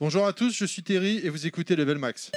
Bonjour à tous, je suis Terry et vous écoutez Level Max.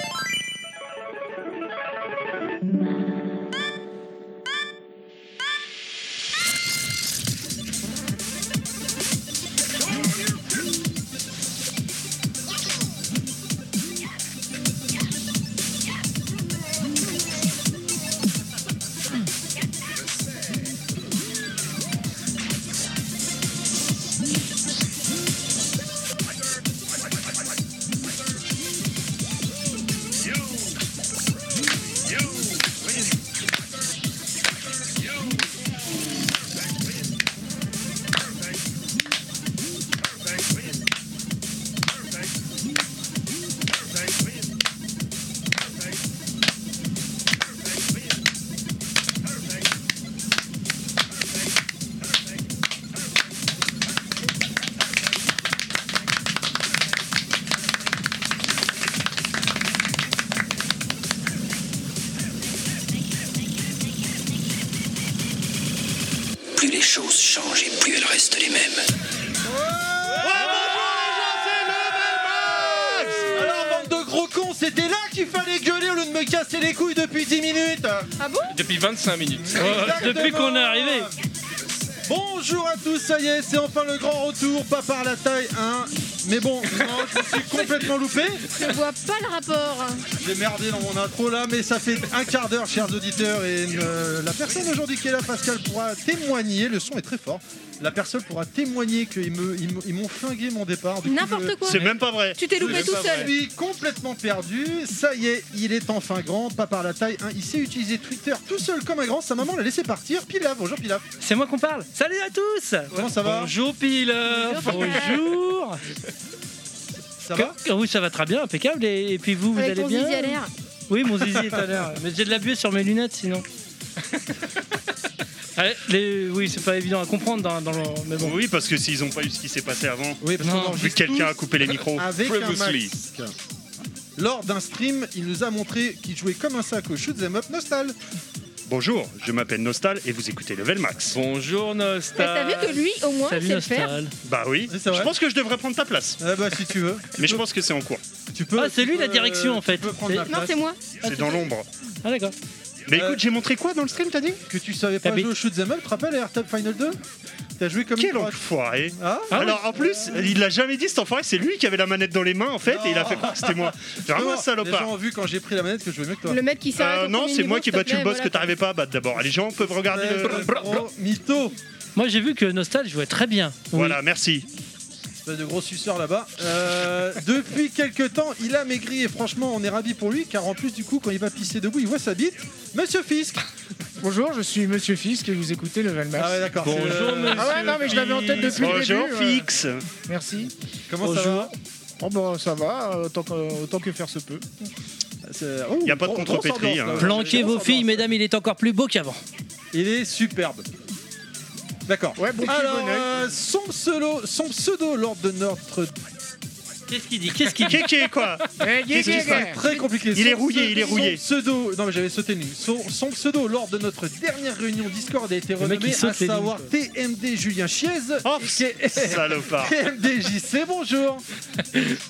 Plus les choses changent et plus elles restent les mêmes. Alors, bande de gros cons, c'était là qu'il fallait gueuler au lieu de me casser les couilles depuis 10 minutes Depuis 25 minutes. Ah, Exactement. depuis qu'on est arrivé. Bonjour à tous, ça y est, c'est enfin le grand retour, pas par la taille, hein mais bon, non, je me suis complètement loupé. Je vois pas le rapport. J'ai merdé dans mon intro là, mais ça fait un quart d'heure, chers auditeurs, et euh, la personne aujourd'hui qui est là, Pascal, pourra témoigner. Le son est très fort. La personne pourra témoigner qu'ils me- ils me- ils m'ont flingué mon départ. Du coup, je- N'importe quoi. C'est même pas vrai. Tu t'es loupé C'est tout pas seul. Je suis complètement perdu. Ça y est, il est enfin grand, pas par la taille. hein. Il sait utiliser Twitter tout seul comme un grand. Sa maman l'a laissé partir. Pilaf, bonjour Pilaf. C'est moi qu'on parle. Salut à tous. Comment ça va Bonjour Pilaf. Bonjour, Pilaf. Bonjour. Ça va Que- Oui, ça va très bien, impeccable. Et, et puis vous, vous Avec allez ton bien zizi à l'air. Oui, mon zizi est à l'heure. Mais j'ai de la buée sur mes lunettes sinon. Allez, les- oui, c'est pas évident à comprendre dans, dans le- Mais bon. Oui, parce que s'ils ont pas eu ce qui s'est passé avant, Oui, parce qu'on Non. vu que enregistre quelqu'un a coupé les micros. avec un Previously. masque. Lors d'un stream, il nous a montré qu'il jouait comme un sac au shoot'em up nostal. Bonjour, je m'appelle Nostal et vous écoutez Level Max. Bonjour Mais Nostal. t'as vu que lui, au moins, Salut sait le faire. Nostal. Bah oui, Oui, c'est vrai. je pense que je devrais prendre ta place. Ah bah si tu veux, Mais je pense que c'est en cours, tu peux. Ah, c'est tu lui, la peux, direction, euh, en fait. Tu peux prendre la C'est- Non, place. c'est moi. c'est dans l'ombre. Ah d'accord. Mais Euh, écoute, j'ai montré quoi dans le stream, t'as dit Que tu savais Ta pas jouer bite. au shoot'em up, tu te rappelles à AirTap Final 2 T'as joué comme une Quel crotte. enfoiré Ah Ah oui. Alors en plus, il l'a jamais dit cet enfoiré, c'est lui qui avait la manette dans les mains en fait, et il a fait croire que c'était moi. C'est vraiment un Les gens salopard. ont vu quand j'ai pris la manette que je jouais mieux que toi. Le mec qui s'arrête. Euh, au non, premier c'est niveau, moi qui ai s'il te battu le plaît, boss que voilà. t'arrivais pas à battre d'abord. Les gens peuvent regarder Euh, le. gros mytho, Moi j'ai vu que Nostal jouait très bien. Oui. Voilà, merci. espèce de gros suceur là-bas. Euh, depuis quelques temps, il a maigri et franchement, on est ravis pour lui car en plus du coup, quand il va pisser debout, il voit sa bite. Monsieur Fisk. Bonjour, je suis Monsieur Fisk et vous écoutez Level Max. Ah ouais, d'accord. c'est Bonjour le- monsieur. Ah ouais, non, mais je l'avais en tête depuis le Bonjour, début. euh, fixe. Merci. Comment ça Bonjour. va Bon, bah, ça va, euh, autant que, autant que faire se peut. C'est- euh, Il y a pas de Ouh, contrepétrie, grosse hein. ambiance, là, ouais. Planquez vos Grosse filles, ambiance. mesdames, il est encore plus beau qu'avant. Il est superbe. D'accord. Ouais, bon cul, Alors, bon oeil. euh, son, pseudo, son pseudo lors de notre. Qu'est-ce qu'il dit Qu'est-ce qu'il dit Kéké quoi Eh, gué, Qu'est-ce qui gué, se passe gué. Très compliqué. Il Son est rouillé, pseudo- il est rouillé. Son pseudo. Non, mais j'avais sauté une ligne. Son, son pseudo lors de notre dernière réunion Discord a été mec, renommé il saute à les lignes, savoir TMD Julien Chiez. Oh, aka. salopard. TMDJC, bonjour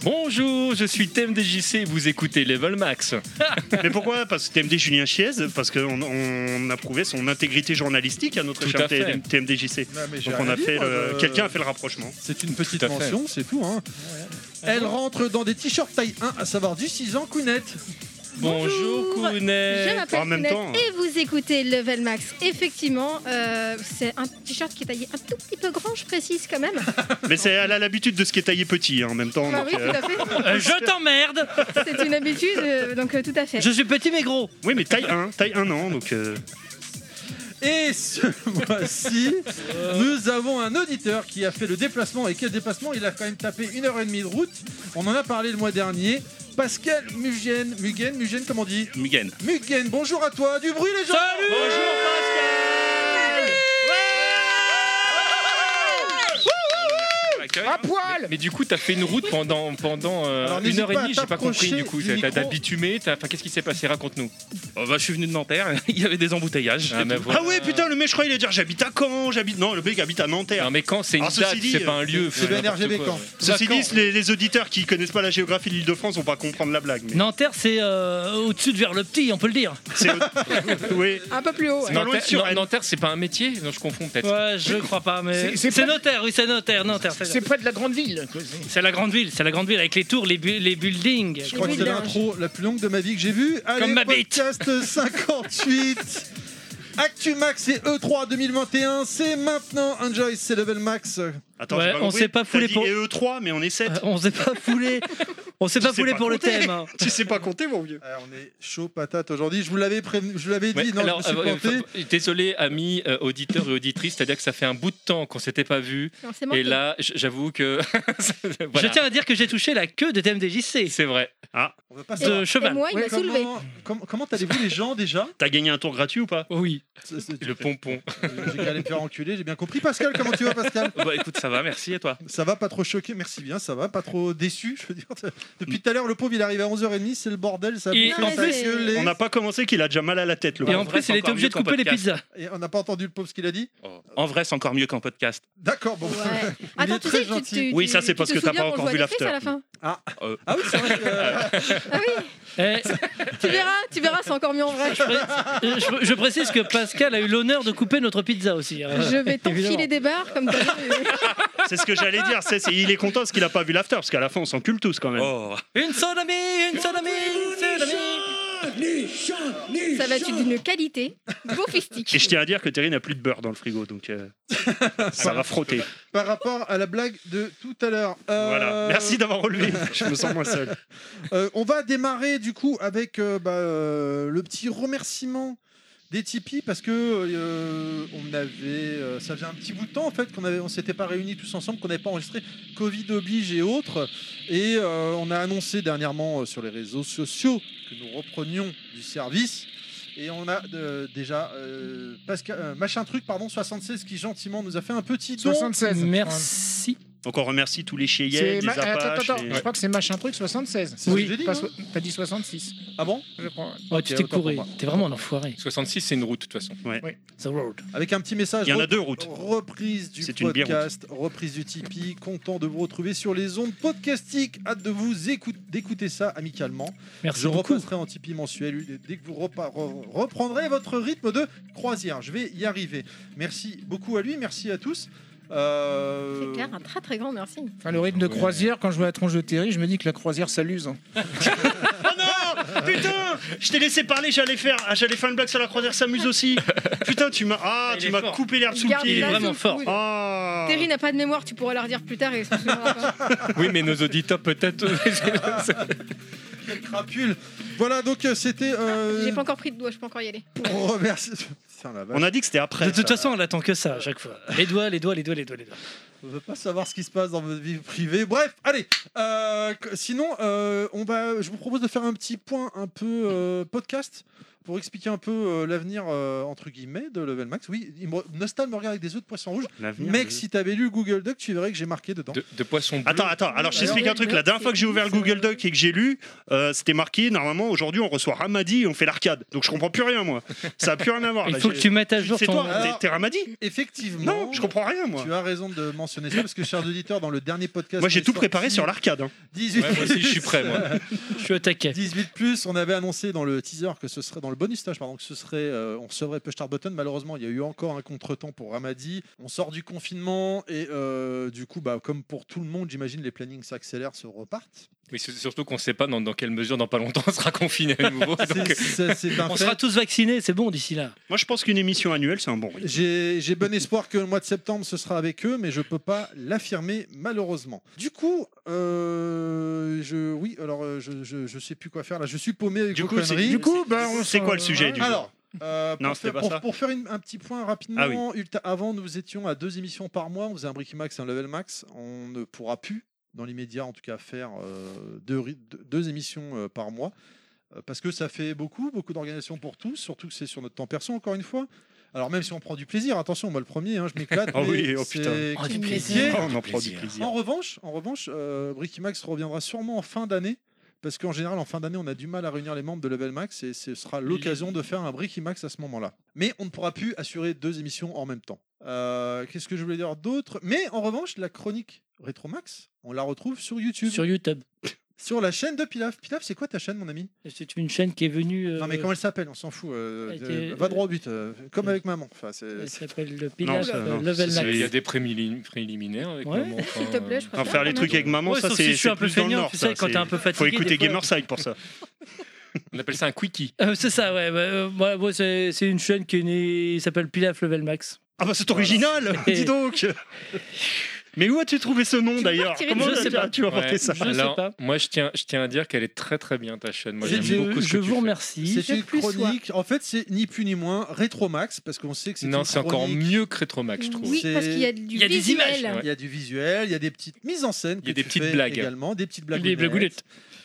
Bonjour, je suis TMDJC, vous écoutez Level Max. Mais pourquoi Parce que TMD Julien Chiez, parce qu'on on a prouvé son intégrité journalistique à notre Tout cher à fait. TM- TMDJC. Donc on a fait le- quelqu'un a fait le rapprochement. euh, C'est une petite Tout à fait. mention, c'est tout. hein. Elle rentre dans des t-shirts taille 1, à savoir du 6 ans, Counette. Bonjour Bonjour. Je Kounet. En m'appelle même Kounet temps, hein. et vous écoutez Level Max. Effectivement, euh, c'est un t-shirt qui est taillé un tout petit peu grand, je précise quand même. Mais c'est, elle a l'habitude de ce qui est taillé petit hein, en même temps. Bah donc, oui, tout euh, à fait. Euh, Je t'emmerde C'est une habitude, euh, donc euh, tout à fait. Je suis petit mais gros. oui, mais taille 1, taille 1 an. Donc, euh, Et ce mois-ci, nous avons un auditeur qui a fait le déplacement. Et quel déplacement Il a quand même tapé une heure et demie de route. On en a parlé le mois dernier. Pascal Mugen, Mugen, Mugen, comment on dit Mugen. Mugen, bonjour à toi. Du bruit, les gens Salut Bonjour Pascal accueil. À poil Ah, Mais du coup, t'as fait une route pendant, pendant euh, Alors, une n'hésite heure et pas à demie, j'ai pas t'approcher compris du coup. du T'as- T'as micro. t'as bitumé, t'as- enfin, qu'est-ce qui s'est passé Raconte-nous. Oh bah, je suis venu de Nanterre, il y avait des embouteillages. Ah, mais voilà. Ah ouais, putain, le mec, je crois, il a dit j'habite à Caen, j'habite. Non, le mec habite à Nanterre. Non, mais quand c'est une Ah, Alors, ceci date, dit, c'est pas un lieu. c'est le enfin, n'importe NRGB quoi, quand ouais. Ceci Bah, dit, Caen. les, les auditeurs qui connaissent pas la géographie de l'Île-de-France vont pas comprendre la blague. mais Nanterre, c'est euh, au-dessus de vers le petit, on peut le dire. c'est- oui. Un peu plus haut. ouais. Pas loin de Nanterre, Suresnes. Nan- Nanterre, c'est pas un métier Non, je confonds peut-être. Ouais, je crois pas, mais. C'est- c'est C'est pas- notaire, oui, c'est notaire, notaire. c'est- C'est près de la grande ville. quoi. C'est- C'est la grande ville, c'est la grande ville avec les tours, les, bu- les buildings. Je crois que c'est Évidemment. l'intro la plus longue de ma vie que j'ai vue. Allez, Comme ma bite. podcast 58. ActuMax et E E3 2021, c'est maintenant. Enjoy, c'est level max. Euh, Attends, Ouais, j'ai pas on compris. s'est pas T'as foulé dit pour- E3, mais on est 7. Euh, On s'est pas foulé, on s'est pas sais foulé pas pour le compter. thème. hein. Tu sais pas compter, mon vieux. Ah, on est chaud patate aujourd'hui. Je vous l'avais prévenu, je vous l'avais dit. Ouais, non, alors, je me euh, suis planté. euh, désolé, amis euh, auditeurs et auditrices, c'est-à-dire que ça fait un bout de temps qu'on s'était pas vu, Non, c'est et manqué. là, j- j'avoue que. Je Voilà. tiens à dire que j'ai touché la queue de TMDJC. C'est vrai. On va pas Et- De savoir. Et cheval. moi, il Ouais, m'a soulevé. comment, comment, comment t'allez-vous les gens déjà T'as gagné un tour gratuit ou pas Oui. C'est- c'est- Le pompon. J'ai qu'à aller me faire enculer, j'ai bien compris. Pascal, comment tu vas Pascal Bah écoute, ça va, merci et toi Ça va, pas trop choqué, merci bien, ça va, pas trop déçu. Je veux dire, depuis tout à l'heure, le pauvre il arrive à 11h30, c'est le bordel, ça Et bouge, en ça plus- gueule, On n'a pas commencé qu'il a déjà mal à la tête, le Et pauvre. en vrai, plus, c'est il est encore obligé mieux de couper qu'en les podcast. pizzas. et on n'a pas entendu le pauvre ce qu'il a dit En vrai, c'est encore mieux qu'en podcast. D'accord, bon. Ouais. Il est Attends, tu très sais, tu, gentil. tu- Oui, tu- ça, c'est tu parce te que t'as souviens pas qu'on encore jouait vu la fesse à la l'after. fin. Ah oui, c'est vrai. que, euh, Ah oui, Eh, tu verras, tu verras, c'est encore mieux en vrai. Euh, je, je précise que Pascal a eu l'honneur de couper notre pizza aussi. hein. Je vais Évidemment. t'enfiler des barres comme t'as vu. C'est ce que j'allais dire. c'est- c'est- il est content parce qu'il a pas vu l'after, parce qu'à la fin, on s'encule tous quand même. Oh, Une sodomie, une sodomie, une sodomie. Ça va être d'une qualité. Beau fistique. Et je tiens à dire que Terry n'a plus de beurre dans le frigo, donc euh, ça va frotter. par rapport à la blague de tout à l'heure. Euh, Voilà. Merci d'avoir relevé. Je me sens moins seul. euh, on va démarrer du coup avec euh, bah, euh, le petit remerciement des Tipeee parce que euh, on avait, euh, ça faisait un petit bout de temps en fait qu'on avait, on s'était pas réunis tous ensemble, qu'on n'avait pas enregistré Covid oblige et autres, et euh, on a annoncé dernièrement euh, sur les réseaux sociaux que nous reprenions du service. Et on a euh, déjà euh, Pascal, euh, machin truc pardon 76 qui gentiment nous a fait un petit don. 76. Merci. Donc on remercie tous les Cheyennes, C'est les ma- Attends, Apaches. attends, attends. et- Je crois que c'est machin truc 76. C'est ce Oui. que j'ai dit, Pas non so- T'as dit 66, Ah bon je crois. Ouais, Oh, tu Ok, t'es autant pour couré. moi. T'es vraiment un enfoiré. 66, c'est une route de toute façon. The road. Avec un petit message. Il y en a Re- deux routes. Reprise du C'est une podcast, reprise du Tipeee. Content de vous retrouver sur les ondes podcastiques. Hâte de vous écouter, d'écouter ça amicalement. Merci je beaucoup. repasserai en Tipeee mensuel euh, dès que vous repa- re- reprendrez votre rythme de croisière. Je vais y arriver. Merci beaucoup à lui, merci à tous. Euh, C'est clair, un très très grand merci. Enfin, le rythme de Ouais. croisière, quand je vois la tronche de Terry, je me dis que la croisière, ça l'use. hein. Oh non Putain Je t'ai laissé parler, j'allais faire, ah, j'allais faire une blague sur la croisière s'amuse aussi. Putain, tu m'as, ah, Il tu est m'as fort. coupé l'herbe sous le Garde pied. ça vraiment sous le fort. coude. Ah. Terry n'a pas de mémoire, tu pourras la redire plus tard et ça se souviendra pas. Oui, mais nos auditeurs peut-être. quelle crapule. Voilà, donc euh, c'était. euh, J'ai pas encore pris de doigt, je peux encore y aller. pour remercier. Putain, la vache. On a dit que c'était après. De toute ça. façon, on attend que ça à chaque fois. Les doigts, les doigts, les doigts, les doigts, les doigts. On veut pas savoir ce qui se passe dans votre vie privée. Bref, allez. euh, qu- sinon, euh, on va. Je vous propose de faire un petit point un peu euh, podcast pour expliquer un peu euh, l'avenir euh, entre guillemets de Level Max. Oui, il me re- Nostal me regarde avec des yeux de poisson rouge. L'avenir, Mec, je- si t'avais lu Google Doc, tu verrais que j'ai marqué dedans. De, de poisson bleu. Attends, attends, alors je t'explique un truc. La dernière fois que j'ai ouvert le Google Doc et que j'ai lu, euh, c'était marqué normalement aujourd'hui on reçoit Ramadi et on fait l'arcade. Donc je comprends plus rien moi. Ça a plus rien à voir. Il là, faut j'ai- que tu mettes à jour C'est ton. Ah. toi, t'es- t'es Ramadi Effectivement. Non, je comprends rien moi. Tu as raison de mentionner ça parce que, chers auditeurs, dans le dernier podcast. Moi j'ai qui est tout préparé sorti, sur l'arcade. hein. 18 Ouais, moi aussi, je suis prêt, moi. Je suis au taquet. 18 plus, on avait annoncé dans le teaser que ce serait dans le bonus stage pardon que ce serait euh, on recevrait Push Start Button. Malheureusement, il y a eu encore un contretemps pour Ramadi. On sort du confinement et euh, du coup bah comme pour tout le monde, j'imagine les plannings s'accélèrent, se repartent. Oui, c'est- surtout qu'on ne sait pas dans, dans quelle mesure, dans pas longtemps, on sera confiné à nouveau. C'est- Ah, donc- euh, C'est c'est un On fait. sera tous vaccinés, c'est bon d'ici là. Moi je pense qu'une émission annuelle c'est un bon rythme. J'ai j'ai bon espoir que le mois de septembre ce sera avec eux, mais je peux pas l'affirmer malheureusement. Du coup, euh, je oui, alors euh, je, je, je sais plus quoi faire là. Je suis paumé avec Du vos coup, ben, c'est- conneries. Du coup, bah, on C'est s'en- quoi le sujet Ouais. du Alors, euh, Non, pour, c'était faire, pas pour- ça. pour faire une- un petit point rapidement, Ah oui. Ulta- avant nous étions à deux émissions par mois, on faisait un Bricky Max et un Level Max, on ne pourra plus, dans l'immédiat en tout cas, faire euh, deux, ri- deux- deux émissions euh, par mois, euh, parce que ça fait beaucoup, beaucoup d'organisations pour tous, surtout que c'est sur notre temps perso encore une fois. Alors même si on prend du plaisir, attention, moi le premier, hein, je m'éclate. Ah oui, mais oh putain. c'est Oh, du compliqué. plaisir. Ah, on en prend du plaisir. En revanche, en revanche, euh, Bricky Max reviendra sûrement en fin d'année. Parce qu'en général, en fin d'année, on a du mal à réunir les membres de Level Max et ce sera l'occasion de faire un Bricky Max à ce moment-là. Mais on ne pourra plus assurer deux émissions en même temps. Euh, Qu'est-ce que je voulais dire d'autre Mais en revanche, la chronique Retro Max, on la retrouve sur YouTube, sur, Sur YouTube. la chaîne de Pilaf. Pilaf, c'est quoi ta chaîne, mon ami C'est une chaîne qui est venue. euh, Non, mais comment elle s'appelle On s'en fout. euh, elle euh, était- va droit au but, euh, comme euh, avec maman. Enfin, c'est- Elle s'appelle le Non, Pilaf ça, non. euh, Level Il y a Max. des prémili- préliminaires avec Ouais. maman, enfin, S'il te plaît, je euh, préfère. faire les trucs avec maman, Ouais, ça sauf si c'est je suis c'est un peu plus dans le feignant, nord. tu ça, sais, quand c'est- t'es un peu Faut fatigué. écouter des fois. Gamerside pour ça. On appelle ça un quickie. Euh, c'est ça, ouais. ouais, euh, moi, moi, c'est c'est une chaîne qui est née- il s'appelle Pilaf Level Max. Ah bah c'est original, dis donc. Mais où as-tu trouvé ce nom l'as d'ailleurs tiré de- Comment Je sais pas. tu as porté Ouais. ça Je sais Alors, pas. Moi, je tiens, je tiens à dire qu'elle est très très bien ta chaîne. Moi, Je, j'aime beaucoup ce je que tu vous fais. remercie. C'est une plus soif. chronique. En fait, c'est ni plus ni moins Rétromax, parce qu'on sait que c'est Non, une c'est encore chronique- mieux que Retromax, je trouve. Oui, C'est- parce qu'il y a du Il y a des visuel. images, Il y a du visuel, il y a des petites mises en scène, Il y a que des tu petites fais blagues. également, des petites blagues. Les honnêtes. blagounettes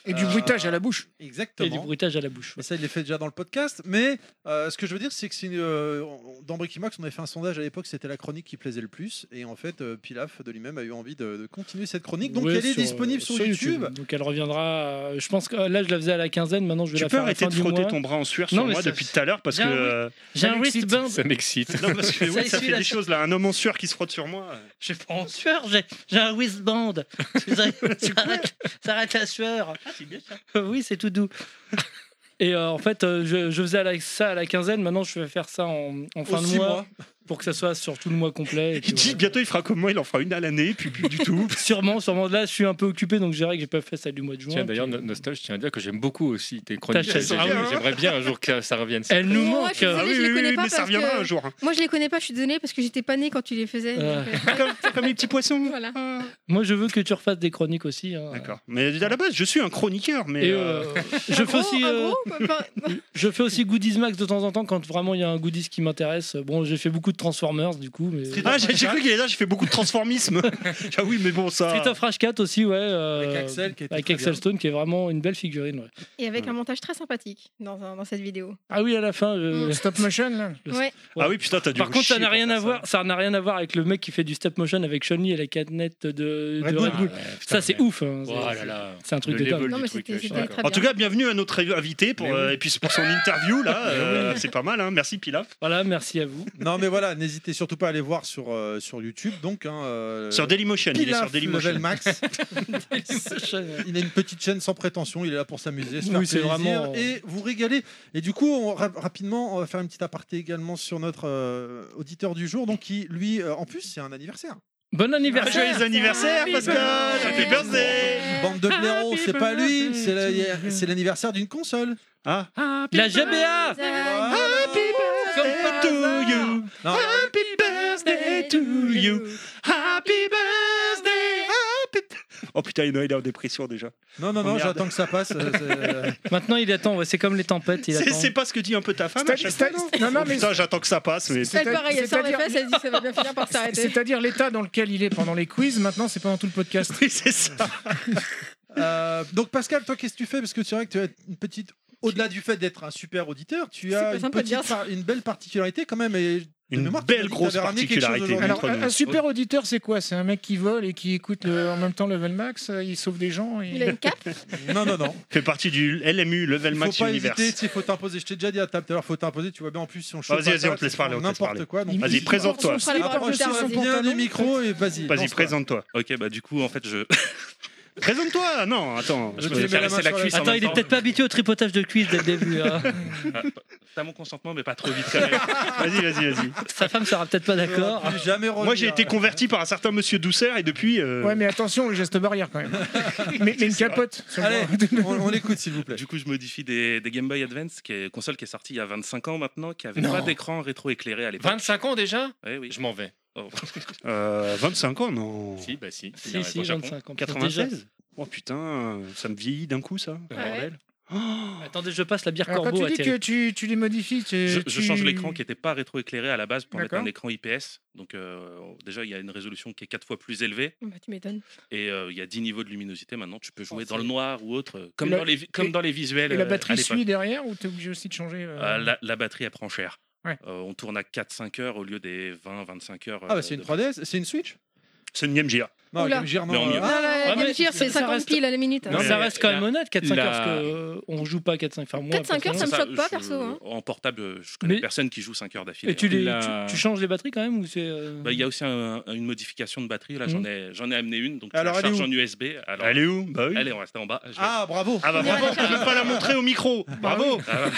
Et du Ah. Euh, bruitage à la bouche. Exactement. et du bruitage à la bouche. Mais ça, il les fait déjà dans le podcast. Mais euh, ce que je veux dire, c'est que c'est une, euh, on- dans Bricky Max, on avait fait un sondage à l'époque, c'était la chronique qui plaisait le plus. Et en fait, euh, Pilaf de lui-même a eu envie de, de continuer cette chronique. Donc, Ouais, elle est sur, euh, disponible sur, YouTube. Donc elle reviendra. euh, je pense que euh, là, je la faisais à la quinzaine. Maintenant, je vais Tu la peux faire à la arrêter fin de du frotter mois. ton bras en sueur Non, sur mais moi ça- depuis tout à l'heure parce que Bien, oui. euh, J'ai un Alexis, wristband. Ça m'excite. non, parce que Ça ouais, y ça suit, fait là. des choses là, un homme en sueur qui se frotte sur moi. euh, Je suis pas en sueur. J'ai j'ai un wristband. ça, arrête, ça arrête la sueur. oui, c'est tout doux. Et euh, en fait, euh, je, je faisais à la- ça à la quinzaine. Maintenant, je vais faire ça en, en fin Aux de six mois, mois. pour que ça soit sur tout le mois complet. et puis Il dit voilà. bientôt il fera comme moi, il en fera une à l'année puis plus du tout. Sûrement, sûrement. Là, je suis un peu occupé, donc je dirais que j'ai pas fait ça du mois de juin. Tiens, d'ailleurs, No- Nostalgie, je tiens à dire que j'aime beaucoup aussi tes chroniques. chaîne. J'aimerais Ah oui. j'aimerais bien un jour que ça revienne. ça. elle nous Moi, manque. euh, je suis- Ah Désolé, je les connais pas mais ça parce que- reviendra un jour. hein. Moi, je les connais pas, je suis désolée parce que j'étais pas née quand tu les faisais. Ah. donc, euh, Comme, comme les petits poissons. Ah, voilà. Moi, je veux que tu refasses des chroniques aussi. hein. D'accord. Mais à la base, je suis un chroniqueur, mais Et euh, euh, je Un fais gros- aussi. un euh, gros, quoi, enfin, Je fais aussi Goodies Max de temps en temps quand vraiment il y a un Goodies qui m'intéresse. Bon, j'ai fait beaucoup de Transformers du coup. Mais... Street Ah, j'ai j'ai cru qu'il allait dire, j'ai fait beaucoup de transformisme. ah oui, mais bon, ça. Street of Rage 4 aussi, ouais. euh, Avec Axel, qui était avec très Axel bien. Stone qui est vraiment une belle figurine. ouais. Et avec un montage très sympathique dans, un- dans cette vidéo. Ah oui, à la fin. je- Mm. Stop motion, là. Ouais. Ah oui, putain, t'as dû Par vous contre, ça chier n'a pour rien faire à voir. Ça n'a rien à voir avec le mec qui fait du stop motion avec Chun-Li et la canette de, de Red Red Bull. Bull. Ah ouais, putain, ça, c'est mais- ouf. hein. C'est- Oh là là. C'est un truc Le de dingue. level Non, du mais truc, c'était je suis c'était d'accord. très En tout bien. cas, bienvenue à notre invité pour, Mais oui. euh, et puis pour son interview là. euh, c'est pas mal, hein. merci Pilaf. Voilà, merci à vous. Non, mais voilà, n'hésitez surtout pas à aller voir sur, euh, sur YouTube. Donc, hein, euh, Sur Dailymotion, il est sur Pilaf, Dailymotion. Level Max. Il a une petite chaîne sans prétention, il est là pour s'amuser, se faire Oui, c'est plaisir vraiment- et vous régaler. Et du coup, on, ra- rapidement, on va faire une petite aparté également sur notre euh, auditeur du jour, donc qui, lui, euh, en plus, c'est un anniversaire. bon Ah, anniversaire. Joyeux anniversaire Happy Pascal, happy birthday. birthday. Bande de blaireaux, Happy c'est pas lui, birthday c'est la- to you. c'est l'anniversaire d'une console. Ah, La GBA. Zach, happy birthday to you, Non. happy birthday to you, happy birthday. happy- Oh putain, il est en dépression déjà. Non, non, Oh, non, merde. j'attends que ça passe. euh, c'est- Maintenant, il attend. ouais, c'est comme les tempêtes. Il C'est attend. c'est pas ce que dit un peu ta femme à C'est-à-dire- chaque fois c'est- Ah, Non, non, Oh, mais putain, j'attends que ça passe, mais C'est pareil, elle sort les C'est-à-dire- fesses, elle dit ça va bien finir par s'arrêter. c'est-à-dire l'état dans lequel il est pendant les quiz, maintenant c'est pendant tout le podcast. oui, c'est ça. Euh, donc, Pascal, toi, qu'est-ce que tu fais Parce que c'est vrai que tu as une petite. Au-delà du fait d'être un super auditeur, tu C'est as pas une, sympa de dire petite par- une belle particularité quand même. Et de Une mémoire, tu belle m'as dit que grosse t'avais ramené quelque chose particularité. aujourd'hui. Alors, Entre un, nous. un super auditeur, c'est quoi C'est un mec qui vole et qui écoute le- en même temps Level Max, euh, il sauve des gens. et- Il a une cape. Non, non, non. Fait partie du LMU, Level Il Max faut pas Universe. hésiter, tu sais, faut t'imposer. Je t'ai déjà dit à la table tout à l'heure, faut t'imposer. Tu vois bien en plus si on chauffe Vas-y, vas-y, pas, on te laisse si parler, on te laisse N'importe parler. quoi. donc- Il- Vas-y, il- présente-toi. on se les Approche par-dessus par- son Viens Bien pantalon. du micro et vas-y. Vas-y, lance-toi. présente-toi. Ok, bah du coup, en fait, je. Présente-toi Non, attends. Je te me suis mets la caressé main la sur la cuisse. en Attends, il même est temps. peut-être pas habitué au tripotage de cuisse dès le début. hein. T'as mon consentement, mais pas trop vite quand même. Vas-y, vas-y, vas-y. Sa femme sera peut-être pas On va d'accord. plus Jamais Moi, j'ai été converti par un certain monsieur Douceur et depuis. euh, Ouais, mais attention, le geste barrière quand même. mais, mais une capote. sur le Allez, bras. on, on écoute s'il vous plaît. Du coup, je modifie des, des Game Boy Advance, qui est console qui est sortie il y a 25 ans maintenant, qui avait Non. pas d'écran rétro-éclairé à l'époque. 25 ans déjà Ouais, oui. Je m'en vais. Oh. euh, 25 ans, non Si, bah si. Ah, Si, si, 25 ans. Déjà. 96 Oh putain, ça me vieillit d'un coup, ça. Oh Ah ouais. Attendez, je passe la bière Alors, quand corbeau tu à dis que Thierry. tu, tu les modifies, tu, Je, je tu- change l'écran qui n'était pas rétro-éclairé à la base pour mettre D'accord. un écran IPS. Donc euh, déjà, il y a une résolution qui est quatre fois plus élevée Bah, tu m'étonnes. Ah. et euh, il y a 10 niveaux de luminosité. Maintenant, tu peux jouer Oh, dans le c'est- noir ou autre, euh, comme, Et la- dans, les, vi- comme et- dans les visuels. Et la euh, à batterie l'époque. Ah, suit derrière ou t'es obligé aussi de changer euh, Euh, la, la batterie, elle prend cher. Ouais. Euh, on tourne à 4-5 heures au lieu des 20-25 heures. Ah euh, bah c'est une de- 3DS, c'est une Switch C'est une Game Gear. Non, Oula. Game Gear, non. Mais en Ah, mieux. Non, la ouais, mais Game Gear, ça c'est 50 reste- piles à la minute. hein. Non, mais ça reste quand la- même honnête, 4-5 la- heures, parce que, euh, on joue pas 4-5 enfin, 4-5 moi, heures, personnellement. ça me choque pas, je- perso, hein. En portable, euh, je connais Mais- personne qui joue 5 heures d'affilée. Et tu, hein. les, La- tu, tu changes les batteries quand même ou c'est euh, Bah, Il y a aussi un- une modification de batterie. Là, j'en ai, j'en ai amené une. Donc, tu Alors, la elle est charges où en USB. Alors, Elle est où Bah oui. allez, on reste en bas. Je vais- Ah, bravo Ah bah On ira bravo, la je peux chercher. même pas la montrer au micro. Bravo. Ah,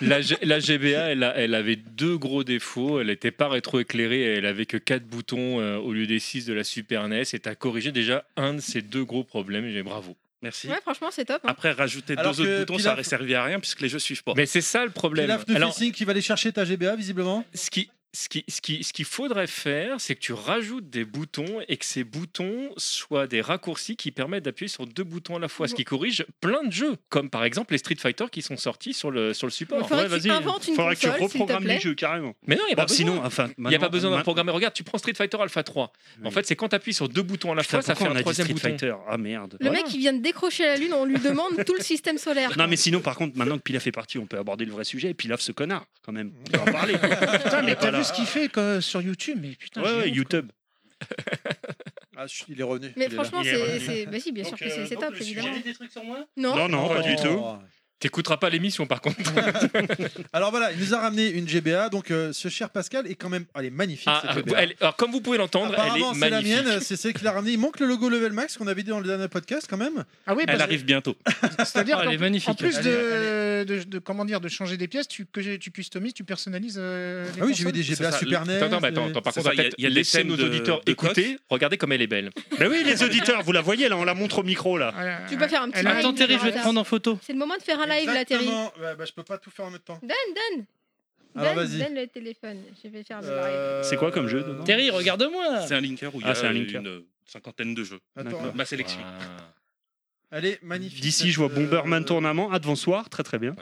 La, G- la GBA, elle, a- elle avait deux gros défauts. Elle n'était pas rétroéclairée. et Elle avait que quatre boutons euh, au lieu des six de la Super NES. Et t'as corrigé déjà un de ces deux gros problèmes. Et bravo. merci. Ouais, franchement, c'est Ah, top. hein. Après, rajouter Alors deux autres que boutons, ça Pilaf- n'aurait servi à rien puisque les jeux suivent pas. Mais c'est ça le problème. Pilaf de Alors, Fessing qui va aller chercher ta GBA, visiblement. ce qui ce qui- ce qui- ce qu'il faudrait faire, c'est que tu rajoutes des boutons et que ces boutons soient des raccourcis qui permettent d'appuyer sur deux boutons à la fois, ce qui corrige plein de jeux, comme par exemple les Street Fighter qui sont sortis sur le, sur le Il support. faudrait ouais, que tu vas-y. inventes une Faudrait que tu console, s'il te reprogrammes les plaît. jeux carrément. Mais non, il n'y a Bon, pas besoin. bah, sinon, enfin, Il n'y a pas besoin d'un maintenant- programme. Regarde, tu prends Street Fighter Alpha 3. En Oui. fait, c'est quand tu appuies sur deux boutons à la Putain, fois, ça fait pourquoi on un a dit troisième Street bouton. Fighter Ah merde. Le mec, il vient de décrocher la Lune, on lui demande tout le système solaire. Non mais sinon par contre maintenant que Pilaf est parti on peut aborder le vrai sujet et Pilaf ce connard quand même on peut en parler Putain, mais mais t'as voilà. vu ce qu'il fait quoi, sur YouTube Mais putain, ouais, j'ai ouais, honte, YouTube Ah, chut, il est revenu. Mais Il est franchement, Il est c'est. revenu. c'est- Bah si, bien sûr Donc, que c'est euh, c'est donc, top, le sujet- évidemment. des trucs sur moi Non non non là. pas du tout Oh. T'écouteras pas l'émission par contre. Alors voilà, il nous a ramené une GBA. Donc euh, ce cher Pascal est quand même. Elle est magnifique Ah, cette ah, GBA. elle- alors, comme vous pouvez l'entendre, elle Apparemment, est c'est la magnifique. mienne, c'est celle qu'il a ramenée. Il manque le logo Level Max qu'on avait dit dans le dernier podcast quand même. quoi. Ah oui, parce Elle que- arrive bientôt. c'est-à-dire Ah, elle est qu'en magnifique. en plus Elle est- de, de, de- comment dire, de changer des pièces, tu, que tu customises, tu personnalises euh, les Ah oui, j'ai vu consoles. des GBA ça, Super E NES. Attends, attends, mais attends, attends, par C'est contre, ça, il y a- peut-être il y a des laissez scènes nos de- auditeurs de écouter. Regardez comme elle est belle. bah oui les auditeurs vous la voyez là on la montre au micro là Ah, Tu peux faire un petit elle a- live, Attends, Terry, je vais te Terry. prendre en photo. C'est le moment de faire un live, là, Terry. Exactement. Ouais, bah, je peux pas tout faire en même temps. Donne, donne. Alors, Donne, vas-y. donne le téléphone. Je vais faire le live. Euh, C'est quoi comme jeu dedans Terry, regarde-moi C'est un linker où il y Ah, a c'est un linker. une cinquantaine de jeux. Attends, D'accord. Ma sélection. elle est magnifique. d'ici je vois cette, Bomberman euh, tournamment Advansoir très très bien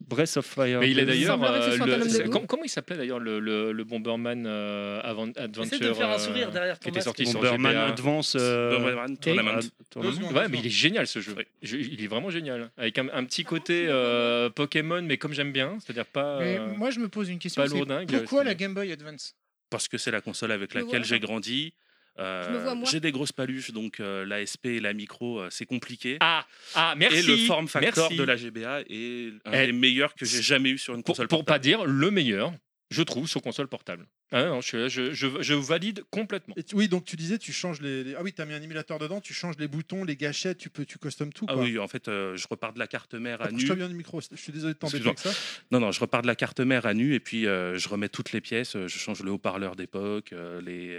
Breath of Fire Mais il est Il d'ailleurs. semblerait que ce euh, soit le- un homme de c'est- goût. com- comment il s'appelait d'ailleurs le, le- le Bomberman euh, Avant- Adventure Essaye de me faire un euh, sourire derrière qui ton était masque. sorti sur Bomberman GBA. Advance euh, Bomberman Ad- Tournament. deux Tournament. secondes, Hum, Ouais, deux mais il est seconde. génial ce jeu. Oui. Je- il est vraiment génial. Avec un, un petit côté euh, Pokémon, mais comme j'aime bien, c'est-à-dire pas. Mais euh, moi, je me pose une question. pas c'est lourdingue, pourquoi c'est- la Game Boy Advance Parce que c'est la console avec Je me laquelle vois, j'ai moi. grandi. Euh, Je me vois, moi. j'ai des grosses paluches, donc euh, la SP et la micro, euh, c'est compliqué. Ah, ah, merci. et le form factor merci. de la GBA est un Eh, des meilleurs que j'ai jamais eu sur une Pour, console. pour pas portable. dire le meilleur, je trouve, sur console portable. Ah non, je, je, je, je valide complètement. Et tu- oui, donc tu disais, tu changes les. les- Ah oui, t'as mis un émulateur dedans, tu changes les boutons, les gâchettes, tu peux, tu customes tout. Ah quoi. oui, en fait, euh, je repars de la carte mère à nu. Approche-toi bien du micro. Ah, Je suis désolé de t'embêter avec ça. Excuse-moi. Non, non, je repars de la carte mère à nu et puis euh, je remets toutes les pièces. euh, Je change le haut-parleur d'époque, euh, les,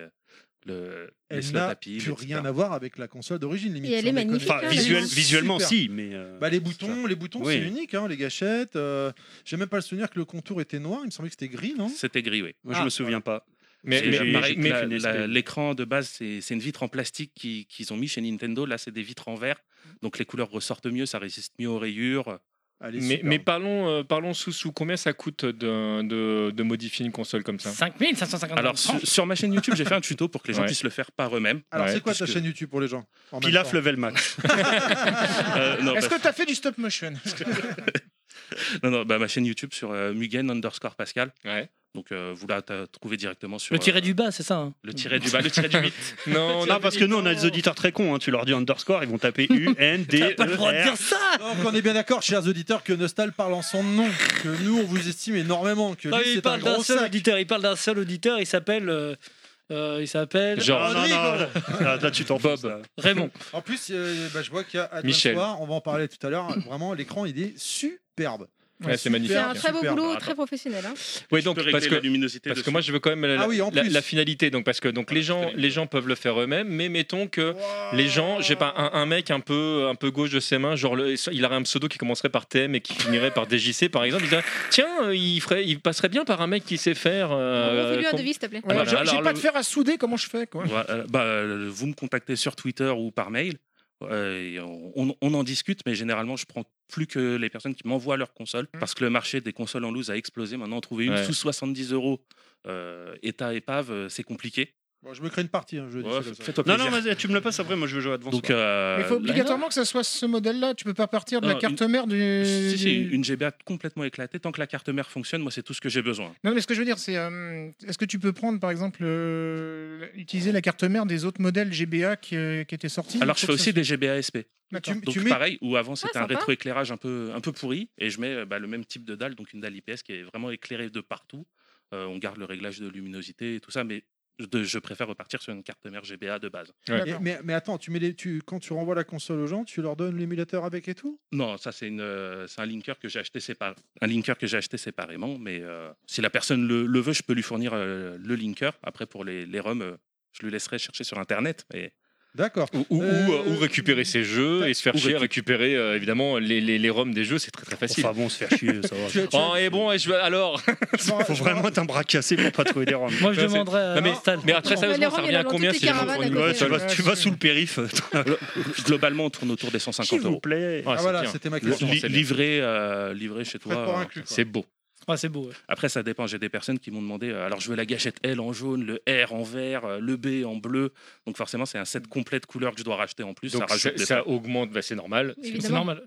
le, les Elle slots n'a à piles. plus etc. rien à voir avec la console d'origine. limite, Et elle sans est déconner. magnifique, enfin hein, visuel- vraiment. visuellement Super. si mais euh, Bah, les boutons, les boutons, Oui. c'est unique, hein, les gâchettes. euh, J'ai même pas le souvenir que le contour était noir. Il me semblait que c'était gris, non C'était gris, oui. moi je Ah, me souviens pas Mais, Et mais- j'ai- pareil, j'ai- mais- la- une la- SP. L'écran de base, c'est c'est une vitre en plastique qui- qu'ils ont mis chez Nintendo. Là, c'est des vitres en verre. Mmh. Donc les couleurs ressortent mieux, ça résiste mieux aux rayures. Elle est mais, superbe. mais parlons, euh, parlons sous sous combien ça coûte de, de, de modifier une console comme ça Ah, 5550 Alors, sur, sur ma chaîne YouTube, j'ai fait un tuto pour que les gens Ouais. puissent le faire par eux-mêmes. Alors, Ouais, c'est quoi ta puisque- chaîne YouTube pour les gens en même Pilaf temps level max Euh, non, Est-ce bah, que t'as fait du stop motion non, non, bah, ma chaîne YouTube sur euh, Mugen underscore Pascal. Ouais. Donc euh, vous la t- trouvez directement sur. Le tiré euh, du bas, c'est ça hein Le tiré du bas, le tiré du 8. Non, non parce que nous on a des auditeurs très cons hein, tu leur dis underscore ils vont taper U N D T'as pas le droit de E R dire ça Donc, on est bien d'accord, chers auditeurs, que Nostal parle en son nom, que nous, on vous estime énormément, que Non, lui, il c'est un parle d'un gros seul sac. auditeur, il parle d'un seul auditeur, il s'appelle. euh, euh, il s'appelle. Genre Ah, non, Rodrigo. non, là, là, tu t'en Bob. Bob. Raymond. En plus, euh, bah, je vois qu'il y a Advance Michel. War, on va en parler tout à l'heure. Vraiment, l'écran, il est superbe. Ouais, c'est C'est magnifique. un très beau Superbe. boulot, Attends. très professionnel. hein. Oui, Je donc peux régler parce la que luminosité parce que dessus. moi je veux quand même la, Ah oui, en la- plus. la finalité. Donc parce que donc les gens finalité. les gens peuvent le faire eux-mêmes, mais mettons que les gens, j'ai pas un, un mec un peu un peu gauche de ses mains, genre le- il aurait un pseudo qui commencerait par TM et qui finirait par DJC par exemple. Il dirait tiens, euh, il ferait il passerait bien par un mec qui sait faire. euh, Fais-lui un com- devis, s'il te plaît. Ouais, bah, J'ai alors, j'ai pas le- de fer à souder, comment je fais quoi Voilà, euh, bah, euh, vous me contactez sur Twitter ou par mail. euh, et on, on- on en discute, mais généralement, je prends plus que les personnes qui m'envoient leur console parce que le marché des consoles en loose a explosé. Maintenant, trouver une Ouais. sous 70 euros euh, état épave, euh, c'est compliqué. Bon, je me crée une partie, hein, je le dis, Ouais, c'est comme ça. Fais-toi Non, plaisir. non, vas-y, tu me le passes après, moi je veux jouer à Advance. Donc, Wars. euh, Il faut là- obligatoirement que ça soit ce modèle-là. Tu peux pas partir de la Non, carte une- mère du. Si, si, du- une GBA complètement éclatée, tant que la carte mère fonctionne, moi c'est tout ce que j'ai besoin. Non, mais ce que je veux dire, c'est euh, est-ce que tu peux prendre, par exemple, euh, utiliser la carte mère des autres modèles GBA qui, euh, qui étaient sortis Alors je Faut fais que ça- aussi des GBA SP. Mais tu, Donc tu mets, pareil, où avant c'était un sympa. rétroéclairage un peu, un peu pourri, et je mets euh, bah, le même type de dalle, donc une dalle IPS qui est vraiment éclairée de partout. Euh, on garde le réglage de luminosité et tout ça, mais de- je préfère repartir sur une carte mère GBA de base. mais, mais- mais attends, tu mets les, tu, quand tu renvoies la console aux gens, tu leur donnes l'émulateur avec et tout Non, ça c'est une, euh, c'est un linker que j'ai acheté séparé, un linker que j'ai acheté séparément, mais euh, si la personne le, le veut, je peux lui fournir euh, le linker. Après pour les, les ROM, euh, je lui laisserai chercher sur internet. Mais D'accord. Ou, ou- Euh, ou, euh, ou récupérer ses jeux et se faire ou chier, récup- récupérer euh, évidemment les, les, les ROM des jeux, c'est très très facile. Enfin bon, se faire chier, ça va. Tu- tu- Oh, et bon, et je, alors. je m'en- Faut je m'en- vraiment être un bras cassé pour pas trouver des roms. Moi, je Non, c'est- demanderais à Non, mais, Nostal. mais alors, très Non, mais sérieusement, Laurent, ça il revient est à dans combien toutes si les les gens caravanes font à une côté. Ouais, tu console vas, tu vas sous le périph. euh, globalement, on tourne autour des 150 S'il vous euros. plaît. Ouais, Ah c'est voilà, bien. c'était ma Li- question. Laurent, c'est bien. livré, euh, livré chez Frais de port toi. euh, inclus, quoi. C'est beau. Ouais, c'est beau. ouais. Après, ça dépend. J'ai des personnes qui m'ont demandé euh, alors, je veux la gâchette L en jaune, le R en vert, euh, le B en bleu. Donc, forcément, c'est un set complet de couleurs que je dois racheter en plus. ça Donc rajoute ça, des ça frais. augmente, bah, c'est normal. C'est Évidemment. normal.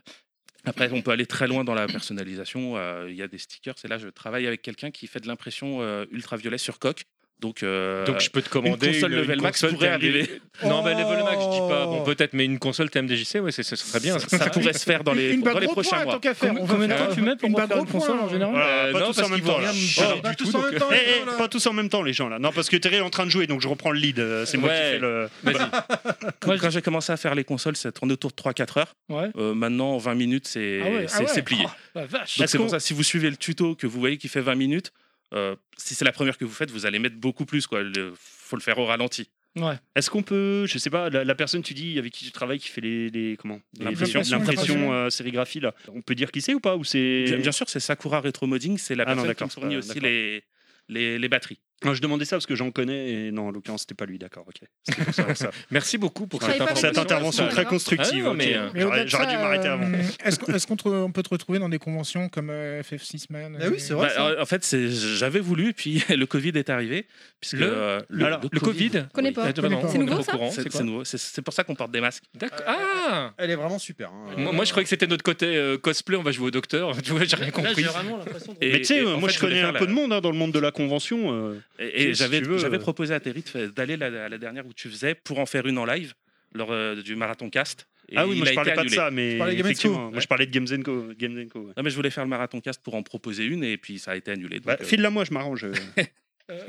Après, on peut aller très loin dans la personnalisation. Euh, Il y a des stickers. Et là, je travaille avec quelqu'un qui fait de l'impression euh, ultraviolet sur coque. Donc, euh, Donc je peux te commander une console level une max console pourrait TMD. arriver. Non, mais level max, je dis pas. Oh. Bon, peut-être, mais une console TMDJC, ouais, c'est- ce serait bien. ça, ça pourrait se faire dans les, une balle dans les gros prochains point, mois. tant qu'à faire. On va Combien de faire temps tu mets pour une balle refaire une gros console point, en général Voilà, Euh, pas non, tous parce en même qu'ils vont temps. rien là. me Oh, parler Pas du tous tout, en donc, même temps, Eh, les eh, gens, là. pas tous en même temps les gens là. Non parce que Terry est en train de jouer donc je reprends le lead. euh, C'est moi qui Ouais. fais le. Vas-y. Quand, quand j'ai commencé à faire les consoles, ça tournait autour de 3-4 heures. Ouais. Euh, maintenant, en 20 minutes, c'est Ah ouais, ah c'est- ouais. c'est plié. La vache. Donc c'est pour ça, si vous suivez le tuto que vous voyez qui fait 20 minutes, euh, si c'est la première que vous faites, vous allez mettre beaucoup plus. quoi. Le- faut le faire au ralenti. Ouais. Est-ce qu'on peut, je sais pas, la, la personne tu dis avec qui tu travailles qui fait les, les comment les- L'impression. les- l'impression euh, sérigraphie là, on peut dire qui c'est ou pas ou Bien, c'est bien sûr, c'est Sakura Retro Modding, c'est la Ah non, personne qui d'accord, me fournit euh, aussi d'accord. les, les, les batteries. Non, je demandais ça parce que j'en connais et non en l'occurrence c'était pas lui d'accord ok. C'était pour ça, ça. Merci beaucoup pour Je cette savais pas Pour cette Attention, intervention attention, très hein. constructive. Ah non, ok. mais, euh, Mais J'aurais au-delà de j'aurais ça, dû m'arrêter euh, avant. Est-ce qu'on est-ce qu'on te- on peut te retrouver dans des conventions comme euh, FF6 Man Ah oui, c'est vrai. Bah, ça. en- en fait, c'est- j'avais voulu, puis le Covid est arrivé. Puisque, Le- euh, Alors, le Covid connais oui. pas. Ah, vraiment, C'est on est nouveau, pas au ça courant, C'est c'est quoi c'est nouveau. C'est- c'est pour ça qu'on porte des masques. D'accord. Ah Elle est vraiment super. hein. Moi, moi, je croyais que c'était notre côté euh, cosplay, on va jouer au docteur. Tu vois, j'ai rien Là, j'ai compris. vraiment l'impression de- Et- Mais tu sais, et en moi fait, je voulais connais faire un la- peu de monde hein, dans le monde de la convention. euh, Et, et Si j'avais tu veux, j'avais euh. proposé à Terry de fa- d'aller la, la dernière où tu faisais pour en faire une en live lors euh, du marathon cast. Et Ah oui, il moi a je été parlais pas de annulé. ça, mais Tu parlais de Games effectivement, Co. moi je parlais de Games Co. Games Co, ouais. Non, mais je voulais faire le marathon cast pour en proposer une et puis ça a été annulé. donc, Bah, euh, File-la moi, je m'arrange. euh.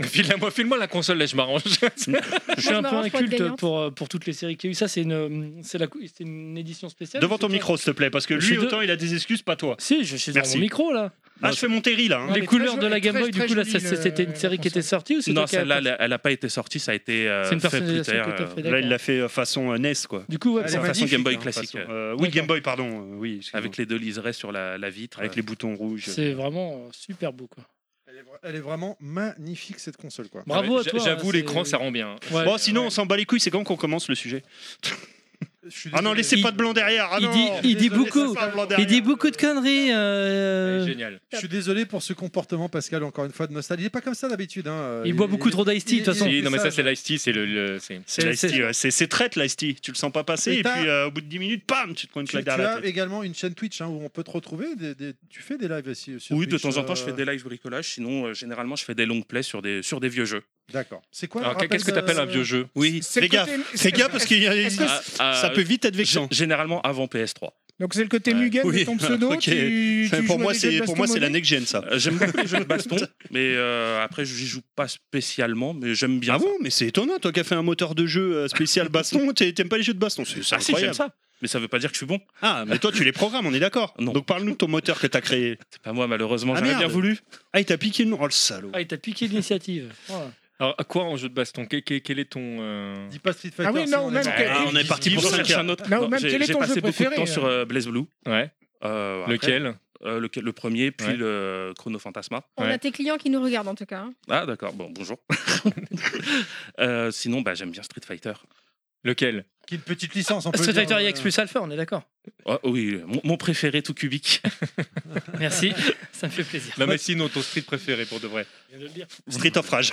File-moi file la console, là, je m'arrange. Je suis Moi, un je peu m'arrange pour être inculte gagnante. pour, euh, pour toutes les séries qu'il y a eu. Ça, c'est une, euh, c'est la, cou- c'est une édition spéciale. Devant c'est ton ça micro, s'il te plaît, parce que Je lui, suis de- autant il a des excuses, pas toi. Si, je suis dans Merci. mon micro là. Ah, je fais mon terry là. hein. Ouais, les mais couleurs de très la joli- Game très- Boy, du très coup, là, jolie, ça- le- c'était une la série qui était console. sortie ou c'était Non, toi qui as- celle-là, elle- elle n'a pas été sortie, ça a été euh, C'est une fait plus personnalisation tard. que t'as euh, fait. Là, il l'a fait euh, façon euh, NES, quoi. Du coup, ouais, Elle c'est est façon magnifique, Game Boy hein, classique, façon. euh, Euh, oui, Game Boy, pardon. euh, oui, excuse-moi. avec les deux liserés sur la, la vitre. Avec euh. les boutons rouges. c'est vraiment euh, super beau. Quoi. Elle, est, vra- elle est vraiment magnifique cette console quoi. Bravo à J'a- toi. J'avoue, hein, l'écran, c'est- ça rend bien. Ouais. bon, sinon, on s'en bat les couilles, c'est quand qu'on commence le sujet Je suis Ah non, désolé. laissez pas de blanc derrière. Ah il non, dit- il dit désolé, ça beaucoup. sera le blanc Il derrière. dit beaucoup de conneries. C'est euh, Génial. Je suis désolé pour ce comportement, Pascal, encore une fois, de nostalgie. Il est pas comme ça d'habitude. hein, euh, Il boit beaucoup trop d'ice tea, de toute façon. Si, il- non, mais ça, message. c'est l'Ice-T, c'est le. le- c'est- C'est l'Ice-T, ouais, C'est c'est traite l'Ice-T. Tu le sens pas passer, Et et t'as- puis euh, au bout de 10 minutes, pam, tu te prends une Tu, claque tu derrière as la tête. également une chaîne Twitch hein, où on peut te retrouver. des- des- tu fais des lives aussi sur Oui, de Twitch, temps en temps, je euh, fais des lives bricolage. Sinon, euh, généralement, je fais des longues plays sur des, sur des vieux jeux. D'accord. C'est quoi Alors, rappelle, Qu'est-ce que t'appelles un euh, vieux jeu Oui, C'est fais le gaffe. côté- Fais gaffe parce qu'il y a- Est-ce que- Ah, ah, ça peut vite hein. être vexant. g- Généralement avant PS3. Donc c'est le côté Mugen de Oui. ton pseudo. Ok. tu- tu Enfin, joues pour à moi, des jeux de c'est pour moi baston c'est l'année modé que gêne ça. Euh, J'aime beaucoup les jeux de baston, mais euh, après, j'y joue pas spécialement, mais j'aime bien. Ah bon, mais c'est étonnant, toi qui as fait un moteur de jeu euh, spécial baston, t'es- t'aimes pas les jeux de baston, c'est c'est ça. Ah si, j'aime incroyable. ça. Mais ça veut pas dire que je suis bon. Ah, mais toi tu les programmes, on est d'accord. Non. Donc parle-nous de ton moteur que t'as créé. C'est pas moi, malheureusement. Ah, J'aurais bien merde. voulu. Ah, il t'a piqué le nom, oh le salaud. Ah, il t'a piqué l'initiative. Voilà. Alors, à quoi en jeu de baston Quel- quel, quel est ton. euh, Dis pas Street Fighter. oui, non, sinon on est même mort. que- Ah, on est parti Guy, pour vous cinq cherchez heures. un autre. Non, même j'ai- quel est j'ai ton passé jeu beaucoup de préféré, temps sur euh, Blaze Blue. Ouais. Euh, après, Lequel euh, lequel- Le premier, puis Ouais. le Chrono Fantasma. On Ouais. a tes clients qui nous regardent en tout cas. hein. Ah d'accord, bon, bonjour. Euh, sinon, bah, j'aime bien Street Fighter. Lequel Qui est une petite licence. on peut Street le Fighter dire, euh, EX plus Alpha, on est d'accord. Ah, oui, mon, mon préféré tout cubique. Merci, ça me fait plaisir. Non, mais sinon, ton street préféré pour de vrai. Street of Rage.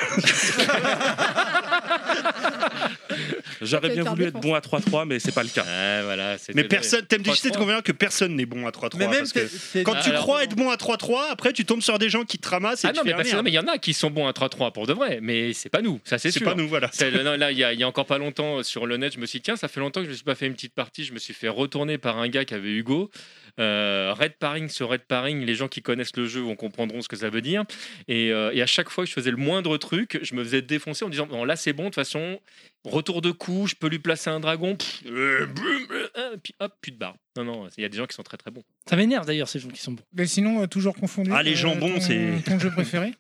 J'aurais Ça bien te voulu tord être de bon à 3-3, mais c'est pas le cas. Ah, voilà, c'était Mais le- personne, TMDJ, t'es 3-3. convaincu que personne n'est bon à 3-3. Mais même parce que t'es- t'es- quand tu alors- crois être bon à 3-3, après tu tombes sur des gens qui te ramassent et Ah tu non, mais fais, ah, parce que- non, merde, mais il y en a qui sont bons à 3-3 pour de vrai, mais c'est pas nous, ça c'est c'est sûr. pas nous, voilà. C'est- non, là, il y, a- il y a encore pas longtemps, euh, sur le net, je me suis dit, tiens, ça fait longtemps que je me suis pas fait une petite partie. Je me suis fait retourner par un gars qui avait Hugo. Euh, Red Paring sur Red Paring, les gens qui connaissent le jeu on comprendront ce que ça veut dire. Et, euh, et à chaque fois que je faisais le moindre truc, je me faisais défoncer en me disant, bon, là c'est bon, de toute façon, retour de coup, je peux lui placer un dragon, pff, euh, boum, euh, euh, puis hop, plus de barre. Non, non, il y a des gens qui sont très très bons. Ça m'énerve d'ailleurs ces gens qui sont bons. Mais sinon, euh, toujours confondu. Ah, les euh, jambons, ton- c'est- Ton jeu préféré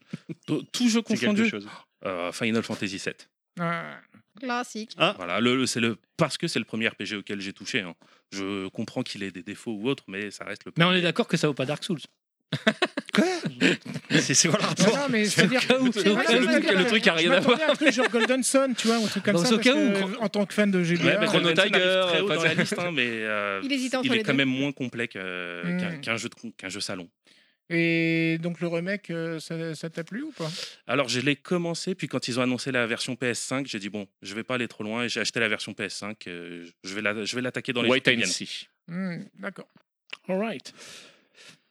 Tout- Tout jeu C'est quelque confondu. chose. euh, Final Fantasy VII. Ah, Classique. Voilà, le, le- c'est le parce que c'est le premier RPG auquel j'ai touché. hein. Je comprends qu'il ait des défauts ou autres, mais ça reste le. Mais on est premier. d'accord que ça vaut pas Dark Souls. C'est c'est quoi le Non, rapport non, mais c'est-à-dire cas où- Ouais, c'est c'est au cas parce où- que le truc a je rien à m'attendais un peu genre Golden Sun, tu vois, ou un truc comme Dans ça. ce parce cas que, où- en tant que fan de Ouais, GBA, mais Chrono Chrono Trigger Trigger, arrive très haut pas dans de- la liste, hein, mais euh, Il hésite entre il les est quand deux. même moins complet que- Hmm. qu'un qu'un jeu de con- qu'un jeu salon. Et donc le remake, euh, ça ça t'a plu ou pas Alors je l'ai commencé, puis quand ils ont annoncé la version PS5, j'ai dit bon, je vais pas aller trop loin et j'ai acheté la version PS5. euh, je vais la- je vais l'attaquer dans les White jours qui and viennent. See. Hmm, D'accord. Alright.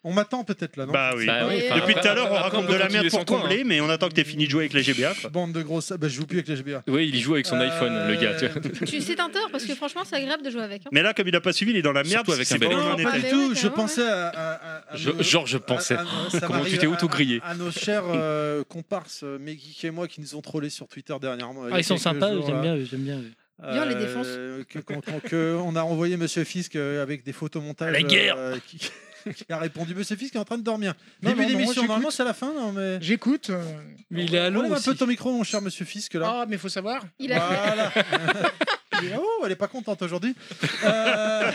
On m'attend peut-être là, non Bah oui. Bah oui, enfin, Depuis tout à l'heure, on après, raconte peut de la continuer merde sans pour toi, hein. combler, mais on attend que t'aies fini de jouer avec les GBA. quoi. Bande de grosses. Bah, je joue plus avec la GBA. Oui, il y joue avec son Euh, iPhone, le gars. tu vois. Tu sais un tort parce que franchement, c'est agréable de jouer avec. hein. Mais là, comme il a pas suivi, il est dans la merde. Surtout avec c'est un pas bel où Non, on en écran. pas était. Ah, du mais tout. ouais, Je carrément, pensais à. à- à- à Je- nos- Genre, je pensais. à- à- ça Comment tu m'arrive t'es à- auto-grillé à, à nos chers euh, comparses, euh, Meggeek et moi, qui nous ont trollés sur Twitter dernièrement. il y Ah, a ils sont quelques sympas, jours, hein. j'aime là. bien, eux, j'aime bien. eux. Viens, on les défonce. Euh, que- qu'on- qu'on- que on a renvoyé Monsieur Fisk euh, avec des photomontages. La guerre euh, qui, qui a répondu Monsieur Fisk est en train de dormir. Début Non, non, non, moi, d'émission, j'écoute. normalement c'est à la fin, non mais. J'écoute. euh, Mais il est à l'eau Enlève un aussi. peu ton micro, mon cher Monsieur Fisk là. Ah, mais faut savoir. Oh, Il a Voilà. Il est- oh, elle est pas contente aujourd'hui. Euh,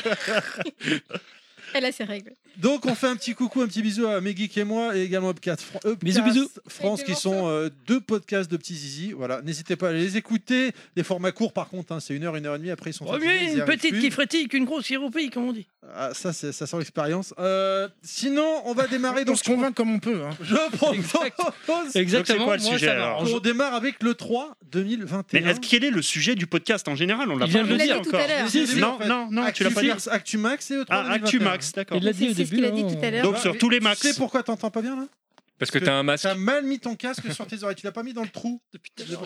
Elle a ses règles. donc on fait un petit coucou, un petit bisou à Meggeek et moi et également Upcast, Fran- Upcast Bisous, bisous. France Avec des qui sont euh, deux podcasts de petits zizi. Voilà, n'hésitez pas à les écouter. Les formats courts par contre, hein, c'est une heure, une heure et demie. Après ils sont Oh, Vaut fatigués, mieux ils y une arrivent petite plus. qui frétille qu'une grosse qui roupille, comme on dit. Ah, ça, c'est- ça sent l'expérience. Euh, sinon, on va démarrer. on Donc, se convainc comme on peut. hein. je propose. Exact. c'est Exactement. quoi le moi, sujet, ça m'arrange. On démarre avec le 3 2021. Mais est-ce quel est le sujet du podcast en général On l'a Il pas vient de On le l'a dit dire tout à encore. l'heure. Si, si, en Non, fait. non, non, tu l'as pas dit. Actu- ActuMax et le 3 Ah, ActuMax, d'accord. Il l'a dit au C'est- c'est début. ce qu'il a dit hein. tout à l'heure. Donc sur tous les max. Tu sais pourquoi t'entends pas bien là ah, Parce que t'as un masque. T'as mal mis ton casque sur tes oreilles. Tu l'as pas mis dans le trou.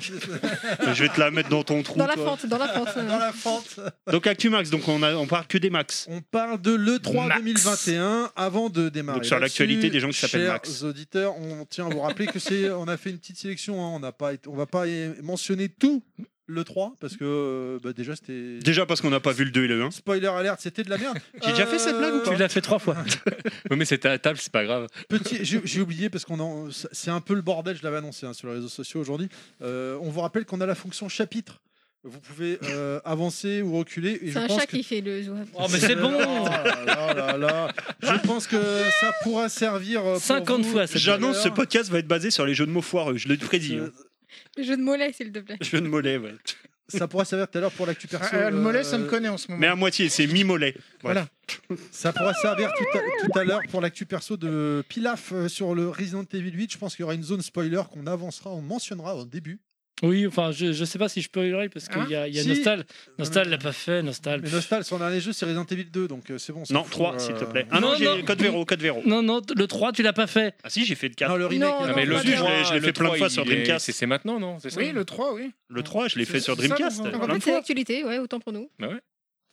Je vais te la mettre dans ton trou. Dans la toi. fente, dans la fente. dans la fente. Donc ActuMax, donc on, a, on parle que des max. On parle de l'E3 Max. 2021 avant de démarrer. Donc, sur là-dessus, l'actualité des gens qui s'appellent Max. Chers auditeurs, on tient à vous rappeler que c'est, on a fait une petite sélection. hein, on n'a pas, été- on va pas y- mentionner tout l'E3 parce que euh, bah, déjà c'était. Déjà parce qu'on n'a pas vu le 2 et le 1. Spoiler alert, c'était de la merde. Euh, J'ai déjà fait cette blague ou Tu l'as fait trois fois. Oui, mais c'était à la table, c'est pas grave. Petit, j'ai j'ai oublié parce qu'on en- c'est un peu le bordel. Je l'avais annoncé hein, sur les réseaux sociaux aujourd'hui. Euh, on vous rappelle qu'on a la fonction chapitre. Vous pouvez euh, avancer ou reculer. Et C'est je un pense chat que qui fait le zouave. Oh, mais c'est bon Oh là là là là. Je pense que ça pourra servir. euh, pour 50 vous. Euh, fois cette J'annonce, ce d'ailleurs. podcast va être basé sur les jeux de mots foireux. Je le prédis. hein. Le jeu de mollet, s'il te plaît. Jeux de mollets, ouais. Ça pourra servir tout à l'heure pour l'actu perso. Ah, euh, le euh, mollet, ça me connaît en ce moment. Mais à moitié, c'est mi-mollet. Voilà. Ça pourra servir tout à, tout à l'heure pour l'actu perso de Pilaf euh, sur le Resident Evil 8. Je pense qu'il y aura une zone spoiler qu'on avancera, on mentionnera au début. Oui, enfin, je, je sais pas si je peux y parce qu'il y a, il y a Si. Nostal. Nostal l'a pas fait, Nostal. Mais Nostal, son dernier jeu, c'est Resident Evil 2, donc euh, c'est bon. on s'en Non, fout, 3, euh. s'il te plaît. Ah non, Non, j'ai non. code véro, code véro. Non, non, le 3, tu l'as pas fait. Ah si, j'ai fait le 4. Non, le remake. Non, là. non, mais pas le de- je l'ai- je l'ai le fait plein de 3, fois sur il est- Dreamcast. C'est c'est maintenant, non c'est ça Oui, le 3, oui. Le 3, je l'ai fait sur C'est ça, Dreamcast. donc, en plein Donc en de fait, c'est fois. l'actualité, ouais, autant pour nous.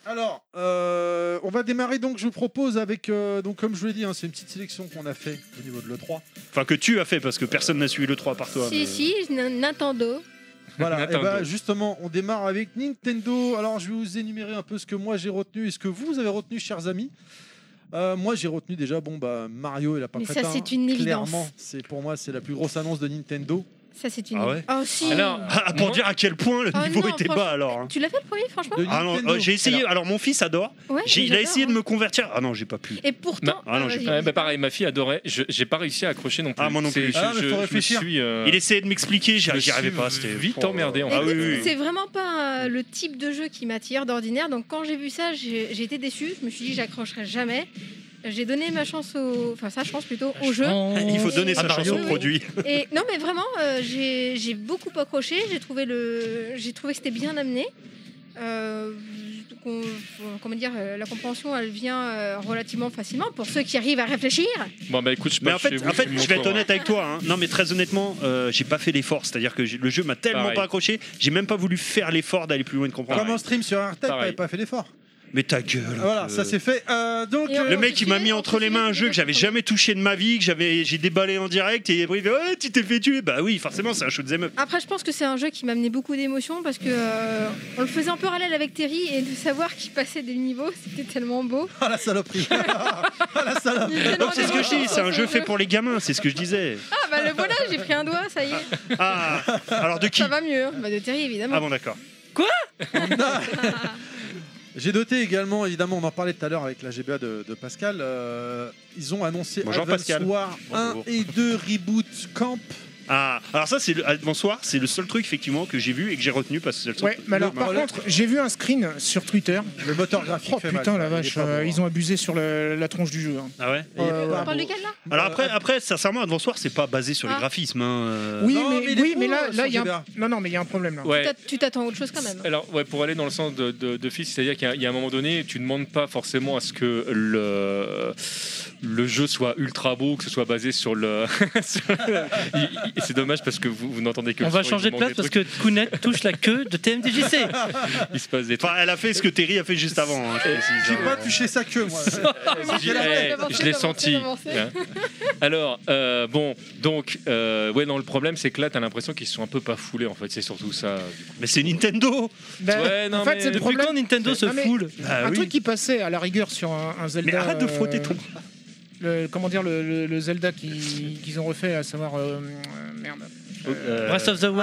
Alors, euh, on va démarrer donc, je vous propose avec. euh, donc, comme je vous l'ai dit, hein, c'est une petite sélection qu'on a fait au niveau de l'E3. Enfin, que tu as fait parce que personne n'a suivi le 3 par toi. mais- Si, si, N- Nintendo. Voilà, et Nintendo. bah, justement, on démarre avec Nintendo. Alors, je vais vous énumérer un peu ce que moi j'ai retenu et ce que vous avez retenu, chers amis. Euh, moi, j'ai retenu déjà, bon, bah, Mario et la Mais pancrétin. ça, c'est une évidence. Clairement, c'est pour moi, c'est la plus grosse annonce de Nintendo. Ça, c'est une. Ah ouais Oh, si. Alors, Ah, pour moi- dire à quel point le Oh niveau non, était franchement. bas alors. hein. Tu l'as fait le premier, franchement De Ah non, Nintendo. euh, j'ai essayé. Alors, mon fils adore. Ouais. J'ai- il a Oh, j'adore, essayé de hein. me convertir. Ah non, j'ai pas pu. Et Non, pourtant. ah non, j'ai- vas-y, Ouais, vas-y. bah pareil, ma fille adorait. Je- J'ai pas réussi à accrocher non plus. Ah, moi non C'est- plus. Je, Ah, mais je- faut je me réfléchir. suis, euh, Il essayait de m'expliquer, je j'y me j'y arrivais suis pas. C'était vite Oh. emmerdé. En Mais Ah oui, écoute, oui, oui. C'est vraiment pas euh, le type de jeu qui m'attire d'ordinaire. Donc quand j'ai vu ça, j'ai j'ai été déçue. Je me suis dit, j'accrocherai jamais. J'ai donné ma chance au, enfin sa chance plutôt au jeu. Eh, Il faut donner sa Ah, chance Mario, au oui. produit. Et non, mais vraiment, euh, j'ai j'ai beaucoup accroché. J'ai trouvé le, j'ai trouvé que c'était bien amené. euh, qu'on- comment dire, euh, la compréhension, elle vient euh, relativement facilement pour ceux qui arrivent à réfléchir. Bon, bah écoute, je Mais en passe chez fait, vous, en fait tu me je vais être montreras. honnête avec toi. hein. Non, mais très honnêtement, euh, j'ai pas fait l'effort. C'est-à-dire que j'ai- le jeu m'a tellement Pareil. pas accroché, j'ai même pas voulu faire l'effort d'aller plus loin et de comprendre. Comme en stream sur Artec, Pareil. t'avais pas fait l'effort. Mais ta gueule. Voilà, euh. ça c'est fait. Euh, donc, Et euh, on- Le mec, il m'a mis entre les mains un jeu que j'avais jamais touché de ma vie, que j'avais, j'ai déballé en direct, et après, il fait Ouais, tu t'es fait tuer. Bah oui, forcément, c'est un shoot'em up. Après, je pense que c'est un jeu qui m'a amené beaucoup d'émotions parce que euh, on le faisait en parallèle avec Terry et de savoir qu'il passait des niveaux, c'était tellement beau. ah la saloperie. ah la salope. Il y a tellement Donc, c'est ce que je dis, c'est un jeu fait pour les gamins, c'est ce que je disais. Ah bah le voilà, j'ai pris un doigt, ça y est, Ah, alors de qui ça va mieux. Bah de Terry évidemment. Ah bon, d'accord. J'ai noté également, évidemment, on en parlait tout à l'heure avec la GBA de, de Pascal. euh, ils ont annoncé Bonjour, Advance Pascal. War 1 Bonjour. et 2 Reboot Camp. Ah, alors ça, c'est le, ah, bonsoir, c'est le seul truc effectivement que j'ai vu et que j'ai retenu parce que c'est le seul Ouais, mais alors Le- par le- contre, j'ai vu un screen sur Twitter. Le moteur graphique. Oh fait mal, putain la il est vache, pas euh, bon, ils hein. ont abusé sur le- la tronche du jeu. hein. Ah ouais Il est Euh, pas On parle beau. de quel là Alors après, Euh, après sincèrement, Advance War, c'est pas basé sur les Ah. graphismes. hein, euh. Oui, non, mais mais, il est oui, mais pro, là, euh, là, sur il y a un... GBA. non, non, mais il y a un problème là. euh, Ouais. T'as- Tu t'attends à autre chose quand même. Alors, ouais, pour aller dans le sens de, de, de Fils, c'est-à-dire qu'il y a- il y, a un moment donné, tu ne demandes pas forcément à ce que le, le jeu soit ultra beau, que ce soit basé sur le. sur le- il- il- c'est dommage parce que vous, vous n'entendez que. On le va son, il changer de vous place manque parce des que Kounet touche la queue de TMDJC. trucs, Il se passe des trucs. Enfin, elle a fait ce que Terry a fait juste avant. hein, je précise, J'ai hein. pas touché sa queue, moi. Je l'ai- eh, je l'ai senti. Hein. Alors, euh, bon, donc, euh, ouais, non, le problème, c'est que là, t'as l'impression qu'ils se sont un peu pas foulés, en fait. C'est surtout ça. Mais c'est Nintendo Bah, Ouais, non, en fait, mais c'est le depuis problème. Quand Nintendo se Non, mais- foule. Ah un oui. truc qui passait à la rigueur sur un, un Zelda. Mais arrête de frotter ton euh, le- comment dire le, le- le Zelda qui- qu'ils ont refait, à savoir euh, euh, merde. Euh, Breath of the Wild.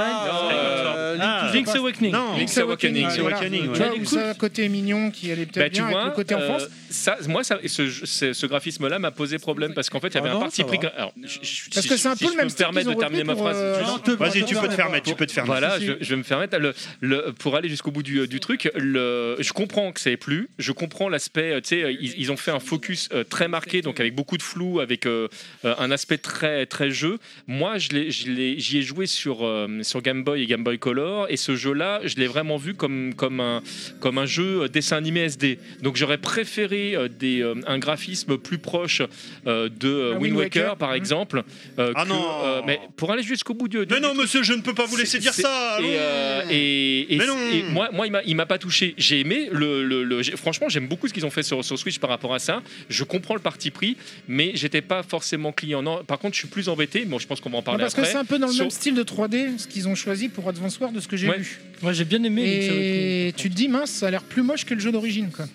euh, Ah, Link to the Link's Past. Awakening. Non, Link's Awakening. Link's Ouais, Ah, voilà. Awakening, ouais. Tu vois, Ouais, où cool. ça, le côté mignon qui allait peut-être Bah, bien avec le côté euh, enfance. ça, moi, ça, ce, ce- ce graphisme-là m'a posé problème parce qu'en fait, il y avait Ah un non, parti ça pris. va. gra- Alors, je- je- Parce si- que c'est un si peu je le peux même me style permettre qu'ils de ont terminer ma repris pour, phrase. euh, Non, te- Vas-y, tu peux te faire mettre, tu peux te faire mettre. Voilà, si, je, si. je vais me faire mettre le, le- pour aller jusqu'au bout du, du truc. Le, je comprends que ça ait plu. Je comprends l'aspect. euh, Tu sais, euh, ils, ils ont fait un focus euh, très marqué, donc avec beaucoup de flou, avec euh, euh, un aspect très très jeu. Moi, je l'ai- je l'ai- j'y ai joué sur euh, sur Game Boy et Game Boy Color, et ce jeu-là, je l'ai vraiment vu comme comme un comme un jeu euh, dessin animé SD. Donc, j'aurais préféré euh, des euh, un graphisme plus proche euh, de euh, Un Wind Wind Waker, Waker, par mhm. exemple. euh, Ah que, non. euh, Mais pour aller jusqu'au bout du. du- Mais non, du monsieur, je ne peux pas vous laisser c'est- dire c'est- ça. et, euh, et- et- Ah Mais non. et moi, moi, il m'a- il m'a pas touché. J'ai aimé le, le- le- j'ai- franchement, j'aime beaucoup ce qu'ils ont fait sur, sur Switch par rapport à ça. Je comprends le parti pris, mais j'étais pas forcément client. Non, par contre, je suis plus embêté. Bon, je pense qu'on va en Non, parler parce que après. c'est un peu dans le Sur- même style de 3D ce qu'ils ont choisi pour Advance War de ce que j'ai Ouais. vu. Moi, j'ai bien aimé Link's Awakening. Et tu te dis mince, ça a l'air plus moche que le jeu d'origine quoi.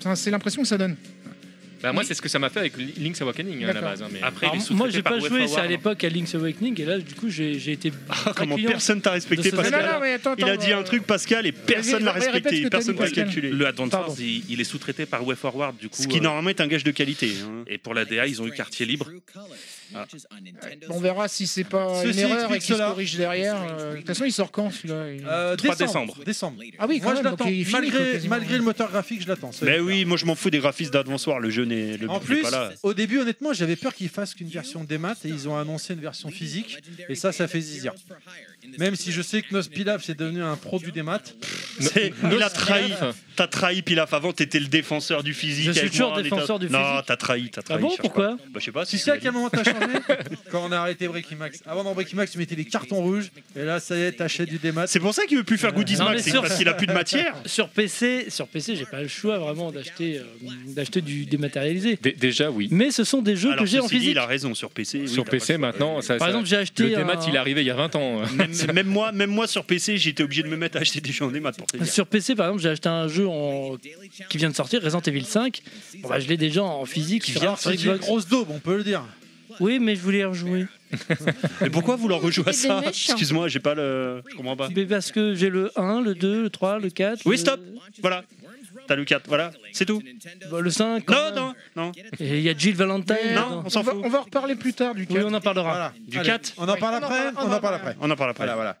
Enfin, C'est l'impression que ça donne. Bah, moi, c'est ce que ça m'a fait avec Li- Link's Awakening hein, à la D'accord. base. hein, mais- Après, il est Alors, sous-traité moi, j'ai par hein. pas Way joué c'est à Forward. l'époque à Link's Awakening et là, du coup, j'ai j'ai été. Ah, comment client. personne t'a respecté, De ce- Non, Pascal non, non, mais attends, Il a attends, dit euh, un truc, Pascal, et personne vas-y, l'a répète ce respecté. que t'as Personne dit, n'a Pascal. calculé. Le Advance Pardon. Wars, il, il est sous-traité par WayForward, du coup. Ce qui, euh, normalement, est un gage de qualité. hein. et pour la DA, ils ont eu quartier libre. On verra si c'est pas Ceci une erreur et explique qu'il se cela. corrige derrière. euh, De toute façon, il sort quand celui-là Il- Euh, 3 décembre. décembre. Décembre. Ah oui, quand Moi, je même, l'attends. donc il finit, quoi, Malgré, quasiment. malgré le moteur graphique, je l'attends. ça va Mais être Ben oui, moi, je m'en fous des graphismes d'Advance War. Le jeu n'est le euh, En but n'est plus, pas là. au début, honnêtement, j'avais peur qu'ils fassent qu'une version des maths et ils ont annoncé une version physique. Et ça, ça fait zizir. Même si je sais que Nospilab c'est devenu un pro du des maths. C'est- Il a trahi. Pilaf. T'as trahi Pilaf. Avant, t'étais le défenseur du physique. Je suis avec toujours moi, on était- défenseur du Non, physique. t'as trahi. T'as Ah trahi. bon, cherche pourquoi pas. Bah, Je sais pas. Tu si sais à quel moment t'as changé Quand on a arrêté Breaking Max. Avant dans Breaking Max, tu mettais des cartons rouges et là, ça y est, t'achètes du des maths. C'est pour ça qu'il veut plus faire Goodies Non, mais Max, c'est sur- parce qu'il a plus de matière. Sur PC, sur PC, j'ai pas le choix vraiment d'acheter euh, d'acheter du dématérialisé. Dé- déjà, oui. Mais ce sont des jeux Alors, que j'ai en ceci dit, physique. il a raison sur PC. oui, Sur t'as PC, euh, maintenant, ça, Par ça- exemple, j'ai le acheté démat, un- il est arrivé il y a 20 ans. hein. pas- Même, même moi, même moi sur PC, j'étais obligé de me mettre à acheter des jeux en démat pour te dire. sur PC par exemple, j'ai acheté un jeu en- qui vient de sortir Resident Evil 5. Bon, bah, je l'ai déjà en physique sur, Alors, sur C'est une Xbox. grosse daube, on peut le dire. Oui, mais je voulais y rejouer. Mais pourquoi vous leur rejouez à C'était ça méchant. Excuse-moi, j'ai pas le. Je comprends pas. Mais parce que j'ai le 1, le 2, le 3, le 4. Oui, le- stop Voilà. T'as le 4, voilà. C'est tout. bah, le 5. Non, non, non. Et il y a Jill Valentine. Mais- Non, on dedans. s'en va, fout. on va en reparler plus tard du Oui, cas. on en parlera. Voilà. Du Allez, 4 On en parle On en après parle- On en parle après. On en parle après. Voilà, voilà.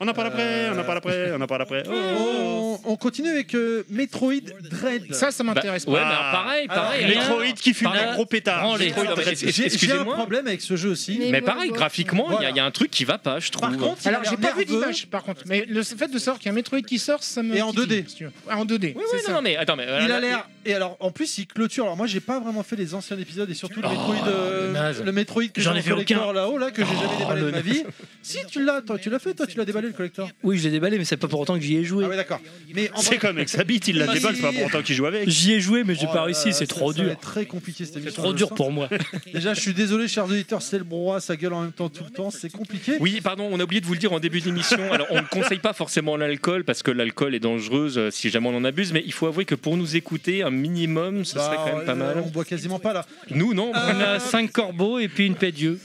On en parle après, on en parle après, on en parle après. Oh. On, on continue avec euh, Metroid Dread. Ça, ça m'intéresse Bah, pas. Ouais, mais alors, pareil, pareil. Alors, rien. Metroid qui fume Pareil. un gros pétard. Branlé. Metroid Non, mais Dread. c'est- J'ai- J'ai un Excusez-moi. problème avec ce jeu aussi. Mais Mais moi, pareil, moi, graphiquement, il y a- Voilà. il y, a un truc qui va pas, je trouve. Par contre, il a Alors, j'ai l'air pas vu nerveux. d'image par contre, mais le fait de savoir qu'il y a un Metroid qui sort, ça me. Et en titille, 2D. si tu veux. Ah, en 2D. Oui, c'est oui, ça. non, non, mais attends, mais euh, Il là, a l'air. Et alors, en plus, il clôture. Alors, moi, j'ai pas vraiment fait les anciens épisodes et surtout le Oh, Metroid, euh, naze. le Metroid que J'en ai j'ai en fait aucun. collector là-haut, là, que j'ai jamais Oh, déballé de le- ma vie. si, tu l'as, toi, tu l'as fait, toi, tu l'as déballé le collector. Oui, je l'ai déballé, mais c'est pas pour autant que j'y ai joué. Ah, ouais, d'accord. Mais en vrai, C'est comme avec sa bite, il la Bah, déballe, c'est pas si. pour autant qu'il joue avec. J'y ai joué, mais j'ai oh pas là réussi, là, c'est ça- trop ça va dur. être très compliqué cette C'est émission. trop je dur le sens. pour moi. Déjà, je suis désolé, chers auditeurs, c'est le brouhaha, ça gueule en même temps tout le temps, c'est compliqué. Oui, pardon, on a oublié de vous le dire en début d'émission. Alors, on ne conseille pas forcément l'alcool parce que l'alcool est dangereuse euh, si jamais on en abuse, mais il faut avouer que pour nous écouter, un minimum, ce serait Bah, quand même pas euh, mal. On boit quasiment pas là. Nous, non On a 5 corbeaux et puis une paix Dieu.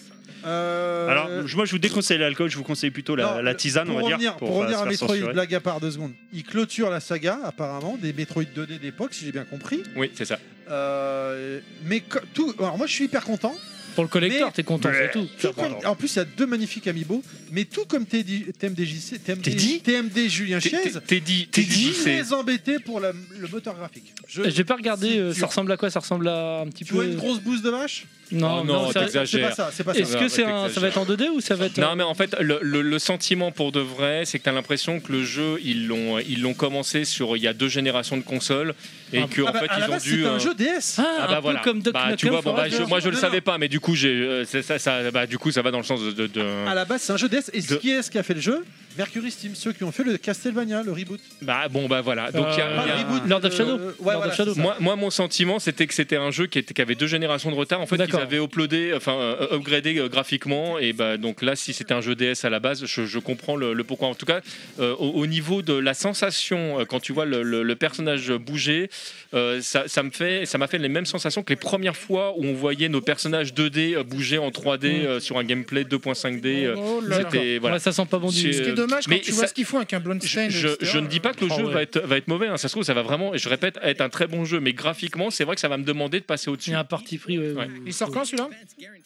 Euh, Alors, je- moi, je vous déconseille l'alcool, je vous conseille plutôt la, Non, la le- tisane, pour on va dire. revenir, pour euh, pas revenir se à faire Metroid, censurer. blague à part deux secondes. Il clôture la saga, apparemment, des Metroid 2D d'époque, si j'ai bien compris. Oui, c'est ça. Euh, mais co- tout, alors moi je suis hyper content. Pour le collector, Mais- t'es content, Ouais. c'est tout. Tout comme- en plus, il y a deux magnifiques amiibo. Mais tout comme TD TMDJC, TMD, Teddy TMD Julien T'es- Chiez, t'es- T'es dit, t'es je dit, suis c'est. très embêté pour la- le moteur graphique. Je- J'ai pas regardé, C'est euh, ça dur. ressemble à quoi Ça ressemble à un petit tu vois une peu. grosse bouse de vache Non, Oh non, non, ça- t'exagères. C'est pas ça, c'est pas ça. Est-ce que c'est un- ça va être en 2D ou ça va être. euh, euh, Non mais en fait le, le- le sentiment pour de vrai c'est que t'as l'impression que le jeu ils l'ont ils l'ont commencé sur il y a deux générations de consoles et Ah, que en Ah bah, fait à la ils ont base, dû c'était un euh, jeu DS. Ah, Ah un bah peu voilà. comme Doc bah, Nukem tu vois, bon, bah, Forever. je- moi je le euh, Non, savais non. pas, mais du coup, j'ai, euh, c'est- ça, ça, bah, du coup, ça va dans le sens de. de- de- À la base, c'est un jeu DS. Et De- qui est-ce qui a fait le jeu Mercury Steam, ceux qui ont fait le Castlevania, le reboot. Bah bon, bah voilà. Donc il y a- Euh, Pas il y le a- reboot, Lord of le- Shadow. Ouais, Lord of voilà, Shadow. c'est ça. Moi, moi, mon sentiment, c'était que c'était un jeu qui, était, qui avait deux générations de retard. En fait, ils D'accord. avaient uploadé, enfin, euh, upgradé euh, graphiquement. Et bah, donc là, si c'était un jeu DS à la base, je, je comprends le, le pourquoi. En tout cas, euh, au, au niveau de la sensation, euh, quand tu vois le, le- le personnage bouger, euh, ça, ça me fait, ça m'a fait les mêmes sensations que les premières fois où on voyait nos personnages 2D euh, bouger en 3D euh, sur un gameplay 2.5D. euh, Oh là là. c'était voilà. Ouais, ça sent pas bon du C'est- Ce qui est dommage Mais quand tu ça- vois ce qu'ils font avec un Blondstein. je, etc. je ne dis pas que le Oh, jeu ouais. va, être, va être mauvais, hein. ça se trouve, ça va vraiment, et je répète, être un très bon jeu, mais graphiquement, c'est vrai que ça va me demander de passer Il au-dessus. y a un parti pris. ouais, Ouais. ouais. Il sort quand celui-là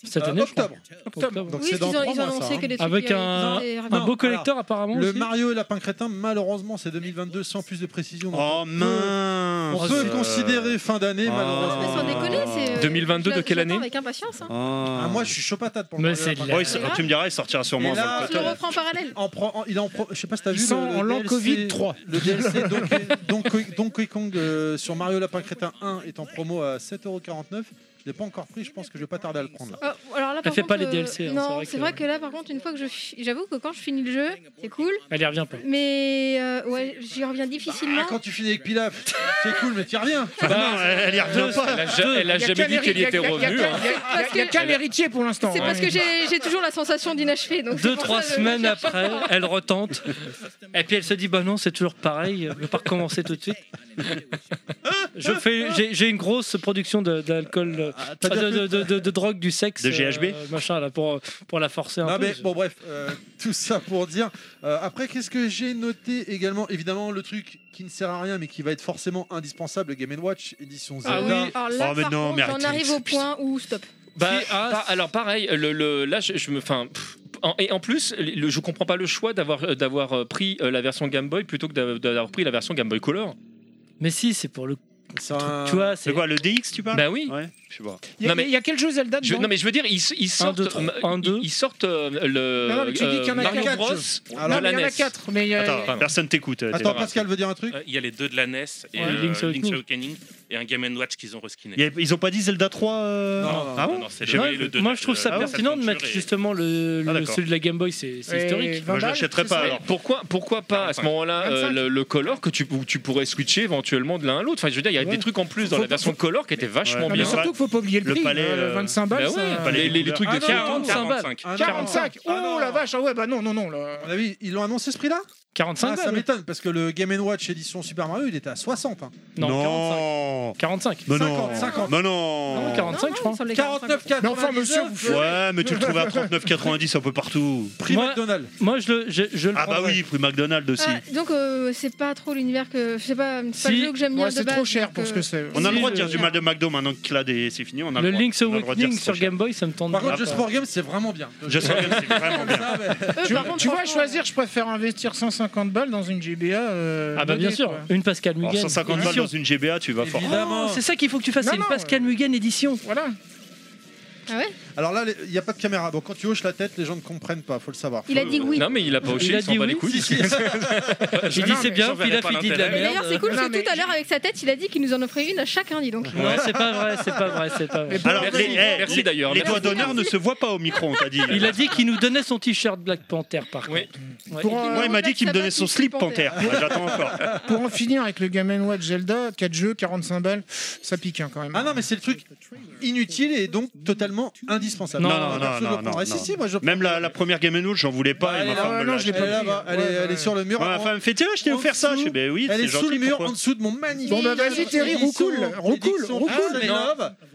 Cette Euh, année, je crois. octobre. Octobre. Donc Oui, c'est ils dans ont, trois ils mois, ont ça, annoncé hein. que les Avec un, figurines étaient un beau Non, collector apparemment Le aussi. Mario et Lapin Crétin, malheureusement, c'est 2022 sans plus de précision. Donc, Oh mince on peut le Euh, considérer fin d'année, Ah. Mais malheureusement. sans déconner, c'est. euh, 2022 de je l'a- quelle j'attends année Avec impatience. hein. Ah. Ah, moi, je suis chaud patate pour le Mais Mario c'est Lapin de Crétin. Ouais, ça- Ah, tu me diras, il sortira sûrement Et là, avant le Je le podcast. reprends en parallèle. En pro- en- il est en pro- je sais pas si t'as Ils vu. sont le- le en l'an DLC Covid 3. Le DLC Donkey- Donkey, Donkey Kong euh, sur Mario Lapin Crétin 1 est en promo à 7,49€. Je l'ai pas encore pris, je pense que je vais pas tarder à le prendre. là. Euh, alors là, par fait contre, pas les euh, DLC, hein, c'est non, vrai c'est que- vrai que là, par contre, une fois que je, fi- j'avoue que quand je finis le jeu, c'est cool, Elle y revient pas. mais euh, ouais, j'y reviens difficilement. Ah, quand tu finis avec Pilaf, c'est cool, mais t'y reviens. Ah Bah, non, elle y Euh, revient Elle pas. a, ja- elle a Il y a jamais qu'un dit héri- qu'elle y il y a- était il y a- il y a- revenue. il hein. y a- Il n'y a qu'un héritier pour l'instant. c'est parce hein. que j'ai, j'ai toujours la sensation d'inachevé. Donc c'est Deux, pour trois ça euh, que je semaines cherche à après, savoir. elle retente. Et puis elle se dit Bah non, c'est toujours pareil, je vais pas recommencer tout de suite. Je fais, j'ai, j'ai une grosse production de- d'alcool, euh, Ah, t'as de, bien fait- de, de- de- de drogue, du sexe. De GHB. euh, machin, là, pour, pour la forcer un Non peu. mais bon bref, euh, tout ça pour dire. euh, après, qu'est-ce que j'ai noté également Évidemment, le truc qui ne sert à rien mais qui va être forcément indispensable, le Game Watch édition Ah oui, Zelda. alors là, Oh, mais par non, contre, mais j'en arrêtez, arrive au point où stop. Bah, Si, ah, pa- alors pareil, le, le- là je, je me, enfin, pff, en- et en plus, le, je comprends pas le choix d'avoir euh, d'avoir euh, pris euh, la version Game Boy plutôt que d'a- d'avoir pris la version Game Boy Color. Mais si, c'est pour le. C'est un- Tu vois, c'est. C'est quoi, le DX, Ah. tu parles Bah oui. Ouais, je sais pas. Il y a- Non, mais- il y a quel jeu Zelda Je- dedans non mais je veux dire, ils, s- ils sortent, deux, trois. ma- Un, deux. ils, ils sortent euh, le euh, Non, non, mais tu dis qu'il y en a Mario quatre. Bros. Alors, Non, mais de la E il y en a NES. 4, mais euh, il y a- Attends, pardon. personne t'écoute. euh, Attends, Téléra. Pascal veut dire un truc Euh, Il y a les deux de la NES et Ouais, euh, Link's Link's Awakening. Awakening et un Game Watch qu'ils ont reskiné. Y a- Ils ont pas dit Zelda 3 euh, Non, non, Ah Non, bon non, c'est J'ai- le- Ouais, le deux- moi je trouve le- ça la pertinent de Adventure mettre et- justement le, Ah, le- d'accord. celui de la Game Boy, c'est, c'est Et historique. 20 Moi, je balles, l'achèterai c'est pas ça alors. Pourquoi, pourquoi pas à ce moment-là euh, 25. le, le color que tu, où tu pourrais switcher éventuellement de l'un à l'autre Enfin, je veux dire, il y a Ouais. des trucs en plus Faut dans la pas- version color qui étaient vachement Ouais. Non, bien. mais surtout qu'il faut pas oublier le, Le prix. palais, hein, le euh, 25 balles, Bah ça- ouais, Palais les, des les- les trucs couleurs. de Ah non, 45 balles. Ah non. 45 Ah Oh non. la vache Ah ouais, bah non, non, non. là. On a vu, ils l'ont annoncé ce prix-là 45 Ah, ça balles. m'étonne parce que le Game Watch édition Super Mario il était à 60. hein. Non, non. 45. Mais 50, non. 50. Mais Non, non. 45, je crois. sur les 49 49. Mais enfin, monsieur, vous faites- Ouais, mais tu le trouves à 39,90 un peu partout. Prix Moi- McDonald's. Moi, je le, je, je le Ah bah prendrais. oui, prix McDonald's aussi. Ah, donc euh, c'est pas trop l'univers que c'est pas, c'est pas Si. le jeu que j'aime bien Ouais, de c'est base, trop cher donc, pour ce euh, que c'est. On a le droit de Si, dire je- du mal de McDo maintenant que là, des- c'est fini. On a Le le, droit. Link's On a le droit de dire Awakening c'est sur trop cher. Game Boy, ça me tente Par pas. contre, Just for Game, c'est vraiment bien. Just for Game, c'est vraiment bien. Ça, mais- eux, Tu, par contre, tu vois, franchement, choisir, je préfère investir 150 balles dans une GBA. euh, Ah bah bien modée, sûr, quoi. une Pascal Alors, Mugen. 150 balles édition. dans une GBA, tu vas fort. Évidemment. Oh, c'est ça qu'il faut que tu fasses, Non, c'est une non, Pascal euh, Mugen édition. Voilà. Ah ouais Alors là, il n'y a pas de caméra. Donc quand tu hoches la tête, les gens ne comprennent pas. Faut le savoir. Il a dit oui. Ah Non, mais il a pas hoché, Il a il s'en dit bat les oui. couilles. Si, si. J'ai non, dit mais c'est bien, j'en puis verrai il a pas filé de la Et d'ailleurs, c'est merde. cool, Non, parce que mais tout à l'heure, avec sa tête, il a dit qu'il nous en offrait une à chacun, dis donc. Non, c'est pas vrai, c'est pas vrai, c'est pas vrai. bon, Alors, Alors, les, Merci, eh, merci d'ailleurs. les Merci. doigts d'honneur ne se voient pas au micro, on t'a dit. Il a dit qu'il nous donnait son t-shirt Black Panther par Oui. contre. Ouais. Pour, euh, Moi, il m'a dit qu'il me donnait son slip panthère. Ouais, J'attends encore. pour en finir avec le Game Watch Zelda, 4 jeux, 45 balles, ça pique hein, quand même. Ah non, mais c'est le truc inutile et donc totalement indispensable. Non, non, Alors, non, je le non, prendrai. non, Si, si, moi je Même la, la première Game Watch, j'en voulais pas. Ah, et ma elle est femme là, me non, l'a je l'ai Elle acheté. pas est pris. là-bas, elle, est- Ouais, elle est ouais. sur le mur. Ouais, ma en- femme fait Tiens, je t'ai en offert ça. Je dessous, dis Ben oui, Elle est c'est sous le gentil. mur pourquoi en dessous de mon magnifique. Bon, bah, vas-y, Thierry, roucoule, roucoule, roucoule.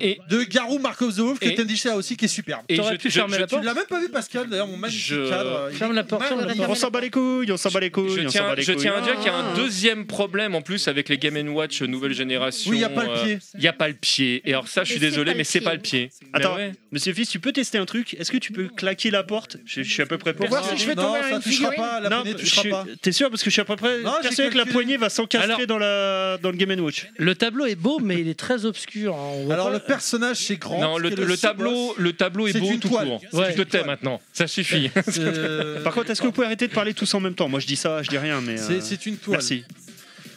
Et- Et de Garou Markovzov que Et- Tendisha aussi qui est superbe. Et T'aurais je, pu je- fermer je- la Tu porte. l'as même pas vu Pascal d'ailleurs mon magnifique Je- cadre. il est Ferme la porte, ferme la magnifique. porte. On s'en bat les couilles, on s'en bat les couilles, je on s'en tiens, bat les je couilles. tiens à dire qu'il y a un deuxième problème en plus avec les Game Watch nouvelle génération. Oui, il y a pas le euh, pied. Il n'y a pas le pied. Et alors ça, je suis Mais c'est désolé, pas mais le c'est pied. pas le pied. Mais Attends, ouais. Monsieur Fils, tu peux tester un truc Est-ce que tu peux claquer la porte je, je suis à peu près pour Personne. voir. si je vais non, tomber à ça une touchera figurine. pas, la Non, monnaie je touchera suis- pas. T'es sûr parce que je suis à peu près Non, j'ai persuadé que la calculé. poignée va s'encastrer Alors- dans, la... dans le Game Watch. Le tableau est beau, mais il est très obscur. hein, on voit Alors pas. le personnage c'est grand. Non, le, Oh, parce que le sous-boss, tableau, le tableau est C'est beau une tout toile. court. Ouais. Je te tais maintenant. Ça suffit. c'est- euh, Par contre, est-ce que vous pouvez arrêter de parler tous en même temps Moi, je dis ça, je dis rien, mais. c'est euh, c'est une toile. Merci.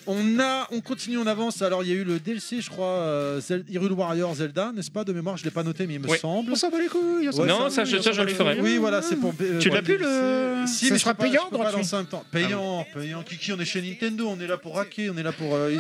On a, on continue, on avance. Alors il y a eu le DLC, je crois, euh, Zel- Hyrule Warrior Zelda, n'est-ce pas De mémoire, je l'ai pas noté, mais il me Oui. semble. On s'en bat les couilles. on s'en Ouais, bat non, les ça, couilles, je- on ça, s'en je bat le les ferai. couilles. Oui, voilà, c'est pour. euh, Tu l'as ouais, pu, le- c'est- Si, Ça mais je sera peux pas- payant, je peux pas gratuit lancer en même temps. Payant, Ah payant. Kiki, on est chez Nintendo, on est là pour hacker, on est là pour. euh,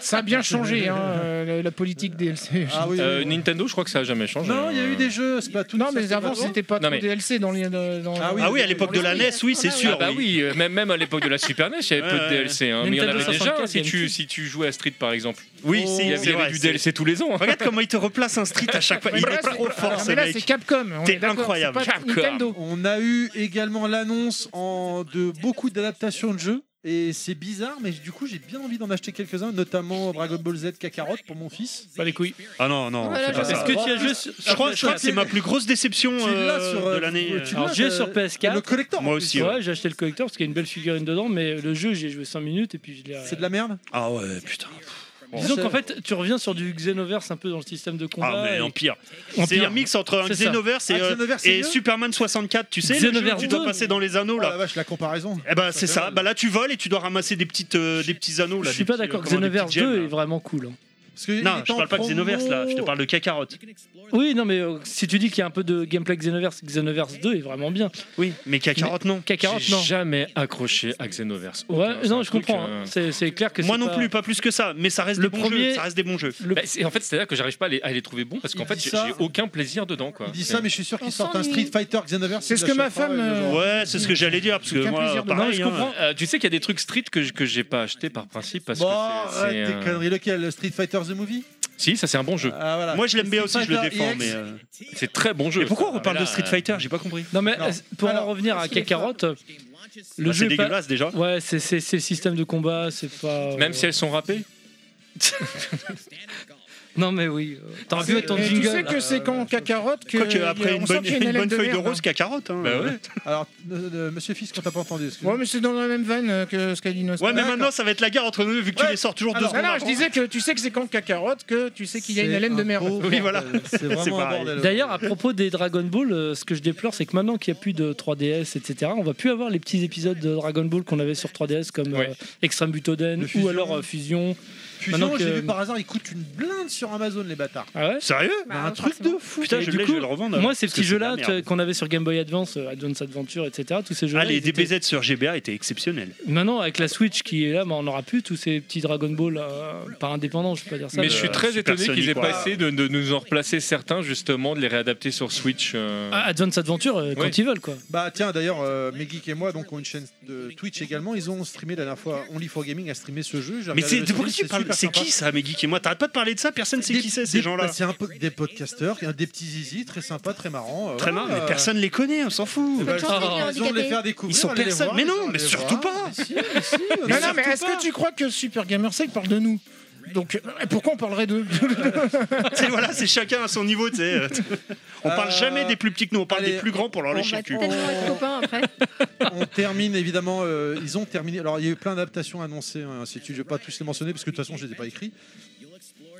Ça a bien changé, hein, euh, la, la politique DLC. Ah oui. Euh, oui, oui. Nintendo, je crois que ça a jamais changé. hein. Non, il y a eu des jeux Splatoon. Non, ça, mais c'est avant, pas- c'était pas Non, trop mais- DLC dans les. Dans... Ah oui. Ah oui, à l'époque de la NES, oui, c'est Ah sûr. bah oui, euh, même, même à l'époque de la Super NES, il y avait peu de Ouais. DLC. hein. Mais il y en Nintendo avait déjà 64, si tu, GameCube. si tu jouais à Street par exemple. Oh, Oui, c'est il y avait, c'est il y avait vrai, du c'est- DLC tous les ans. hein. Regarde comment il te replace un street à chaque fois. Mais Il là, est c'est- trop fort, Ah, Non, ce mais là, c'est mec. Capcom. on T'es est d'accord, c'est incroyable. pas Capcom. Nintendo. On a eu également l'annonce en- de beaucoup d'adaptations de jeux. Et c'est bizarre, mais du coup, j'ai bien envie d'en acheter quelques-uns, notamment Dragon Ball Z Kakarot pour mon fils. Pas les couilles. Ah non, non. Voilà, fais pas je- ça. Est-ce que tu as joué sur- Je crois, je crois que c'est ma plus grosse déception Tu l'as euh, sur, euh, de l'année. tu Alors, l'as, j'ai euh, sur PS4. Le collector. Moi en plus. aussi, Ouais, j'ai acheté le collector parce qu'il y a une belle figurine dedans, mais le jeu, j'ai joué 5 minutes et puis je l'ai. C'est de la merde. Ah ouais, putain. Disons qu'en fait, tu reviens sur du Xenoverse un peu dans le système de combat. Ah, mais et- en pire. C'est Empire. un mix entre un C'est ça. Xenoverse et, Ah, euh, Xenoverse, c'est et mieux Superman 64, tu sais. le jeu où Xenoverse tu dois 2. passer dans les anneaux, Oh la là. vache, la comparaison. Eh ben, c'est ça. Bah là, tu voles et tu dois ramasser des, petites, euh, des petits anneaux, là. je suis des pas petits, euh, d'accord, comment, des Xenoverse petites gemmes, 2 est là. vraiment cool. hein. Parce que il Non, est je en parle pas de promo. Xenoverse, là. Je te parle de Kakarot. Oui, non, mais euh, si tu dis qu'il y a un peu de gameplay Xenoverse, Xenoverse 2 est vraiment bien. Oui, mais Kakarot, non. Kakarot, J'ai non. jamais accroché à Xenoverse. Ouais, Aucun, c'est non, un je truc, comprends. euh, hein. C'est c'est clair que Moi c'est non pas- plus, pas plus que ça. Mais ça reste Le des bons premier- jeux. Ça reste des bons jeux. Le- Bah, c'est- en fait, c'est-à-dire que j'arrive pas à les, à les trouver bons parce qu'en Il fait, dit j'ai ça. j'ai aucun plaisir dedans. Quoi. Il dit ça, mais je suis sûr On qu'il sort un s'ennuie. Street Fighter Xenoverse. C'est il ce que ma l'achètera, femme, il le jouera. Ouais, c'est ce que j'allais dire. Parce que Aucun moi, plaisir de- Non, pareil. je hein. comprends. Euh, tu sais qu'il y a des trucs street que je- que j'ai pas acheté par principe parce Bon, que c'est- c'est. Bah, arrête euh, tes conneries. Lequel le Street Fighter The Movie Si, ça c'est un bon jeu. Ah, voilà. Moi, je l'aime bien aussi, Street je le Fighter défends. EX. Mais euh, C'est très bon jeu. mais pourquoi on ça. reparle Mais de là, Street euh, Fighter J'ai pas compris. Non, mais Non. euh, pour Alors, en revenir à Kakarot, euh, le Bah, jeu C'est est pas- dégueulasse déjà. Ouais, c'est c'est- c'est le système de combat, c'est pas. euh, Même si elles sont râpées Non, mais oui. euh, T'aurais pu Et mettre ton tu jingle. sais que c'est quand Kakarot que. Quoique, après une on sent bonne, qu'il y a une haleine bonne feuille de merde, rose hein. qu'à carotte. Hein. Bah ouais. Alors, euh, euh, monsieur Fils, qu'on t'a pas entendu. excuse-moi. Ouais, mais c'est dans la même veine euh, que ce qu'a dit Nostra. Ouais, mais D'accord. maintenant, ça va être la guerre entre nous vu que tu Ouais. les sors toujours deux Alors, Non, secondes. non, avant. je disais que tu sais que c'est quand Kakarot que tu sais qu'il y a une C'est haleine de un merde. beau Oui, voilà. bordel. C'est C'est vraiment un pareil. bordel. D'ailleurs, à propos des Dragon Ball, euh, ce que je déplore, c'est que maintenant qu'il n'y a plus de 3DS, etc., on va plus avoir les petits épisodes de Dragon Ball qu'on avait sur 3DS comme Ouais. euh, Extreme Butoden Le ou Fusion. alors euh, Fusion. Fusion, Maintenant que- j'ai vu par hasard, ils coûtent une blinde sur Amazon, les bâtards. Ah ouais Sérieux Bah, un truc forcément. de fou. Putain, Et je- du du coup, coup, je vais le revendre. Moi, ces parce que petits c'est de jeux-là la merde. tu- qu'on avait sur Game Boy Advance, euh, Advance Adventure, etc., tous ces jeux-là. Ah, les ils étaient- DBZ sur GBA étaient exceptionnels. Maintenant, avec la Switch qui est là, bah, on n'aura plus tous ces petits Dragon Ball euh, par indépendants, je peux pas dire ça. Mais mais- je suis euh, très Super étonné Sonic, qu'ils aient quoi. passé de, de nous en replacer certains, justement, de les réadapter sur Switch. euh. Ah, Advance Adventure, euh, quand Oui. ils veulent, quoi. Bah tiens d'ailleurs euh, mes geeks et moi donc ont une chaîne de Twitch également ils ont streamé la dernière fois Only for Gaming a streamé ce jeu j'ai regardé Mais c'est le pourquoi stream, tu c'est parles super C'est sympa. qui ça, mes geeks et moi T'arrêtes pas de parler de ça, personne sait Des- qui c'est, des- ces gens-là. bah, C'est un peu des podcasteurs, il y a des petits zizi très sympas, très marrants. euh, Très marrant, voilà. mais personne les connaît, on s'en fout. Bah, Bonne chance, justement, les ils ont de les handicapés. faire découvrir. Ils sont allez les personne. voir, Mais ils non, vont mais les voir. surtout pas. Mais si, mais si, mais Non, non, mais surtout est-ce pas. que tu crois que Super Gamer Sec parle de nous Donc, euh, pourquoi on parlerait d'eux C'est voilà, c'est chacun à son niveau, tu sais. euh, On parle Euh, jamais des plus petits que nous, on parle allez, des plus grands pour leur On lécher va le cul. tellement Oh. être copains après. On termine évidemment. euh, ils ont terminé. Alors il y a eu plein d'adaptations annoncées. hein, ainsi de suite. Je vais pas tous les mentionner parce que de toute façon je les ai pas écrits.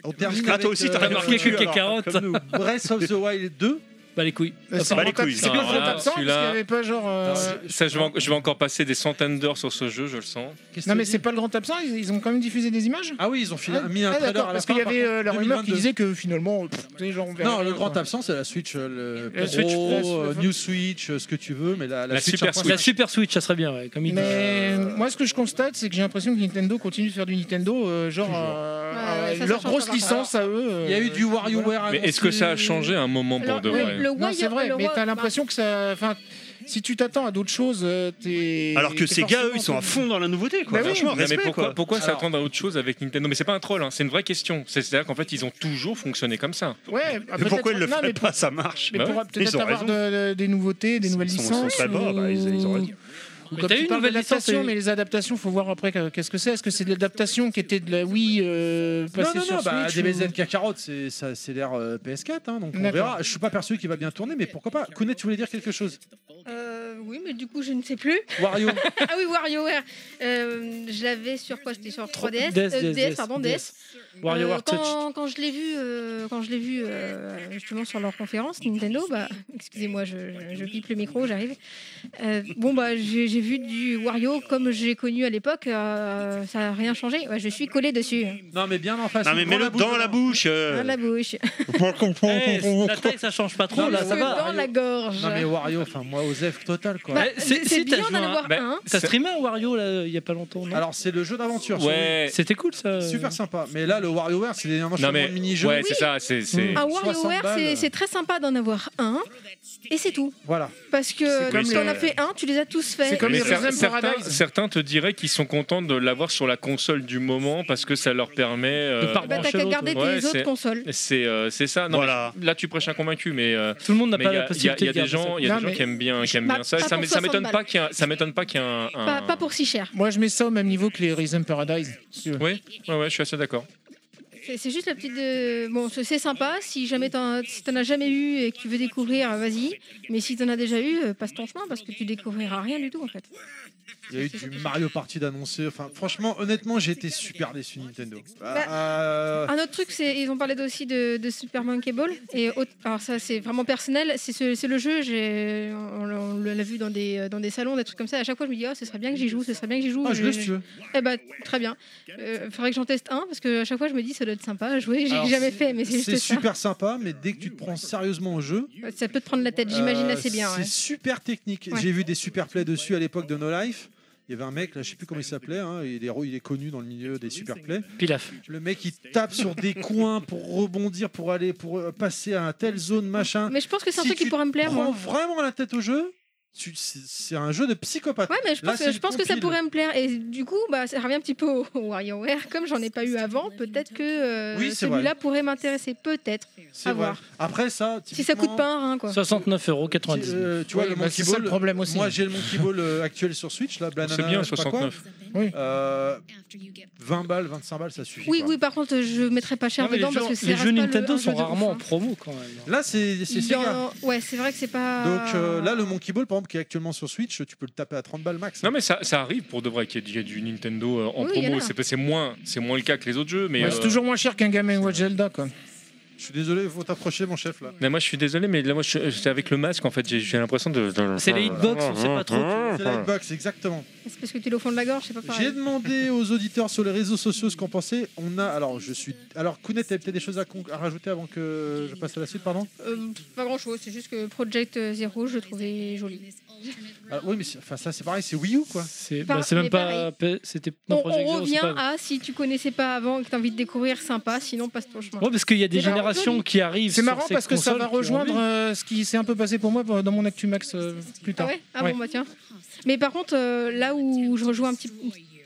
On termine. Ah, avec, toi aussi, t'as euh, remarqué que quelqu'un carotte. comme nous. Breath of the Wild 2. Bah, les couilles. Bah, Euh, les rentable- couilles. C'est pas Alors là, rentable sans, parce qu'il n'y celui-là- avait pas genre. euh, Ça, je vais, en- je vais encore passer des centaines d'heures sur ce jeu, je le sens. Qu'est-ce que Non, tu mais dis c'est pas le grand absent, ils, ils ont quand même diffusé des images Ah oui, ils ont filé- mis un Ah, trailer à d'accord, la parce fin, qu'il y avait par euh, la contre, rumeur qui 2022. disait que finalement, pff, tu sais, genre, on verra Non, le rien, grand quoi. absent, c'est la Switch, euh, le La Pro, Switch, la- euh, New Switch, euh, ce que tu veux, mais la, la La Switch Super après- La Super Switch, ça serait bien, ouais, comme idée. Mais moi, ce que je constate, c'est que j'ai l'impression que Nintendo continue de faire du Nintendo, euh, genre euh, Ouais, ouais, euh, ça, ça leur change grosse pas. licence à eux. euh, Il y a eu du WarioWare. voilà. Mais est-ce que ça a changé un moment pour Alors, de vrai le, le Non, Wire- c'est vrai, le mais Wire- t'as l'impression que ça. Enfin, si tu t'attends à d'autres choses, euh, t'es. Alors que t'es ces gars, eux, forcément ils sont à un peu- fond dans la nouveauté, quoi. Bah oui. Franchement, Non, mais respect, pourquoi, quoi. pourquoi Alors- s'attendre à autre chose avec Nintendo Mais c'est pas un troll, hein, c'est une vraie question. C'est- C'est-à-dire qu'en fait, ils ont toujours fonctionné comme ça. Ouais, ah, Mais peut-être- pourquoi ils le non, feraient mais pas Ça marche. Mais Bah pour ouais, peut-être ils ont avoir raison. de- de- des nouveautés, des nouvelles Ils sont- licences. sont très bas, bah, ils- ils ont raison. Ou Mais Comme t'as tu eu une parles nouvelle licence, d'adaptation, t'as eu- mais les adaptations, faut voir après que- qu'est-ce que c'est. Est-ce que c'est de l'adaptation qui était de la Wii euh, Non, passée non, non, sur bah, Switch DBZ ou- Kakarot, c'est ça- c'est l'air euh, PS4, hein, donc on D'accord. verra. Je suis pas persuadé qu'il va bien tourner, mais pourquoi pas. Kounet, tu voulais dire quelque chose Euh, oui, mais du coup, je ne sais plus. Wario Ah oui, WarioWare. Euh, je l'avais sur quoi C'était sur 3DS. DS, Euh, DS, DS, pardon, DS. WarioWare Euh, Touch. quand, quand je l'ai vu, euh, quand je l'ai vu euh, justement sur leur conférence Nintendo, bah, excusez-moi, je, je- je pipe le micro, j'arrive. Euh, bon bah j'ai j'ai vu du Wario comme j'ai connu à l'époque, euh, ça n'a rien changé. Ouais, je suis collé dessus, hein, Non, mais bien en face. Non, mais dans mets-le dans la bouche. dans la bouche, Eh, la taille, ça change pas trop, Non, là, mais ça c'est va. dans la gorge. Non, mais Wario, enfin, moi, Osef total, quoi. Bah, Ouais, c'est- c'est si, t'as bien joué d'en à- avoir bah, un. T'as C'est- Ah, streamé un Wario, là, il y a pas longtemps, non Alors, c'est le jeu d'aventure. Ouais. C'était cool, ça. c'est Super sympa. Mais là, le WarioWare, c'est des Non mais de mini-jeux. ouais, c'est ça. C'est c'est- Un 60 WarioWare, balles. c'est- c'est très sympa d'en avoir un, et c'est tout. Voilà. Parce que comme quand les- t'en as fait un, tu les as tous faits. C'est comme Mais les cer- Frozen certains, Paradise. certains te diraient qu'ils sont contents de l'avoir sur la console du moment parce que ça leur permet. euh, De pas Bah, t'as Brancher qu'à l'autre. garder Ouais, tes c'est- autres consoles. c'est euh, c'est ça. Non, Voilà. mais là, tu prêches un convaincu, mais euh, Tout le monde n'a mais il pas y la a- il y, a- possibilité il y a de des garder ça. gens, il y a Non, des gens mais- qui aiment bien, qui aiment Pas- bien ça. Et pas ça pour m'é- ça m'étonne 60 pas qu'il y a- ça m'étonne pas qu'il y ait un. un- Pas, pas pour si cher. Moi, je mets ça au même niveau que les Risen Paradise. si tu veux. Oui, ouais, ouais, je suis assez d'accord. C'est c'est juste la petite. euh, Bon, c'est c'est sympa. Si jamais t'en si t'en as jamais eu et que tu veux découvrir, vas-y. Mais si t'en as déjà eu, euh, passe ton chemin parce que tu découvriras rien du tout en fait. Il y a eu du Mario Party d'annoncé. Enfin, franchement, honnêtement, j'ai été super déçu Nintendo. Bah, Euh, Un autre truc, c'est ils ont parlé aussi de, de Super Monkey Ball. Et autre- alors ça, c'est vraiment personnel. C'est ce- c'est le jeu. j'ai- On, l'a- on l'a vu dans des euh, dans des salons, des trucs comme ça. À chaque fois, je me dis, oh, ce serait bien que j'y joue. Ce serait bien que j'y joue. Ah, je le si tu veux. Eh ben, très bien. Euh, faudrait que j'en teste un parce que à chaque fois, je me dis, ça doit être sympa à jouer. Alors, J'ai jamais fait, mais c'est juste C'est ça. super sympa, mais dès que tu te prends sérieusement au jeu, Ça peut te prendre la tête. J'imagine euh, assez bien. C'est ouais. super technique. Ouais. J'ai vu des super plays dessus à l'époque de No Life. Il y avait un mec, là, je sais plus comment il s'appelait, hein, il, est, il est connu dans le milieu des super plays. Pilaf. Le mec, il tape sur des coins pour rebondir, pour aller, pour euh, passer à telle zone, machin. Mais je pense que c'est un Si truc qui tu pourrait me plaire. Prends Moi. vraiment la tête au jeu. tu- C'est c'est un jeu de psychopathe. Ouais, mais je Là, pense, c'est que, je une pense que ça compile. pourrait me plaire. Et du coup, bah, ça revient un petit peu au au WarioWare. Comme j'en ai pas eu avant, peut-être que euh, Oui, c'est celui-là vrai. pourrait m'intéresser. Peut-être. C'est à vrai. voir. Après ça, Si ça coûte typiquement, pas un rein, quoi. 69,99€. tu- euh, tu vois, Oui, le bah, Monkey c'est ça le Ball, problème aussi. Moi, j'ai le Monkey Ball euh, actuel sur Switch, là, Banana, C'est bien je sais pas quoi. 69. Euh, 20 balles, 25 balles, ça suffit. Oui, quoi. oui, par contre, je mettrais pas cher Non, mais dedans les parce jeux, que c'est les reste jeux pas le- Nintendo un jeu sont de ouf, rarement en hein. promo quand même. Bah, Là, c'est c'est Il y en- Sega. Ouais, c'est vrai que c'est pas. Donc euh, là, le Monkey Ball, par exemple, qui est actuellement sur Switch, tu peux le taper à 30 balles max. Non mais ça, ça arrive pour de vrai qu'il y, ait du- il y a du Nintendo euh, en Oui, il y en promo. a. C'est c'est moins, c'est moins le cas que les autres jeux, mais Ouais, C'est euh, toujours moins cher qu'un Game Watch Zelda. Quoi. Je suis désolé, il faut t'approcher, mon chef, là. Mais moi, je suis désolé, mais là, moi, je- c'est avec le masque, en fait, j'ai- j'ai l'impression de. de- C'est les hitbox, on sait pas trop. C'est la hitbox, exactement. C'est parce que tu es au fond de la gorge, c'est pas pareil. J'ai demandé aux auditeurs sur les réseaux sociaux ce qu'on pensait. On a. Alors, je suis. Alors, Kounet, t'avais peut-être des choses à, con- à rajouter avant que je passe à la suite, pardon Euh, pas grand chose, c'est juste que Project Zero, je le trouvais joli. Ah, Oui, mais c'est- enfin, ça, c'est pareil, c'est Wii U, quoi. C'est Par- bah, c'est même mais pas. C'était On, non, on Project Zero, c'est revient pas- à si tu connaissais pas avant et que t'as envie de découvrir, sympa, sinon passe ton chemin. Ouais, parce qu'il y a des C'est marrant, générations Tony. qui arrivent. C'est sur marrant ces parce que ça consoles va qui ont rejoindre envie. euh, ce qui s'est un peu passé pour moi euh, dans mon Actu Max euh, plus Ah tard. ouais Ah Ouais. bon, bah tiens. Mais par contre, euh, là où je rejoins un petit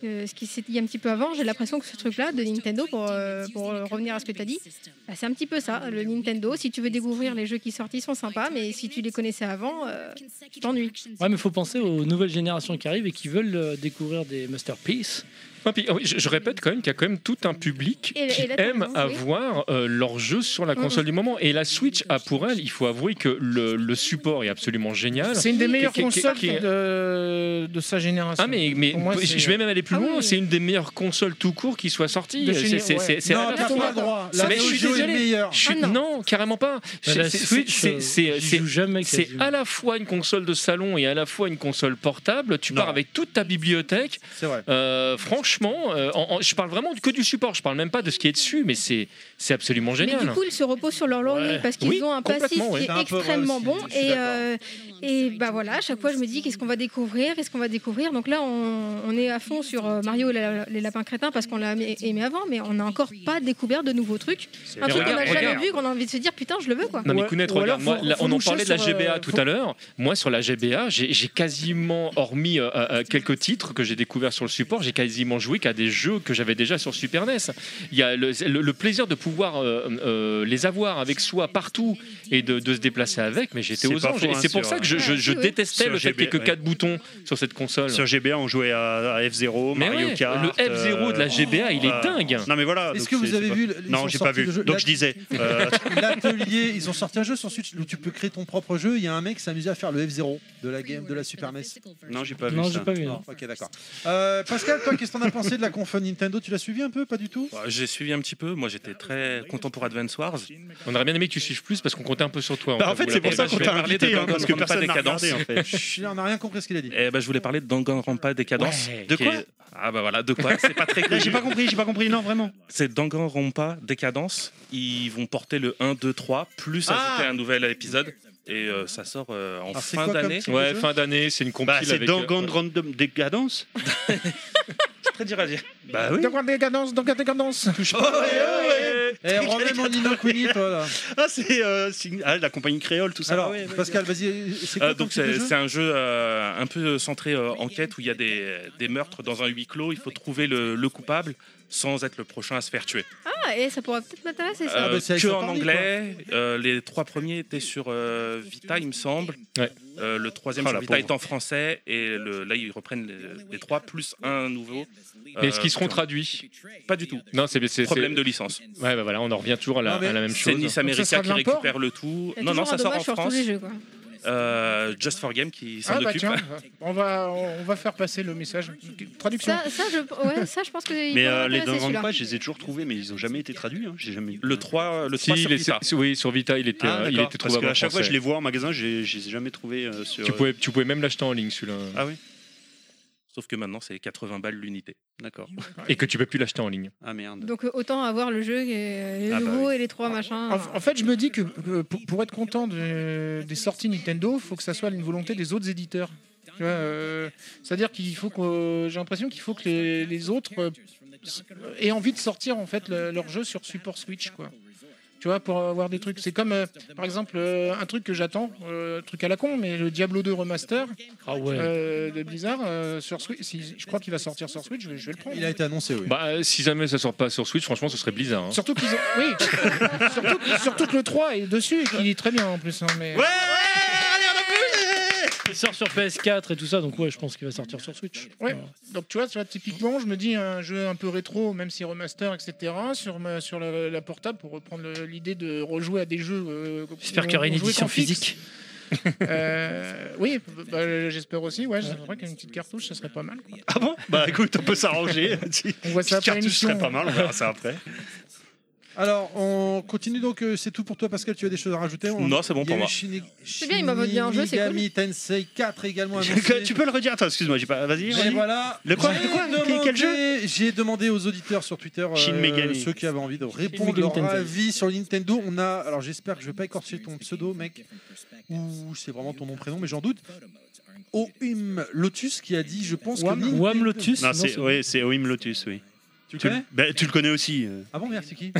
euh, ce qui s'est dit un petit peu avant, j'ai l'impression que ce truc-là de Nintendo, pour, euh, pour euh, revenir à ce que tu as dit, bah, c'est un petit peu ça. Le Nintendo, si tu veux découvrir les jeux qui sortent, ils sont sympas, mais si tu les connaissais avant, euh, tu t'ennuies. Ouais, mais il faut penser aux nouvelles générations qui arrivent et qui veulent euh, découvrir des masterpieces. Ouais, puis, oh, oui, je, je répète quand même qu'il y a quand même tout un public Et- et qui là, t'as aime raison, oui. avoir euh, leur jeu sur la console du moment. Et la Switch a pour elle, il faut avouer que le, le support est absolument génial. C'est une des meilleures Qui- qui- qui- consoles qui- de, de sa génération. Ah mais, mais Pour moi, c'est- je vais même aller plus Ah oui, loin, oui. c'est une des meilleures consoles tout court qui soit sortie. De C'est- chez- c'est- ouais. c'est- c'est- Non, la t'as fois. pas le droit. Ça, La mais je Neo suis Geo est désolé. meilleure. Je suis- Ah non. non, carrément pas. Bah, C'est- la c'est- Switch, c'est- euh, c'est- j'y c'est- joue jamais. C'est quasiment. à la fois une console de salon et à la fois une console portable. Tu Non. pars avec toute ta bibliothèque. C'est vrai. Euh, franchement, euh, en- en- je parle vraiment que du support. Je parle même pas de ce qui est dessus, mais c'est c'est absolument Mais génial. du coup, ils se reposent sur leur laurier Ouais. parce qu'ils Oui, ont un passif complètement, oui. qui C'est un est peu vrai extrêmement aussi, bon. je suis Et, d'accord. euh, et bah voilà, à chaque fois, je me dis qu'est-ce qu'on va découvrir, qu'est-ce qu'on va découvrir. Donc là, on, on est à fond sur euh, Mario et la- les lapins crétins parce qu'on l'a aimé, aimé avant, mais on n'a encore pas découvert de nouveaux trucs. Un truc qu'on n'a regarde, jamais regarde. vu, qu'on a envie de se dire putain, je le veux quoi. Non mais Ouais, ou Kounet, alors regarde, moi, faut- là, faut on en moucher parlait de la sur, euh, GBA tout faut- à l'heure. Moi, sur la GBA, j'ai j'ai quasiment, hormis euh, euh, quelques titres que j'ai découverts sur le support, j'ai quasiment joué qu'à des jeux que j'avais déjà sur Super NES. Il y a le, le- le plaisir de pouvoir euh, euh, les avoir avec soi partout et de, de se déplacer avec, mais j'étais C'est aux pas anges. faux, Et hein, c'est pour sur, ça que je, je- je Ouais, oui. détestais Sur le fait qu'il n'y ait que GBA, 4 boutons sur cette console. Sur GBA, on jouait à, à F0, Mais Mario ouais, Kart. le F0 de la euh, GBA, il euh, est dingue. Non, mais voilà. Est-ce donc que vous c'est- avez c'est vu pas- le- ils Non, sont j'ai pas sortis vu. le jeu- Donc la- je disais. euh, L'atelier, ils ont sorti un jeu sur Switch où tu peux créer ton propre jeu. Il y a un mec qui s'amusait à faire le F0 de la game de la Super E NES. euh, Non, j'ai pas vu Non, j'ai ça. pas vu. Non, ok, d'accord. Euh, Pascal, toi, qu'est-ce que t'en as pensé de la conf Nintendo Tu l'as suivi un peu Pas du tout Bah, J'ai suivi un petit peu. Moi, j'étais très content pour Advance Wars. On aurait bien aimé que tu suives plus parce qu'on comptait un peu sur toi. Bah, en fait, c'est pour ça qu'on je vais t'a parler de invité, hein, parce que Danganronpa personne n'a Décadence. regardé, en fait. Chut, On n'a rien compris ce qu'il a dit. Eh ben, je voulais parler de Danganronpa Décadence. Ouais, qui de quoi est- Ah bah voilà, de quoi C'est pas très Là, connu. j'ai pas compris, j'ai pas compris, non, vraiment. C'est Danganronpa Décadence. Ils vont porter le 1, 2, 3, plus Ah ajouter un nouvel épisode. Et euh, ça sort euh, en Alors, c'est fin quoi comme d'année. titre Ouais, fin d'année, c'est une Bah, compile c'est avec. euh, Danganronpa Décadence C'est très dur à dire. Bah oui. Oh, Donc, on décadence, donc, on décadence. Eh, remets mon Nino Kuni, toi, là. Ah, c'est euh, sign- ah, la compagnie créole, tout ça. Alors, Ah ouais, ouais. Pascal, vas-y, c'est quoi Euh, ton donc type de c'est jeu c'est un jeu euh, un peu centré euh, enquête où il y a des, des meurtres dans un huis clos. Il faut trouver le, le coupable sans être le prochain à se faire tuer. Ah, et ça pourrait peut-être m'intéresser ça. Ah, Euh, bah, c'est avec que son en parmi, anglais. euh, les trois premiers étaient sur euh, Vita, il me semble. Ouais. Euh, le troisième Ah, sur la Vita pauvre. est en français et le- là ils reprennent les, les trois plus un nouveau. Mais est-ce Euh, qu'ils seront sur- traduits Pas du tout. Non, c'est c'est- Problème c'est- de licence. Ouais, bah voilà, on en revient toujours à la, Non, mais à la même C'est chose. Nice Donc, ça sera America de qui l'import récupère le tout. Il y a Non non toujours un ça sort en dommage sur tous France. les jeux, quoi. Euh, Just for Game qui s'en Ah bah occupe. tiens, on va, on va faire passer le message. Traduction. Ça, ça, je, ouais, ça, je pense que. il Mais pourrait euh, les m'intéresser, celui-là. Danganronpa, je les ai toujours trouvés, mais ils ont jamais été traduits. hein, J'ai jamais. Le 3 le Si, 3 sur il est- Vita. si- oui, sur Vita, il était, Ah, euh, il d'accord, Parce était trouvable en qu'à chaque fois, français. je les vois en magasin, j'ai- je les ai jamais trouvés euh, sur. tu, pouvais, tu pouvais même l'acheter en ligne, celui-là. Ah oui, Sauf que maintenant c'est 80 balles l'unité. euh, d'accord. Et que tu peux plus l'acheter en ligne. Ah merde. Donc euh, autant avoir le jeu, euh, le Ah bah nouveau oui. et les trois machins. En, en fait, je me dis que euh, pour, pour être content de- des sorties Nintendo, il faut que ça soit une volonté des autres éditeurs. Tu vois, euh, C'est-à-dire qu'il faut que euh, j'ai l'impression qu'il faut que les, les autres euh, s- aient envie de sortir en fait le- leur jeu sur support Switch, quoi. Tu vois, pour avoir des trucs. C'est comme, euh, par exemple, euh, un truc que j'attends, euh, un truc à la con, mais le Diablo 2 remaster Ah ouais. euh, de Blizzard euh, sur Switch. si- je crois qu'il va sortir sur Switch, je vais, je vais le prendre. Il a été annoncé, oui. Bah, euh, si jamais ça sort pas sur Switch, franchement, ce serait hein. bizarre. Surtout qu'ils ont... oui. surtout, surtout que le 3 est dessus et qu'il est très bien en plus. hein, mais... Ouais, allez, on applaudit Il sort sur PS4 et tout ça, donc ouais, je pense qu'il va sortir sur Switch. Ouais. Donc tu vois, tu vois, typiquement, je me dis euh, un jeu un peu rétro, même si remaster, etc. Sur ma- sur la, la portable pour reprendre le- l'idée de rejouer à des jeux. euh, qu'on- J'espère qu'on qu'il y aura une jouait édition qu'en fixe. physique. Euh, oui, bah, j'espère aussi. Ouais, c'est vrai qu'une petite cartouche, ça serait pas mal. quoi. Ah bon Bah écoute, on peut s'arranger. On voit Petite ça après cartouche l'émission. serait pas mal, on verra ça après. Alors, on continue donc. euh, C'est tout pour toi, Pascal. Tu as des choses à rajouter Oh, On- Non, c'est bon Il y a pour eu moi. Shini- C'est bien, il m'a vendu un jeu, c'est cool. Shinigami Tensei 4 également annoncé. tu peux le redire Attends, excuse-moi, j'ai pas. Vas-y, Et vas-y. voilà. Le quoi J'ai Le quoi Quel- quel demandé- J'ai demandé aux auditeurs sur Twitter, euh, Shin Megami. ceux qui avaient envie de répondre Megami leur Tensei. avis sur Nintendo. On a, alors j'espère que je vais pas écorcher ton pseudo, mec, ou c'est vraiment ton nom prénom, mais j'en doute. Oim Lotus qui a dit, je pense que Wam, Nintendo- Wam Lotus. Non, non, c'est c'est- ouais, c'est Oim Lotus, oui. Tu le Tu, connais ben, tu le connais aussi. euh. Ah bon, merde, c'est qui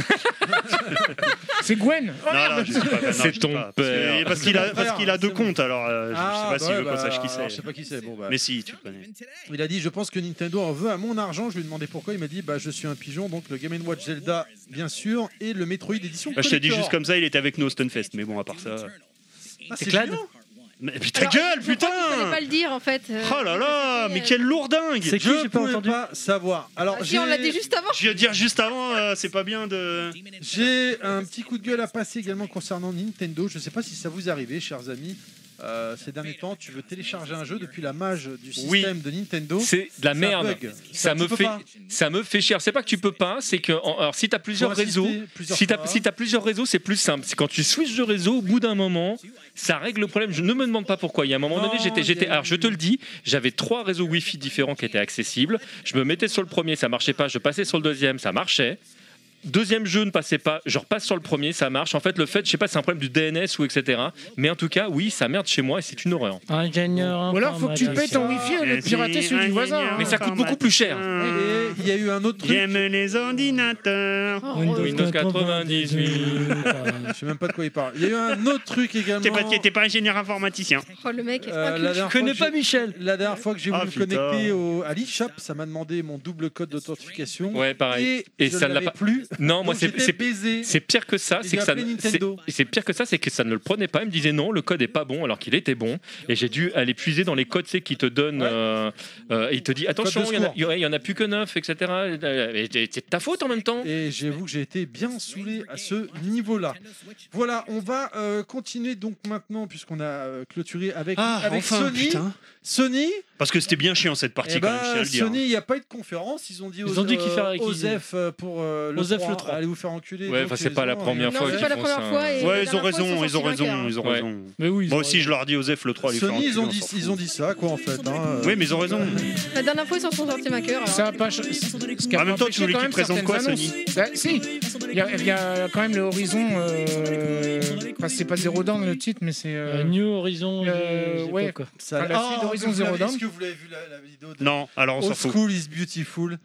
C'est Gwen non, non, je sais pas, bah, non, je sais C'est ton pas, parce que- père. Parce qu'il a, C'est parce qu'il a mon deux frère, c'est comptes, alors euh, je- je sais pas bah s'il ouais, veut qu'on bah, sache qui alors, Je sais c'est. pas qui c'est. Bon, bah. Mais si, tu le connais. Il a dit Je pense que Nintendo en veut à mon argent. Je lui ai demandé pourquoi. Il m'a dit Bah, je suis un pigeon. Donc, le Game Watch Zelda, bien sûr, et le Metroid édition. Bah, je te dis juste collector. comme ça, il était avec nous au Stunfest, mais bon, à part ça. Ah, c'est Clad. génial. Mais mais ta Alors, gueule, je crois qu'il fallait putain pas le dire en fait. euh, Oh là là, mais quel C'est lourdingue qui Je J'ai pas pouvais entendu. pas savoir. Alors, Ah, si, j'ai- on l'a dit juste avant. Je viens de dire juste avant, euh, c'est pas bien de. J'ai un petit coup de gueule à passer également concernant Nintendo. Je sais pas si ça vous arrivait, chers amis. Euh, ces derniers temps, tu veux télécharger un jeu depuis la mage du système Oui. de Nintendo. C'est de la Ça merde. bug. Ça tu me peux fait, pas. ça me fait cher. C'est pas que tu peux pas, c'est que en- alors si t'as plusieurs Faut insister réseaux, plusieurs si t'as fois. si t'as plusieurs réseaux, c'est plus simple. C'est quand tu switches de réseau, au bout d'un moment, ça règle le problème. Je ne me demande pas pourquoi. Il y a un moment donné, Non, j'étais, Oh, il y j'étais. a Alors je te eu- le dis, j'avais trois réseaux Wi-Fi différents qui étaient accessibles. Je me mettais sur le premier, ça marchait pas. Je passais sur le deuxième, ça marchait. Deuxième jeu ne passait pas, je repasse sur le premier, ça marche. En fait, le fait, je sais pas, c'est un problème du DNS ou etc. Mais en tout cas, oui, ça merde chez moi et c'est une horreur. Ingénieur. Ou alors, faut que tu payes ton Wi-Fi Ah, et le Merci, pirater celui du hein. hein. voisin. hein. Mais ça coûte beaucoup plus cher. Et il y a eu un autre truc. Hum. J'aime les ordinateurs. Oh, Windows 98. Je sais même pas de quoi il parle. Il y a eu un autre truc également. T'es pas, t'es pas ingénieur informaticien. Oh, le mec. Euh, inculpé. la dernière Je connais fois pas que j'ai- Michel. La dernière fois que j'ai Ah, voulu me putain. connecter au, à l'eShop, ça m'a demandé mon double code d'authentification. Ouais, pareil. Et, Et je ça ne l'a l'avais pas- plus. Non, moi Donc c'est, j'étais c'est baisé. C'est pire que ça, Il c'est que a ça. appelé ne- C'est Nintendo. et c'est pire que ça, c'est que ça ne le prenait pas. Il me disait non, le code est pas bon, alors qu'il était bon. Et j'ai dû aller puiser dans les codes, c'est qui te donne. Ouais. euh, euh, et il te dit attention, Code de il y en a- secours. il y, en a- il y en a plus que 9 etc. Et c'est- c'est de ta faute en même temps. Et j'avoue que j'ai été bien saoulé à ce niveau-là. Voilà, on va euh, continuer donc maintenant, puisqu'on a euh, clôturé avec, Ah, avec Sony. Sony, Parce que c'était bien chiant cette partie eh quand ben, même, je tiens à le dire. hein. Sony, il n'y a pas eu de conférence. Ils ont dit, euh, Ils ont dit qu'ils feraient- qu'ils- Osef pour euh, le, Osef 3, le 3. allez vous faire enculer. Ouais, Donc, enfin, c'est ils pas la ont- première Non, fois c'est qu'ils pas la font première ça. fois. et la Ouais, ils ont dernière fois, raison, sont ils ont sortis vainqueurs. raison, ils ont Ouais. raison. Mais oui. Moi aussi, je leur dis Osef le 3, les hein. Sony, faire ils ont, enculer, dit, on s'en ils ont dit ça, quoi, en fait. hein, euh. fout. Oui, mais ils ont raison. La dernière fois, ils s'en sont sortis vainqueurs. alors. Ça a pas. ch- ce qui a En même pas temps, tu empêché voulais quand qu'ils même présentent certaines quoi, annonces. Sony Bah, Si, il y, a- il y a quand même le Horizon. euh, enfin, c'est pas Zero Dawn le titre, mais c'est. euh, New Horizon. Euh, je sais ouais. pas quoi. Ça- Ah, la suite d'Horizon vous Zero l'avez- Dawn. Est-ce que vous l'avez vu la, la vidéo de Non, alors on s'en Old fout. School is Beautiful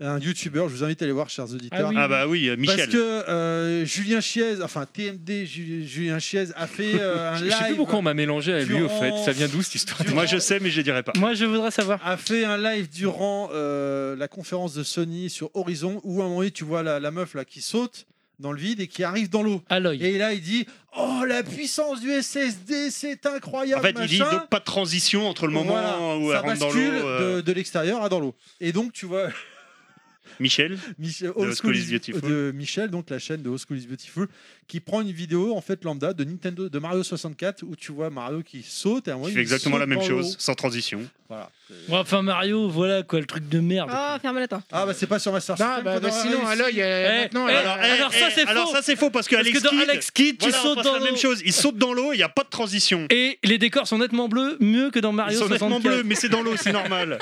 Un youtubeur, je vous invite à aller voir, chers auditeurs. Ah oui. Ah bah oui, euh, Parce Michel. que euh, Julien Chiez, enfin TMD Ju- Julien Chiez a fait euh, un Je sais plus live. pourquoi on m'a mélangé à lui, au fait. Durant- Ça vient d'où cette histoire Moi je sais, mais je dirais pas. Moi, je voudrais savoir. a fait un live durant euh, la conférence de Sony sur Horizon où à un moment donné, tu vois la, la meuf là qui saute dans le vide et qui arrive dans l'eau. Aloy. Et là il dit oh la puissance du SSD c'est En incroyable. fait, il dit machin. donc pas de transition entre le moment Voilà, où elle ça rentre dans l'eau. bascule euh, de, de l'extérieur à dans l'eau. Et donc tu vois Michel. Michel, Old School School is is- Beautiful. de Michel, donc la chaîne de Old School is Beautiful, qui prend une vidéo en fait lambda de Nintendo de Mario 64 où tu vois Mario qui saute et à un moment, Tu il fais exactement saute la même dans chose, l'eau. sans transition. Voilà. Ouais, enfin, Mario, voilà quoi, le truc de merde. Ah, ferme-la toi. Ah bah c'est pas sur Master Non, System. bah, qu'on bah, aura sinon, réussi. à l'œil, euh, Eh, maintenant. eh, elle- eh, alors ça, c'est alors faux. ça, c'est faux parce que Parce Alex que dans Kidd, Alex Kidd, tu voilà, on sautes passe dans la même l'eau. chose. Il saute dans l'eau, il n'y a pas de transition. Et les décors sont nettement bleus, mieux que dans Ils Mario sont nettement 64. bleus, mais c'est dans l'eau, c'est normal.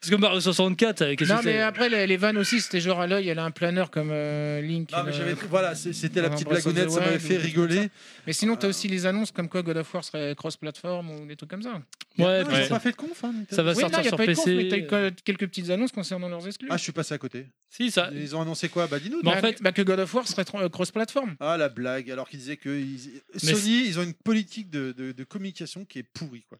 Parce que Mario 64, euh, qu'est-ce Non, que mais c'est après, les, les vannes aussi, c'était genre à l'œil, elle a un planeur comme euh, Link. Non, mais euh, j'avais- voilà, c'est- c'était la Ah, petite Breath of the blagounette, ça m'avait Wild, fait ou- rigoler. Mais sinon, Ah. t'as aussi les annonces comme quoi God of War serait cross-platform ou des trucs comme ça. Ouais, Ah, puis ils ont ça- pas fait de conf. hein, Nintendo. ça va Oui, non, sortir il n'y a sur pas eu de conf, PC. mais t'as eu que- quelques petites annonces concernant leurs exclus. Ah, je suis passé à côté. Si, ça. Ils ont annoncé quoi Bah dis-nous. Bon. Ah. Bah, en fait- bah, que God of War serait tro- euh, cross-platform. Ah la blague, alors qu'ils disaient que ils- Mais Sony, ils ont une politique de, de- de communication qui est pourrie quoi.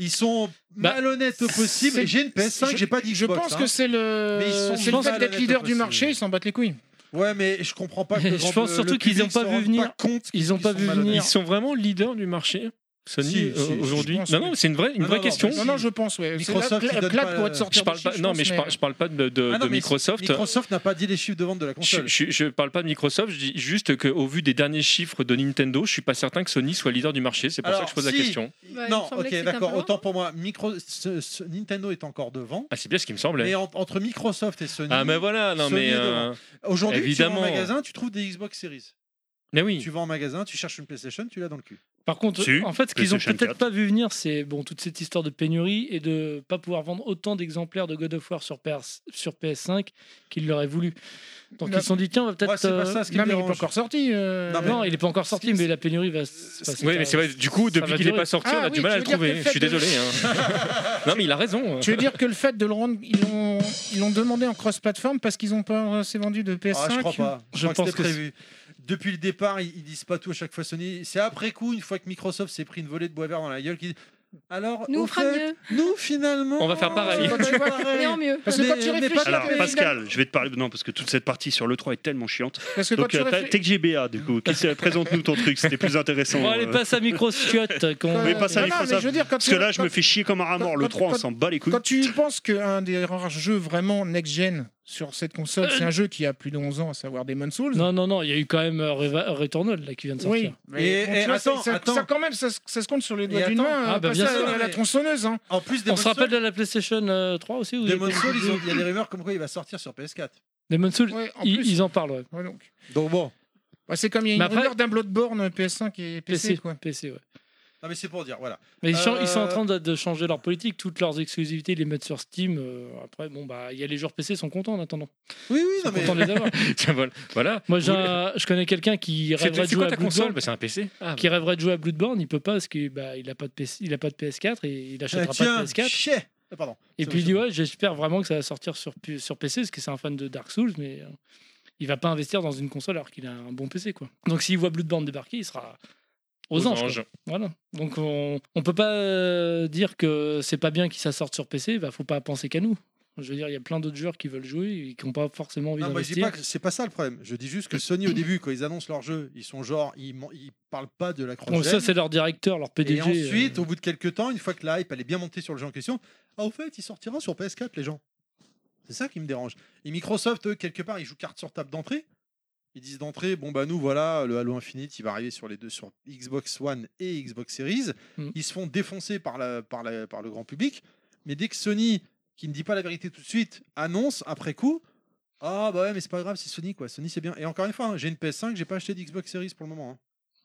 Ils sont Bah, malhonnêtes au possible. c'est- Et J'ai une PS5, je- j'ai pas hein. dit Je pense que c'est le. Mais ils sont C'est le mal fait honnêtes d'être au leader du possible. marché, ils s'en battent les couilles. Ouais, mais je comprends pas. Que le Je grand- pense le surtout qu'ils public ont pas se vu rende venir. compte Ils ont qu'ils pas sont vu malhonnêtes. venir. Ils sont vraiment leaders du marché. Sony Si, euh, si, si, aujourd'hui je pense, Non, oui. non, c'est une vraie, une Ah Non, vraie non, non, question. mais Non, non, je pense, ouais. C'est Microsoft, la- euh, il la donne claque pas- doit te sortir je parle des pas, chiffres, non, je mais je pense, parle, je parle pas de, de- Ah non, de mais Microsoft. Microsoft n'a pas dit les chiffres de vente de la Je, console. je, je parle pas de Microsoft, je dis juste qu'au vu des derniers chiffres de Nintendo, je suis pas certain que Sony soit leader du marché. C'est pour Alors, ça que je pose si. la question. Bah, il me non, semblait que ok, c'était un d'accord. peu loin. Autant pour moi, Micro... ce- ce- Nintendo est encore devant. Ah, c'est bien ce qui me semblait. Mais en- entre Microsoft et Sony, Ah, mais voilà, non, Sony mais. est euh, aujourd'hui, tu évidemment. vas en magasin, tu trouves des Xbox Series. mais oui. Tu vas en magasin, tu cherches une PlayStation, tu l'as dans le cul. Par contre, Si, en fait, ce qu'ils ont PlayStation 4. peut-être pas vu venir, c'est bon toute cette histoire de pénurie et de pas pouvoir vendre autant d'exemplaires de God of War sur, PS, sur PS5 qu'ils l'auraient voulu. Donc Non. ils se sont dit tiens, on va peut-être. Ouais, c'est pas euh, ça ce qui Non, me mais il est pas dérange. Ah, encore sorti. euh, Non, mais- Non, il est pas encore sorti, mais la pénurie va. se passer. Oui, mais c'est vrai, du coup, Ça depuis va qu'il est durer. pas sorti, on Ah a oui, du mal à tu veux dire que le trouver. le Je fait suis de- désolé. hein. non, mais il a raison. Tu veux dire que le fait de le rendre, ils l'ont ils l'ont demandé en cross-platform parce qu'ils n'ont pas assez vendu de PS5 Ah, je crois pas. Je, Je crois pense que c'était que prévu. Depuis le départ, ils, ils disent pas tout à chaque fois Sony. C'est après coup, une fois que Microsoft s'est pris une volée de bois vert dans la gueule, qu'ils disent alors Nous, au on fera fait, mieux, nous finalement, On va faire pareil. on va faire pareil. mais en mieux. Parce que quand Mais- tu mais réfléchis, pas- à la Alors, pénurie- Pascal, je vais te parler. Non, parce que toute cette partie sur l'E3 est tellement chiante. parce que quand Donc, tu euh, t'as- réfléchis- t'es que GBA, du coup. Qu'est-ce que- Présente-nous ton truc, c'était plus intéressant. Bon, allez, euh. passe à Microsoft. qu'on- Mais pas ça, Non, non, Microsoft. mais je veux dire, quand Parce tu- que là, je quand- me fais chier comme un rat mort. quand- Le quand- 3, on quand- s'en bat les couilles. Quand tu penses qu'un des rares jeux vraiment next-gen sur cette console, c'est un jeu qui a plus de 11 ans, à savoir Demon's Souls. Non, non, non, il y a eu quand même euh, Reva- Returnal là, qui vient de sortir. Oui, Et- bon, et tu vois, c'est- attends, ça, attends. ça, quand même, ça, se- ça se compte sur les doigts Et d'une attends. main. Ah, euh, bah, pas bien ça, sûr. à la tronçonneuse. Hein. En plus, On Demon's se rappelle Souls, de la PlayStation euh, 3 aussi où il Demon's était- Souls, ils ont- il y a des rumeurs comme quoi il va sortir sur PS4. Demon's Souls, Ouais, en ils, plus. ils en parlent. ouais. Ouais, donc. Donc bon, Bah, c'est comme il y a une Mais après- rumeur euh, d'un Bloodborne PS5 et PC. PC, quoi. PC, ouais. non mais c'est pour dire, voilà. Mais ils, chan- Euh, ils sont en train de, de changer leur politique, toutes leurs exclusivités, ils les mettre sur Steam. euh, après, bon, bah, il y a les joueurs PC ils sont contents en attendant. Oui, oui, Ils non sont Ah, mais contents de les avoir. Tiens, voilà. voilà. Moi, j'ai Vous voulez- un- je connais quelqu'un qui C'est rêverait de c'est jouer quoi à ta console Bloodborne. Bah, C'est un PC. Ah, Qui rêverait de jouer à Bloodborne, il peut pas parce qu'il bah, il a pas de PC, il a pas de PS4 et il Ah, achètera tiens, pas de PS4. chier. Ah, Pardon. Et Ça, puis il je- dit ouais, j'espère vraiment que ça va sortir sur, pu- sur PC parce que c'est un fan de Dark Souls, mais euh, il va pas investir dans une console alors qu'il a un bon PC quoi. Donc s'il voit Bloodborne débarquer, il sera aux, anges. quoi. Voilà. Donc on, on peut pas euh, dire que c'est pas bien qu'il ça sorte sur PC, bah faut pas penser qu'à nous. Je veux dire, il y a plein d'autres joueurs qui veulent jouer et qui n'ont pas forcément envie Non, moi je dis d'investir. pas que c'est pas ça le problème. Je dis juste que Sony au début, quand ils annoncent leur jeu, ils sont genre, ils, mon- ils parlent pas de la Bon, ça c'est leur directeur, leur PDG. Et ensuite, au bout de quelques temps, une fois que la hype elle est bien montée sur le jeu en question, ah au fait, il sortira sur PS4 les gens. C'est ça qui me dérange. Et Microsoft, eux, quelque part, ils jouent carte sur table d'entrée. Ils disent d'entrée, bon bah nous voilà, le Halo Infinite, il va arriver sur les deux, sur Xbox One et Xbox Series. Mm. Ils se font défoncer par, la, par, la- par le grand public. Mais dès que Sony, qui ne dit pas la vérité tout de suite, annonce après coup, ah bah ouais, mais c'est pas grave, c'est Sony quoi. Sony c'est bien. Et encore une fois, hein, j'ai une PS5, j'ai pas acheté d'Xbox Series pour le moment. hein.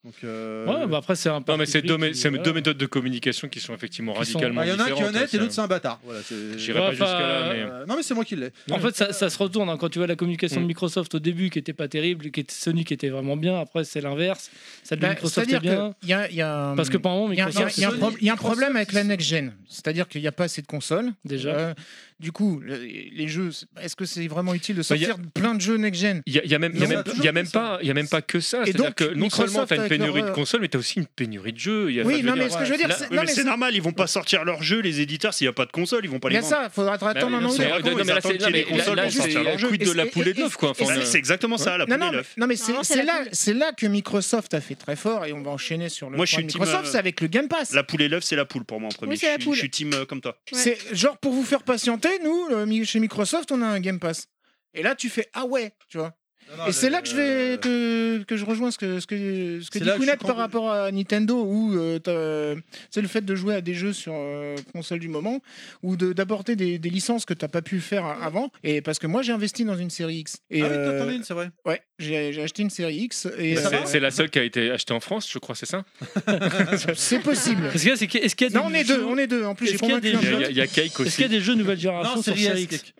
Donc euh, euh, ouais, bah après c'est un. Non, mais parti c'est pris deux, qui- mé- c'est voilà. deux méthodes de communication qui sont effectivement Qui sont- radicalement Ah, Il y en a un qui est différentes, honnête et ça. l'autre c'est un bâtard. Voilà, c'est- J'irai Ouais, pas enfin, jusque-là, mais. Euh, non mais c'est moi qui l'ai. En fait, ça, ça se retourne hein. quand tu vois la communication Mm. de Microsoft au début qui était pas terrible, qui était Sony qui était vraiment bien. Après, c'est l'inverse. Celle de Bah, Microsoft est C'est-à-dire bien. qu'il y a, il y a un- Parce que par moment, il y a- il y a- Microsoft, il y a un Sony- pro- il y a un problème avec la Microsoft, next-gen. C'est-à-dire qu'il n'y a pas assez de consoles. Déjà. Euh, du coup, le- les jeux, c'est- est-ce que c'est vraiment utile de Bah, il y a- sortir plein de jeux next-gen Il y a, il y a même, il y a Non, même, ça a il y a toujours même été pas, il y a même pas que ça. Et C'est-à-dire donc, que non Microsoft seulement tu as une avec leur, pénurie de euh, consoles, mais tu as aussi une pénurie de jeux. Il y a- enfin, Oui, je veux non, mais dire, ce que je veux ouais, dire, là- c'est- Oui, non, mais mais c'est c'est- normal, ils vont pas sortir leurs jeux, les éditeurs, s'il n'y a pas de console, ils vont pas il y les a vendre. ça, faudra Bah attendre oui, un non, an ou c'est- deux. par non, contre, mais ils là, attendent c'est- qu'il y ait non, les mais là- consoles là, pour c'est- sortir leurs jeux. quid de la Et- poule et et- de l'œuf, quoi. Enfin, Et on ça, a- C'est exactement ça, la Non, poule non, et mais- l'œuf. non, mais c'est Non, c'est c'est la là, poule. c'est là que Microsoft a fait très fort et on va enchaîner sur le Moi, je point suis team, Microsoft, euh, c'est avec le Game Pass. La poule et l'œuf, c'est la poule pour moi en premier. Oui, Je c'est la suis- poule. je suis team euh, comme toi. Ouais. C'est genre pour vous faire patienter, nous, le mi- chez Microsoft, on a un Game Pass. Et là, tu fais ah ouais, tu vois. Non, euh, non, et c'est le- là que je vais que, que je rejoins ce que ce que ce C'est que dit là que je suis Kounet par con- rapport à Nintendo où euh, t'as- c'est le fait de jouer à des jeux sur euh, console du moment ou de d'apporter des, des licences que t'as pas pu faire a- avant. Et parce que moi, j'ai investi dans une série X. Et Ah oui, toi euh, t'en as une, c'est vrai. ouais, j'ai j'ai acheté une série X et c'est- ça euh, va C'est la seule qui a été achetée en France, je crois, c'est ça c'est possible. Parce que là, c'est que- Est-ce qu'il y a des Non, on est deux, on est deux. En plus, Est-ce j'ai qu'il y a convaincu des- un Il y a- il y pote. a- il y a Cake Est-ce qu'il y aussi. a des jeux nouvelle génération Non, sur série Series S. X Kek.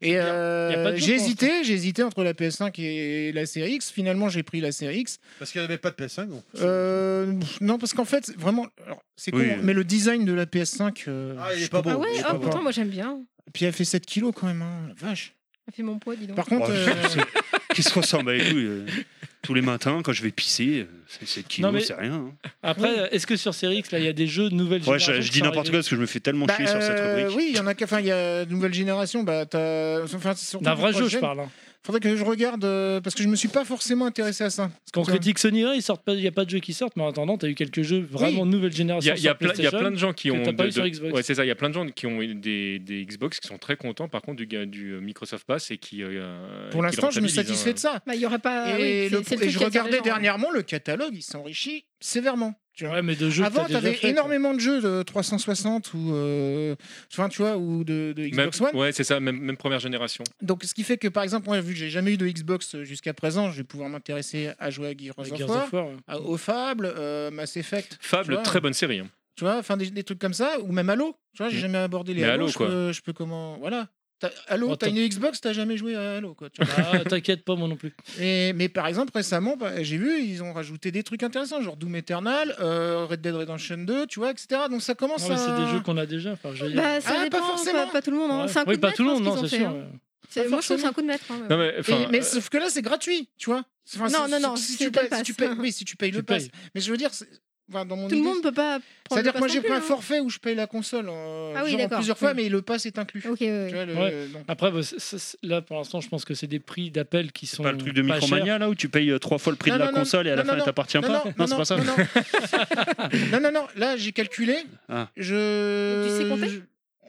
Et y a pas de euh, jeu j'ai pour hésité, j'ai hésité entre la PS5 et la série X. Finalement, j'ai pris la série X. Parce qu'il n'y avait pas de PS5. donc. Euh, pff, non, parce qu'en fait, vraiment, alors, c'est con, Oui. mais le design de la PS5. euh, Ah, il est je pas peux beau. Ah Je ouais, sais oh, pas pourtant moi j'aime bien. Puis elle fait 7 kilos quand même, hein, la vache. Ça fait mon poids, dis donc. Par contre, Ouais, euh, Qui se ressemble avec lui euh, tous les matins quand je vais pisser, euh, c'est 7 kilos, Non, mais- c'est rien. hein. Après, est-ce que sur Series X, là, il y a des jeux nouvelle Ouais, génération je, je dis n'importe quoi parce que je me fais tellement bah, chier sur cette euh, rubrique. oui, il y en a qu'à- enfin, il y a nouvelle génération, bah, t'as, enfin, c'est surtout D'un vrai du jeu, je prochain. parle. hein. faudrait que je regarde euh, parce que je me suis pas forcément intéressé à ça. Parce qu'on Ouais. critique Sony, il n'y a pas de jeux qui sortent, mais en attendant, tu as eu quelques jeux vraiment de nouvelle Il y génération. a, il y a sur plein, il y a PlayStation. plein de gens qui que ont. t'as pas de- eu sur de- Xbox. Ouais, c'est ça. Il y a plein de gens qui ont eu des, des Xbox qui sont très contents, par contre, du, ga- du euh, Microsoft Pass et qui. euh, Pour qui l'instant, je me rentabilisent, satisfais hein. de ça. Bah, Il y aurait Ah pas. oui, Et, c'est- le- c'est le et truc je qui attire les regardais gens. dernièrement le catalogue, il s'enrichit sévèrement. tu vois. Ouais, mais de jeux que Avant, t'as déjà t'avais fait, énormément de jeux de 360 ou, euh, enfin, tu vois, ou de, de Même- Xbox One. Ouais, c'est ça, même, même première génération. Donc, ce qui fait que, par exemple, moi, vu que j'ai jamais eu de Xbox euh, jusqu'à présent, je vais pouvoir m'intéresser à jouer à Gears, quoi. of Gears War, of War, ouais. à- au Fable, euh, Mass Effect, Fable, Tu vois, très bonne série. hein. tu vois, enfin des, des trucs comme ça, ou même Halo. Tu vois, j'ai Mm. jamais abordé les Mais Halo. Halo, je, quoi. Peux, je peux comment, voilà. T'as- Halo, Oh, t'as t'as- une Xbox, t'as jamais joué à Halo, quoi. tu vois. Ah, t'inquiète pas, moi non plus. Et- mais par exemple, récemment, bah, j'ai vu, ils ont rajouté des trucs intéressants, genre Doom Eternal, euh, Red Dead Redemption 2, tu vois, etc. Donc ça commence Non, mais à. Ah c'est des jeux qu'on a déjà. Enfin, je veux dire. Bah, ça Ah, pas dépend, pas forcément. Pas, tout le monde. hein. Ouais. C'est un coup oui, de pas maître, tout le hein, monde, ce non, qu'ils c'est ont fait, sûr. hein. ouais. C'est- Pas Moi, je trouve que c'est forcément. un coup de maître. hein, ouais. Non, mais, enfin, euh, euh, Et- euh, mais sauf que là, c'est gratuit, tu vois. Enfin, Non, si- non, si- non, Si, c'est tu le payes, pass. si tu payes, oui, si tu payes le Tu pass. payes. Mais je veux dire, c'est- enfin, dans mon Tout le idée, monde peut pas prendre c'est-à-dire le que moi pass j'ai non plus, pris un hein. forfait où je paye la console euh, Ah oui, genre, en d'accord. plusieurs fois, Mm. mais le pass est inclus. Ok, ouais, Tu ouais. vois, le- euh, Ouais. donc- Après, bah, c'est- c'est- là, pour l'instant, je pense que c'est des prix d'appel qui sont. Pas le truc de pas chers. Micromania là où tu payes euh, trois fois le prix Non, de la non, non, console et à la non, fin non, elle t'appartient Non, pas non, Non, c'est pas ça. non, non. non, non, non, là j'ai calculé. Ah. Je... Tu sais compter je-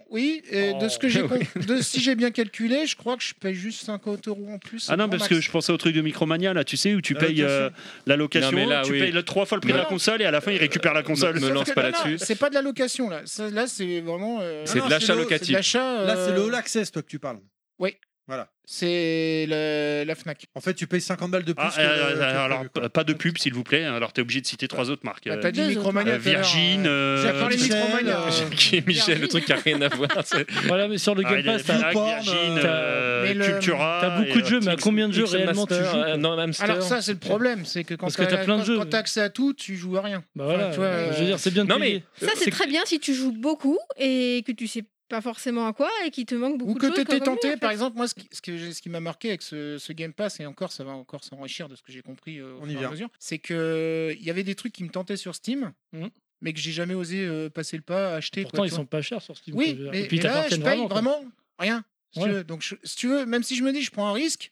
Oui, et de ce que Oh. j'ai com- de si j'ai bien calculé, je crois que je paye juste 50 euros en plus. Ah non, grand parce max. que je pensais au truc de Micromania là, tu sais, où tu payes euh, la location, Non, mais là, tu oui. payes le- trois fois le prix de la Non. console et à la fin ils récupèrent la console. me Sauf lance que- pas non, non, là-dessus. C'est pas de la location là. Ça, là, c'est vraiment. euh, C'est non, de c'est l'achat le- c'est de locatif. l'achat. Là, c'est le euh, All Access, toi, que tu parles. Oui. Voilà. C'est le- la Fnac. En fait, tu payes 50 balles de plus. Ah, que- euh, que- alors, que- pas de pub s'il vous plaît, alors t'es obligé de citer trois autres marques. Bah, euh, T'as dit deux Micromania. euh, tout à l'heure, Virgin, hein. euh, J'ai parlé Michel, Micromania. euh, Qui est Michel, le truc qui a rien à voir. c'est- Voilà, mais sur le Ah, Game il y a Pass, t'as Fnac, Porn, Virgin, euh, euh, Mais le- Cultura. Ah, t'as beaucoup et, de jeux, mais à combien de jeux réellement tu joues Master, quoi euh, Non, Hamster. Alors ça, c'est le problème, c'est que quand Parce que t'as plein de quand- jeux. quand t'as accès à tout, tu joues à rien. Bah voilà, Enfin, tu vois, euh, je veux euh, dire, c'est bien de Non, payer. Ça, c'est très bien si tu joues beaucoup et que tu sais pas forcément à quoi et qu'il te manque beaucoup Ou que de choses. tu étais quoi, comme lui, tenté, en par fait. exemple, moi, ce qui, ce que j'ai- ce qui m'a marqué avec ce, ce Game Pass, et encore, ça va encore s'enrichir de ce que j'ai compris euh, au On y fur et à vient. mesure, c'est que il y avait des trucs qui me tentaient sur Steam, Mhm. mais que j'ai jamais osé euh, passer le pas, acheter. quoi, Pourtant, ils tu sont pas chers sur Steam. vois. Oui, quoi, je veux dire. mais, Et puis, mais là, je t'appartiennent paye vraiment. vraiment, quoi. rien. si tu Ouais. veux. Donc, je- si tu veux, même si je me dis, je prends un risque.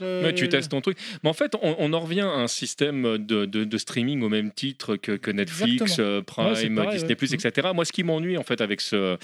euh, Ouais, tu testes ton truc. Mais en fait, on, on en revient à un système de, de- de streaming au même titre que, que Netflix, Exactement. euh, Ouais, c'est Prime, pareil, Disney+, ouais. etc. Moi, ce qui m'ennuie, en fait, avec ce,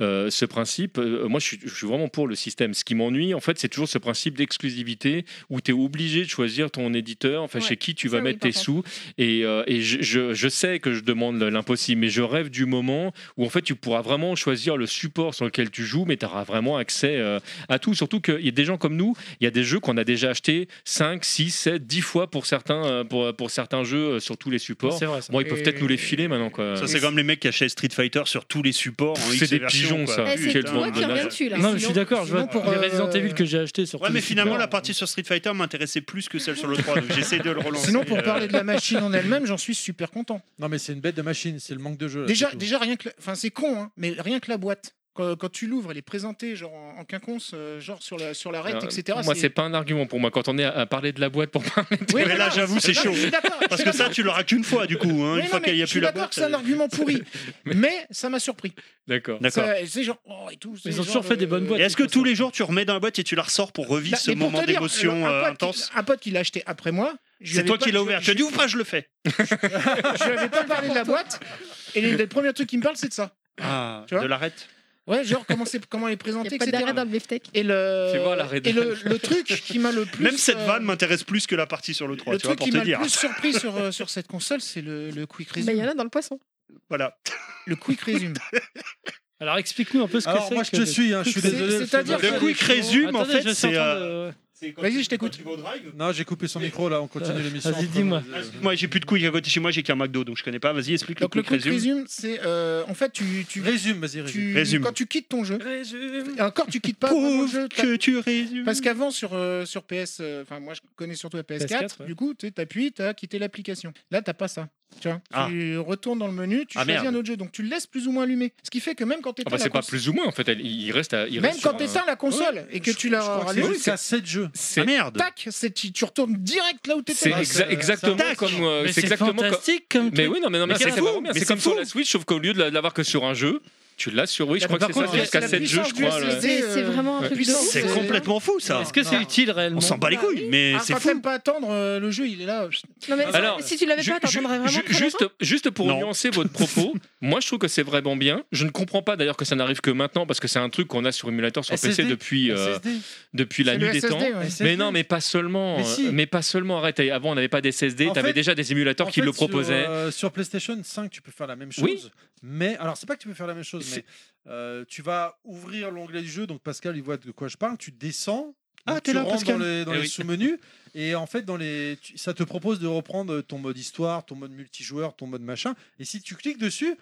euh, ce principe, euh, moi, je suis, je suis vraiment pour le système. Ce qui m'ennuie, en fait, c'est toujours ce principe d'exclusivité où tu es obligé de choisir ton éditeur, enfin, Ouais. chez qui tu Ça, vas oui, mettre par tes sous. Et, euh, et je, je- je sais que je demande l'impossible, mais je rêve du moment où, en fait, tu pourras vraiment choisir le support sur lequel tu joues, mais tu auras vraiment accès euh, à tout. Surtout qu'il y a des gens comme nous il y a des jeux qu'on a déjà achetés 5, 6, 7, 10 fois pour certains, euh, pour, pour certains jeux euh, sur tous les supports. C'est vrai, ça. Bon, ils peuvent Et- peut-être nous les filer maintenant. Quoi. Ça, c'est comme les mecs qui achètent Street Fighter sur tous les supports. en C'est X des version, pigeons, quoi. ça. Eh, C'est Quel toi qui dommage. reviens dessus là. Non, mais je sinon- suis d'accord, je vois. sinon, pour, les euh, Resident Evil que j'ai acheté sur Ouais, tous mais les finalement, supports, la partie sur Street Fighter m'intéressait plus que celle sur le 3, donc j'essaie de le relancer. Sinon, pour euh, parler de la machine en elle-même, j'en suis super content. Non, mais c'est une bête de machine, c'est le manque de jeu. là, Déjà, c'est tout. déjà rien que, la- enfin c'est con, hein, mais rien que la boîte. Quand, quand tu l'ouvres, elle est présentée genre en, en quinconce, euh, genre sur la sur l'arête, Euh, etc. moi, c'est pas un argument pour moi. Quand on est à, à parler de la boîte pour parler de- Oui, Mais là, non, j'avoue, c'est non, chaud. Je suis d'accord. je Parce suis que ça, tu l'auras qu'une fois, du coup. hein, d'accord. Une Oui, fois non, qu'il n'y mais a plus je suis la d'accord boîte. que c'est un euh, argument pourri, mais ça m'a surpris. D'accord. D'accord. Ça- C'est genre oh, et tout. c'est Ils ont genre toujours fait le- des bonnes boîtes. Et est-ce que tous les jours tu remets dans la boîte et tu la ressors pour revivre Bah, ce mais pour moment te dire, d'émotion un euh, pote qui- intense Un pote qui l'a acheté après moi. je lui C'est avais toi pas- qui l'as je- ouvert. Tu Je as dit ou pas, je le fais. je lui avais pas parlé de la boîte. Et les, les premiers trucs qui me parlent, c'est de ça. Ah, Tu vois de l'arête. Ouais, genre comment, c'est- comment elle est Il n'y présentée, a pas etc. d'arrêt dans le beefsteak. Et le, Tu vois, la raid- et le, le truc qui m'a le plus. Même cette euh, vanne m'intéresse plus que la partie sur le 3, Le tu vois, truc pour qui te m'a le dire. plus surpris sur, euh, sur cette console, c'est le, le quick Mais resume. il Bah, y en a dans le poisson. Voilà. Le quick resume. Alors, explique-nous un peu ce que c'est. Alors, moi, je que te le- suis, hein, je suis C'est- désolé. c'est-à-dire parce que- Le quick résume, en Attendez, je fait, suis c'est. en train euh, de- Vas-y, je t'écoute. Non, j'ai coupé son micro là, on continue l'émission. euh, vas-y, dis-moi. Moi, j'ai plus de quick à côté chez moi, j'ai qu'un McDo, donc je connais pas. Vas-y, explique le Donc le quick quick résume. resume, c'est euh, en fait tu, tu, Résume, vas-y, résume. tu- Résume. quand tu quittes ton jeu. Résume. Et encore tu quittes pas vraiment le Prouve jeu. t'as- que tu résumes. Parce qu'avant sur euh, sur PS, euh, enfin moi je connais surtout la PS4. PS4, ouais. Du coup, tu appuies, tu as quitté l'application. Là, t'as pas ça. Tu, vois, Ah. tu retournes dans le menu, tu Ah, choisis merde. un autre jeu, donc tu le laisses plus ou moins allumé. Ce qui fait que même quand tu Ah bah, c'est pas plus ou moins en fait. Elle- il reste à. il même reste quand sur un- t'éteins la console et que tu la Je crois que rallumes, c'est jusqu'à 7 jeux. Ah, merde. tac, c'est- tu, tu retournes direct là où t'étais. C'est étais exa- exactement Tac. comme. euh, Mais c'est c'est exactement comme. fantastique comme Mais truc. oui, non, mais, non, mais Mais c'est c'est c'est fou. vraiment bien. Mais C'est comme c'est sur fou. la Switch, sauf qu'au lieu de la- de l'avoir que sur un jeu, Tu l'as sur oui, je Mais crois que par c'est contre, ça, c'est c'est jusqu'à la 7 jeux, puissance je du crois. là. SSD. C'est c'est euh, vraiment un ouais. truc de ouf. C'est complètement fou ça. Est-ce que c'est Non. utile réellement On s'en bat les couilles, mais Ah, c'est quand fou. t'aimes pas attendre, euh, le jeu il est là. Non, mais Alors, si tu l'avais Ju- pas, ju- t'attendrais vraiment ju- très juste, juste pour Non. nuancer votre propos, moi je trouve que c'est vraiment bien. Je ne comprends pas d'ailleurs que ça n'arrive que maintenant parce que c'est un truc qu'on a sur émulateur sur SSD. PC depuis, euh, SSD. depuis la C'est le nuit des temps. SSD, ouais. Mais non, mais pas seulement. Mais euh, si. Mais pas seulement. Arrête. Avant, on n'avait pas des SSD. En T'avais fait- déjà des émulateurs En qui fait, le sur, proposaient. euh, sur PlayStation 5, tu peux faire la même chose. Oui. Mais alors, c'est pas que tu peux faire la même chose, mais C'est- euh, tu vas ouvrir l'onglet du jeu. Donc, Pascal, il voit de quoi je parle. Tu descends. Ah, donc t'es tu là, rentres Pascal. dans les, dans Eh les oui. sous-menus. Et en fait, dans les, tu- ça te propose de reprendre ton mode histoire, ton mode multijoueur, ton mode machin. Et si tu cliques dessus,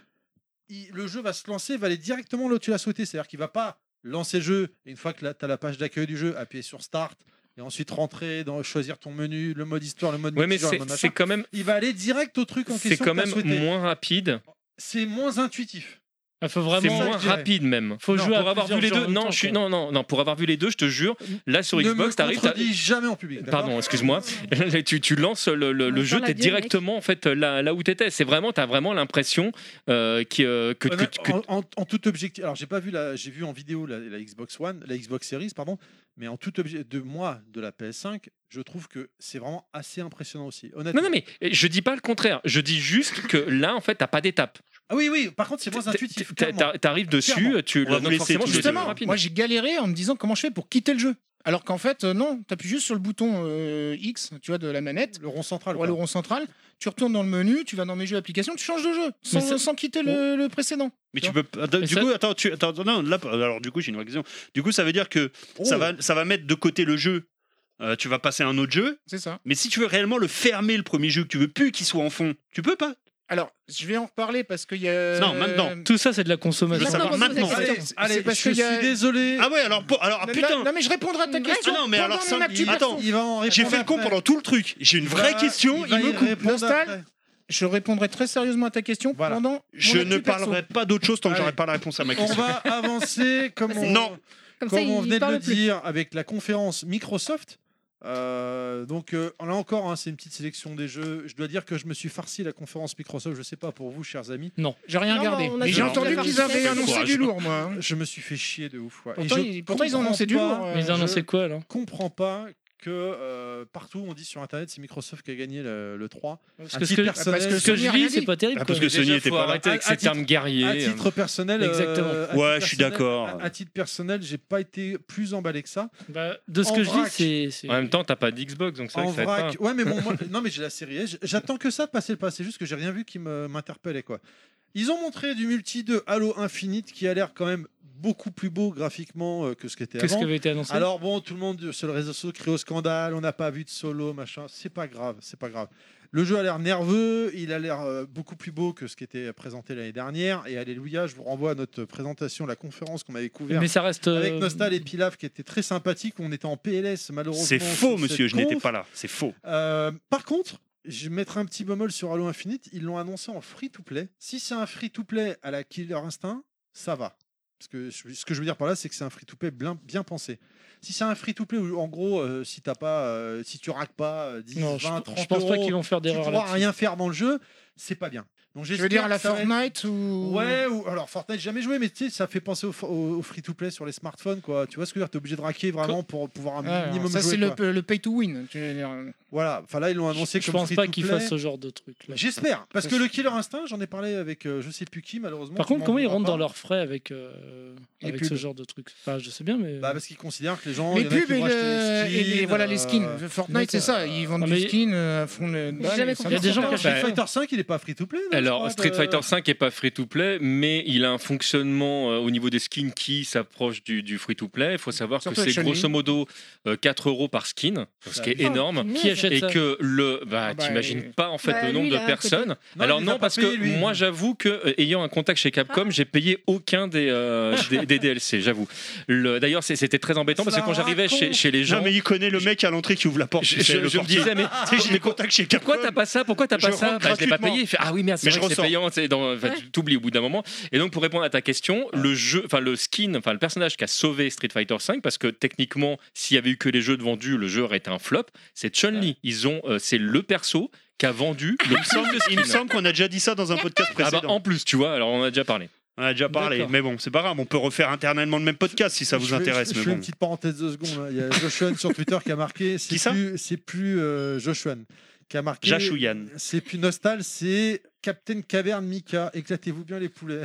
il- le jeu va se lancer, va aller directement là où tu l'as souhaité. C'est-à-dire qu'il va pas lancer le jeu. Et une fois que tu as la page d'accueil du jeu, appuyer sur Start. Et ensuite rentrer, dans, choisir ton menu, le mode histoire, le mode Ouais, mais multijoueur, le c'est mode machin c'est quand même, il va aller direct au truc en question. c'est quand que t'as même souhaité. moins rapide. C'est moins intuitif. Il faut C'est vraiment. ça que moins je dirais. rapide même. Faut Non, jouer à pour avoir vu plusieurs les jeux en deux. même Non, temps, je suis, quoi. non, non, non, pour avoir vu les deux, je te jure, là sur ne Xbox, me t'arrives. t'as- contredis jamais en public. d'accord Pardon, excuse-moi. tu, tu lances le, le- En le même jeu, temps, t'es l'adieu, mec. directement en fait là, là où t'étais. C'est vraiment, t'as vraiment l'impression euh, qui, euh, que, Ouais, que- mais que- en, en- en tout objectif. Alors j'ai pas vu la, j'ai vu en vidéo la, la Xbox One, la Xbox Series, pardon. Mais en tout objet de moi de la PS5, je trouve que c'est vraiment assez impressionnant aussi. Honnêtement. Non, non, mais je dis pas le contraire. Je dis juste que là, en fait, t'as pas d'étape. Ah oui, oui. Par contre, c'est moins T'a- intuitif. t'a- clairement. t'a- T'arrives dessus, Clairement. tu On va vous non, laisser forcément, tous je les suis deux. rapide. Moi j'ai galéré en me disant comment je fais pour quitter le jeu. Alors qu'en fait, euh, non, t'appuies juste sur le bouton euh, X, tu vois, de la manette, Le rond central. ou à quoi. le rond central, tu retournes dans le menu, tu vas dans mes jeux applications, tu changes de jeu, sans, Mais ça- sans quitter le, le précédent. Mais tu peux. attends, Du ça- coup, attends, tu, attends, non, là, alors du coup, j'ai une réaction. Du coup, ça veut dire que ça Oh. va, ça va mettre de côté le jeu. Euh, tu vas passer à un autre jeu, C'est ça. mais si tu veux réellement le fermer le premier jeu que tu veux plus qu'il soit en fond, tu peux pas. Alors, je vais en reparler parce qu'il y a. Non, maintenant. Tout ça, c'est de la Je consommation. veux Maintenant, savoir on pose la maintenant. question. Allez, allez, c'est parce je qu'il y a- suis désolé. Ah ouais, alors pour- alors ah, Non, putain. non, mais je répondrai à ta Une question. Ah non, mais pendant alors mon ça- actu il- perso. attends, Il va en J'ai répondre fait le con après. pendant tout le truc. J'ai une Il vraie va- question, Bah, il, va me y coupe. répondre Nostal, après. Je répondrai très sérieusement à ta question Voilà. pendant. mon Je actu ne perso. parlerai pas d'autre chose tant que Allez. j'aurai pas la réponse à ma On question. va avancer comme on, Non. Comme comme ça, on il venait de parle le plus. dire avec la conférence Microsoft. euh, donc euh, là encore, hein, c'est une petite sélection des jeux. Je dois dire que je me suis farci la conférence Microsoft. Je sais pas pour vous, chers amis. J'ai rien Non, regardé. non, on a Mais j'ai toujours entendu pas qu'ils parlé. avaient annoncé Courage. du lourd, moi. hein. Je me suis fait chier de ouf. ouais. Et Pourtant, je ils- pourtant, ils ont comprends annoncé du pas- lourd. euh, Mais ils je- annonçaient quoi alors comprends pas que euh, partout on dit sur internet c'est Microsoft qui a gagné le, le 3. Parce À que ce titre Ah que, bah, personnel- ce que je lis, c'est pas terrible. Ah, parce quoi. que Sony était faut pas là. arrêter avec À- à ces titre- termes guerriers. à titre personnel, euh, Exactement. à Ouais, titre je suis personnel- d'accord. À, à titre personnel, j'ai pas été plus emballé que ça. Bah, de ce En que je vrac. lis, c'est- c'est. En même temps, t'as pas d'Xbox, donc c'est En vrai que ça aide pas. vrac. Ouais, mais bon, moi- non, mais j'ai la série. S. J'attends que ça de passer le pas. C'est juste que j'ai rien vu qui me- m'interpellait quoi. Ils ont montré du multi de Halo Infinite qui a l'air quand même beaucoup plus beau graphiquement euh, que ce qui était Qu'est-ce avant. qui avait été annoncé Alors bon, tout le monde sur le réseau social crie au scandale, on n'a pas vu de solo, machin. C'est pas grave, c'est pas grave. Le jeu a l'air nerveux, il a l'air euh, beaucoup plus beau que ce qui était présenté l'année dernière. Et alléluia, je vous renvoie à notre présentation, la conférence qu'on avait couverte Mais ça reste. euh, avec Nostal et Pilaf qui était très sympathique. On était en PLS malheureusement. C'est faux, sur cette monsieur, je n'étais conf. pas là. C'est faux. Euh, par contre, je mettrai un petit bémol sur Halo Infinite. Ils l'ont annoncé en free-to-play. Si c'est un free-to-play à la Killer Instinct, ça va. Parce que je- ce que je veux dire par là, c'est que c'est un free-to-play bien, bien pensé. Si c'est un free-to-play où, en gros, euh, si t'as pas, euh, si tu raques pas euh, 10, Non, je, 20, je 30 pense pas euros, qu'ils vont faire tu d'erreur pourras là. rien faire dans le jeu, c'est pas bien. Donc Je veux dire, à la j'espère que ça va être- Fortnite ou. Ouais, ou alors Fortnite, j'ai jamais joué, mais tu sais, ça fait penser au, au- au free-to-play sur les smartphones, quoi. Tu vois ce que je veux dire T'es obligé de raquer vraiment pour pouvoir un Ah, alors, minimum ça, jouer. c'est le, quoi. le pay to win. tu veux dire. Voilà, enfin là, ils l'ont annoncé Je comme pense pas qu'ils free-to-play. fassent ce genre de truc. Bah, là. J'espère, parce que le Killer Instinct, j'en ai parlé avec euh, je sais plus qui, malheureusement. Par tu contre, m'en comment ils voudras rentrent pas. dans leurs frais avec, euh, Les avec pubs. ce genre de truc Enfin, je sais bien, mais. Bah, parce qu'ils considèrent que les gens. Les il y en a qui pubs et, vont le- acheter des et les- voilà, les skins. euh, Ah, Fortnite, c'est ça. Ils vendent Non, des mais- skins euh, à fond. Le... balle, jamais et ça compris. Il y a des gens marche. qui achètent- Street Fighter 5, il est pas free to play. non, je Alors, crois, Street de- Fighter 5 est pas free-to-play, mais il a un fonctionnement euh, au niveau des skins qui s'approche du, du free-to-play. Il faut savoir Surtout que avec c'est Chun-Li. grosso modo euh, 4 euros par skin, ce qui est Ah, énorme. Qui achète et ça que le bah, Ah bah, t'imagines et- pas en fait Bah, le lui, nombre il a de un personnes Non, alors il les a pas non parce payés, que lui. moi j'avoue que euh, ayant un contact chez Capcom j'ai payé aucun des, euh, des, des DLC j'avoue Le- d'ailleurs c'est- c'était très embêtant parce que Ça quand j'arrivais chez, raconte. chez les gens Non, mais il connaît le mec à l'entrée qui ouvre la porte. je, tu sais, je- le je me portier. disais mais Tu sais, j'ai les contacts chez Capcom. pourquoi t'as pas ça Pourquoi t'as pas Je ça rentre bah, Je l'ai pas gratuitement. payé. Il fait, ah oui, merde, Mais c'est je vrai que c'est ressors. payant. c'est Dans... Enfin, tu- T'oublies au bout d'un moment. Et donc, pour répondre à ta question, le jeu, enfin le skin, enfin le personnage qui a sauvé Street Fighter V, parce que techniquement, s'il y avait eu que les jeux de vendus, le jeu aurait été un flop. C'est Chun Li. Ils ont, euh, c'est le perso qui a vendu. Le... Il me semble, il me semble qu'on a déjà dit ça dans un podcast Ah bah, précédent. en plus, tu vois. Alors, on en a déjà parlé. On en a déjà parlé, D'accord. mais bon, c'est pas grave, on peut refaire internalement le même podcast si ça vous Je fais- intéresse. Je, je mais fais bon. une petite parenthèse de secondes. hein. Il y a Joshuan sur Twitter qui a marqué. C'est Qui ça plus, c'est plus euh, Joshuan qui a marqué. Jashouyan. C'est plus Nostal, c'est Captain Caverne Mika. Éclatez-vous bien les poulets.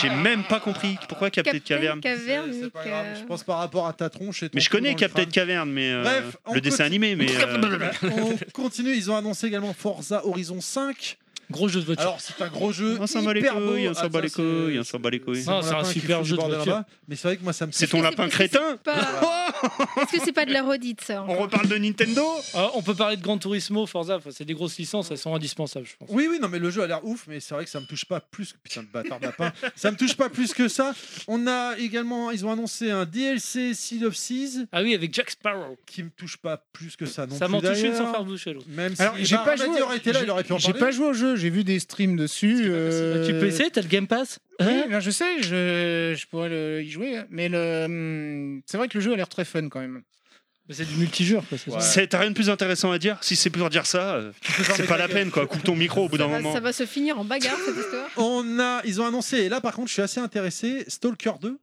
J'ai Ah. même pas compris pourquoi Captain de Caverne. Caverne, C'est- c'est pas Nick, grave. euh, Je pense par rapport à ta tronche. Et ton Mais je trou connais dans le Captain crâne. de Caverne, mais euh, Bref, on le dessin animé, mais euh, On continue. Ils ont annoncé également Forza Horizon 5. Gros jeu de voiture. Alors c'est un gros jeu. on s'en bat les hyper beau. couilles, on Ah, s'en ça, bat les c'est- couilles, on s'en bat les couilles. c'est mon Ah, c'est un lapin qui super fout du jeu de bordel voiture. là-bas. Mais c'est vrai que moi ça me. C'est ton Est-ce que lapin c'est- crétin pas- Est-ce que c'est pas de la redite ça On encore reparle de Nintendo Euh, on peut parler de Gran Turismo, Forza, enfin, c'est des grosses licences, elles sont indispensables, je pense. Oui, oui, non, mais le jeu a l'air ouf, mais c'est vrai que ça me touche pas plus. Putain de bâtard de lapin. ça me touche pas plus que ça. On a également, ils ont annoncé un DLC Seed of Seas Ah oui, avec Jack Sparrow. qui me touche pas plus que ça non ça plus. m'en touche une d'ailleurs. sans faire boucher l'autre. Même si Alors, j'ai bah, pas Ramadi joué. aurait été là, j'ai- il aurait pu en J'ai parler. pas joué au jeu, j'ai vu des streams dessus. euh, Bah, Tu peux essayer, t'as le Game Pass Oui, Hein ben, je sais, je, je pourrais le- y jouer, hein. mais le, hum, c'est vrai que le jeu a l'air très fun quand même. Mais C'est du multijoueur, quoi. c'est ça. Ouais. C'est- T'as rien de plus intéressant à dire Si c'est pour dire ça, euh, c'est pas la peine quoi. Coupe ton micro au bout d'un ça va, moment. ça va se finir en bagarre cette histoire. On a, ils ont annoncé. Et là, par contre, je suis assez intéressé. Stalker 2.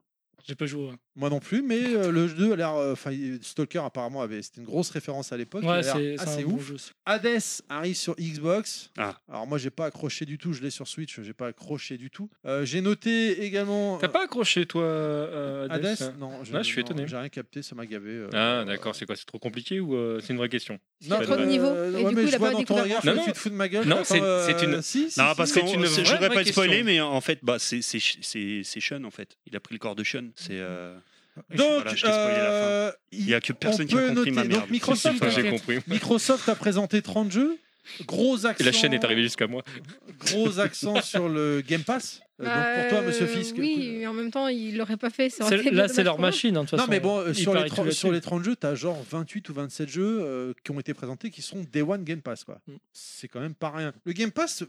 J'ai pas joué. hein. Moi non plus, mais euh, le jeu 2 a l'air. euh, Enfin, il- Stalker apparemment avait. C'était une grosse référence à l'époque. il a Ouais, l'air c'est c'est assez un bon ah, ouf. jeu aussi. Hades arrive sur Xbox. Ah. Alors moi j'ai pas accroché du tout, je l'ai sur Switch, j'ai pas accroché du tout. Euh, j'ai noté également T'as euh, pas accroché, toi, euh, Hades Hades. hein Non, Là, je suis non, étonné. J'ai rien capté, ça m'a gavé. euh, Ah, d'accord, c'est quoi C'est trop compliqué ou euh, c'est une vraie question Non, Il y a trop de euh, niveaux, ouais, et du mais coup, il je a vois pas dans ton découvert regard Non, que non. tu te fous de ma gueule. Non, Attends, c'est- euh, c'est une- Si, si, Non, si, parce si. que euh, c'est une vraie, Oh, je voudrais pas vraie te spoiler, question. mais en fait, bah, c'est c'est- c'est- c'est Sean en fait. Il a pris le corps de Sean. C'est euh, Donc, Voilà, je t'ai spoilé la fin. euh, il il- y a que personne on qui a peut compris noter. ma merde. Donc, Microsoft, Enfin, t'inquiète. J'ai compris. Microsoft a présenté 30 jeux. Gros accent, Et la chaîne est arrivée jusqu'à moi. gros accent sur le Game Pass. Euh, Donc pour toi, Bah, Monsieur euh, Fisk. Oui, mais en même temps, il l'aurait pas fait. ça aurait C'est- été Là, dommage c'est leur pour eux. machine, hein, de toute Non façon. mais bon, euh, Ils sur les, parient tro- tout sur les là-dessus. 30 jeux, t'as genre 28 ou 27 jeux euh, qui ont été présentés qui sont Day One Game Pass. quoi. Mm. C'est quand même pas rien. Le Game Pass,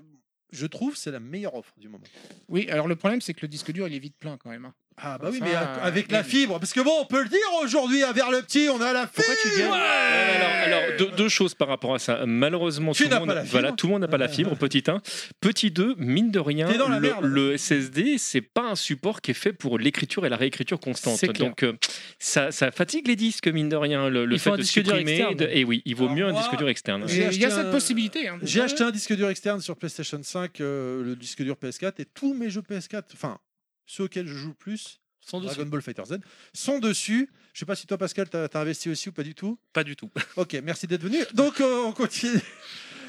je trouve, c'est la meilleure offre du moment. Oui, alors le problème c'est que le disque dur il est vite plein quand même. hein. Ah bah oui, Ça, mais a- euh, avec la oui. fibre. Parce que bon, on peut le dire aujourd'hui, à Vers le Petit, on a la fibre. Pourquoi tu gagnes Alors, alors, deux, deux choses par rapport à ça. Malheureusement, Tu tout n'as le, pas monde, la fibre. voilà, tout le monde n'a pas la fibre, petit 1. Petit 2, mine de rien, T'es dans la le, merde. le SSD, c'est pas un support qui est fait pour l'écriture et la réécriture constante. C'est clair. Donc, euh, ça, ça fatigue les disques, mine de rien, le, le Il faut fait un de disque dur supprimer. externe. et oui, il vaut Alors mieux un moi, disque dur externe. J'ai Et Il y a acheté cette un- possibilité. hein. J'ai acheté un disque dur externe sur PlayStation 5, euh, le disque dur PS4, et tous mes jeux PS4, enfin ceux auxquels je joue le plus, Sans doute. Dragon Ball Fighter Z, sont dessus. Je sais pas si toi Pascal t'as t'as investi aussi ou pas du tout. Pas du tout. Ok, merci d'être venu. Donc euh, on continue.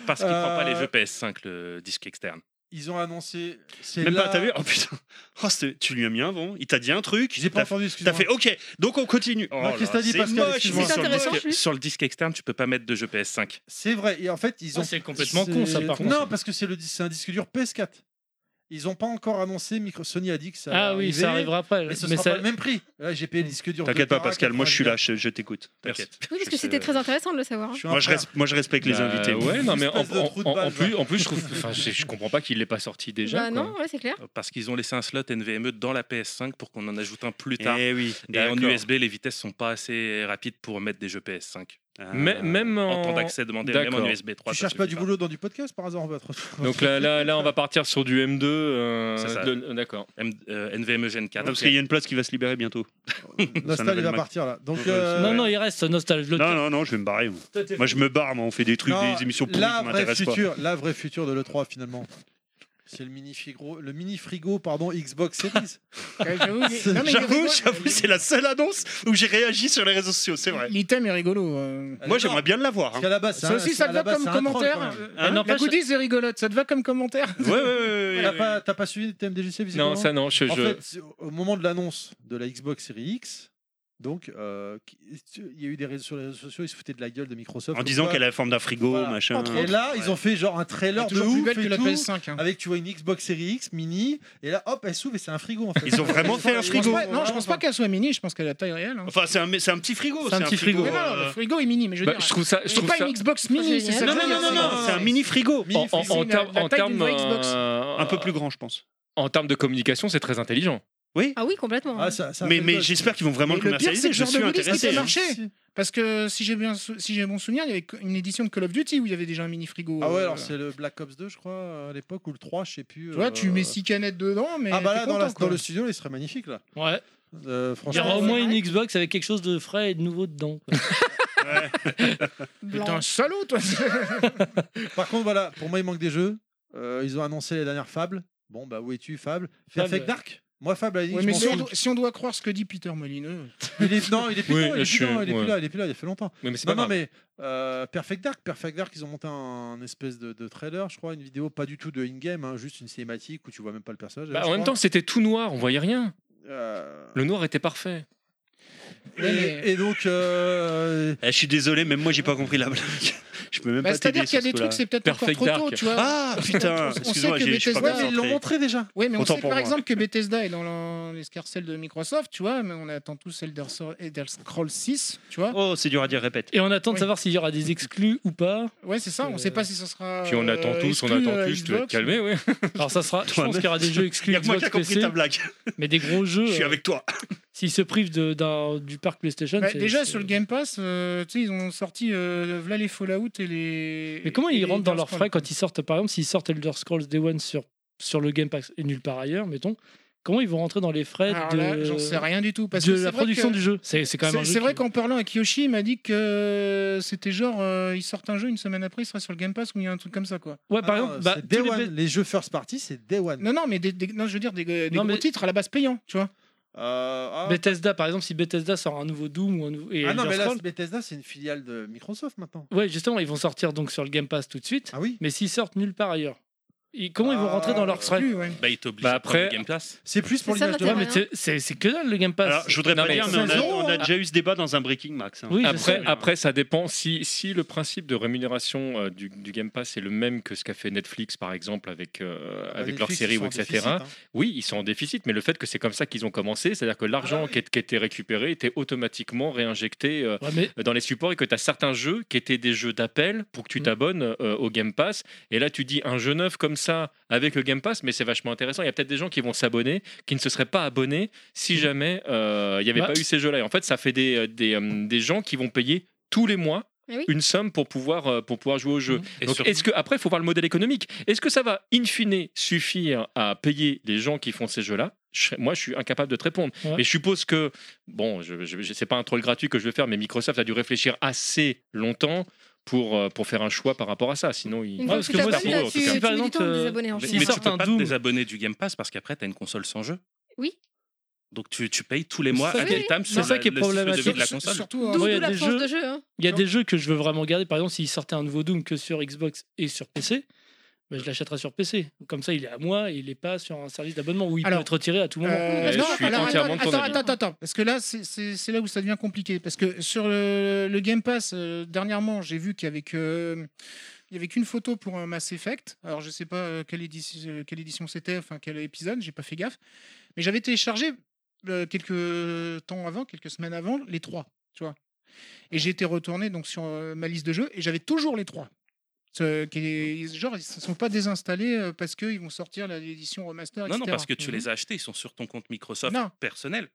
Parce qu'il prend pas les Euh, jeux PS5, le disque externe. Ils ont annoncé. c'est Même là- pas, t'as vu Oh putain Oh, c'était- Tu lui as mis un vent, il t'a dit un truc, J'ai pas t'as entendu. t'as excuse-moi. fait OK, donc on continue. Oh Non, qu'est-ce que t'as là, dit, c'est Pascal, moche, excuse-moi. C'est sur, le intéressant, disque, juste. sur le disque externe, tu peux pas mettre de jeux PS5. C'est vrai. Et en fait, ils ont. Ah, C'est complètement con, ça, par C'est- contre. Non, parce que c'est le dis- c'est un disque dur PS4. Ils ont pas encore annoncé. Micro... Sony a dit que ça. Ah oui, arrivait, ça arrivera après. Mais ce mais sera ça- pas le même prix. Là, j'ai payé le disque dur. T'inquiète de pas Pascal, moi je suis là, 80. je, je t'écoute. T'inquiète. Oui, Je parce que sais- c'était très intéressant de le savoir. hein. Je suis un Moi je, frère. res- moi je respecte les Bah, invités. ouais, non, mais en, Espèce de en- trou de en- en balle, plus, va. en plus, je trouve, enfin, je, je comprends pas qu'il l'ait pas sorti déjà. bah quoi. non, ouais, c'est clair. Parce qu'ils ont laissé un slot NVMe E dans la PS5 pour qu'on en ajoute un plus tard. Et, Eh oui, en d'accord. USB, les vitesses sont pas assez rapides pour mettre des jeux PS5. Ah. Euh, Mais- même En temps en, d'accès demandé, même en D'accord. USB 3. Tu ça cherches pas suffit du boulot dans du podcast par hasard on va te Donc là, là, là, on va partir sur du M2. euh, C'est ça. de- D'accord. M- euh, NVMe Gen 4. Ah, parce qu'il y a une place qui va se libérer bientôt. Nostal il va partir là. Donc Ouais, euh, Non, non, il reste Nostal. le- Non, non, non, je vais me barrer. moi. Moi, je me barre, moi. On fait des trucs, non, des émissions pourries la qui vraie m'intéressent pas. future, la vraie future de le 3 finalement. C'est le mini frigo, le mini frigo pardon Xbox Series. Ouais, j'avoue, mais- non, mais il est J'avoue, rigolo. j'avoue, c'est la seule annonce où j'ai réagi sur les réseaux sociaux, c'est vrai. L'item est rigolo. euh. Elle est Moi, énorme. j'aimerais bien l'avoir. Parce Hein. qu'à la base, c'est Ça un- aussi, c'est- ça à te la va base, comme c'est un troll, quand commentaire. même. Ah Euh, Elle La n'empêche- goodies est rigolote, ça te va comme commentaire. Ouais, ouais, ouais, ouais, T'as ouais. pas, t'as pas suivi le TMDJC visiblement Non, ça non. Je, En je- fait, au moment de l'annonce de la Xbox Series X, donc euh, qui- il y a eu des réseaux sur les réseaux sociaux, ils se foutaient de la gueule de Microsoft. En comme disant quoi. qu'elle a la forme d'un frigo, Voilà. machin. Et là, ils ont fait genre un Elle trailer est de toujours plus ouf belle que et la tout, Ah, PS5. hein. avec tu vois une Xbox Series X mini, et là hop, elle s'ouvre et c'est un frigo. En fait. Ils ont vraiment fait un Je pense frigo. pas- Non, je pense pas qu'elle soit mini, je pense qu'elle a la taille réelle. hein. Enfin, c'est un, c'est un petit frigo. C'est un petit frigo. Mais non, euh, le frigo est mini, mais je veux bah, dire. je trouve ça. Je C'est trouve pas ça une Xbox mini, c'est ça. Non, que non, je veux non, non, dire, c'est- non, c'est un mini frigo. Mini en, en- en c'est la- termes- la en taille d'une termes, vraie Xbox. euh, Un peu plus grand, je pense. En termes de communication, c'est très intelligent. Ah oui, complètement. Ah, ça, ça mais fait mais buzz. j'espère qu'ils vont vraiment Mais le le pire, c'est commercialiser. que Je genre de suis release qui intéressé. peut hein. marcher. Parce que si j'ai bien, sou- si j'ai bon souvenir, il y avait une édition de Call of Duty où il y avait déjà un mini frigo. Ah ouais, euh, alors c'est le Black Ops 2, je crois, à l'époque, ou le 3, je sais plus. euh, Tu vois, tu mets six canettes dedans, mais. Ah bah t'es là, dans, la- content, quoi. dans le studio, il serait magnifique, là. Ouais. Euh, Il y franchement. aura au Ouais. moins une Xbox avec quelque chose de frais et de nouveau dedans. quoi. Mais Blanc. T'es un salaud, toi Par contre, voilà, pour moi, il manque des jeux. Euh, ils ont annoncé les dernières Fables. Bon, bah, où es-tu, Fable Faire Fable. Fake Dark Moi, Fable, à la limite, Ouais, mais je si m'en on, fous. doit, si on doit croire ce que dit Peter Molineux. Il est, non, il est plus, Oui, dedans, il est je plus, dedans, suis- il est plus ouais. là, il est plus là, il y a fait longtemps. Oui, mais c'est Non, pas non, grave. mais euh, Perfect Dark, Perfect Dark, ils ont monté un, espèce de, de trailer, je crois, une vidéo pas du tout de in-game, hein, juste une cinématique où tu vois même pas le personnage. Bah, je en même crois. temps, c'était tout noir, on voyait rien. Euh, Le noir était parfait. et, et donc, euh, Eh, je suis désolé, même moi j'ai pas compris la blague. Je peux même Bah, pas t'aider. C'est-à-dire qu'il y a sur des ce trucs, c'est peut-être encore Perfect trop tôt, Dark. tu vois. Ah On- on putain, sait excuse-moi, que j'ai- je suis pas Bethesda- ouais, mais ils concentré. l'ont montré déjà. Oui, mais on Autant sait pour par moi. exemple que Bethesda est dans l'en- l'escarcelle de Microsoft, tu vois, mais on attend tous Elder, So- Elder Scrolls 6, tu vois. Oh, c'est dur à dire, répète. Et on attend de Oui. savoir s'il y aura des exclus ou pas. Ouais, c'est ça, on Euh, sait pas si ça sera. Puis on euh, attend tous, on exclu, attend euh, tous, tu dois te Xbox. calmer, oui. Alors ça sera, je Toi, pense mais- qu'il y aura des jeux Il exclus y a que moi qui Xbox a compris PC, ta blague. mais des gros jeux. Je suis euh, avec toi. S'ils se privent de- d'un- du parc PlayStation, Bah, c'est- déjà c'est- sur le Game Pass, euh, tu sais, ils ont sorti euh, voilà les Fallout et les. Mais comment et ils les rentrent dans Elder leurs Scrolls, frais quoi. quand ils sortent, par exemple, s'ils sortent Elder Scrolls Day One sur, sur le Game Pass et nulle part ailleurs, mettons, comment ils vont rentrer dans les frais Alors de, là, j'en sais rien du tout parce de que c'est la vrai production que- du jeu C'est c'est quand même un C'est jeu c'est vrai qui- qu'en parlant avec Yoshi, il m'a dit que c'était genre, euh, ils sortent un jeu une semaine après, il sera sur le Game Pass ou il y a un truc comme ça, quoi. Ouais, par Ah non, exemple, bah, c'est Day tous les One. Les... ba- jeux first party, c'est Day One. Non, non, mais des, des- non, je veux dire des, des Non, gros mais- titres à la base payants, tu vois. Euh, ah, Bethesda, par exemple, si Bethesda sort un nouveau Doom ou un nouveau. et ah non, Elder mais là, Scrolls- Bethesda, c'est une filiale de Microsoft maintenant. Ouais, justement, ils vont sortir donc sur le Game Pass tout de suite, Ah oui mais s'ils sortent nulle part ailleurs, ils- comment ils vont rentrer dans leurs frais Exclu, Ah, ouais. Bah, il t'oblige Bah, à prendre le après- Game Pass. C'est plus pour C'est ça, l'image de Ouais, marque. mais c'est- c'est c'est que dalle le Game Pass. Alors, je voudrais Non, pas mais- dire, mais on a, Saison, on a hein. déjà eu ce débat dans un Breaking Max. hein. Oui, je sais, Après, mais- après, ça dépend. Si, si le principe de rémunération euh, du, du Game Pass est le même que ce qu'a fait Netflix, par exemple, avec, euh, avec leur Bah, Netflix, série ils sont ou en etc., déficit, hein. oui, ils sont en déficit, mais le fait que c'est comme ça qu'ils ont commencé, c'est-à-dire que Ah l'argent qui, est- qui était récupéré était automatiquement réinjecté euh, Ouais, mais dans les supports et que tu as certains jeux qui étaient des jeux d'appel pour que tu Mm. t'abonnes euh, au Game Pass. Et là, tu dis un jeu neuf comme ça avec le Game Pass, mais c'est vachement intéressant. Il y a peut-être des gens qui vont s'abonner, qui ne se seraient pas abonnés si jamais euh, il n'y avait Mm. Bah. pas eu ces jeux-là. Et en fait, ça fait des, euh, des, euh, des gens qui vont payer tous les mois Eh oui. une somme pour pouvoir, euh, pour pouvoir jouer au jeu. Mm. Et Donc, surtout- est-ce que après, il faut voir le modèle économique. Est-ce que ça va in fine suffire à payer les gens qui font ces jeux-là Je serais- Moi, je suis incapable de te répondre. Ouais. Mais je suppose que bon, je, je, je- c'est pas un troll gratuit que je vais faire, mais Microsoft a dû réfléchir assez longtemps pour euh, pour faire un choix par rapport à ça. Sinon, Une il... Ah, fois parce que que tu moi, t'abonnes, c'est- là, tu, c'est- tu par mets du exemple, temps à euh, désabonner en Mais, S'ils mais général. tu sortent peux un pas Doom. te désabonner du Game Pass parce qu'après, t'as une console sans jeu. Oui. Donc tu, tu payes tous les mois C'est à ça quel qui- time c'est sur ça la- qui est le cycle de vie problématique. de la console. Surtout, D'où hein, d'où Ouais, il y a la des force jeux- de jeu. hein. Il y a Genre- des jeux que je veux vraiment garder. Par exemple, s'ils sortaient un nouveau Doom que sur Xbox et sur PC, ben, je l'achèterais sur PC. Comme ça, il est à moi et il n'est pas sur un service d'abonnement où il Alors, peut être retiré à tout moment. Euh, Ouais, non, je suis alors, entièrement de ton attends, avis. attends, attends, attends, parce que là, c'est- c'est c'est là où ça devient compliqué. Parce que sur le, le Game Pass, euh, dernièrement, j'ai vu qu'il y avait que- il y avait qu'une photo pour un Mass Effect. Alors, je sais pas euh, quelle édition, euh, quelle édition c'était, enfin quel épisode, j'ai pas fait gaffe. Mais j'avais téléchargé euh, quelques temps avant, quelques semaines avant, les trois, tu vois. Et j'ai été retourné donc sur euh, ma liste de jeux et j'avais toujours les trois. Ce- qui- Genre, ils ne sont pas désinstallés euh, parce qu'ils vont sortir la- l'édition remaster. Non, non, etc.. parce que tu Mhm. les as achetés, ils sont sur ton compte Microsoft Non. personnel.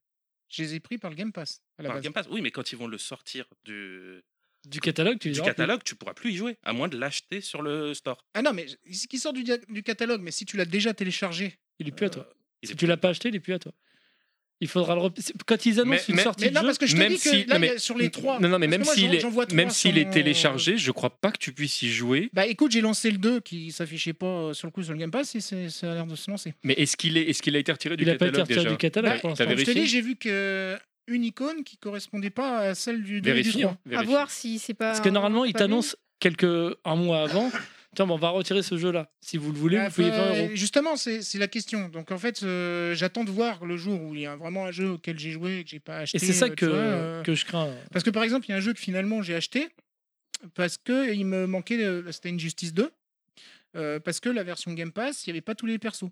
Je les ai pris par le Game Pass. À la Par base. Game Pass. Oui, mais quand ils vont le sortir du, du catalogue, tu oh, les du auras plus. catalogue, tu pourras plus y jouer, à moins de l'acheter sur le store. Ah non, mais ce qui sort du, dia- du catalogue, mais si tu l'as déjà téléchargé. Il est plus à toi. Il est Si plus tu l'as pas acheté, il est plus à toi. Il faudra le rep- c'est- Quand ils annoncent Mais- une mais- sortie Mais de non, jeu, parce que je te même dis que si- là, non, mais- il y a sur les trois. non, non, parce mais que même moi, s'il j'en- est j'en vois trois même s'il sur est mon- téléchargé, je crois pas que tu puisses y jouer. Bah écoute, j'ai lancé le 2 qui s'affichait pas euh, sur le coup sur le Game Pass et c'est- ça a l'air de se lancer. Mais est-ce qu'il est est-ce qu'il a été retiré du il n'a pas été catalogue retiré déjà du catalogue. Bah, pour l'instant. t'as Comme je te vérifié dis, j'ai vu que euh, une icône qui correspondait pas à celle du 2 et du Vérifie. 3. hein, À vérifie. voir si c'est pas. Parce que un- normalement, ils pas bien. t'annoncent quelques un mois avant. Tiens, ben, on va retirer ce jeu-là. Si vous le voulez, Ah, vous payez 20 euros. bah, Justement, c'est c'est la question. Donc en fait, euh, j'attends de voir le jour où il y a vraiment un jeu auquel j'ai joué et que j'ai pas Et acheté. c'est ça euh, tu vois, que, euh, que je crains. Parce que par exemple, il y a un jeu que finalement j'ai acheté parce que il me manquait, euh, c'était Injustice 2, euh, parce que la version Game Pass, il n'y avait pas tous les persos.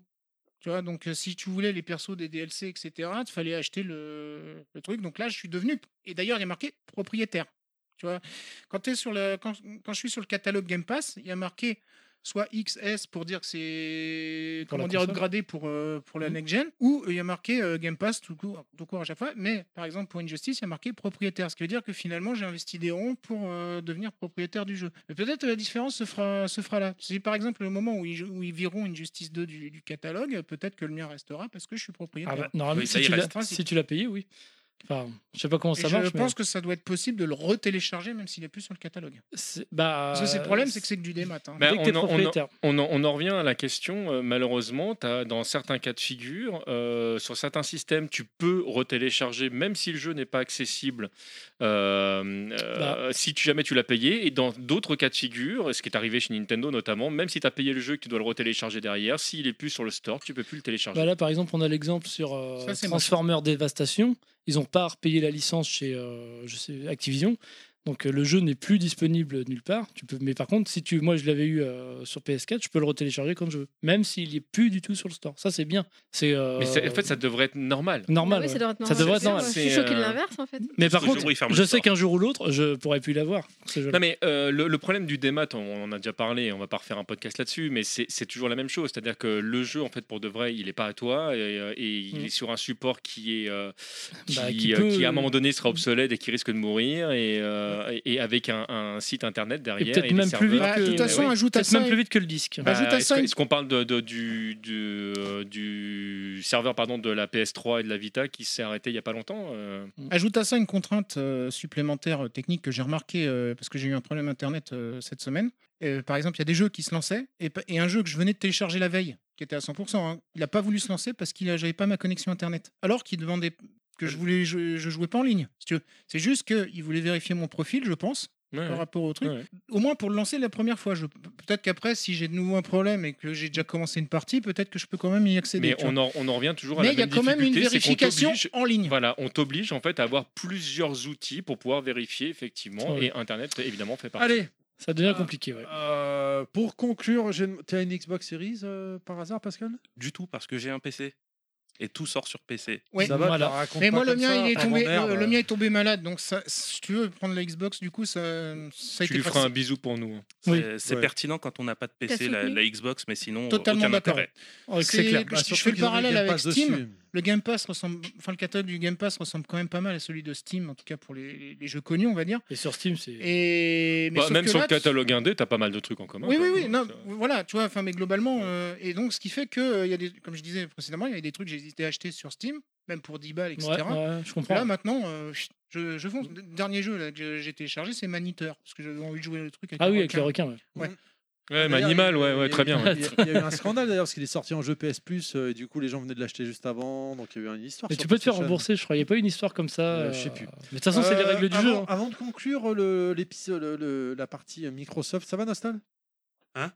Tu vois, donc euh, si tu voulais les persos des DLC, etc., il fallait acheter le, le truc. Donc là, je suis devenu, et d'ailleurs, il y a marqué propriétaire. Tu vois, quand, es sur le, quand, quand je suis sur le catalogue Game Pass, il y a marqué soit XS pour dire que c'est Pour la comment dire console. upgradé pour euh, pour Mmh la next gen, ou il y a marqué euh, Game Pass tout court, tout court à chaque fois. Mais par exemple pour Injustice, il y a marqué propriétaire, ce qui veut dire que finalement j'ai investi des ronds pour euh, devenir propriétaire du jeu. Mais peut-être euh, la différence se fera se fera là. Si par exemple le moment où ils, où ils viront Injustice 2 du, du catalogue, peut-être que le mien restera parce que je suis propriétaire. Ah bah, normalement, Oui, ça si, y tu reste. l'as, si tu l'as payé, oui. Enfin, je sais pas comment Et ça marche. je pense que ça doit être possible de le retélécharger même s'il n'est plus sur le catalogue. mais c'est- bah, Parce que c'est le problème, c'est que c'est que du démat. hein. Bah, dès que t'es on en- on en- propriétaire. On en, on en revient à la question, euh, malheureusement, as, dans certains cas de figure, euh, sur certains systèmes, tu peux retélécharger, même si le jeu n'est pas accessible, euh, Bah. euh, si tu, jamais tu l'as payé. Et dans d'autres cas de figure, ce qui est arrivé chez Nintendo notamment, même si tu as payé le jeu et que tu dois le retélécharger derrière, s'il est plus sur le store, tu peux plus le télécharger. Bah là, par exemple, on a l'exemple sur euh, Ça, c'est Transformers Devastation. Ils ont pas repayé la licence chez euh, je sais, Activision. Donc euh, le jeu n'est plus disponible nulle part. Tu peux, mais par contre, si tu, moi je l'avais eu euh, sur PS4, je peux le retélécharger quand je veux, même s'il n'y est plus du tout sur le store. Ça c'est bien. C'est euh, Mais c'est- en fait, ça devrait être normal. normal. Ah oui, ça ouais. devrait être Ça normal. devrait Bien être sûr, normal. Je suis C'est, choqué de euh, l'inverse en fait. Mais par Jusqu'au contre, jour où ils ferment je le sais store. qu'un jour ou l'autre, je pourrais plus l'avoir. ce jeu-là. Non mais euh, le, le problème du démat, on, on en a déjà parlé, on va pas refaire un podcast là-dessus, mais c'est c'est toujours la même chose, c'est-à-dire que le jeu en fait pour de vrai, il est pas à toi et, euh, et il Mm. est sur un support qui est euh, qui, Bah, qui euh, peut- qui, à un moment donné Mm. sera obsolète et qui risque de mourir et, euh, et- et avec un, un site internet derrière peut-être des même plus vite serveurs. Bah, de toute que- façon, oui. ajoute à peut-être ça même plus vite que le disque. Bah, Ajoute à Est-ce ça que- une- est-ce qu'on parle de- de- du, du, euh, du serveur pardon, de la PS3 et de la Vita qui s'est arrêté il y a pas longtemps euh, Ajoute à ça une contrainte euh, supplémentaire euh, technique que j'ai remarquée euh, parce que j'ai eu un problème internet euh, cette semaine. Euh, par exemple, il y a des jeux qui se lançaient et, pa- et un jeu que je venais de télécharger la veille, qui était à 100%, hein, il n'a pas voulu se lancer parce qu'il n'avait pas ma connexion internet. Alors qu'il demandait que je voulais, je, je jouais pas en ligne. si tu veux. C'est juste qu'il voulait vérifier mon profil, je pense, ouais, par ouais. rapport au truc. Ouais. Au moins pour le lancer la première fois. Je... Peut-être qu'après, si j'ai de nouveau un problème et que j'ai déjà commencé une partie, peut-être que je peux quand même y accéder. Mais tu vois. on en, on en revient toujours à Mais la il y a même quand même une difficulté, c'est qu'on vérification t'oblige- en ligne. Voilà, on t'oblige en fait à avoir plusieurs outils pour pouvoir vérifier effectivement Ouais. et Internet évidemment fait partie. Allez, Ça devient Ah. compliqué. Ouais. euh, pour conclure, j'ai une- t'as une Xbox Series euh, par hasard, Pascal Du tout, parce que j'ai un PC. Et tout sort sur PC. Ouais. Ça va, Voilà. tu la racontes Mais pas moi, le comme mien, ça, il est par tombé, grand-mère, le, le euh. mien est tombé malade. Donc, ça, si tu veux prendre la Xbox, du coup, ça, ça a Tu été lui feras facile. un bisou pour nous. hein. C'est Oui. c'est Ouais. pertinent quand on n'a pas de PC, la, soutenu la Xbox, mais sinon, euh, Totalement aucun d'accord. Oh, intérêt. Ouais, c'est- c'est clair. je- Bah, je surtout fais le qu'ils ont mis parallèle Game avec Pass dessus. Steam. Le Game Pass ressemble, enfin, le catalogue du Game Pass ressemble quand même pas mal à celui de Steam, en tout cas pour les, les jeux connus, on va dire. Et sur Steam, c'est. Et mais Bah, sauf même que sur là, le catalogue indé, t'as pas mal de trucs en commun. Oui, quand oui, oui. même. Non, Ça- voilà, tu vois, enfin, mais globalement, euh, et donc, ce qui fait que, euh, il y a des, comme je disais précédemment, il y a des trucs que j'ai hésité à acheter sur Steam, même pour 10 balles, etc. Ouais, ouais, je comprends. Là maintenant, euh, chut, je, je fonce. Dernier jeu là, que j'ai- j'ai téléchargé, c'est Maniteur, parce que j'avais envie de jouer le truc. Avec ah le oui, avec requin. le requin. ouais. Ouais, mais D'ailleurs, Animal, il y a eu- ouais, ouais, il y a très eu- bien. Il y a- il y a eu un scandale d'ailleurs, parce qu'il est sorti en jeu PS Plus, euh, et du coup, les gens venaient de l'acheter juste avant, donc il y a eu une histoire. Mais sur tu peux te faire PlayStation. rembourser, je crois. Il n'y a pas une histoire comme ça. Euh, je sais euh, plus. Mais de toute façon, c'est les Euh, règles du avant, jeu. hein. Avant de conclure euh, le, l'épisode- le- le- la partie euh, Microsoft, ça va Nostal Hein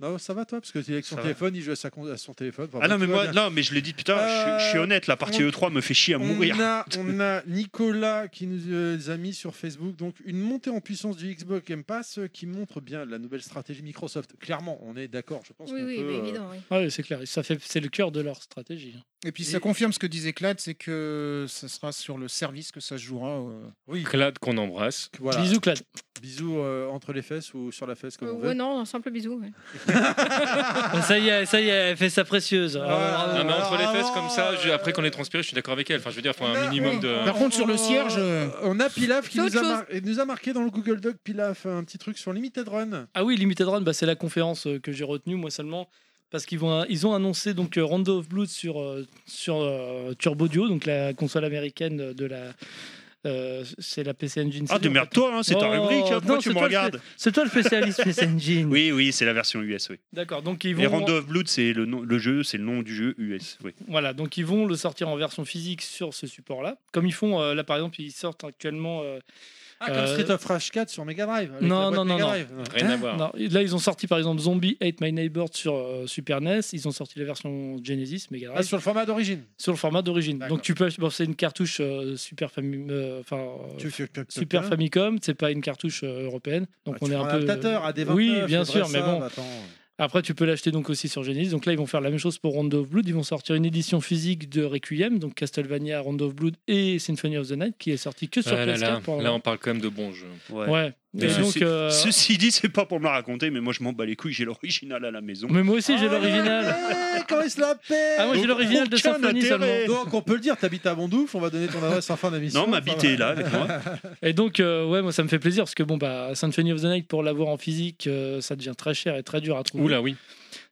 Non, ça va toi Parce que tu es avec son Ça va. téléphone, il joue à, sa con- à son téléphone. Enfin, Ah bon, non, mais tout va moi, bien. non, mais je l'ai dit, putain, je, je suis Euh, honnête, la partie on- E3 me fait chier à mourir. On a, on a Nicolas qui nous euh, a mis sur Facebook donc une montée en puissance du Xbox Game Pass euh, qui montre bien la nouvelle stratégie Microsoft. Clairement, on est d'accord, je pense Oui, qu'on oui, peut, mais euh, évident. oui. Ouais, c'est clair. Ça fait, c'est le cœur de leur stratégie. hein. Et puis ça Et- confirme ce que disait Clad, c'est que ça sera sur le service que ça se jouera. euh. Clad qu'on embrasse. voilà. Bisous, Bisous, Clad. euh, entre les fesses ou sur la fesse comme Euh, on ouais, veut. non, un simple bisou. ouais. Ah, Ah, ça y est, ça y est, elle fait sa précieuse. Voilà. Alors, Non, mais entre les Alors, fesses comme ça, je- euh, après qu'on ait transpiré, je suis d'accord avec elle. Enfin, je veux dire, faut On un a- minimum de. Par contre, sur le on- cierge, euh, On a Pilaf qui C'est nous autre a, chose. mar- et nous a marqué dans le Google Doc Pilaf un petit truc sur Limited Run. Ah oui, Limited Run, bah, c'est la conférence euh, que j'ai retenue, moi seulement. Parce qu'ils vont, ils ont annoncé donc euh, Rondo of Blood sur, euh, sur euh, Turbo Duo, donc la console américaine de la. euh, c'est la PC Engine. Ah, c'est dur, en fait. démerde-toi, hein, c'est ta Oh, rubrique, hein, pourquoi non, tu c'est me toi le regardes C'est toi le spécialiste PC Engine. Oui, oui, c'est la version US, oui. D'accord, donc ils vont. Et Rondo of Blood, c'est le, nom- le jeu, c'est le nom du jeu US, oui. Voilà, donc ils vont le sortir en version physique sur ce support-là. Comme ils font, euh, là par exemple, ils sortent actuellement. euh, Ah, comme Euh, Street of Rage 4 sur Mega Drive. avec non, la boîte non, non, Mega non. Drive. Rien à voir. Ah. non, là, ils ont sorti par exemple Zombie Hate My Neighbor sur euh, Super NES. Ils ont sorti la version Genesis, Mega Ah, Drive, sur le format d'origine. sur le format d'origine. D'accord. Donc tu peux. Bon, c'est une cartouche euh, Super Famicom. Enfin. euh, Tu fais- tu- tu- Super tu- Famicom, c'est pas une cartouche euh, européenne, donc Ah, on tu est prends un peu. adaptateur à des oui, bien sûr, mais bon. attends. Après, tu peux l'acheter donc aussi sur Genesis. Donc là, ils vont faire la même chose pour Rondo of Blood. Ils vont sortir une édition physique de Requiem, donc Castlevania, Rondo of Blood et Symphony of the Night, qui est sorti que sur Ah là, PS4. là, pour le là, on moment. parle quand même de bons jeux. Ouais. Et Euh, donc, ceci- euh, Ceci dit, c'est pas pour me la raconter, mais moi je m'en bats les couilles, j'ai l'original à la maison. mais moi aussi j'ai l'original. Ah, Quand il se la pète Ah, moi j'ai Donc, l'original de Ah, aucun Symphonie intérêt. seulement. Donc on peut le dire, t'habites à Bondoufle, on va donner ton adresse en fin d'émission. Non, ma bite est là avec moi. Et donc, euh, ouais, moi ça me fait plaisir parce que bon, bah, Symphony of the Night pour l'avoir en physique, euh, ça devient très cher et très dur à trouver. Oula, oui.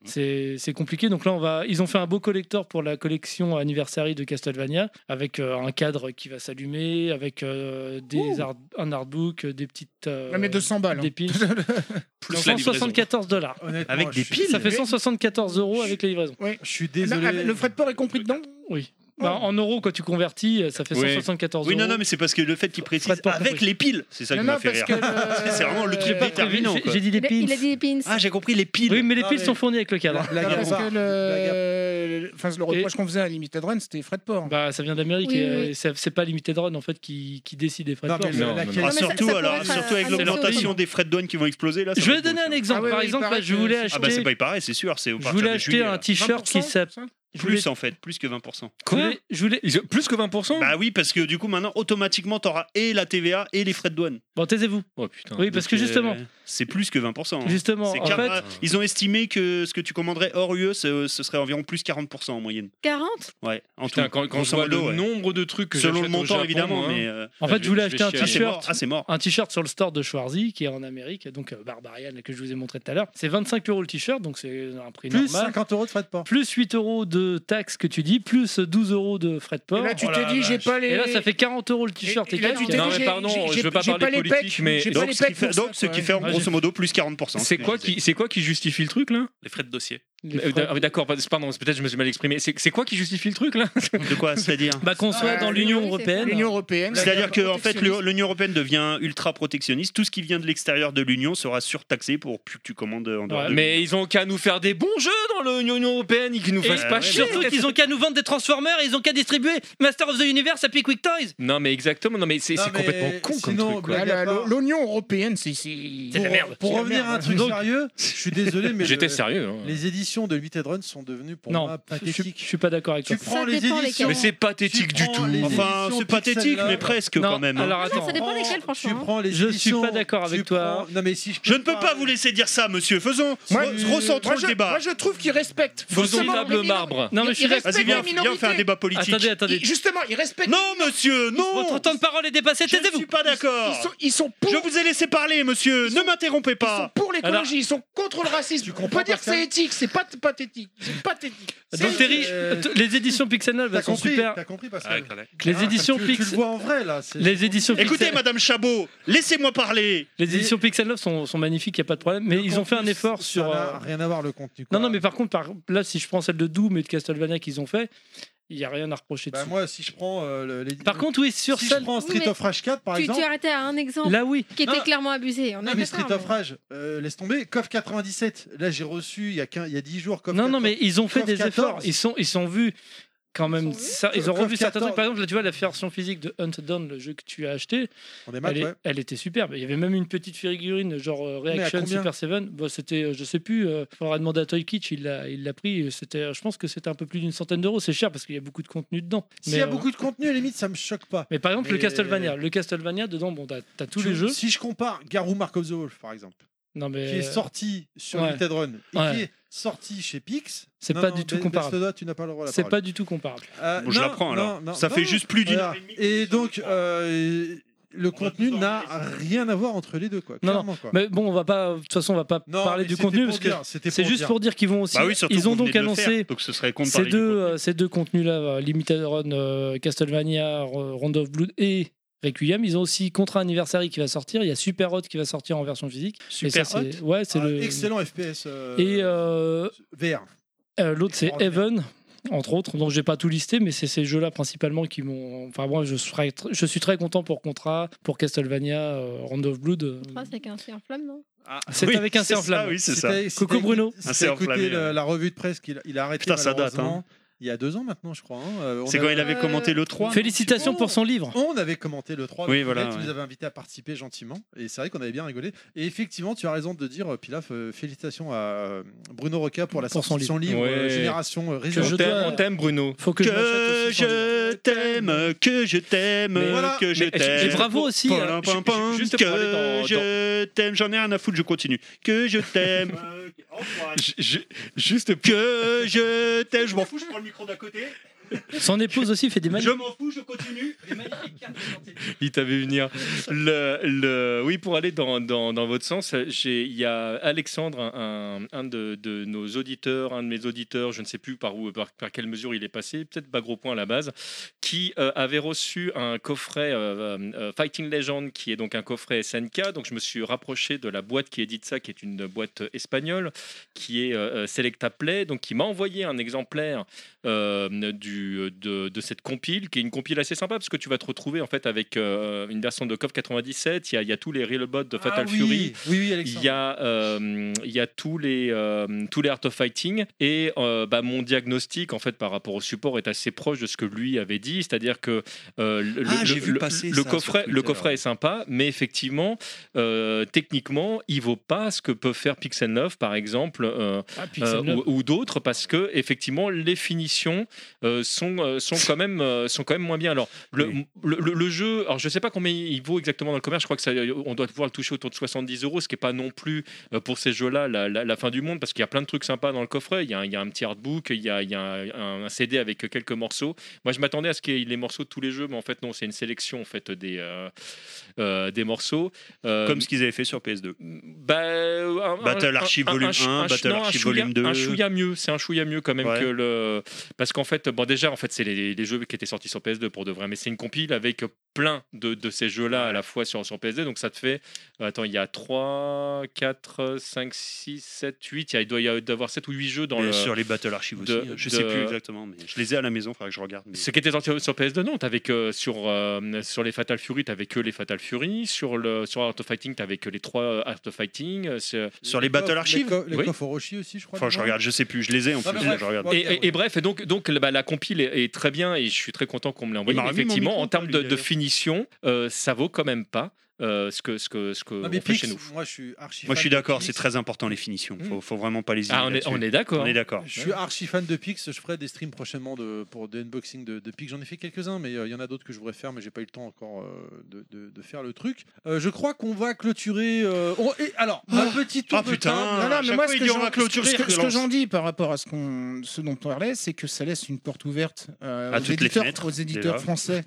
C'est c'est compliqué. Donc là, on va, ils ont fait un beau collector pour la collection anniversary de Castlevania, avec euh, un cadre qui va s'allumer, avec euh, des art- un artbook, euh, des petites. euh, mais 200 balles. hein. Des piles. Plus la livraison. 174 dollars. Honnêtement, Avec des je suis- piles Ça fait 174 euros avec la livraison. Je suis Non, désolé. ah, le frais de port est compris dedans Oui. Bah, Oh. en euros, quand tu convertis, euh, ça fait Oui. 174 Oui, non, euros. non, mais c'est parce que le fait qu'il Fred précise Porte, avec oui. les piles, c'est ça qui Non, m'a non, fait parce rire. que. le- C'est vraiment le truc J'ai pas prévu. déterminant. J'ai- quoi. J'ai dit Euh, les Il a, piles. il a dit des pins. Ah, j'ai compris, les piles. Oui, mais les Non, piles mais- sont fournies avec le cadre. La Non, gare parce que le... le- euh, Enfin, le reproche Et- qu'on faisait à Limited Run, c'était frais de port. Bah, ça vient d'Amérique Oui, et, oui. euh, ça- c'est pas Limited Run en fait qui, qui décide des frais de Non, port. mais la- Non, la non, qualité- Ah, Non, mais ça- surtout, ça pourrait alors, être, surtout euh, avec un l'augmentation symptôme. des frais de douane qui vont exploser, là, ça Je va vais être donner beau, un ça. Ah exemple. oui, Par oui, exemple, là, pareil je que- voulais Ah, bah, c'est acheter, pas pareil, c'est sûr, c'est au je partir voulais de acheter juillet, un là. t-shirt qui 20%, s'appelle. ça je voulais- Plus, en fait, plus que 20%. je voulais- je voulais- Ils ont- Plus que 20% Bah oui, parce que du coup, maintenant, automatiquement, t'auras et la TVA et les frais de douane. Bon, taisez-vous. Oh putain. Oui, parce que Donc, euh, justement, C'est plus que 20%. hein. justement, C'est en quatre- fait, ah, Ils ont estimé que ce que tu commanderais hors UE, ce, ce serait environ plus 40% en moyenne. 40 Ouais, en Putain, tout. quand, quand je grosso vois le modo, ouais. nombre de trucs que Selon j'achète le au montant, Japon, évidemment, moi, mais. hein. euh, en fait, je- je voulais je acheter vais un chialer. Ah, c'est mort, t-shirt. ah, c'est mort. Un t-shirt sur le store de Schwarzy, qui est en Amérique, donc euh, Barbarian, là, que je vous ai montré tout à l'heure. C'est 25 euros le t-shirt, donc c'est un prix Plus normal. 50 euros de frais de port. Plus 8 euros de taxes que tu dis, plus 12 euros de frais de Et port. là, tu Oh t'es la dit, j'ai vache. pas les. Et là, ça fait 40 euros le t-shirt. hein. Et- et là, quatre. tu t'es Non, dit, mais j'ai- pardon, j'ai- je veux pas j'ai parler les politique, pecs, mais- j'ai pas Donc, les ce qui pecs fait, pour ça, donc, ce quoi. qui fait en Ouais, grosso j'ai- modo plus 40%. C'est quoi, ce que je qui- c'est quoi qui justifie le truc là Les frais de dossier. Les Euh, frais- ah, D'accord, pardon, peut-être je me suis mal exprimé. C'est c'est quoi qui justifie le truc là disais. De quoi C'est-à-dire Bah, qu'on soit Ah, dans l'Union l'Union européenne, européenne. L'Union européenne. C'est-à-dire que en fait, protectionniste. le- l'Union européenne devient ultra protectionniste. Tout ce qui vient de l'extérieur de l'Union sera surtaxé pour plus que tu commandes en dehors Ouais, de Mais ils ont qu'à nous faire des bons jeux dans l'Union Européenne et qu'ils nous Et fassent pas ouais, chier. Surtout qu'ils ont qu'à nous vendre des Transformers et ils ont qu'à distribuer Master of the Universe à Quick Toys. Non, mais exactement, non, mais c'est Non, c'est mais complètement con sinon, comme truc. quoi. blague- Ah, la- L'Union européenne, c'est. C'est de la merde. Pour C'est la revenir à un merde. truc Donc- sérieux, je suis désolé, mais J'étais le- sérieux. hein. les éditions de Limited Run sont devenues pour non, moi je, je- je pathétiques. suis pas d'accord avec toi. Tu prends les dépend éditions. lesquelles. Mais c'est pathétique du prends tout. les- Enfin, éditions c'est pathétique, Pixel, mais là. presque Non, quand même. hein. alors Ah non, attends. ça dépend lesquelles, Tu franchement. prends les Je suis éditions, pas d'accord tu avec toi. prends- Non mais si je, Je ne peux pas parler- vous laisser dire ça, monsieur. Faisons, Moi, re- je- recentrons moi, le je- débat. Moi, je trouve qu'ils respectent. Faisons Justement, table marbre. Non, mais je suis d'accord. Vas-y, viens, respecte les viens, on fait un minorités. débat politique. Attendez, attendez. Ils- Justement, ils respectent. Non, monsieur, non Votre temps de parole est dépassé, Je ne taisez-vous. suis pas Ils d'accord sont, ils sont pour. Je vous ai laissé parler, monsieur. Ils Ne sont- m'interrompez Ils sont pas pour Alors- l'écologie, ils sont contre le racisme. On comprends, peut dire que Pascal c'est éthique, c'est pas pathétique. C'est pathétique. Donc C'est- Terry, Euh, t- les éditions Pixel 9 T'as elles sont compris, super. t'as compris parce Ah, ouais. Les éditions tu, tu le Pixel, vois en vrai là. c'est- les éditions Écoutez, Pixel, madame Chabot, laissez-moi parler les éditions Pixel 9 sont, sont magnifiques, y a pas de problème. Mais Le ils ont fait un contenu, effort ça sur. n'a euh, rien à voir le contenu. quoi. Non, non, mais par contre, par... là, si je prends celle de Doom et de Castlevania qu'ils ont fait, il y a rien à reprocher Bah, dessus. moi, si je prends euh, le- les- Par contre, oui, sur si je celle prends Street Oui, mais of Rage 4 par Tu exemple. t'es arrêté à un exemple là, oui. qui Ah. était Non. clairement abusé. On est Non Ah, mais Street d'accord, of Rage, euh, laisse tomber. KOF 97, là j'ai reçu il y a 15 il y a 10 jours. KOF Non, non, mais ils ont fait Coff des 14. efforts. Ils sont, ils sont vus quand même. Ils sont vus. ça- ils ont Coff revu certains 14. trucs. Par exemple, là, tu vois la version physique de Hunt Down, le jeu que tu as acheté. On est mal, Elle, est- ouais. elle était superbe. Il y avait même une petite figurine genre euh, à Reaction combien Super 7. Bah, c'était, euh, je sais plus. Euh, faudra demander à Toy Kitsch. Il l'a, il l'a pris. C'était, je pense que c'était un peu plus d'une centaine d'euros. C'est cher parce qu'il y a beaucoup de contenu dedans. S'il y a euh, beaucoup de contenu, à la limite ça me choque pas. mais par exemple, le Mais- Castlevania. Le Castlevania, dedans, bon, t'as, t'as tous Tu- les jeux. Si je compare Garou Mark of the Wolf par exemple, Non, mais euh, qui est sorti sur ouais. Limited Run et Ouais. qui est sorti chez Pix, c'est non, pas non, du tout Be- comparable. Bestoda, tu n'as pas le droit à la C'est parole. pas du tout comparable. Euh, Bon, je non, la prends alors. non, non, Ça non, fait non. juste plus d'une Voilà. Et donc, euh, le contenu n'a rien à voir entre les deux, quoi. Non, non, clairement, quoi. Mais bon, on va pas. De toute façon, on va pas Non, parler mais du c'était contenu pour parce que dire, c'était C'est pour juste dire. pour dire qu'ils vont aussi. Bah oui, surtout ils ont que vous donc venez de le faire, annoncé donc ce serait con de ces parler du deux, contenu. euh, ces deux contenus-là, euh, Limited Run, euh, Castlevania, R- Rondo of Blood et Requiem. Ils ont aussi Contra Anniversary qui va sortir. Il y a Super Hot qui va sortir en version physique. Et Super ça, Hot c'est- Ouais, c'est Ah, le. Excellent FPS euh, Et euh, VR. euh, l'autre, c'est Extraordinaire. Heaven. Entre autres, donc j'ai pas tout listé, mais c'est ces jeux-là principalement qui m'ont. Enfin, moi, je, serais tr- je suis très content pour Contra, pour Castlevania, euh, Rondo of Blood. euh. Enfin, Ah, c'est qu'un en flamme, non C'est Oui, avec un c'est cerf ça, Oui, c'est ça. C'était- Coucou c'était- Bruno. c'était Un cerf écouté enflammé, la, ouais. la revue de presse qu'il a- il a arrêté Putain, ça date, hein. malheureusement. il y a deux ans maintenant, je crois. hein. Euh, on C'est a- quand il avait Euh, commenté le 3. Félicitations pour son livre. On avait commenté le 3, Oui, avec voilà, Juliette, tu ouais. nous avais invité à participer gentiment, et c'est vrai qu'on avait bien rigolé. Et effectivement, tu as raison de dire, euh, Pilaf, euh, félicitations à euh, Bruno Roca pour la Pour sortie son de son livre, livre. euh, Ouais. Génération euh, Que Résilience. je on t'aime, dois- on t'aime, Bruno. Faut que je m'achète Que aussi son livre. je t'aime, que je t'aime, Mais voilà. que je Mais- t'aime. Et bravo aussi. euh, Pam, pam, pam, hein. ju- juste pour aller que dans- je t'aime, j'en ai rien à foutre, je continue. Que je t'aime, Juste que je t'aime, je m'en fous, je prends le micro d'à côté, Son épouse aussi fait des je magnifiques. m'en fous, je continue. Il t'avait venir. Le, le- oui, pour aller dans, dans- dans votre sens, j'ai- il y a Alexandre, un, un- un de, de nos auditeurs, un de mes auditeurs, je ne sais plus par où, par, par quelle mesure il est passé, peut-être pas gros point à la base, qui euh, avait reçu un coffret euh, euh, Fighting Legend, qui est donc un coffret SNK. Donc je me suis rapproché de la boîte qui édite ça, qui est une boîte euh, espagnole, qui est euh, Selecta Play, donc qui m'a envoyé un exemplaire euh, du, de, de cette compile, qui est une compile assez sympa parce que tu vas te retrouver en fait avec euh, une version de KOF 97. Il y a, il y a tous les Real Bots de Fatal Ah oui, Fury. Oui, oui, Il Alexandre. y, a, euh, il y a tous les, euh, tous les Art of Fighting et euh, bah, mon diagnostic en fait par rapport au support est assez proche de ce que lui avait dit, c'est-à-dire que euh, le, Ah, le- j'ai vu le- passer le ça coffret, sur le Twitter. coffret est sympa, mais effectivement euh, techniquement il vaut pas ce que peut faire Pixel 9 par exemple euh, Ah, Pixel euh, Love. ou, ou d'autres parce que effectivement les finitions euh, sont euh, sont quand même euh, sont quand même moins bien alors le, le, le- le jeu alors je sais pas combien il vaut exactement dans le commerce je crois que ça, on doit pouvoir le toucher autour de 70 euros ce qui est pas non plus euh, pour ces jeux là la, la- la fin du monde parce qu'il y a plein de trucs sympas dans le coffret il y a, un- il y a un petit artbook il y a, il y a un, un CD avec quelques morceaux moi je m'attendais à ce qu'il y ait les morceaux de tous les jeux mais en fait non c'est une sélection en fait des euh, euh, des morceaux Euh, Comme ce qu'ils avaient fait sur PS2. bah, un- Battle un- Archive un- un- Volume ch- 1, un ch- Battle non, un Archive chouïa- Volume 2. Un chouïa mieux, c'est un chouïa mieux quand même Ouais. que le. Parce qu'en fait, bon, déjà, en fait, c'est les, les jeux qui étaient sortis sur PS2 pour de vrai, mais c'est une compile avec plein de, de ces jeux-là à la fois sur, sur PS2, donc ça te fait. euh, Attends, il y a 3, 4, 5, 6, 7, 8, il, y a- il doit y avoir 7 ou 8 jeux dans Mais le. Sur les Battle Archive aussi, de- euh, hein, Euh, je de- sais plus exactement, mais je les ai à la maison, il faudrait que je regarde. mais- Ce qui était sorti sur PS2, non, t'avais que sur, euh, sur les Fatal Fury, t'avais que les Fatal Fury, sur, le, sur Art of Fighting, t'avais que les 3 Art of Fighting, euh, c'est- Sur les Battle Archive Les, Oui. coffres Orochi aussi, je crois. Enfin, je dedans. regarde, je sais plus, je les ai en Ah, plus, bah, je bref. regarde. Et, et- et bref, et donc, donc bah, la compile est, est très bien et je suis très content qu'on me l'ait envoyée. Il m'a Mais remis mon Effectivement, micro, en termes lui, de, de d'ailleurs. finition, euh, ça vaut quand même pas euh, ce que ce que ce que Non, on mais fait Pix, chez nous. moi je suis archi Moi, je fan suis de d'accord, Pix. c'est très important les finitions, faut, faut vraiment pas les Ah, on ignorer est, on là-dessus. est d'accord. On est d'accord. Je suis archi fan de Pix, je ferai des streams prochainement de, pour des unboxings de, de Pix. J'en ai fait quelques-uns, mais euh, il y en a d'autres que je voudrais faire, mais j'ai pas eu le temps encore euh, de, de- de faire le truc. Euh, je crois qu'on va clôturer. euh, on- et alors, un petit tour Ah de putain, table. Non, non, à mais chaque moi, fois, ce il que dit, on j'en- va clôturer, ce que- il ce que relance. j'en dis par rapport à ce, qu'on, ce dont on parlait, c'est que ça laisse une porte ouverte euh, À aux, toutes les éditeurs, fenêtres, aux éditeurs déjà. français,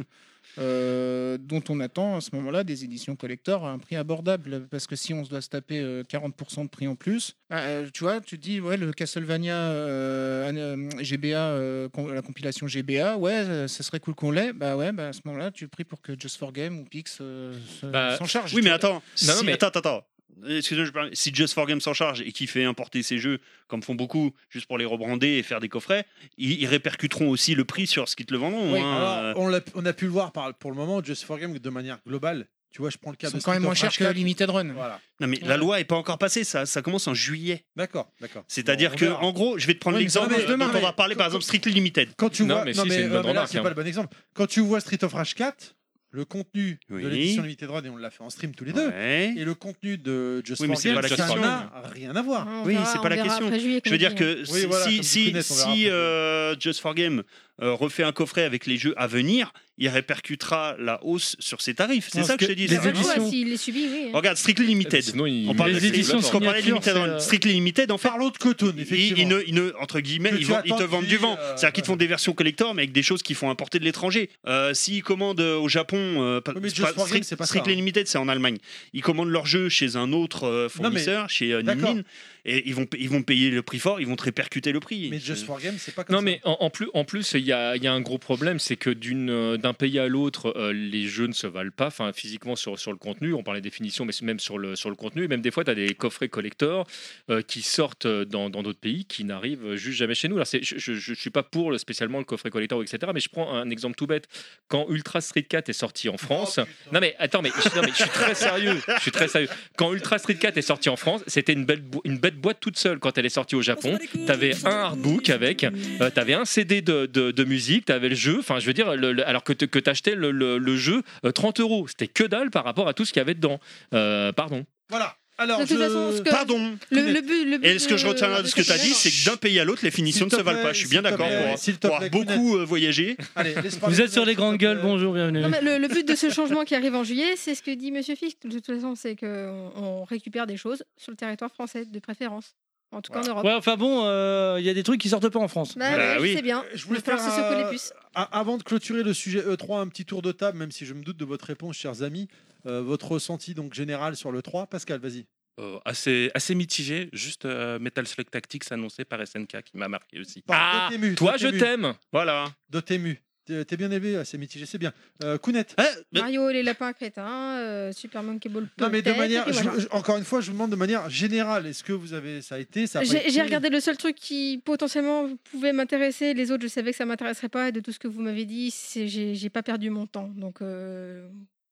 euh, dont on attend à ce moment-là des éditions collector à un prix abordable. Parce que si on doit se taper euh, 40% de prix en plus, euh, tu vois, tu te dis, ouais, le Castlevania euh, an- euh, GBA, euh, com- la compilation GBA, ouais, euh, ça serait cool qu'on l'ait. Bah ouais, bah, à ce moment-là, tu pries pour que Just for Game ou Pix euh, se- Bah, s'en charge. Oui, mais attends, Non, non, si- mais- attends, attends, attends. Excusez-moi, je parle- si Just for Game s'en charge et qui fait importer ces jeux, comme font beaucoup, juste pour les rebrander et faire des coffrets, ils, ils répercuteront aussi le prix sur ce qu'ils te le vendront. Oui, hein. Alors, on, l'a- on a pu le voir par- pour le moment, Just for Game, de manière globale. Tu vois, je prends le cas Ils de sont quand même Street moins of chers que Rage 4. Limited Run. Voilà. non, mais la loi est pas encore passée, ça, ça commence en juillet. D'accord, d'accord. C'est-à-dire Bon, on que, verra. en gros, je vais te prendre Ouais, mais ça l'exemple commence dont demain, on va mais- parler, par exemple, Strictly Limited. Quand tu Non, vois, mais non, si, mais, c'est une bonne euh, mais là, remarque, c'est hein. pas le bon exemple. Quand tu vois Street of Rage 4, le contenu de Oui. l'édition Limited Run, et on l'a fait en stream tous les deux, Ouais. et le contenu de Just Oui, mais for c'est Game, pas la ça question. n'a rien à voir. Ah, On Ah, Oui, verra- c'est pas on la verra question. après juillet, Je comme veux dire dit, hein. que Oui, si, voilà, comme si, vous si, connaissez, on verra après. euh, Just for Game euh, refait un coffret avec les jeux à venir, il répercutera la hausse sur ses tarifs. C'est Parce ça que, que je te dis. les ça. hein. Ouais, éditions- s'il les subit, oui. hein. Regarde, Strictly Limited. Sinon, il- On parle les de éditions éditions, sont quand on parlait de Limited signature, c'est, Run, euh, Strictly Limited, en fait, Parlons de Cotone, ils, effectivement. ils ne, ils ne- entre guillemets, Que ils, tu vont- attends ils te qu'ils, vendent du vent. euh, C'est-à-dire qu'ils te font des versions collector, mais avec des choses qu'ils font importer de l'étranger. Euh, S'ils commandent euh, au Japon, euh, pas- Oui, mais c'est Just pas- for Game, Strict- c'est pas ça, Strictly hein. Limited, c'est en Allemagne. Ils commandent leur jeu chez un autre euh, Non, mais- fournisseur, chez euh, D'accord. Ninmin, et ils vont, pa- ils vont payer le prix fort, ils vont te répercuter le prix. Euh, Mais Just for Game, c'est pas comme Non, ça. mais en, en plus, en plus, il y a, il y a un gros problème, c'est que d'une, euh, d'un pays à l'autre, euh, les jeux ne se valent pas. Enfin, physiquement sur, sur le contenu, on parlait des finitions, mais même sur le sur le contenu, même des fois, tu as des coffrets collector euh, qui sortent euh, dans dans d'autres pays, qui n'arrivent juste jamais chez nous. Alors, c'est, je, je, je suis pas pour le- spécialement le coffret collector, etc. Mais je prends un exemple tout bête. Quand Ultra Street 4 est sorti en France, Oh, non mais attends, mais, je- non, mais je suis très sérieux, je suis très sérieux. Quand Ultra Street 4 est sorti en France, c'était une belle, bo- une belle bête boîte toute seule quand elle est sortie au Japon. T'avais un hardbook avec, euh, t'avais un CD de, de, de musique, t'avais le jeu. Enfin, je veux dire, le- le- alors que t- que t'achetais le, le, le jeu euh, 30 euros, c'était que dalle par rapport à tout ce qu'il y avait dedans. Euh, pardon. Voilà. Alors, De toute je- façon, ce que- Pardon. Le, le but, le but Et ce que je de- retiens là de ce que tu as dit, c'est que d'un pays à l'autre, les S'il finitions ne te se valent plaît, pas. Je suis s'il bien te d'accord plaît, pour, s'il te pour plaît, beaucoup euh, voyager. Allez, laisse parler Vous êtes sur Kounet, les grandes s'il te gueules, plaît. bonjour, bienvenue. Non, mais le, le but de ce changement qui arrive en juillet, c'est ce que dit Monsieur Fick. De toute façon, c'est qu'on on récupère des choses sur le territoire français, de préférence. En tout cas en Europe. Ouais, enfin bon, euh, il y a des trucs qui sortent pas en France. Bah Bah, ouais, oui. je sais bien. Euh, Je voulais Il va faire falloir se secouer les euh, puces. a- avant de clôturer le sujet E3, un petit tour de table, même si je me doute de votre réponse, chers amis. Euh, votre ressenti donc général sur le 3, Pascal, vas-y. Euh, assez, assez mitigé, juste euh, Metal Slug Tactics annoncé par SNK qui m'a marqué aussi. Parle de t'ému, Toi, de je t'ému, t'aime. Voilà. De t'ému. T'es t'es bien élevé, c'est mitigé, c'est bien. Euh, Kounet. Mais- Mario et les lapins crétins, euh, Super Monkey Ball. Non mais de peut-être, manière, et voilà. je- je- encore une fois, je vous demande de manière générale, est-ce que vous avez, ça a été, ça a pas J'ai été j'ai regardé le seul truc qui potentiellement pouvait m'intéresser. Les autres, je savais que ça m'intéresserait pas. Et de tout ce que vous m'avez dit, c'est- j'ai j'ai pas perdu mon temps. Donc, euh,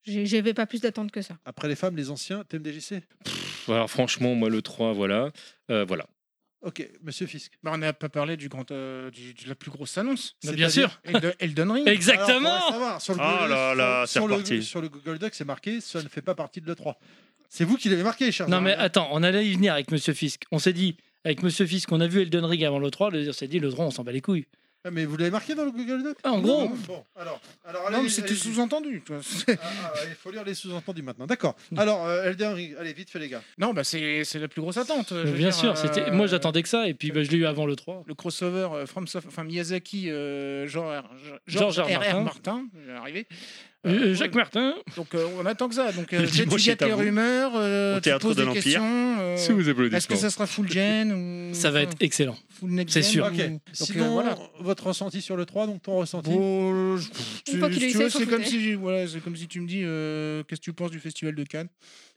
j'ai- j'avais pas plus d'attente que ça. Après les femmes, les anciens, TMDJC. Alors franchement, moi le 3, voilà. Euh, voilà. Ok, Monsieur Fisk. Bah, on n'a pas parlé du grand, euh, du- de la plus grosse annonce. Bah, C'est bien pas sûr. Elden, Elden Ring. Alors, faudrait Exactement savoir, sur le Ah Google- là là, sur- c'est sur le- reparti. Sur le Google Doc, c'est marqué, ça ne fait pas partie de le 3. C'est vous qui l'avez marqué, cher. Non mais Jean-Marie. attends, on allait y venir avec Monsieur Fisk. On s'est dit, avec Monsieur Fisk, on a vu Elden Ring avant le 3, le- on s'est dit, le 3, on s'en bat les couilles. Ah, mais vous l'avez marqué dans le Google Doc. Ah, en gros. Bon, alors, alors allez, Non, mais c'était allez- sous-entendu. tu vois. Ah, ah, Il faut lire les sous-entendus maintenant. D'accord. Alors, euh, Elden Ring, allez, vite fait, les gars. Non, bah, c'est c'est la plus grosse attente. je veux Bien dire, sûr, euh, c'était. moi j'attendais que ça, et puis bah, je l'ai eu avant le 3. Le crossover euh, From Soft- enfin Miyazaki, euh, George, R- George George R. R.R. Martin. Martin, j'ai arrivé. Euh, Jacques Martin Donc euh, on attend que ça. Donc Le euh, tu- tu dimanche guettes est à les vous. rumeurs, euh, Au tu théâtre poses de des l'Empire. questions. euh, Si vous applaudissez. Est-ce que ça sera full gen ou Ça va être excellent. full next c'est gen sûr. ou- Ok. Donc, euh, Sinon, voilà. votre ressenti sur le 3, donc ton ressenti. Bon, euh, je- tu, fois qu'il a eu tu ça, vois, il s'en c'est comme foutait. si voilà, c'est comme si tu me dis euh, qu'est-ce que tu penses du festival de Cannes.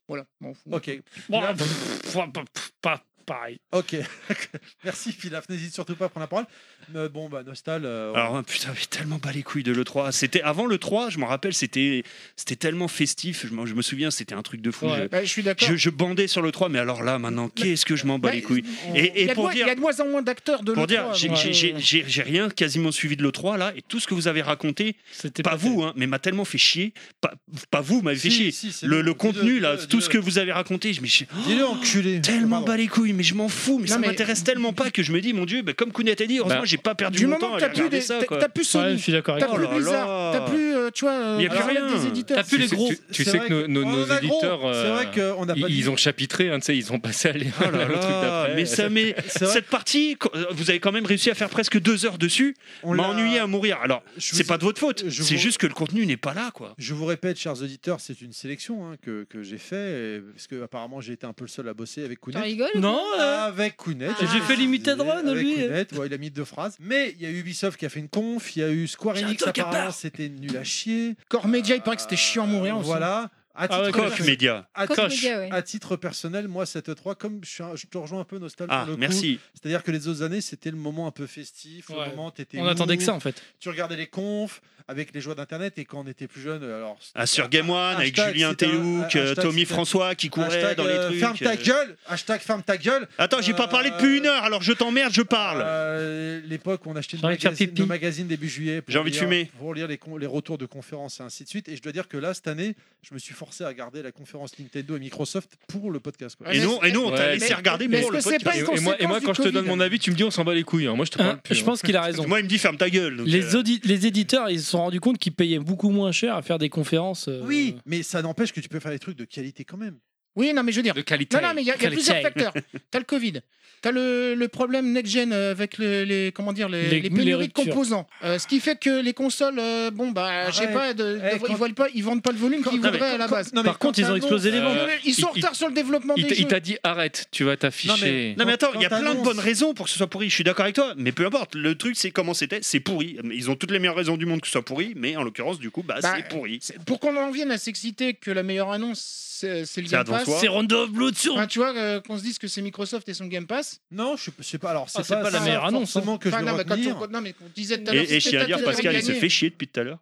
Voilà, m'en fous. Eh, Ok, Ouah, pff, ouah, pff, pff, Pas pareil. ok. Merci, Pilaf. N'hésite surtout pas à prendre la parole. Mais bon, bah, Nostal. euh, Alors ouais, putain, mais tellement pas les couilles de l'E3. C'était avant l'E3, je m'en rappelle, c'était c'était tellement festif. Je, m'en- je me souviens, c'était un truc de fou. Ouais. Bah, je suis Je, d'accord. je, je bandais sur l'E3, mais alors là, maintenant, qu'est-ce que je m'en bats les Bah, couilles Et- et il, y a de pour moins- dire- il y a de moins en moins d'acteurs de Pour dire, l'E3, j'ai- donc, j'ai- euh, j'ai j'ai- j'ai rien quasiment suivi de l'E3 là, et tout ce que vous avez raconté, C'était pas vous, hein, mais m'a tellement fait chier. Pas, pas vous, m'avez fait si, chier. si, c'est Le, bon. le Dis-le, contenu là, dis-le, tout ce que dis-le. vous avez raconté, je me suis Dis-le, enculé. tellement Pardon. bas les couilles, mais je m'en fous, mais Non, ça mais- Ben, m'intéresse tellement pas que je me dis, mon Dieu, bah, comme Kounet a dit, heureusement, Bah, j'ai pas perdu du mon temps moment que à t'as aller plus, regarder des- ça. t'as quoi. t'as plus Ouais, je Sony, suis d'accord avec t'as Oh toi. plus là là. Blizzard, t'as plus, euh, tu vois, euh, Il y a plus la rien. salle des éditeurs. T'as plus les Tu sais- gros. Tu, tu C'est sais vrai que nos, nos- Oh, nos on a gros. éditeurs, euh, C'est vrai qu'on n'a pas ils, dit- ils ont chapitré, hein, tu sais, ils ont passé à les- Oh là le truc là, d'après. mais ça m'est- C'est vrai Cette partie, qu- euh, vous avez quand même réussi à faire presque deux heures dessus, qu'on m'a l'a- ennuyé à mourir. Alors, Je c'est vous- pas de votre faute, je c'est vous- juste que le contenu n'est pas là, quoi. Je vous répète, chers auditeurs, c'est une sélection hein, que, que j'ai fait, et- parce que apparemment j'ai été un peu le seul à bosser avec T'en Kounet. Ah, rigoles Non, euh, Avec Kounet. J'ai fait Avec Limited Run, Kounet, lui. Kounet, ouais, il a mis deux phrases. Mais il y a Ubisoft qui a fait une conf, il y a eu Square J'ai un Enix, truc à apparemment part. c'était nul à chier. Core Media, Ah, il paraît que c'était chiant à mourir aussi. Voilà. À Ah ouais, titre- Coq média. à Coq titre- Media, ouais. à titre personnel, moi, cette 3, comme je, suis un- je te rejoins un peu nostalgique, Ah, merci. c'est-à-dire que les autres années, c'était le moment un peu festif, le Ouais. moment où t'étais On attendait mou, que ça en fait. Tu regardais les confs avec les joies d'internet et quand on était plus jeune, alors Ah, sur Game One, avec Hashtag, Julien c'était un- Théouk, euh, hashtag, Tommy c'était- François qui courait Hashtag, dans les euh, trucs. Ferme ta euh. gueule Hashtag ferme ta gueule Attends, j'ai pas parlé depuis une heure, alors je t'emmerde, je parle. Euh, L'époque où on achetait J'ai nos envie de faire magazines, pipi. nos magazines début juillet pour J'ai envie de lire- fumer. pour lire les, con- les retours de conférences et ainsi de suite. Et je dois dire que là, cette année, je me suis forcé à regarder la conférence Nintendo et Microsoft pour le podcast. quoi. Ouais, et, mais nous, et nous, on t'a Ouais, laissé mais- regarder mais pour est-ce le que c'est podcast. pas- Et, et moi, et moi, conséquence quand du je te donne Covid. mon avis, tu me dis on s'en bat les couilles. hein. Moi, je te parle Hein, plus. je hein. pense qu'il a raison. Moi, il me dit ferme ta gueule. donc, Les, euh, audi- les éditeurs, ils se sont rendus compte qu'ils payaient beaucoup moins cher à faire des conférences. euh, Oui, mais ça n'empêche que tu peux faire des trucs de qualité quand même. Oui, non, mais je veux dire. De qualité. Non, non, mais il y, a- il y a Qualité. plusieurs facteurs. T'as le Covid, t'as le, le problème next-gen euh, avec le- les, comment dire, les, Les- les pénuries les de ruptures. composants. Euh, ce qui fait que les consoles, euh, bon, bah, je sais Arrête. pas, de- Eh, devra- quand- ils, vendent pas, ils vendent pas le volume qu'ils Quand- non, mais- voudraient à la quand- base. non, mais Par quand contre, ils ont t'annonces- explosé les ventes. Euh, Ils sont en il- retard sur le développement Il des t'a- il jeux. t'a dit arrête, tu vas t'afficher. Non mais attends, Quand il y a plein de t'annonces- bonnes raisons pour que ce soit pourri. Je suis d'accord avec toi, mais peu importe. Le truc, c'est comment c'était, c'est pourri. Ils ont toutes les meilleures raisons du monde que ce soit pourri, mais en l'occurrence, du coup, bah, Bah, c'est pourri. C'est- Pour qu'on en vienne à s'exciter que la meilleure annonce, c'est c'est le C'est Game Advance Pass. Wars. C'est Rondo of Blood sur. Enfin, tu vois, euh, qu'on se dise que c'est Microsoft et son Game Pass. Non, je sais pas. Alors, c'est Ah, c'est pas la ça meilleure annonce, hein. forcément que je Enfin, veux non, mais quand retenir. on- non, mais on disait tout à Et, l'heure, et je c'était tiens à dire, peut-être Pascal, il se gagné. fait chier depuis tout à l'heure.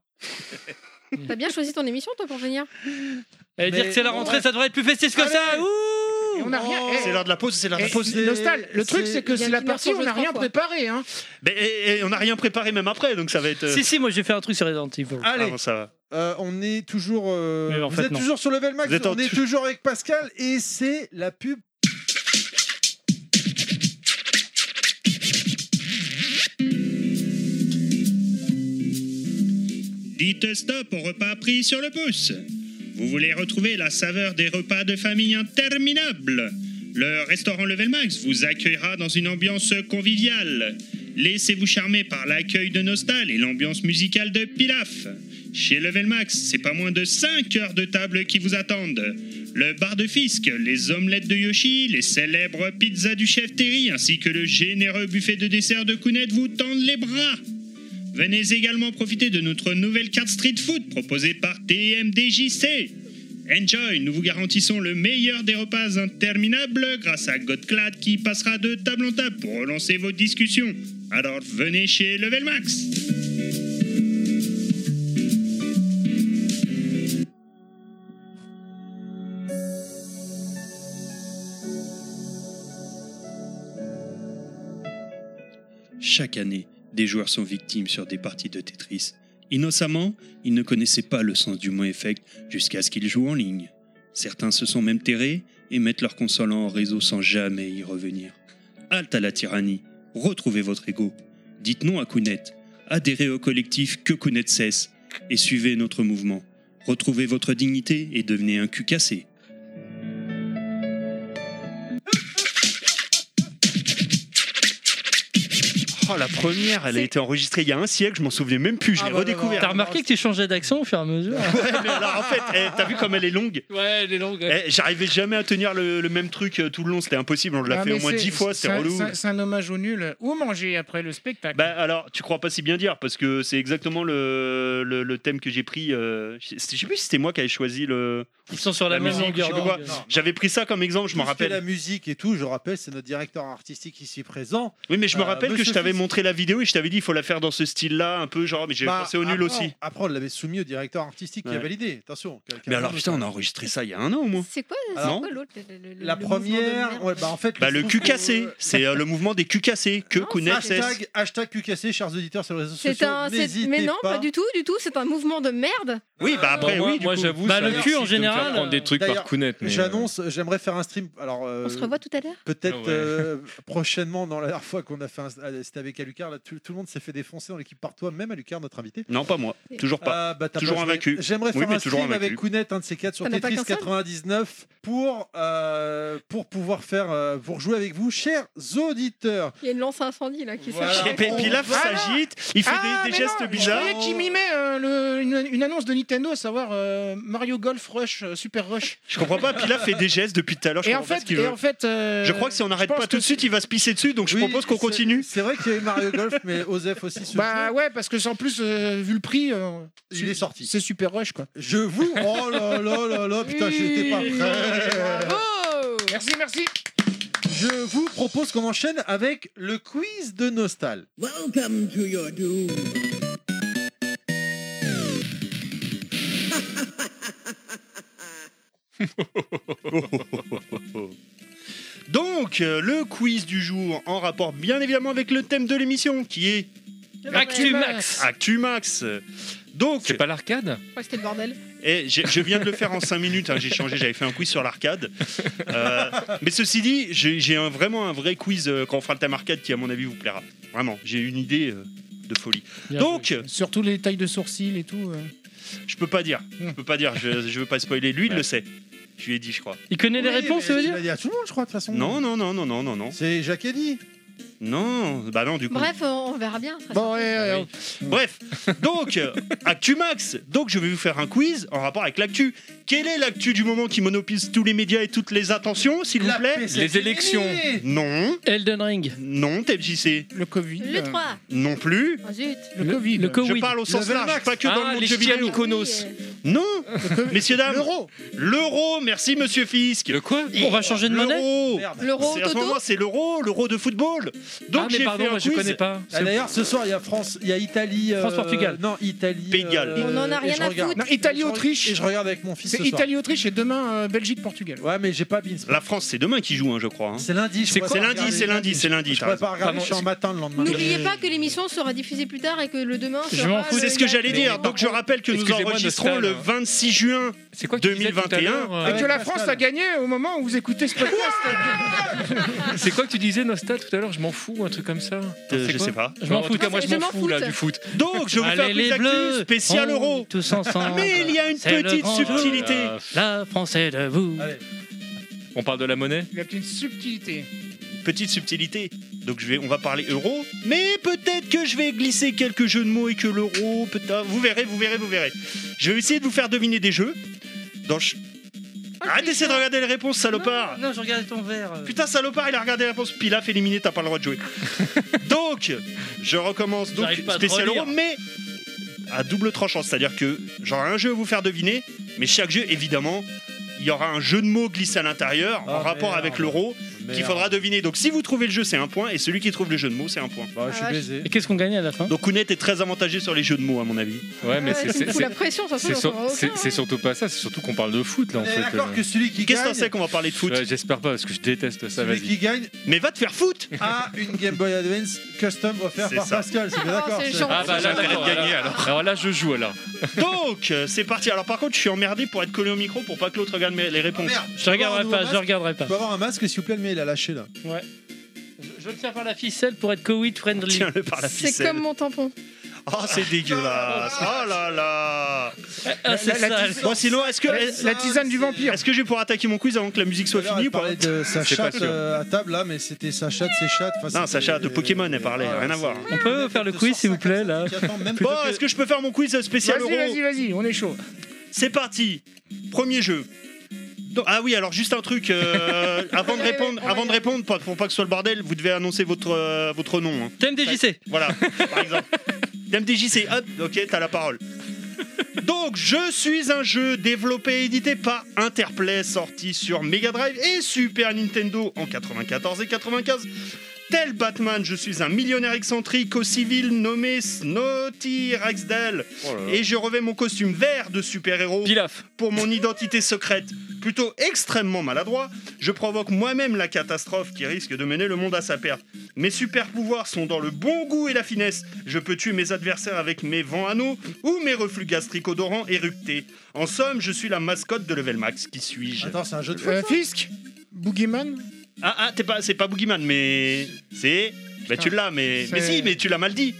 T'as bien choisi ton émission, toi, pour venir. Mais- Elle dire que c'est la rentrée, ça devrait être plus festif que Allez ça. Ouh et on n'a rien. eh, C'est l'heure de la pause, c'est l'heure de la eh, pause. Nostal, le truc c'est que Il y a c'est la une partie où on n'a immersion, je rien crois, préparé. Hein. Mais, et- et Eh, on n'a rien préparé même après, donc ça va être. euh, Si, si, moi j'ai fait un truc sur Resident Evil. ah Allez, bon, ça va. euh, on est toujours. euh, Mais en vous fait, êtes non. toujours sur Level Max. Vous êtes en on est tu- toujours avec Pascal et c'est la pub. Dites stop aux repas pris sur le pouce. Vous voulez retrouver la saveur des repas de famille interminables Le restaurant Level Max vous accueillera dans une ambiance conviviale. Laissez-vous charmer par l'accueil de Nostal et l'ambiance musicale de Pilaf. Chez Level Max, c'est pas moins de 5 heures de table qui vous attendent. Le bar de Fisk, les omelettes de Yoshi, les célèbres pizzas du chef Terry ainsi que le généreux buffet de dessert de Kounet vous tendent les bras. Venez également profiter de notre nouvelle carte Street Food proposée par TMDJC. Enjoy, nous vous garantissons le meilleur des repas interminables grâce à Godclad qui passera de table en table pour relancer vos discussions. Alors venez chez Level Max. Chaque année, des joueurs sont victimes sur des parties de Tetris. Innocemment, ils ne connaissaient pas le sens du mot effect jusqu'à ce qu'ils jouent en ligne. Certains se sont même terrés et mettent leur console en réseau sans jamais y revenir. Halte à la tyrannie, retrouvez votre ego. Dites non à Kounet, adhérez au collectif Que Kounet cesse et suivez notre mouvement. Retrouvez votre dignité et devenez un cul cassé. Oh, la première, elle a C'est- été enregistrée il y a un siècle, je m'en souvenais même plus, je Ah, l'ai bah, bah, bah. redécouverte. T'as remarqué que tu changeais d'accent au fur et à mesure Ouais, mais alors, en fait, eh, t'as vu comme elle est longue Ouais, les langues. Eh, J'arrivais jamais à tenir le, le même truc euh, tout le long, c'était impossible, on l'a Ah, fait au mais moins c'est- dix fois, c'est c'était un- relou. c'est un- C'est un hommage au nul. Où manger après le spectacle Bah alors, tu crois pas si bien dire, parce que c'est exactement le, le, le thème que j'ai pris. euh, je sais je sais plus si c'était moi qui avais choisi le. Ils sont sur la, La même musique, longueur je sais pas d'onde. J'avais pris ça comme exemple, je Tout me ce qui est La rappelle. musique et tout, je rappelle, c'est notre directeur artistique ici présent. Oui, mais je me Euh, rappelle que Monsieur je t'avais Fils. montré la vidéo et je t'avais dit il faut la faire dans ce style-là, un peu genre, mais j'ai Bah, pensé au nul après, aussi. on- Après, on l'avait soumis au directeur artistique qui Ouais. a validé. Attention. quelqu'un Mais alors, d'autre. putain, on a enregistré ça il y a un an au moins. C'est quoi, c'est Alors, quoi l'autre le- le- le- La le mouvement de première, merde ouais, bah en fait, Bah, je le trouve cul que- cassé, c'est euh, le mouvement des culs cassés que Non, connaît Hashtag, hashtag cul cassé, chers auditeurs sur les réseaux C'est sociaux. un, c'est- n'hésitez Euh, mais non, pas. du tout, du tout. C'est un mouvement de merde. Oui, bah Bon, après, moi, oui, du moi, coup. j'avoue, Bah, ça le me cul, en de me faire général, prendre des trucs d'ailleurs, par Kounet. mais, J'annonce, euh, j'aimerais faire un stream. Alors, euh, On se revoit tout à l'heure. peut-être Ah ouais. euh, prochainement, dans la dernière fois qu'on a fait, un- ah, c'était avec Alucard, là, tout, tout le monde s'est fait défoncer dans l'équipe par toi, même Alucard, notre invité. Non, pas moi, toujours pas. Ah, bah, t'as Toujours pas joué. invaincu. J'aimerais Oui, faire mais un toujours stream invaincu. avec Kounet, un de ces quatre, sur T'en as pas Tetris qu'un seul 99 pour, euh, pour pouvoir faire, euh, pour jouer avec vous, chers auditeurs. Il y a une lance à incendie là qui Voilà. s'achève. Et puis Pilaf Hein, Voilà. s'agite, il fait Ah, des, des mais gestes non, bizarres. Je croyais qu'il mimait euh, le- une, une annonce de Nintendo, à savoir euh, Mario Golf Rush, euh, Super Rush. Je comprends pas, Pilaf fait des gestes depuis tout à l'heure, je Et en comprends pas ce fait, qu'il et veut. en fait euh, Je crois que si on n'arrête pense pas tout de que- suite, il va se pisser dessus, donc je Oui, propose qu'on c'est- continue. C'est vrai qu'il y a eu Mario Golf, mais Osef aussi se Bah joue. ouais, parce que en plus, euh, vu le prix, euh, Il est sorti. C'est Super Rush quoi. Je vous. Oh là là là là, putain, j'étais pas prêt. Bravo Merci, merci. Je vous propose qu'on enchaîne avec le quiz de Nostal. Donc, euh, le quiz du jour en rapport bien évidemment avec le thème de l'émission qui est Actu Bah, Max ActuMax. Donc, euh, C'est pas l'arcade Je crois que c'était le bordel. eh, j'ai- je viens de le faire en 5 minutes, hein, j'ai changé, j'avais fait un quiz sur l'arcade. Euh, mais ceci dit, j'ai j'ai un- vraiment un vrai quiz euh, quand on fera le thème arcade qui, à mon avis, vous plaira. Vraiment, j'ai une idée euh, de folie. Donc, Surtout les tailles de sourcils et tout. euh. je peux pas dire, Hmm. je peux pas dire, je, je veux pas spoiler, lui, il Ouais. le sait. Je lui ai dit, je crois. Il connaît les Oui, réponses, mais ça veut tu dire l'as dit à tout le monde, je crois, de toute façon. Non, non, non, non, non, non, non. C'est Jacques Eddy. Non, bah non, du coup. Bref, on, on verra bien. ça Bon, ouais, ouais, oui. Bref, donc, euh, Actu Max. Donc, je vais vous faire un quiz en rapport avec l'actu. Quelle est l'actu du moment qui monopolise tous les médias et toutes les attentions, s'il vous plaît Les élections. Non, Elden Ring. non, TMJC, le Covid. Le 3. non plus. Oh, zut. euh, Le Covid. Le Covid. Je parle au sens Level large, Max. pas que dans Ah, le monde les du jeu chiens. vidéo. Mykonos. Non, Covid. messieurs, dames, L'euro. l'euro, merci, monsieur Fisk. Le quoi On va changer de monnaie L'euro L'euro, C'est- En ce Toto moment, c'est l'euro, l'euro de football. Donc ah, mais j'ai pardon, fait un moi, je quiz. connais pas. Ah, D'ailleurs, ce soir, il y a France, il y a Italie. euh, France-Portugal. Non, Italie. Pays de Galles. euh, On en et a rien je à regarde. foutre. Non, Italie-Autriche. Et je regarde avec mon fils. C'est ce soir. Italie-Autriche et demain euh, Belgique-Portugal. Ouais, mais j'ai pas Beansport. La France, c'est demain qui joue, hein, je crois. hein. C'est lundi. je C'est pourrais quoi pas C'est lundi, regarder. c'est lundi, c'est lundi, Je t'as pourrais pas Pardon, regarder. Je suis en c'est- matin le lendemain. N'oubliez pas que l'émission sera diffusée plus tard et que le demain Je sera. m'en fous, euh, C'est ce que la- j'allais dire. Donc je rappelle que nous Excusez-moi, enregistrons Nostal. le hein. 26 juin. C'est quoi que tu disais tout à 2021, l'heure, euh, Et que la Pascal. France a gagné au moment où vous écoutez ce podcast. Ah C'est quoi que tu disais, Nosta, tout à l'heure Je m'en fous, un truc comme ça. Euh, C'est je quoi sais pas. Je Bah, m'en En fous, tout cas, moi je je m'en m'en fous là foute. du foot. Donc je vous fais un Allez, quiz les d'actu bleus, spécial on- euro. Ah, Tous ensemble. Mais il y a une C'est le petite grand jeu. subtilité. La France est debout. Allez. On parle de la monnaie Il y a qu'une subtilité. Petite subtilité. Donc je vais, on va parler euro, mais peut-être que je vais glisser quelques jeux de mots et que l'euro, peut-être. Vous verrez, vous verrez, vous verrez. Je vais essayer de vous faire deviner des jeux. Dans ch- Oh, Arrête d'essayer de regarder les réponses, salopard. Non, je regardais ton verre. euh. Putain, salopard, il a regardé la réponse. Pilaf éliminé, t'as pas le droit de jouer. donc, je recommence donc J'arrive pas à te spécial euro, relire. mais à double tranchant. C'est-à-dire que j'aurai un jeu à vous faire deviner, mais chaque jeu, évidemment, il y aura un jeu de mots glissé à l'intérieur en Ah, rapport merde. avec l'euro euh, qu'il faudra deviner. Donc, si vous trouvez le jeu, c'est un point, et celui qui trouve le jeu de mots, c'est un point. Bah, je suis Ah, baisé. Et qu'est-ce qu'on gagnait à la fin Donc, Kounet est très avantagé sur les jeux de mots, à mon avis. Ouais, mais Ouais, c'est- tu me c'est- fous la c'est- pression, ça c'est se sur- c'est- c'est surtout pas ça, c'est surtout qu'on parle de foot là en On est fait. euh. d'accord que celui qui euh, Qu'est-ce que gagne, c'est qu'on va parler de foot Ouais, J'espère pas parce que je déteste ça, celui vas-y. qui gagne Mais va te faire foot a une Game Boy Advance custom offerte C'est par ça. Pascal. C'est bien Oh, d'accord. c'est c'est- gentil. Ah bah là, J'ai intérêt de d'accord, gagner, alors. Alors là, je joue alors. Donc, euh, c'est parti. Alors, par contre, je suis emmerdé pour être collé au micro pour pas que l'autre regarde mes- les réponses. Ah, Merde, Je regarderai Bon, pas, nous, je regarderai pas. Tu peux avoir un masque, s'il vous plaît, mais il a lâché là. Je le tiens par la ficelle pour être Covid friendly. Tiens-le Ah, par la ficelle. C'est comme mon tampon. Oh, c'est dégueulasse. Oh là là. Ah, c'est La- la sale. Bon, sinon, est-ce que, est-ce La tisane du vampire. que je vais pouvoir attaquer mon quiz avant que la musique soit finie Elle ou pas parlait de sa C'est pas chatte sûr. euh, à table là, mais c'était sa chatte, ses chattes. enfin, Non, c'était- sa chatte de Pokémon, elle parlait, rien à voir. On peut faire le quiz, s'il vous plaît, là Qui attend même Bon, pas que- est-ce que je peux faire mon quiz spécial Vas-y, euro vas-y, vas-y, on est chaud. C'est parti. Premier jeu. Donc- ah oui, alors juste un truc euh, avant de Ouais, ouais, répondre, on va avant y de aller. répondre, pas- pour pas que ce soit le bordel, vous devez annoncer votre euh, votre nom. hein. TMDJC. Voilà, par exemple. DMDJC, hop, ok, t'as la parole. Donc, je suis un jeu développé et édité par Interplay, sorti sur Mega Drive et Super Nintendo en 94 et 95. Tel Batman, je suis un millionnaire excentrique au civil nommé Snotty Raxdale et je revais mon costume vert de super-héros Pilaf. pour mon identité secrète. Plutôt extrêmement maladroit, je provoque moi-même la catastrophe qui risque de mener le monde à sa perte. Mes super pouvoirs sont dans le bon goût et la finesse. Je peux tuer mes adversaires avec mes vents anneaux ou mes reflux gastriques odorants éructés. En somme, je suis la mascotte de Level Max. Qui suis-je Attends, c'est un jeu de foot. Euh, Fisk Boogeyman Ah, ah, t'es pas, c'est pas Boogeyman, mais c'est. Bah tu l'as, mais mais C'est- si, mais tu l'as mal dit.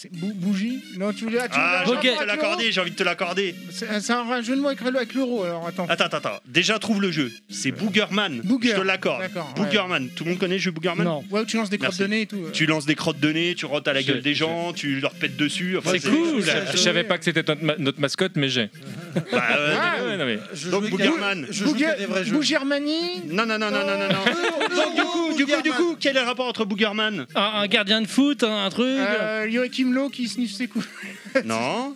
C'est Bou- Bougie Non, tu l'as. tu Ah, l'as j'ai Ok. envie de te avec l'accorder, j'ai envie de te l'accorder. l'euro C'est c'est un jeu de mots avec le- avec l'euro, alors attends. Attends, attends, attends. Déjà trouve le jeu. C'est Boogerman. Euh, Booger. Je te l'accorde. D'accord, ouais. Boogerman. Tout le monde connaît le jeu Boogerman. Non. Ouais, où tu lances des crottes Merci. de nez et tout. euh. Tu lances des crottes de nez, tu rentres à la Je- gueule des je- gens, tu leur pètes dessus. enfin, C'est cool. c'est- Je savais pas que c'était notre, ma- notre mascotte, mais j'ai. Bah, euh, Ah, Ouais, non, mais- Je Donc, jouais Boogerman. qu'à- Je joue qu'à des vrais jeux. Bougermanie Euh, Non, non, non, non, non, non. non. Ah, Donc, du coup, du coup, du coup, quel est le rapport entre Boogerman Un, un gardien de foot, un, un truc. euh, Joachim Lowe qui sniffe ses coups. Non.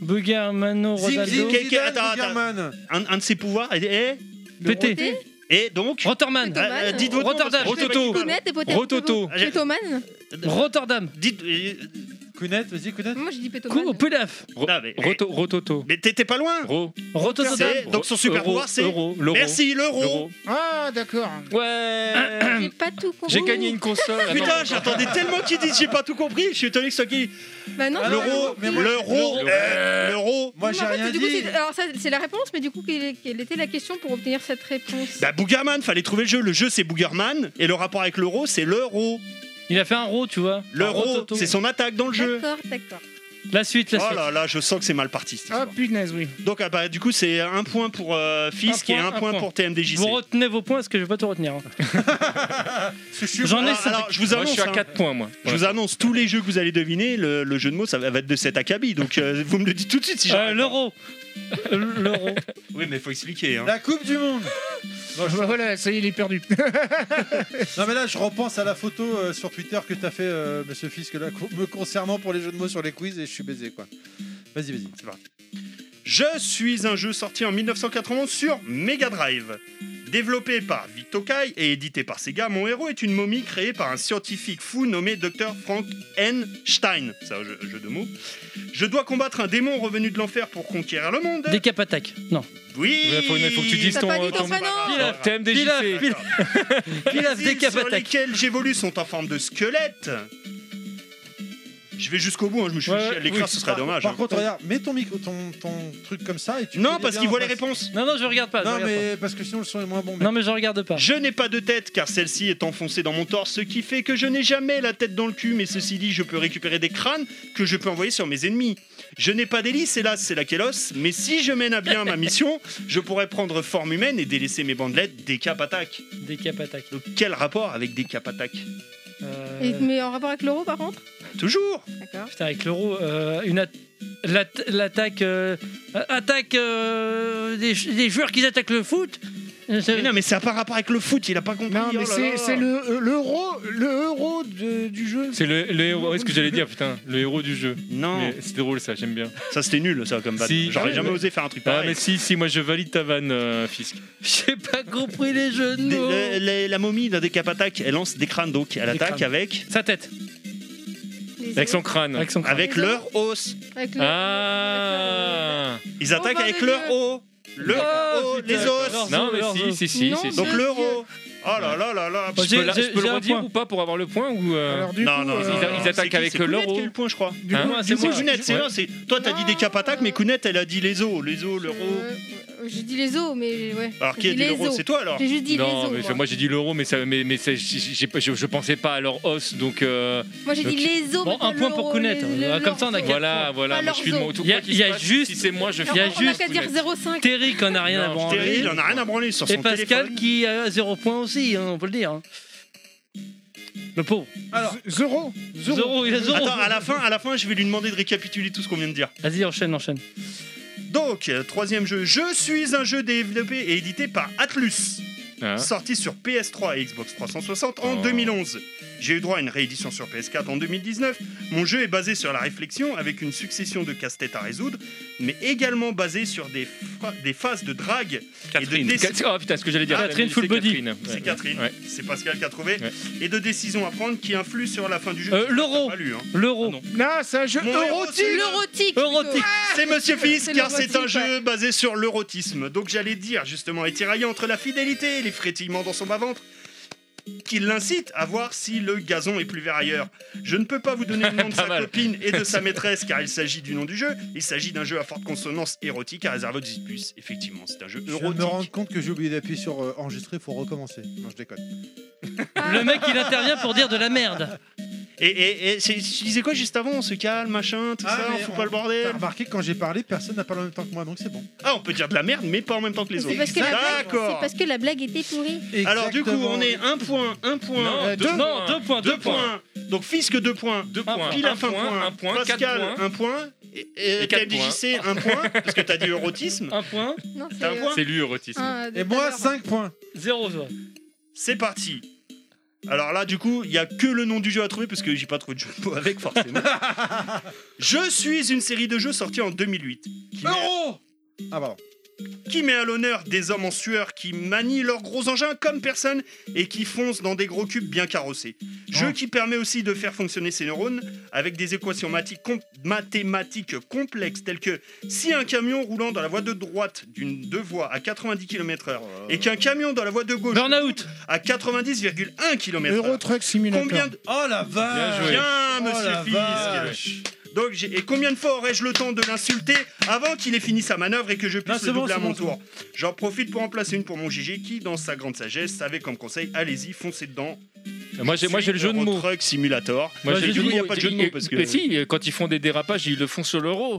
Bugarmano, Zing, Ronaldo. zing, Quel- quel- Zidane, attends, attends. Boogerman. Un, un de ses pouvoirs est. PT. Et donc. Rotterman. Ah, euh, dites votre nom, Rotterdam. parce que je l'ai pas Rototo. dit, pardon. Connaître et potato. Rototo. J'ai- Pétoman Rotterdam. Dites. euh, Kounet, vas-y, Kounet. Moi je dis pétoman. Cou- Pilaf. non, mais- Roto- Rototo. Mais t'étais pas loin. Ro. Rototodam. C'est- eh, donc son super Euro, pouvoir, c'est- Euro, l'euro. Merci l'euro. Euro. Ah, d'accord. Ouais. J'ai pas tout compris. J'ai gagné une console. Ah, non. Putain, j'attendais tellement qu'ils disent j'ai pas tout compris. Je suis étonné que ce soit qui. Bah non, j'ai rien L'euro, compris. mais moi- l'euro, l'euro. euh, l'euro. Moi, Mais j'ai en fait, rien du coup, dit. c'est- Alors ça, c'est la réponse, mais du coup, quelle, quelle était la question pour obtenir cette réponse Bah Boogerman, fallait trouver le jeu. Le jeu c'est Boogerman et le rapport avec l'euro c'est l'euro. Il a fait un row, tu vois. Un L'euro, Ah, rototo. c'est son attaque dans le jeu. D'accord, d'accord. La suite, la Oh suite. là là, je sens que c'est mal parti. cette Ah, histoire. punaise, oui. Donc ah bah, du coup, c'est un point pour euh, Fisk Un et point, un un point, point. pour TMDJC. Vous retenez vos points parce que je vais pas tout retenir. hein. J'en ai Alors, cinq. alors, je vous Moi, je annonce, suis à hein, 4 points, moi. je vous annonce tous les jeux que vous allez deviner. Le, le jeu de mots, ça va être de cet acabit. Donc euh, vous me le dites tout de suite si Euh, j'arrête. L'euro. L'euro. Oui, mais faut expliquer. hein. La Coupe du Monde. Non, je- Bah, Voilà, ça y est, il est perdu. Non mais là je repense à la photo euh, sur Twitter que t'as fait euh, Monsieur Fisk là co- me concernant pour les jeux de mots sur les quiz et je suis baisé quoi. Vas-y vas-y. Je suis un jeu sorti en 1991 sur Mega Drive. Développé par Vitokai et édité par Sega, Mon Héros est une momie créée par un scientifique fou nommé Dr. Frank N. Stein. C'est un jeu, jeu de mots. Je dois combattre un démon revenu de l'enfer pour conquérir le monde. Des cap attaques. Non. Oui Il faut, il faut que tu dises T'as ton, pas euh, dit ton ton prénom Pilaf, thème des Pilaf, JC. Pilaf, Pilaf, Les des îles cap sur attaques. lesquelles j'évolue sont en forme de squelette. Je vais jusqu'au bout, hein, je me suis Ouais, dit, à ouais, l'écrire, oui. ce serait Par- dommage. Par hein. contre, regarde, mets ton micro, ton, ton truc comme ça et tu. non, mets parce bien qu'il en voit les face. réponses. Ah, Non, non, je regarde pas. je Non, regarde mais parce que sinon le son est moins bon. pas. mec. non, mais je regarde pas. Je n'ai pas de tête car celle-ci est enfoncée dans mon torse, ce qui fait que je n'ai jamais la tête dans le cul, mais ceci dit, je peux récupérer des crânes que je peux envoyer sur mes ennemis. Je n'ai pas d'hélice, hélas, c'est la Kélos, mais si je mène à bien ma mission, je pourrais prendre forme humaine et délaisser mes bandelettes des cap attaques. Des cap attaques. Donc quel rapport avec des cap attaques Euh, Et- Mais en rapport avec l'euro, par contre Toujours D'accord. Putain, avec l'euro, euh, une at- l'at- l'attaque. euh, attaque euh, des, des joueurs qui attaquent le foot. Euh, c'est- Mais non, mais ça n'a pas rapport avec le foot, il a pas compris. Non, oh mais là c'est là. c'est le euh, l'euro le euro de- du jeu. C'est le, le héros, ouais, ce que j'allais dire, putain, le héros du jeu. Non, Mais c'est drôle ça, j'aime bien. ça c'était nul, ça, comme vanne. Si. J'aurais Ah, jamais mais- osé faire un truc Ah, pareil. mais si, si, moi je valide ta vanne, euh, Fisk. J'ai pas compris les jeux de Des- euh, mots. le- les- la momie d'un des cap attaques, elle lance des crânes, donc elle Des attaque crânes. avec, Sa tête. Les Avec son os. crâne. Avec son crâne. avec Les os. leur os. Avec le- Ah Ils attaquent Oh, avec bordel leur de haut, leur Oh, haut, putain, les os, leurs Non, mais leurs os. si, si, si. Non, si, si. mais- donc leur haut. Oh là là là là. Je peux, J'ai- la- je j'ai- peux j'ai le un redire point. ou pas pour avoir le point ou euh, Alors du Non, coup, non, euh, ils- ils non, non, attaquent c'est qui avec C'est Kounet leur qui a eu haut. le point, je crois. du Hein coup, Moi, du C'est coup, Kounet, c'est je- vrai, c'est- Toi, t'as dit des cap attaques, mais Kounet, elle a dit les os, les os, leur haut. Euh, J'ai dit les os, mais ouais. Alors J'ai qui a dit dit les l'euro os. C'est toi alors J'ai juste dit Non, les mais os. moi, moi. j'ai dit l'euro, mais, ça, mais, mais ça, j'ai- j'ai pas- je, je pensais pas à leur os, donc euh, Moi, j'ai dit Donc- les os. Bon, mais un pas point pour l'euro, connaître. les- le- Comme ça, on a leurs os. gagné. voilà, voilà, Pas moi, leurs je filme os. tout Il y a- quoi qu'il il y a se passe, juste- Si c'est moi, je On Il y a filme. a qu'à juste- dire 0,5. Terry qui en a rien à Non, voir. Terry, il en a rien à branler sur Et son Pascal téléphone. qui a zéro point aussi, hein, on peut le dire. hein. Le pauvre. Alors, Zero, zero. Zéro, il a zéro. Attends, à la fin, à la fin, je vais lui demander de récapituler tout ce qu'on vient de dire. Vas-y, enchaîne, enchaîne. Donc, euh, troisième jeu, Je suis un jeu développé et édité par Atlus, Ah. sorti sur PS3 et Xbox 360 en Oh. 2011. J'ai eu droit à une réédition sur PS4 en 2019. Mon jeu est basé sur la réflexion avec une succession de casse-têtes à résoudre, mais également basé sur des, fra- des phases de drague et Catherine. de décisions. Ca- Oh putain, ce que j'allais dire. Catherine, full C'est body. Catherine. C'est Ouais. Catherine, Ouais. c'est Pascal qui a trouvé, Ouais. et de décisions à prendre qui influent sur la fin du jeu. Euh, T'as l'euro. pas lu, hein. L'euro. Ah, Là, c'est un jeu Mon héros, euro. c'est L'eurotique. Eurotique. C'est Monsieur Fisk, C'est car c'est un l'eurotisme. jeu basé sur l'eurotisme. Donc j'allais dire, justement, étiraillé entre la fidélité et les frétillements dans son bas-ventre, qui l'incite à voir si le gazon est plus vert ailleurs. Je ne peux pas vous donner le nom de Pas sa mal. copine et de sa maîtresse, car il s'agit du nom du jeu. Il s'agit d'un jeu à forte consonance érotique à réserver aux 10 plus. Effectivement, c'est un jeu je viens de me rends érotique. compte que j'ai oublié d'appuyer sur euh, enregistrer, faut recommencer. Non, je déconne. Le mec, il intervient pour dire de la merde. Et, et, et c'est- tu disais quoi juste avant On se calme, machin, tout Ah, ça, on mais fout on- pas le T'as bordel. remarqué que quand j'ai parlé, personne n'a parlé en même temps que moi, donc c'est bon. Ah, on peut dire de la merde, mais pas en même temps que les C'est autres. parce, que la blague- c'est D'accord. parce que la blague était pourrie. Alors du coup, Exactement. on est un point, un point. Non, Euh, deux, deux- points. deux points, Deux points. Donc Fisk, deux points. Deux points. Pile un à fin point, point. un point, quatre Pascal, points. un point. Et, et Et quatre KMDJC, un point. Parce que t'as dit erotisme. Un point, Non, c'est T'as un euh, point C'est lui, Eurotisme. un, Et de moi, tout à 5 points. zéro, toi. C'est parti. Alors là, du coup, il y a que le nom du jeu à trouver parce que j'ai pas trouvé de jeu de mots avec forcément. Je suis une série de jeux sortis en 2008 qui met, Euro Ah, pardon. qui met à l'honneur des hommes en sueur qui manient leurs gros engins comme personne et qui foncent dans des gros cubes bien carrossés. Jeu qui permet aussi de faire fonctionner ses neurones avec des équations mati- com- mathématiques complexes telles que si un camion roulant dans la voie de droite d'une deux voies à 90 km/h Oh. et qu'un camion dans la voie de gauche Burnout. à 90,1 Euro km/h. Truck Simulator. Combien de... Oh la vache Bien joué. Bien, Oh monsieur la Fisk. vache Donc, j'ai- et combien de fois aurais-je le temps de l'insulter avant qu'il ait fini sa manœuvre et que je Non, puisse c'est le bon, doubler à c'est mon bon, c'est tour J'en profite pour en placer une pour mon GG qui, dans sa grande sagesse, savait comme conseil allez-y, foncez dedans. Moi, j'ai, moi, j'ai le jeu de Euro mots. Truck Simulator. Moi, j'ai le du jeu coup, il n'y a pas de jeu de mots parce que. Mais si, quand ils font des dérapages, ils le font sur l'euro.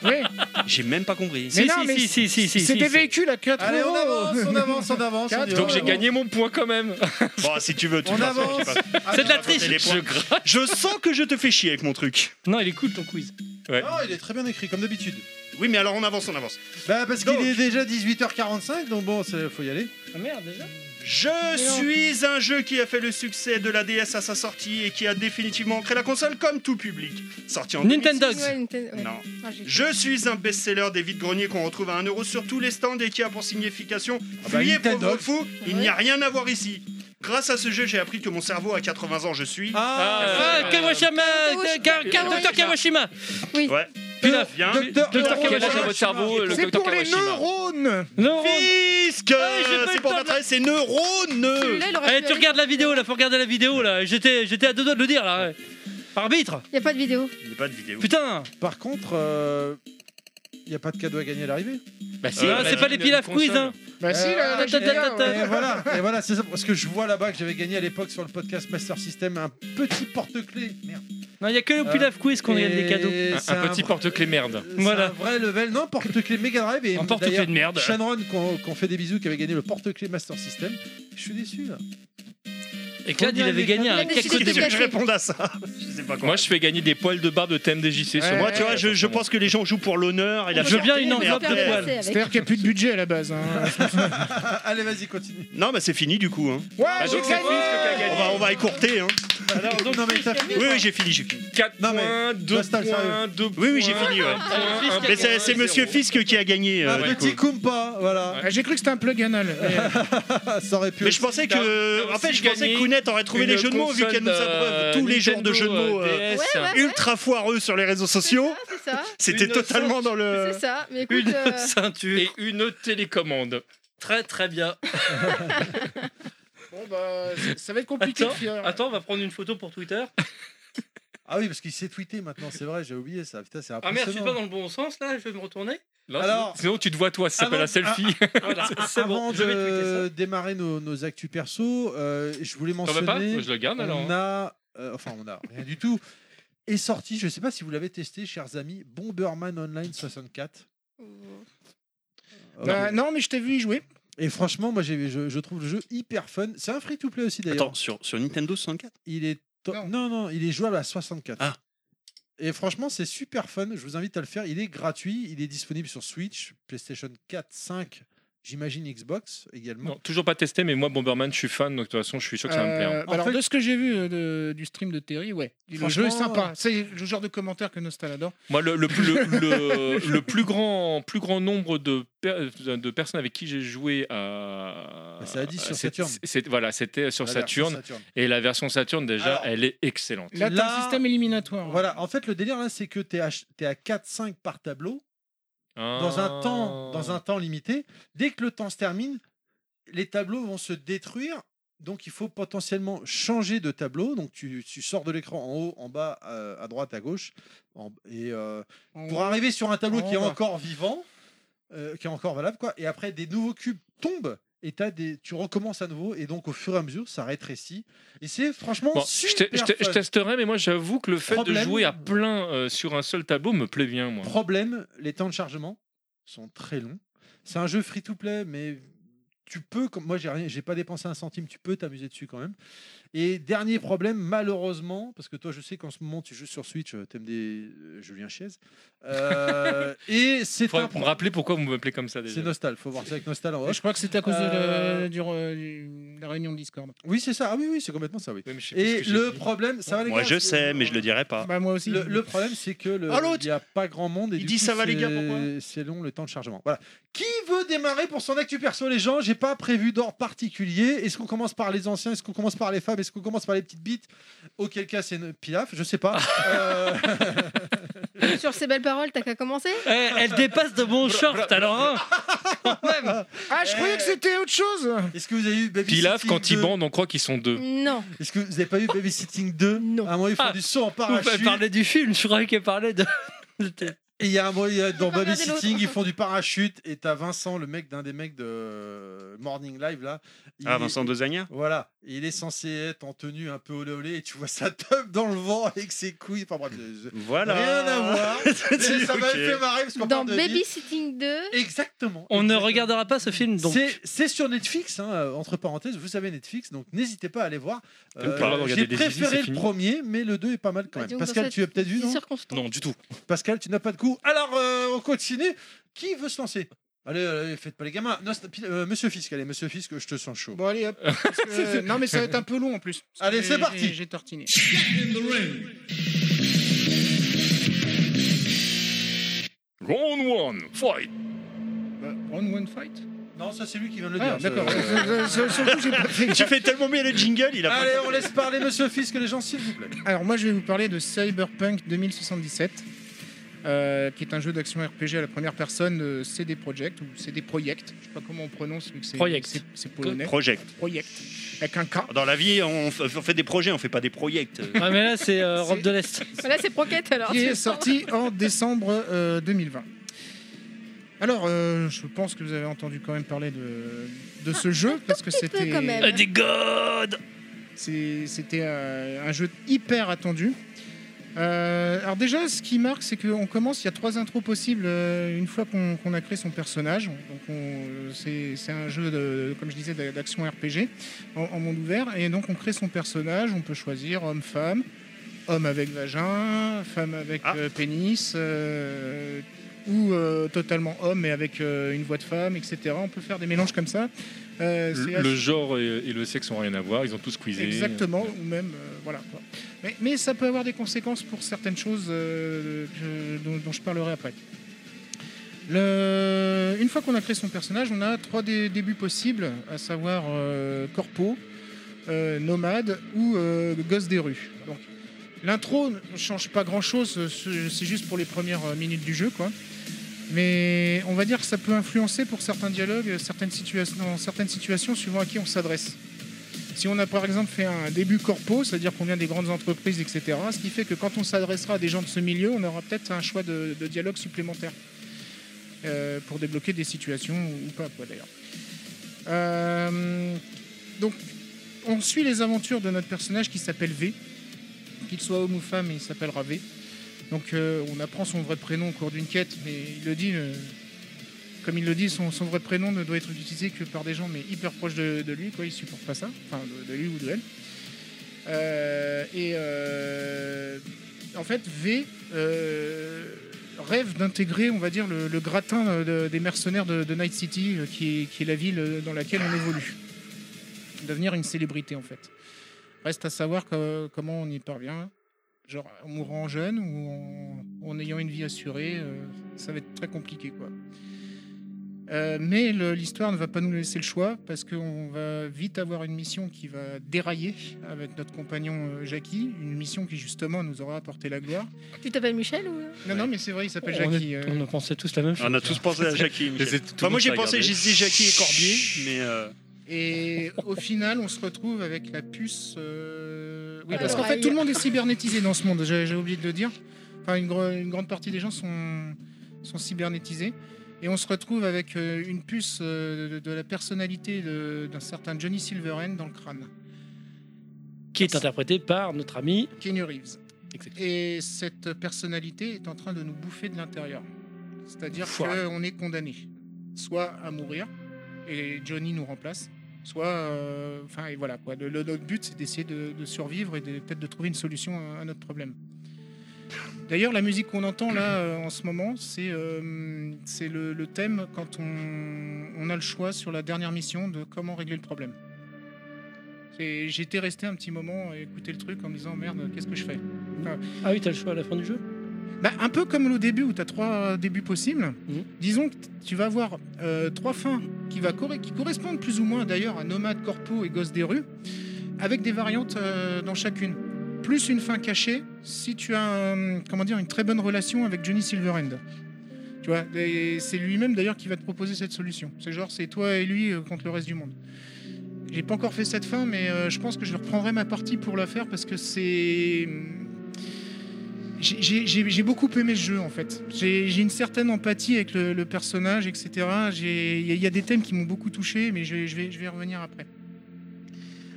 Ouais. J'ai même pas compris. Mais Si, non, si, mais si, si, si, si, C'est si, des si. véhicules à 4 Allez, on euros. avance, on avance, on avance. on y Donc va. j'ai gagné mon point quand même. Bon, si tu veux, tu On verras, avance. je sais pas. Ah, C'est de la non, triche. les points. Je gratte. Je sens que je te fais chier avec mon truc. Non, il est cool ton quiz. Ah, Non, il est très bien écrit, comme d'habitude. Oui, mais alors on avance, on avance. Bah, parce Donc. qu'il est déjà 18h45, donc bon, c'est- faut y aller. Ah merde, déjà Je suis un jeu qui a fait le succès de la DS à sa sortie et qui a définitivement ancré la console comme tout public. Sorti en Nintendo. 2006. Ouais, Nintendo- ouais. Non. Ah, j'ai- Je suis un best-seller des vides greniers qu'on retrouve à 1€ sur tous les stands et qui a pour signification Ah bah, Fuyez Nintendo. pauvre fou, il n'y a rien à voir ici. Grâce à ce jeu, j'ai appris que mon cerveau à 80 ans je suis. Ah, euh, Kawashima Kawashi- Docteur Kawashima Ouais. Putain, Bien. Hein, Docteur Docteur Kawashima. Kawashima, votre cerveau, le C'est docteur pour les Kawashima. neurones Non Fisque Ah, j'ai pas eu C'est le pour temps de- t'attraper, c'est neurones Celui-là, il aurait Eh, pu tu aller. regardes la vidéo là, faut regarder la vidéo là. J'étais j'étais à deux doigts de le dire là. ouais. Arbitre Il n'y a pas de vidéo. Il n'y a pas de vidéo. Putain Par contre, euh, il n'y a pas de cadeau à gagner à l'arrivée. Bah, si, Euh, on a c'est dit pas les une piles à console. quiz, hein. Bah si, Euh, là, là, ta- j'ai ta- bien, ta- ta- ouais. Et voilà, et voilà c'est ça. Parce que je vois là-bas que j'avais gagné à l'époque sur le podcast Master System un petit porte-clés. Merde. Non, il y a que le pile à quiz qu'on gagne des cadeaux. Et c'est Un, un petit porte-clés merde. c'est Voilà. un vrai level. Non, porte-clés Mega Drive. Et Un porte-clés de merde. Shenron, qu'on qu'on fait des bisous, qui avait gagné le porte-clés Master System. Je suis déçu là. Et Claude, il Combien avait les gagné cadeaux un Il a décidé cacotte. de Qu'est-ce que je gâcher. réponde à ça Je sais pas quoi. Moi, je fais gagner des poils de barbe de TMDJC sur Ouais. Moi, tu vois, je, je pense que les gens jouent pour l'honneur et Oh, la bah, Je veux bien fierté, une mais On peut enveloppe de faire après- poils. passer avec. C'est-à-dire qu'il n'y a plus de budget à la base. hein. Ah, Allez, vas-y, continue. Non, mais c'est fini du coup. hein. Ouais, Bah, donc, j'ai c'est gagné On va, on va écourter. Hein. non, mais t'as fini Oui, oui, j'ai fini, j'ai fini. 4 Non, mais- points, 2 Nostal, points, sérieux. 2 Oui, oui, j'ai fini, ouais. Mais c'est c'est Monsieur Fisk qui a gagné. euh, Un du petit coup. Kumpa, voilà. Ah, Ah, J'ai cru que c'était un plug anal. Mais, ça aurait pu. Mais je pensais que. T'as En fait, je aussi pensais que gagné Kounet aurait trouvé une les jeux de mots vu qu'elle nous console, abreuve euh, tous les genres de Nintendo, jeux de mots euh, euh, DS. Ouais, ouais. ultra foireux sur les réseaux sociaux. C'est ça, C'était Une totalement dans le. c'est ça. Mais écoute, Une euh, ceinture. Et une télécommande. Très très bien. bon, bah, c- ça va être compliqué. Attends, de faire. Attends, on va prendre une photo pour Twitter. Ah oui, parce qu'il s'est tweeté maintenant, c'est vrai, j'ai oublié ça. Putain, c'est Ah merde, je suis pas impressionnant. dans le bon sens là, je vais me retourner. Non, Alors- sinon, tu te vois, toi, ça s'appelle Ah la non, selfie. Voilà, c'est Avant bon, je vais tweeter de démarrer nos, nos actus perso, euh, je voulais T'en veux pas mentionner. Je le garde alors. hein. on a. euh, enfin, on a rien du tout. Est sorti, je sais pas si vous l'avez testé, chers amis, Bomberman Online 64. Bah, Euh, non, mais je t'ai vu y jouer. Et franchement, moi, j'ai- je, je trouve le jeu hyper fun. C'est un free to play aussi d'ailleurs. Attends, sur, sur Nintendo 64 Il est to- Non. non. non il est jouable à 64. Ah. Et franchement, c'est super fun. Je vous invite à le faire. Il est gratuit. Il est disponible sur Switch, PlayStation 4, 5, j'imagine Xbox également. Non, toujours pas testé, mais moi, Bomberman, je suis fan, donc de toute façon, je suis sûr que ça va me hein. Euh, plaire. bah, alors, de ce que j'ai vu euh, de- du stream de Terry, ouais. Le jeu est Franchement, sympa. C'est le genre de commentaire que Nostal adore. Moi, le, le, le- le- le plus, grand, plus grand nombre de, per- de personnes avec qui j'ai joué à. Bah, ça a dit sur c'est- Saturn. c'est- c'est- voilà, c'était sur La Saturn. version Saturn. Et la version Saturn, déjà, Alors- elle est excellente. Là, t'as Là- un système éliminatoire. Voilà, en fait, le délire là, c'est que tu es à, ch- t'es à 4-5 par tableau, dans un, Ah. temps, dans un temps limité. Dès que le temps se termine, les tableaux vont se détruire. Donc, il faut potentiellement changer de tableau. Donc, tu, tu sors de l'écran en haut, en bas, euh, à droite, à gauche. En- et euh, On- pour arriver sur un tableau qui est Oh. encore vivant, euh, qui est encore valable, quoi. Et après, des nouveaux cubes tombent et t'as des, tu recommences à nouveau. Et donc, au fur et à mesure, ça rétrécit. Et c'est franchement Bon, je, te- super je te- je fun. testerai, mais moi j'avoue que le fait de Problème. jouer à plein euh, sur un seul tableau me plaît bien, moi. Problème, les temps de chargement sont très longs. C'est un jeu free-to-play, mais tu peux, comme moi j'ai rien, j'ai pas dépensé un centime, tu peux t'amuser dessus quand même. Et dernier problème, malheureusement, parce que toi je sais qu'en ce moment tu joues sur Switch, euh, t'aimes des euh, Julien Chiez. Euh, et c'est Faut un me pro- rappeler pourquoi vous m'appelez comme ça hein. C'est déjà. Nostal, faut voir ça avec Nostal en Je crois que c'était à cause de, Euh, la, du re- du- la réunion Discord. Oui, c'est ça. Ah oui, oui, c'est complètement ça, oui. Ouais, mais je sais plus ce Et que j'ai le dit. problème, ça va les Moi, gars, je parce que- sais, mais je le dirai pas. Bah, moi aussi. Ah. Le, le problème, c'est que le- Ah, l'autre il n'y a pas grand monde. Et Il du dit coup, ça va, les gars, c'est- pourquoi C'est long le temps de chargement. Voilà. Qui veut démarrer pour son actu perso, les gens J'ai pas prévu d'ordre particulier. Est-ce qu'on commence par les anciens Est-ce qu'on commence par les femmes Est-ce qu'on commence par les petites bites Auquel cas, c'est une pilaf. Je sais pas. Euh, sur ces belles paroles, t'as qu'à commencer ça. Eh, elle dépasse de mon short alors. hein. Ah, je croyais que Eh. c'était autre chose Est-ce que vous avez eu Babysitting Pilaf, quand ils 2? bandent, on croit qu'ils sont deux. Non. Est-ce que vous avez pas eu Babysitting 2 Non. À un moment, ils font Ah, du saut en On peut parachute. parler du film, je croyais qu'elle parlait de. de- Et il y a un moment, il y a- dans pas regardé Babysitting, l'autre. ils font du parachute. Et t'as Vincent, le mec d'un des mecs de euh, Morning Live, là. Il Ah, est- Vincent Dezagna Voilà, et il est censé être en tenue un peu olé olé et tu vois sa teub dans le vent avec ses couilles. Enfin bref, je- je- Voilà. rien à voir. Mais ça m'a Ok. fait marrer parce qu'on Dans parle de vie. Babysitting 2, Exactement. On ne Exactement. regardera pas ce film donc. C'est- C'est sur Netflix, hein, euh, entre parenthèses, vous savez Netflix, donc n'hésitez pas à aller voir. Euh, Donc, parlant de regarder J'ai des préféré zizis, c'est le fini. premier, mais le 2 est pas mal quand Bah, même. disons, Pascal, dans tu as peut-être vu, c'est non circonstance. Non, du tout. Pascal, tu n'as pas de coup. Alors, euh, on continue. Qui veut se lancer Allez, allez, faites pas les gamins. Non, c'est- euh, Monsieur Fisk, allez, Monsieur Fisk, je te sens chaud. Bon, allez, hop. Parce que, euh, non, mais ça va être un peu long en plus. Parce que Allez, c'est j'ai- parti. j'ai- J'ai tartiné. Round one, fight Round Bah, one fight Non, ça c'est lui qui vient de le Ah, dire. ça. d'accord. Euh, sur- sur le coup, j'ai pas fait Tu gaffe. fais tellement bien le jingle, il a pas- Allez, on laisse parler Monsieur Fisk, les gens, s'il vous plaît. Alors, moi, je vais vous parler de Cyberpunk 2077. euh, qui est un jeu d'action RPG à la première personne euh, CD Projekt ou CD Projekt, je sais pas comment on prononce vu que c'est Projekt. c'est- c'est polonais. Project. Projekt avec un K. Dans la vie, on, f- on fait des projets, on fait pas des projects. Ah, mais là, c'est euh, C'est- Europe de l'Est. Voilà, c'est Proquette alors. qui est sorti en décembre euh, 2020. Alors, euh, je pense que vous avez entendu quand même parler de, de ce jeu, parce que petit peu c'était quand même. Ah, des C'est- C'était euh, un jeu hyper attendu. Euh, alors déjà, ce qui marque, c'est qu'on commence, il y a trois intros possibles euh, une fois qu'on qu'on a créé son personnage. Donc on- euh, c'est c'est un jeu, de, comme je disais, d'a- d'action RPG en, en monde ouvert. Et donc on crée son personnage, on peut choisir homme-femme, homme avec vagin, femme avec Ah. euh, pénis, euh, ou euh, totalement homme mais avec euh, une voix de femme, etc. On peut faire des mélanges comme ça. Euh, c'est Le, assez- le genre et, et le sexe n'ont rien à voir, ils ont tous squeezé. Exactement, ou même. euh, voilà. quoi. Mais, mais ça peut avoir des conséquences pour certaines choses euh, que- dont, dont je parlerai après. Le- Une fois qu'on a créé son personnage, on a trois dé- débuts possibles, à savoir euh, corpo, euh, nomade ou euh, gosse des rues. Donc, L'intro ne change pas grand-chose, euh, ce- c'est juste pour les premières euh, minutes du jeu. quoi. Mais on va dire que ça peut influencer pour certains dialogues, certaines situations, dans certaines situations suivant à qui on s'adresse. Si on a par exemple fait un début corpo, c'est-à-dire qu'on vient des grandes entreprises, etc., ce qui fait que quand on s'adressera à des gens de ce milieu, on aura peut-être un choix de, de dialogue supplémentaire euh, pour débloquer des situations ou pas, quoi, d'ailleurs. Euh, donc, on suit les aventures de notre personnage qui s'appelle V. Qu'il soit homme ou femme, il s'appellera V. Donc, euh, on apprend son vrai prénom au cours d'une quête, mais il le dit. euh, comme il le dit, son, son vrai prénom ne doit être utilisé que par des gens mais hyper proches de, de lui, quoi. Il supporte pas ça, enfin de, de lui ou de elle. Euh, et euh, en fait, V euh, rêve d'intégrer, on va dire, le, le gratin euh, de- des mercenaires de, de Night City, euh, qui est, qui est la ville euh, dans laquelle on évolue. Devenir une célébrité, en fait. Reste à savoir co- comment on y parvient. Genre en mourant jeune ou en, en ayant une vie assurée, euh, ça va être très compliqué, quoi. Euh, mais le- l'histoire ne va pas nous laisser le choix parce qu'on va vite avoir une mission qui va dérailler avec notre compagnon euh, Jackie, une mission qui justement nous aura apporté la gloire. Tu t'appelles Michel ou Non, non, mais c'est vrai, il s'appelle On, Jackie. est- euh, on en pensait tous la même chose. On a tous pensé à Jackie. Michel. C'est- tout le Enfin, moi monde j'ai t'a pensé, regardé. j'ai dit Jackie et Corbier, mais euh, Et au final, on se retrouve avec la puce. euh, Oui, Ah, parce qu'en l'oreille. fait, tout le monde est cybernétisé dans ce monde, j'ai j'ai oublié de le dire. Enfin, une, gro- une grande partie des gens sont, sont cybernétisés. Et on se retrouve avec euh, une puce euh, de, de la personnalité de- d'un certain Johnny Silverhand dans le crâne. Qui est interprété par notre ami. Kenny Reeves. Exactement. Et cette personnalité est en train de nous bouffer de l'intérieur. C'est-à-dire Foiré. qu'on est condamné, soit à mourir, et Johnny nous remplace, soit. euh, Enfin, et voilà quoi. Le, le- notre but, c'est d'essayer de, de survivre et de- peut-être de trouver une solution à, à notre problème. D'ailleurs, la musique qu'on entend là euh, en ce moment, c'est euh, c'est le, le thème quand on, on a le choix sur la dernière mission de comment régler le problème. Et J'étais resté un petit moment et écouter le truc en me disant merde, qu'est-ce que je fais Ah oui, t'as le choix à la fin du jeu bah, un peu comme au début où tu as trois euh, débuts possibles. Mhm. Disons que t- tu vas avoir euh, trois fins qui, va corre- qui correspondent plus ou moins d'ailleurs à Nomade, Corpo et Gosse des rues, avec des variantes euh, dans chacune. Plus une fin cachée si tu as euh, comment dire, une très bonne relation avec Johnny Silverhand. Tu vois, et c'est lui-même d'ailleurs qui va te proposer cette solution. C'est genre c'est toi et lui euh, contre le reste du monde. J'ai pas encore fait cette fin, mais euh, je pense que je reprendrai ma partie pour la faire parce que c'est. J'ai- J'ai j'ai- j'ai beaucoup aimé le jeu en fait. J'ai j'ai une certaine empathie avec le, le personnage, etc. J'ai- Il y, a- il y a des thèmes qui m'ont beaucoup touché, mais je, je vais, je vais y revenir après.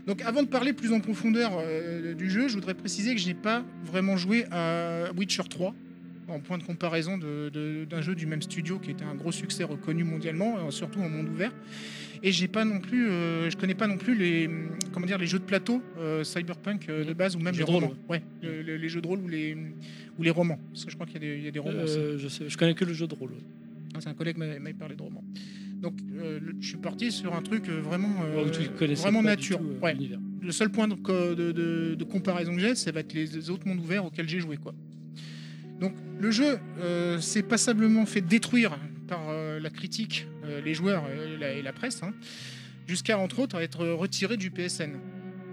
Donc avant de parler plus en profondeur euh, du jeu, je voudrais préciser que je n'ai pas vraiment joué à Witcher 3 en point de comparaison de- de- d'un jeu du même studio qui était un gros succès reconnu mondialement, euh, surtout en monde ouvert. Et j'ai pas non plus, euh, je connais pas non plus les, hum, comment dire, les jeux de plateau euh, cyberpunk euh, de base ou même Jeux les de rôle, romans. Ouais, le- le- les jeux de rôle ou les, ou les romans. Parce que je crois qu'il y, a des- il y a des romans. aussi. Euh, je, sais, je connais que le jeu de rôle. ouais. Ok. c'est un collègue m'avait m'avait parlé de roman. Donc euh, le- je suis parti sur un truc euh, vraiment, euh, tu connaissais vraiment pas du nature. tout, euh, Ouais. l'univers. Le seul point de, co- de- de- de comparaison que j'ai, ça va être les, les autres mondes ouverts auxquels j'ai joué. Quoi. Donc le jeu euh, s'est passablement fait détruire par euh, la critique, euh, les joueurs euh, la- et la presse, hein, jusqu'à entre autres être retiré du PSN.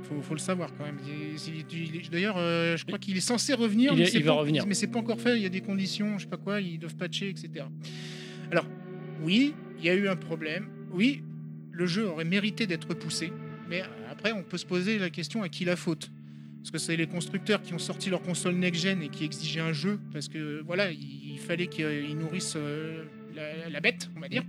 Faut, faut le savoir quand même. Il- il- il- il- D'ailleurs, euh, je crois qu'il est censé revenir, Il mais est- c'est il va pas- revenir. mais c'est pas encore fait. Il y a des conditions, je sais pas quoi, ils doivent patcher, etc. Alors, oui, il y a eu un problème. Oui, le jeu aurait mérité d'être poussé. Mais après, on peut se poser la question à qui la faute Parce que c'est les constructeurs qui ont sorti leur console next-gen et qui exigeaient un jeu. Parce que voilà, il il fallait qu'ils nourrissent euh, la, la bête, on va dire.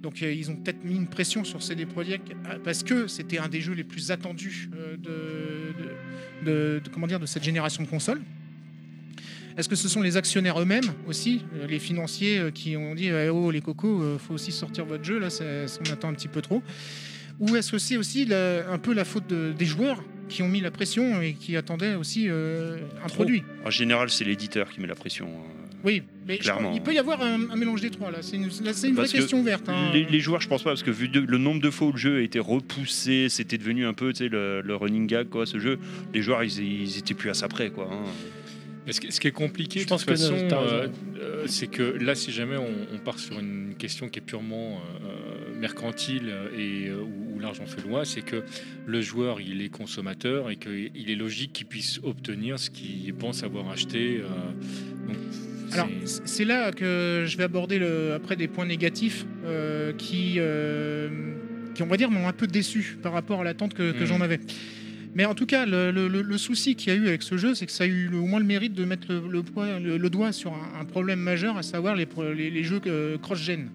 Donc euh, ils ont peut-être mis une pression sur CD Projekt euh, parce que c'était un des jeux les plus attendus euh, de, de- de- de- comment dire, de cette génération de consoles. Est-ce que ce sont les actionnaires eux-mêmes aussi, euh, les financiers euh, qui ont dit eh oh les cocos, euh, faut aussi sortir votre jeu là, ça- ça, on attend un petit peu trop. Ou est-ce que c'est aussi la- un peu la faute de- des joueurs qui ont mis la pression et qui attendaient aussi euh, un produit En général, c'est l'éditeur qui met la pression. hein. Oui, mais je Clairement. crois- il peut y avoir un, un mélange des trois là. C'est une, là, c'est une vraie Parce que question ouverte. hein. Les, les joueurs, je pense pas, parce que vu de- le nombre de fois où le jeu a été repoussé, c'était devenu un peu tu sais, le, le running gag, quoi, ce jeu. Les joueurs, ils, ils étaient plus à ça près, quoi. hein. Mais ce, qui- ce qui est compliqué, Je de pense toute que façon, t'as raison. euh, euh, c'est que là, si jamais on, on part sur une question qui est purement euh, mercantile et euh, où, où l'argent fait loi, c'est que le joueur, il est consommateur et qu'il est logique qu'il puisse obtenir ce qu'il pense avoir acheté. euh, donc, Alors, c'est- c- c'est là que je vais aborder le, après des points négatifs euh, qui, euh, qui, on va dire, m'ont un peu déçu par rapport à l'attente que, que Hmm. Mhm. j'en avais. Mais en tout cas, le, le- le- le souci qu'il y a eu avec ce jeu, c'est que ça a eu le- au moins le mérite de mettre le, le poids- le- le doigt sur un, un problème majeur, à savoir les, pro- les- les jeux euh, cross-gen.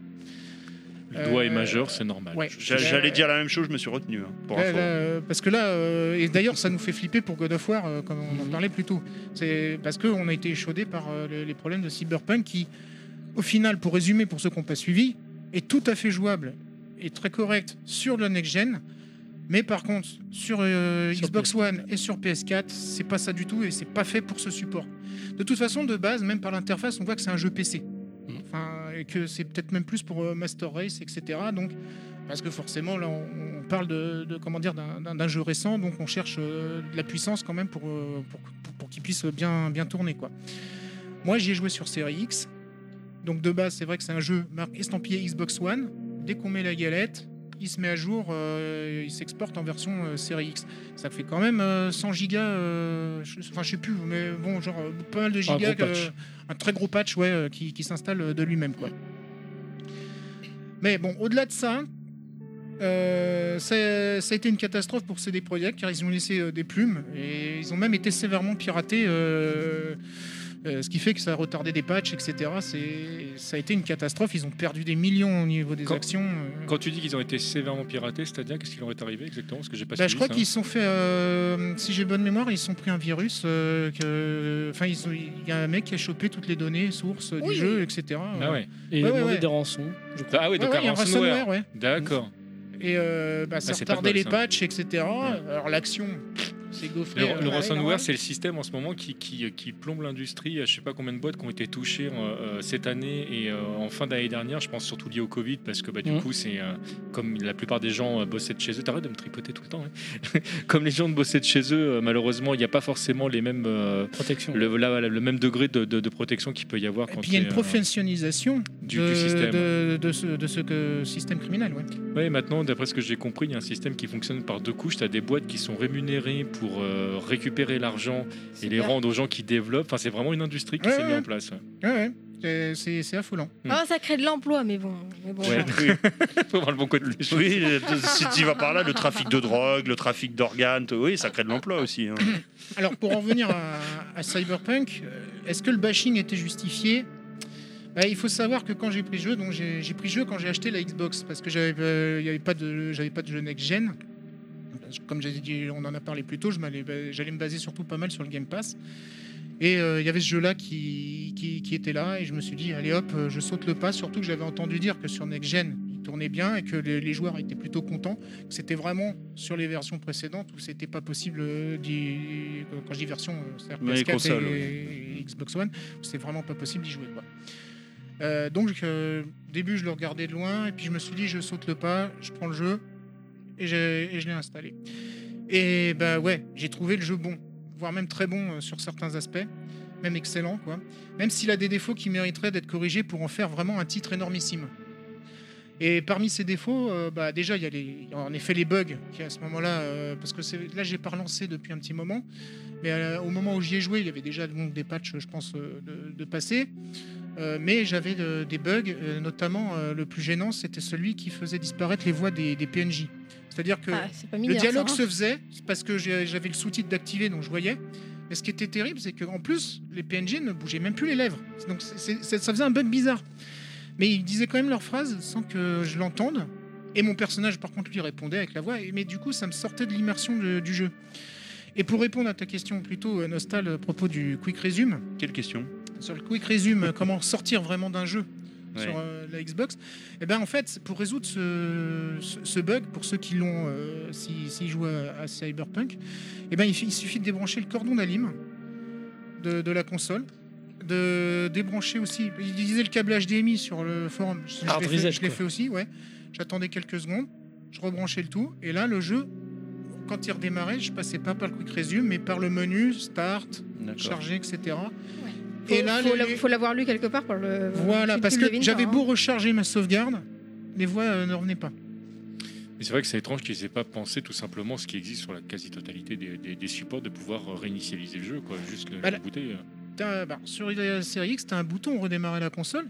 le doigt est euh, majeur, c'est normal. ouais. J'a- J'allais dire la même chose, je me suis retenu, hein, pour Là, info. là, euh, parce que là, euh, et d'ailleurs, ça nous fait flipper pour God of War, euh, comme on en Mhm. parlait plus tôt. C'est parce qu'on a été échaudé par euh, les, les problèmes de Cyberpunk qui, au final, pour résumer, pour ceux qui n'ont pas suivi, est tout à fait jouable et très correct sur la next-gen. Mais par contre, sur, euh, Sur Xbox PS4. One et sur PS4, c'est pas ça du tout et c'est pas fait pour ce support. De toute façon, de base, même par l'interface, on voit que c'est un jeu PC. Enfin, et que c'est peut-être même plus pour euh, Master Race, etc. Donc, parce que forcément, là, on, on parle de, de- comment dire d'un- d'un d'un jeu récent, donc on cherche euh, de la puissance quand même pour, euh, pour, pour- pour qu'il puisse bien, bien tourner, quoi. Moi, j'y ai joué sur Série X. Donc de base, c'est vrai que c'est un jeu marque estampillé Xbox One. Dès qu'on met la galette, il se met à jour, euh, il s'exporte en version euh, Série X. Ça fait quand même euh, 100 gigas, euh, je- enfin je sais plus, mais bon, genre euh, pas mal de gros gigas, que- patch. un très gros patch ouais, euh, qui, qui s'installe euh, de lui-même. quoi. Mais bon, au-delà de ça, euh, ça, ça a été une catastrophe pour CD Projekt car ils ont laissé euh, des plumes et ils ont même été sévèrement piratés. euh, euh, ce qui fait que ça a retardé des patchs, etc. C'est- Ça a été une catastrophe. Ils ont perdu des millions au niveau des Quand- actions. euh. Quand tu dis qu'ils ont été sévèrement piratés, c'est-à-dire qu'est-ce qui leur est arrivé exactement Parce que j'ai pas Bah, suivi je crois ça. qu'ils se sont fait, euh, si j'ai bonne mémoire, ils se sont pris un virus. euh, que, enfin, ils ont- il y a un mec qui a chopé toutes les données, sources euh, Oui. du jeu, etc. Ah ouais. Et Ouais, demander ouais, ouais. des rançons. je crois. Ah Ouais, oui, donc ouais, il un y a un ransomware. ransomware, ouais. D'accord. Et euh, bah, ça Ah, c'est pas de retardait bol, les ça. patchs, etc. Alors l'action, pff, c'est gaufré. Le, euh, le ouais, ransomware, normal. c'est le système en ce moment qui, qui, qui plombe l'industrie. Je ne sais pas combien de boîtes qui ont été touchées euh, euh, cette année et euh, en fin d'année dernière. Je pense surtout lié au Covid parce que bah, du Mm. Mhm. coup, c'est euh, comme la plupart des gens euh, bossaient de chez eux. T'arrêtes de me tripoter tout le temps. hein. comme les gens de bossaient de chez eux, euh, malheureusement, il n'y a pas forcément les mêmes, euh, Protection. le, la- le même degré de, de- de protection qu'il peut y avoir Et quand puis il y a Eh une t'es, euh, professionnalisation du- de, du système. de- de ce, de ce que- système criminel. ouais. Oui, maintenant, d'après ce que j'ai compris, il y a un système qui fonctionne par deux couches. Tu as des boîtes qui sont rémunérées pour euh, récupérer l'argent et les bien. rendre aux gens qui développent. Enfin, c'est vraiment une industrie qui Ouais, s'est ouais. mise en place. Ouais, ouais. C'est- C'est c'est affolant. Ah, ça crée de l'emploi, mais bon. Mais bon Ouais. bon. Faut voir le bon côté des choses. Oui, euh, si tu vas par là, le trafic de drogue, le trafic d'organes, t- oui, ça crée de l'emploi aussi. hein. Alors pour en revenir à, à Cyberpunk, euh, est-ce que le bashing était justifié Bah, Il faut savoir que quand j'ai pris le jeu, donc j'ai j'ai pris le jeu quand j'ai acheté la Xbox parce que j'avais euh, il y avait pas de j'avais pas de jeu next gen. Comme j'ai dit, on en a parlé plus tôt, je m'allais- bah, j'allais me baser surtout pas mal sur le Game Pass. Et euh, il y avait ce jeu-là qui, qui, qui était là, et je me suis dit, allez hop, euh, je saute le pas, surtout que j'avais entendu dire que sur Next Gen, il tournait bien et que les, les joueurs étaient plutôt contents. que C'était vraiment sur les versions précédentes où c'était pas possible, euh, d'y- quand je dis version, euh, c'est-à-dire Mais les PS4 consoles, et, et Xbox One, où c'était vraiment pas possible d'y jouer. Quoi. Euh, donc, euh, au début, je le regardais de loin, et puis je me suis dit, je saute le pas, je prends le jeu, et, j'ai- et je l'ai installé. Et bah ouais, j'ai trouvé le jeu bon, voire même très bon euh, sur certains aspects, même excellent, quoi. Même s'il a des défauts qui mériteraient d'être corrigés pour en faire vraiment un titre énormissime. Et parmi ces défauts, euh, bah déjà, il y a les- il y a en effet les bugs qui, à ce moment-là, euh, parce que c'est- là, j'ai pas relancé depuis un petit moment, mais euh, au moment où j'y ai joué, il y avait déjà donc, des patchs, je pense, euh, de, de passés. Euh, mais j'avais de- des bugs, euh, notamment euh, le plus gênant, c'était celui qui faisait disparaître les voix des, des PNJ. C'est-à-dire que Ah, c'est pas le mineur, dialogue ça, hein. se faisait c'est parce que j'ai- j'avais le sous-titre d'activé, donc je voyais. Mais ce qui était terrible, c'est qu'en plus, les PNJ ne bougeaient même plus les lèvres. Donc c'est- c'est- c'est- ça faisait un bug bizarre. Mais ils disaient quand même leurs phrases sans que je l'entende. Et mon personnage, par contre, lui répondait avec la voix. Et- Mais du coup, ça me sortait de l'immersion de- du jeu. Et pour répondre à ta question plutôt euh, nostal à propos du quick resume, Quelle question sur le quick resume, euh, comment sortir vraiment d'un jeu Ouais. sur euh, la Xbox, et ben en fait, pour résoudre ce, ce- ce bug, pour ceux qui l'ont, euh, s'ils s'ils jouent à, à Cyberpunk, et ben il, fi- il suffit de débrancher le cordon d'alim de, de la console, de débrancher aussi, il disait le câble HDMI sur le forum, je, je Hard l'ai fait- reset, je l'ai quoi. fait aussi, ouais. J'attendais quelques secondes, je rebranchais le tout, et là le jeu, quand il redémarrait, je passais pas par le quick resume, mais par le menu start, charger, etc. Faut- Et là, hein. faut les- la- faut l'avoir lu quelque part pour le. Voilà, tu- parce tu que le devines j'avais pas, hein. beau recharger ma sauvegarde, les voix euh, ne revenaient pas. Mais c'est vrai que c'est étrange qu'ils aient pas pensé tout simplement ce qui existe sur la quasi-totalité des, des- des supports de pouvoir euh, réinitialiser le jeu, quoi, juste le, Bah, le euh. la- bouter. T'as- bah, sur la série X, t'as un bouton pour redémarrer la console,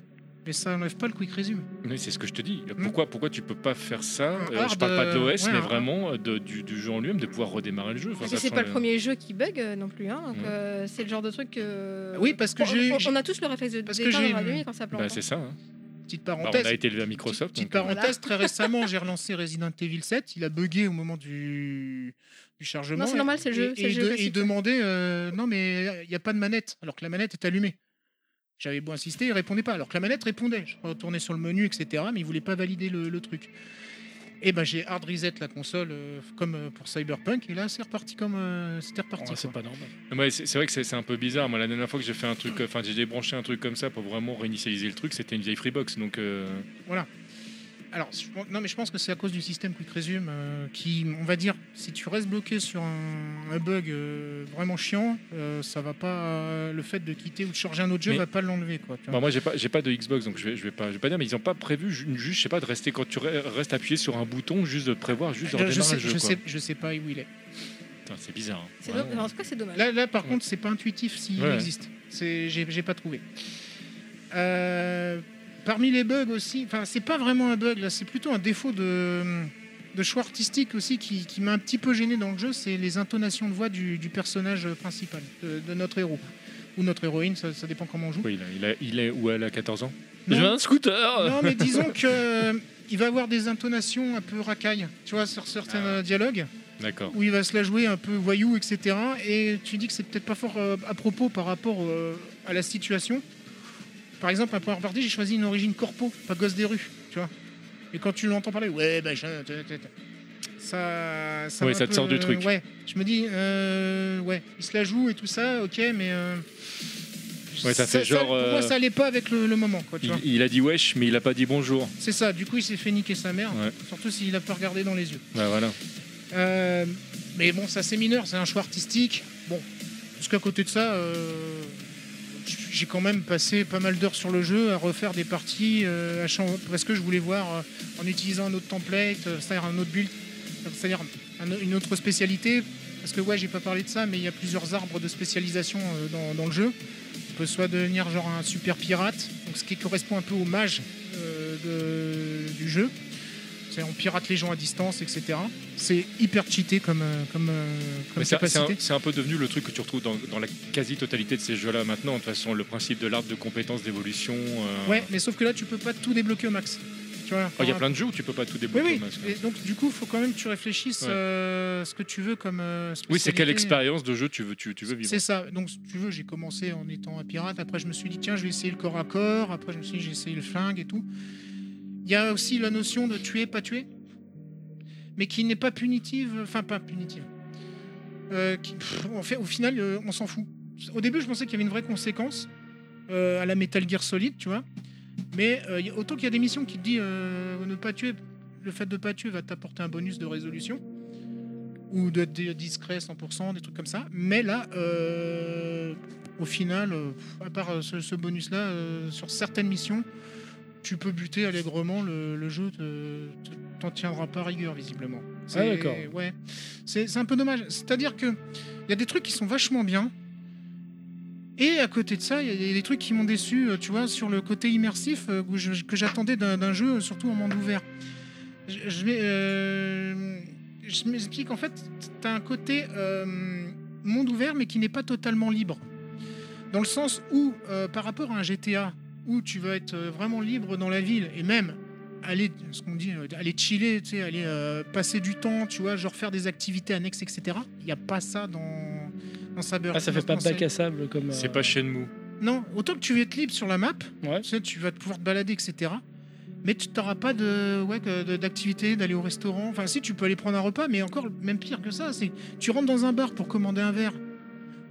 mais ça enlève pas le quick resume. Mais c'est ce que je te dis. Pourquoi, pourquoi tu peux pas faire Un ça euh, Je hard, parle pas de euh, l'OS, ouais, mais un- vraiment euh, de- du, du jeu en lui-même, de pouvoir redémarrer le jeu. Enfin, Parce ça que c'est sent pas le premier jeu qui bug euh, non plus, hein, donc Mm. euh, c'est le genre de truc que. Oui, parce que On- j'ai- on- j'ai- On a tous le réflexe de parce que d'éteindre j'ai- la lumière quand ça plante. Bah, c'est ça. hein. Petite Bah, parenthèse. on a été élevé à Microsoft. Petite donc, euh, parenthèse, très récemment, j'ai relancé Resident Evil 7. Il a bugué au moment du, du chargement. Non, c'est normal, c'est le jeu, Et- c'est le Et, jeu de- et classique. demandait euh, Non, mais il n'y a pas de manette, alors que la manette est allumée. J'avais beau insister, il répondait pas. Alors que la manette répondait. Je retournais sur le menu, etc. Mais il voulait pas valider le, le truc. Et ben j'ai hard reset la console euh, comme euh, pour Cyberpunk. Et là, c'est reparti comme euh, c'était reparti. Oh, Ouais, c'est quoi. pas normal. Ouais, c'est c'est vrai que c'est c'est un peu bizarre. Moi, la dernière fois que j'ai fait un truc, euh, enfin, j'ai débranché un truc comme ça pour vraiment réinitialiser le truc, c'était une vieille Freebox. Donc, euh, Alors, je pense- non, mais je pense que c'est à cause du système Quick Resume euh, qui, on va dire, si tu restes bloqué sur un, un bug euh, vraiment chiant, euh, ça va pas. euh, le fait de quitter ou de changer un autre jeu Mais- va pas l'enlever, quoi. tu vois. bah, moi, j'ai pas, j'ai pas de Xbox, donc je vais, je vais pas, je vais pas dire, mais ils ont pas prévu ju- juste, je sais pas, de rester quand tu re- restes appuyé sur un bouton, juste de prévoir, juste de je, redémarrer je sais, le jeu. je, quoi. sais, je sais pas où il est. Putain, C'est bizarre. hein. C'est Vraiment. dommage. En tout cas, c'est dommage. Là, là par Ouais. contre, c'est pas intuitif s'il Ouais. existe. C'est, j'ai, j'ai pas trouvé. Euh, parmi les bugs aussi, enfin, c'est pas vraiment un bug là, c'est plutôt un défaut de, de choix artistique aussi qui, qui m'a un petit peu gêné dans le jeu, c'est les intonations de voix du, du personnage principal, de, de notre héros ou notre héroïne, ça, ça dépend comment on joue. Quoi, il, a- il, a- il est où elle a 14 ans Non. J'ai un scooter Non, mais disons que euh, il va avoir des intonations un peu racailles, tu vois, sur certains euh, dialogues D'accord. où il va se la jouer un peu voyou, etc. Et tu dis que c'est peut-être pas fort euh, à propos par rapport euh, à la situation. Par exemple, à première partie, j'ai choisi une origine corpo, pas gosse des rues, tu vois. Et quand tu l'entends parler, ouais, ben, je- t- t- t- ça, ça, Ouais, m'a ça un te sort peu- du truc. Ouais, je me dis, euh, ouais, il se la joue et tout ça, ok, mais. euh, Ouais, ça fait genre, pour euh, moi, ça allait pas avec le, le moment, quoi, tu Il, vois. il a dit wesh, mais il a pas dit bonjour. C'est ça, du coup, il s'est fait niquer sa mère, Ouais. surtout s'il a pas regardé dans les yeux. Bah voilà. Euh, mais bon, ça c'est mineur, c'est un choix artistique. Bon, parce qu'à côté de ça, euh, j'ai quand même passé pas mal d'heures sur le jeu à refaire des parties, euh, à chan- parce que je voulais voir euh, en utilisant un autre template, euh, c'est-à-dire un autre build, euh, c'est-à-dire un- une autre spécialité. Parce que ouais, j'ai pas parlé de ça, mais il y a plusieurs arbres de spécialisation euh, dans, dans le jeu. On peut soit devenir genre un super pirate, donc ce qui correspond un peu au mage euh, de- du jeu. C'est on pirate les gens à distance, etc. C'est hyper cheaté comme, euh, comme, euh, comme Mais c'est c'est un, capacité. c'est un peu devenu le truc que tu retrouves dans, dans la quasi-totalité de ces jeux-là maintenant. De toute façon, le principe de l'arbre de compétences d'évolution. euh, Ouais, mais sauf que là, tu peux pas tout débloquer au max. Tu vois, oh, il y a par- plein de jeux où tu peux pas tout Oui, débloquer. oui. au masque. Et donc, du coup, faut quand même que tu réfléchisses Ouais. euh, ce que tu veux comme. euh, Oui, c'est quelle spécialité. expérience de jeu tu veux, tu, tu veux vivre C'est ça. Donc, si tu veux, j'ai commencé en étant un pirate. Après, je me suis dit, tiens, je vais essayer le corps à corps. Après, je me suis dit, j'ai essayé le flingue et tout. Il y a aussi la notion de tuer, pas tuer, mais qui n'est pas punitive. Enfin, pas punitive. Euh, qui- pff, en fait, au final, euh, on s'en fout. Au début, je pensais qu'il y avait une vraie conséquence euh, à la Metal Gear Solid, tu vois. Mais euh, y a- autant qu'il y a des missions qui te disent euh, ne pas tuer, le fait de pas tuer va t'apporter un bonus de résolution ou d'être di- discret 100%, des trucs comme ça. Mais là, euh, au final, euh, pff, à part euh, ce, ce bonus-là, euh, sur certaines missions, tu peux buter allègrement, le, le jeu te- te- t'en tiendra pas rigueur, visiblement. C'est- d'accord. Ouais. C'est c'est un peu dommage. C'est-à-dire que il y a des trucs qui sont vachement bien. Et à côté de ça, il y a- il y a des trucs qui m'ont déçu, euh, tu vois, sur le côté immersif euh, que je- que j'attendais d'un d'un jeu, surtout en monde ouvert. Je, je vais, euh, je m'explique, en fait, tu as un côté euh, monde ouvert, mais qui n'est pas totalement libre. Dans le sens où, euh, par rapport à un GTA, où tu vas être euh, vraiment libre dans la ville, et même aller, ce qu'on dit, euh, aller chiller, tu sais, aller euh, passer du temps, tu vois, genre faire des activités annexes, etc. Il n'y a pas ça dans, dans Cyber. Ah, ça fait dans- pas dans ces- bac à sable comme. C'est euh, pas Shenmue. non, autant que tu vas être libre sur la map, Ouais. tu, sais, tu vas te pouvoir te balader, etc. Mais tu n'auras pas de ouais, que- de- d'activité, d'aller au restaurant. Enfin, si, tu peux aller prendre un repas, mais encore même pire que ça, c'est tu rentres dans un bar pour commander un verre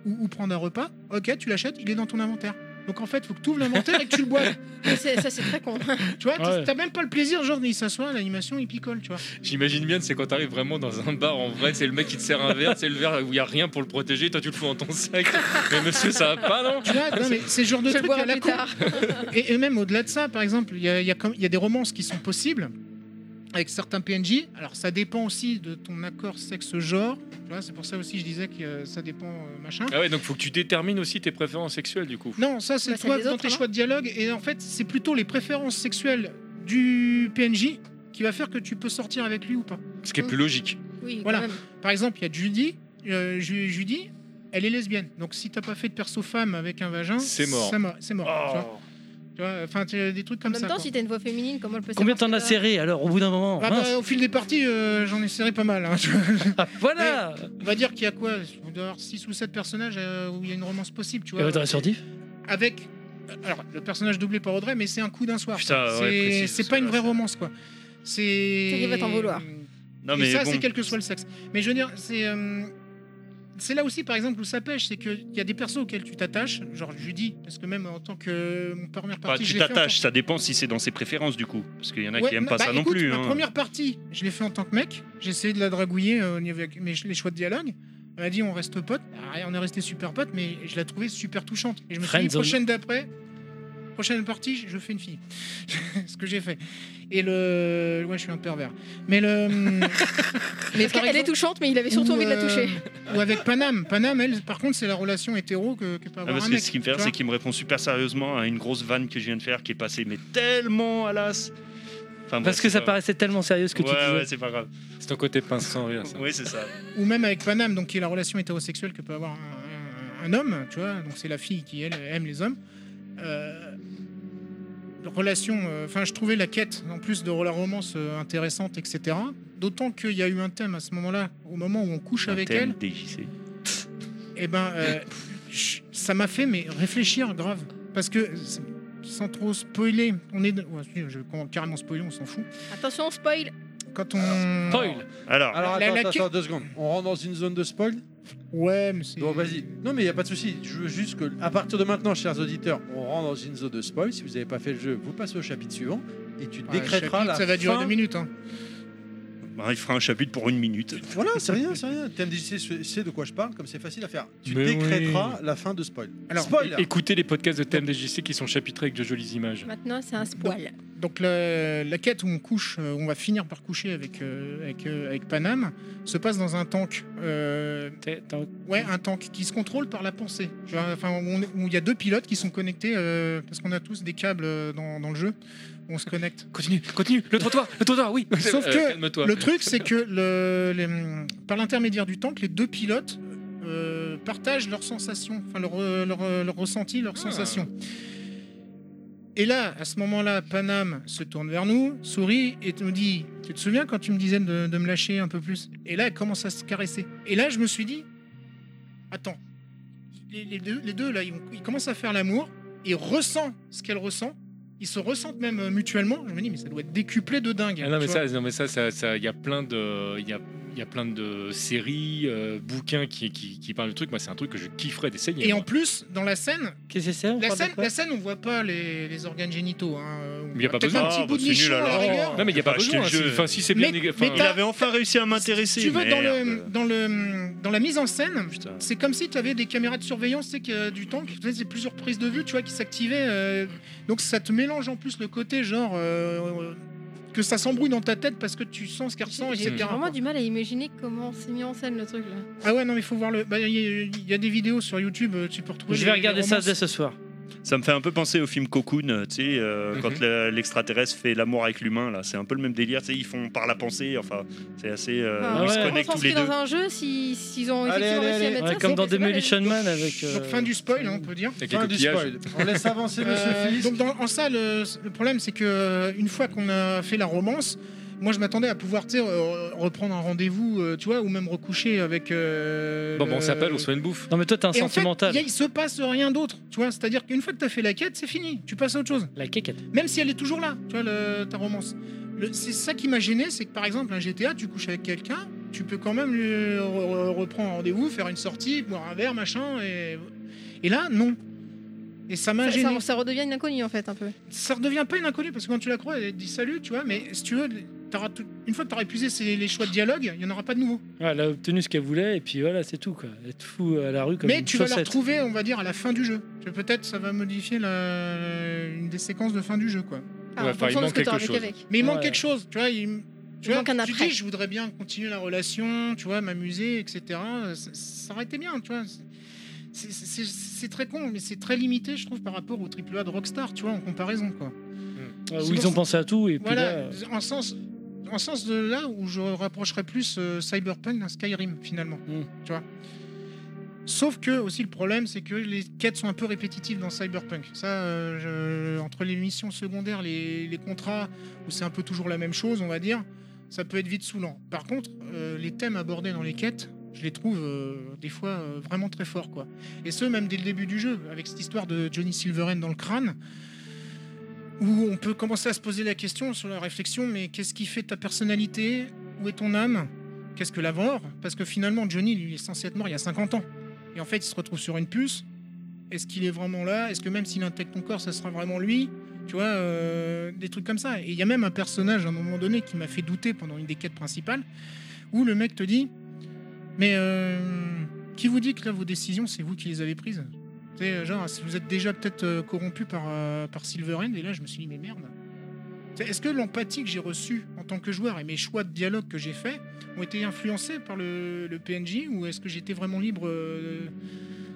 ou, ou prendre un repas. Ok, tu l'achètes, il est dans ton inventaire. Donc en fait, il faut que tu ouvres l'inventaire et que tu le boives. Mais c'est- ça, c'est très con. tu vois, t'as- Ouais. t'as même pas le plaisir, genre, il s'assoit, l'animation, il picole, tu vois. J'imagine bien, c'est quand t'arrives vraiment dans un bar en vrai, c'est le mec qui te sert un verre, c'est le verre où il y a rien pour le protéger, toi tu le fous dans ton sac. Mais monsieur, ça va pas, non Tu vois, non, mais c'est le genre de Je vais le truc à boire plus la con. tard. et, et même au-delà de ça, par exemple, il y a, il y a comme- il y a des romances qui sont possibles avec certains PNJ. Alors ça dépend aussi de ton accord sexe-genre. Tu vois, C'est pour ça aussi que je disais que euh, ça dépend euh, machin. Ah ouais, donc faut que tu détermines aussi tes préférences sexuelles du coup. Non, ça c'est Bah, toi celle des dans autres, tes non choix de dialogue. Et en fait, c'est plutôt les préférences sexuelles du PNJ qui va faire que tu peux sortir avec lui ou pas. Ce qui est plus logique. Oui, Voilà. quand même. Par exemple, il y a Judy. euh, Ju- Judy, elle est lesbienne. Donc si t'as pas fait de perso femme avec un vagin, C'est mort. Oh. ça mort, C'est mort. tu vois. Tu vois, Enfin, tu as des trucs En comme même ça. temps, quoi. si t'as une voix féminine, comment elle peut Combien savoir t'en as que serré alors au bout d'un Oh, moment Ah bah, Mince. au fil des parties, euh, j'en ai serré pas mal. hein. Ah, Voilà On va dire qu'il y a quoi Il doit y avoir 6 ou 7 personnages euh, où il y a une romance possible, Et tu vois. votre sur 10 Avec. euh, Alors, le personnage doublé par Audrey, mais c'est un coup d'un soir. Putain, quoi. ouais, C'est- précise, c'est parce pas que une là, vraie c'est- romance, quoi. C'est. T'arrives à t'en vouloir. Non, Et mais ça, bon. c'est quel que soit le sexe. Mais je veux dire, c'est. euh, C'est là aussi, par exemple, où ça pêche, c'est qu'il y a des persos auxquels tu t'attaches, genre Judy, parce que même en tant que mon première Enfin, partie, je Bah, tu l'ai fait en tant t'attaches, ça dépend si c'est dans ses préférences du coup. Parce qu'il y en a Ouais, qui aiment non, pas bah, ça non écoute, plus. Ma hein. première partie, je l'ai fait en tant que mec. J'ai essayé de la dragouiller euh, au niveau avec mes, les choix de dialogue. Elle m'a dit on reste potes. Ah, on est resté super potes, mais je la trouvais super touchante. Et je me suis dit Friendzone. prochaine d'après, prochaine partie, je- je fais une fille. Ce que j'ai fait. Et le, ouais, je suis un pervers. Mais le, hum, Mais parce par qu'elle est exemple- touchante, mais il avait surtout ou, envie de la euh, toucher. Ou avec Panam. Panam, elle, par contre, c'est la relation hétéro que, que peut Ah, avoir parce un que mec. ce qui me tu fait rire, vois. c'est qu'il me répond super sérieusement à une grosse vanne que je viens de faire qui est passée, mais tellement à l'as. Enfin, bref, Parce que c'est ça pas- paraissait tellement sérieux ce que tu Ouais, disais. ouais, c'est pas grave. C'est ton côté pince sans rire, ça. Oui, c'est ça. ou même avec Panam, donc qui est la relation hétérosexuelle que peut avoir un, un- un homme, tu vois, donc c'est la fille qui elle aime les hommes. Euh, relation, euh, enfin je trouvais la quête en plus de la romance euh, intéressante, etc. D'autant qu'il y a eu un thème à ce moment-là, au moment où on couche Un avec thème DJC. elle, et ben euh, je- ça m'a fait mais réfléchir grave, parce que c'est- sans trop spoiler, on est, ouais, je vais carrément spoiler, on s'en fout. Attention, spoil. Quand on Spoil Alors, Alors La- attends, la- attends, attends, deux secondes. On rentre dans une zone de spoil ouais, mais c'est Bon, vas-y. Non, mais il n'y a pas de souci. Je veux juste que, à partir de maintenant, chers auditeurs, on rentre dans une zone de spoil. Si vous n'avez pas fait le jeu, vous passez au chapitre suivant et tu Ouais, décréteras chapitre, la ça va durer fin. deux minutes. hein. bah, il fera un chapitre pour une minute. Voilà, c'est rien, c'est rien. TMDJC sait de quoi je parle, comme c'est facile à faire. Tu Mais décréteras la fin de spoil. Alors, spoil Écoutez les podcasts de TMDJC qui sont chapitrés avec de jolies images. Maintenant, c'est un spoil. Donc la, la quête où on couche, euh, où on va finir par coucher avec euh, avec, euh, avec Panam, se passe dans un tank. euh, T'es- t'en- ouais, un tank qui se contrôle par la pensée. Tu vois, Enfin, où on- où il y a deux pilotes qui sont connectés euh, parce qu'on a tous des câbles euh, dans, dans le jeu. où On se connecte. Continue, continue, le trottoir, le trottoir, oui. Sauf Euh, que calme-toi. Le truc, c'est que le- les- par l'intermédiaire du tank, les deux pilotes euh, partagent leurs sensations, enfin leur, euh, leur, euh, leur ressenti, leurs Ah. sensations. Et là, à ce moment-là, Panam se tourne vers nous, sourit et nous dit Tu te souviens quand tu me disais de, de me lâcher un peu plus Et là, elle commence à se caresser. Et là, je me suis dit Attends, les, les deux, les deux, là, ils, vont- ils commencent à faire l'amour, ils ressentent ce qu'elle ressent, ils se ressentent même euh, mutuellement. Je me dis Mais ça doit être décuplé de dingue. Ah non, tu mais vois. ça, non, mais ça, ça, ça- il y a plein de, il y a, il il y a plein de séries, euh, bouquins qui, qui, qui parlent du truc. Moi, c'est un truc que je kifferais d'essayer. Et en moi. plus, dans la scène, Qu'est-ce que c'est on la parle de scène, quoi la scène, on voit pas les, les organes génitaux. Hein. On Mais y a voit pas peut-être besoin. un petit Ah, bout bah, de c'est nichon nul, à la alors. rigueur. Non, mais il n'y a J'ai pas pas besoin. acheté le hein, jeu. si- Enfin, si c'est bien. Mais- nég- mais enfin, Il t'as- avait enfin réussi à m'intéresser. Si tu veux, dans, le, merde. dans, le, dans la mise en scène, Putain. c'est comme si tu avais des caméras de surveillance tu sais, que, euh, du temps, que, tu sais, c'est plusieurs prises de vue tu vois, qui s'activaient. euh, donc ça te mélange en plus le côté genre. euh, que ça s'embrouille dans ta tête parce que tu sens ce qu'elle ressent, J'ai etc. j'ai vraiment du mal à imaginer comment c'est mis en scène le truc là. Ah ouais, non, mais il faut voir le. bah, Il y, a- il y a des vidéos sur YouTube, euh, tu peux retrouver. Je les- vais les regarder ça romances. dès ce soir. Bah, Ça me fait un peu penser au film Cocoon, euh, tu sais, euh, Mhm. quand la- l'extraterrestre fait l'amour avec l'humain, là, c'est un peu le même délire, tu sais, ils font par la pensée, enfin, c'est assez. euh, Enfin, ils se ouais. Ah on connectent tous les transcrit deux. dans un jeu si- s'ils ont Allez, effectivement allez, réussi à allez. mettre Ouais, ça. comme c'est- dans c'est pas mal. Demolition Man avec. euh, Donc, fin du spoil, hein, on peut dire. avec les Fin du coquillages. spoil. On laisse avancer Monsieur Euh, Fils. donc dans- en salle, euh, le problème c'est que euh, une fois qu'on a fait la romance, moi je m'attendais à pouvoir tu sais, euh, reprendre un rendez-vous, euh, tu vois, ou même recoucher avec. euh, Bon, bah, on le- s'appelle, on se fait une bouffe. Non, mais toi, t'es un Et en fait, sentimental. y a- il se passe rien d'autre, tu vois. C'est-à-dire qu'une fois que t'as fait la quête, c'est fini. Tu passes à autre chose. La quéquette. Même si elle est toujours là, tu vois, le- ta romance. Le- C'est ça qui m'a gêné, c'est que par exemple un GTA, tu couches avec quelqu'un, tu peux quand même lui re- re- reprendre un rendez-vous, faire une sortie, boire un verre, machin, et, et là non. Et ça m'a Ça, gêné ça- ça redevient une inconnue en fait un peu. ça redevient pas une inconnue parce que quand tu la crois, elle te dit salut, tu vois, mais si tu veux, t'auras tout- une fois que tu auras épuisé ces- les choix de dialogue, il n'y en aura pas de nouveau. Ouais, elle a obtenu ce qu'elle voulait et puis voilà, c'est tout quoi. Être fou à la rue comme mais une tu vas la chaussette. retrouver, on va dire, à la fin du jeu. Tu vois, Peut-être ça va modifier la- une des séquences de fin du jeu, quoi. Enfin, Ouais, en enfin, il fonction de manque ce que t'auras quelque vécu chose. avec. Mais il manque Ouais. quelque chose, tu vois. Il, Il tu vois, manque un tu après. dis, je voudrais bien continuer la relation, tu vois, m'amuser, etc. Ça, ça aurait été bien, tu vois. C'est- c'est- C'est c'est très con, mais c'est très limité, je trouve, par rapport au AAA de Rockstar, tu vois, en comparaison, quoi. Ouais, où ils ont pensé à tout et puis là. euh, Voilà, en sens, en sens de là où je rapprocherais plus euh, Cyberpunk d'un Skyrim finalement, Mm. tu vois. Sauf que aussi le problème, c'est que les quêtes sont un peu répétitives dans Cyberpunk. Ça, euh, je- entre les missions secondaires, les, les contrats où c'est un peu toujours la même chose, on va dire, ça peut être vite saoulant. Par contre, euh, les thèmes abordés dans les quêtes, je les trouve euh, des fois euh, vraiment très forts, quoi. Et ce, même dès le début du jeu, avec cette histoire de Johnny Silverhand dans le crâne, où on peut commencer à se poser la question sur la réflexion, mais qu'est-ce qui fait ta personnalité Où est ton âme Qu'est-ce que la mort Parce que finalement, Johnny, lui, il est censé être mort il y a 50 ans. Et en fait, il se retrouve sur une puce. Est-ce qu'il est vraiment là Est-ce que même s'il intègre ton corps, ça sera vraiment lui Tu vois, euh, des trucs comme ça. Et il y a même un personnage, à un moment donné, qui m'a fait douter pendant une des quêtes principales, où le mec te dit, mais euh, qui vous dit que là, vos décisions, c'est vous qui les avez prises tu sais, genre, si vous êtes déjà peut-être euh, corrompu par, euh, par Silverhand, et là, je me suis dit, mais merde. Tu sais, Est-ce que l'empathie que j'ai reçue en tant que joueur et mes choix de dialogue que j'ai faits ont été influencés par le, le PNJ ou est-ce que j'étais vraiment libre euh,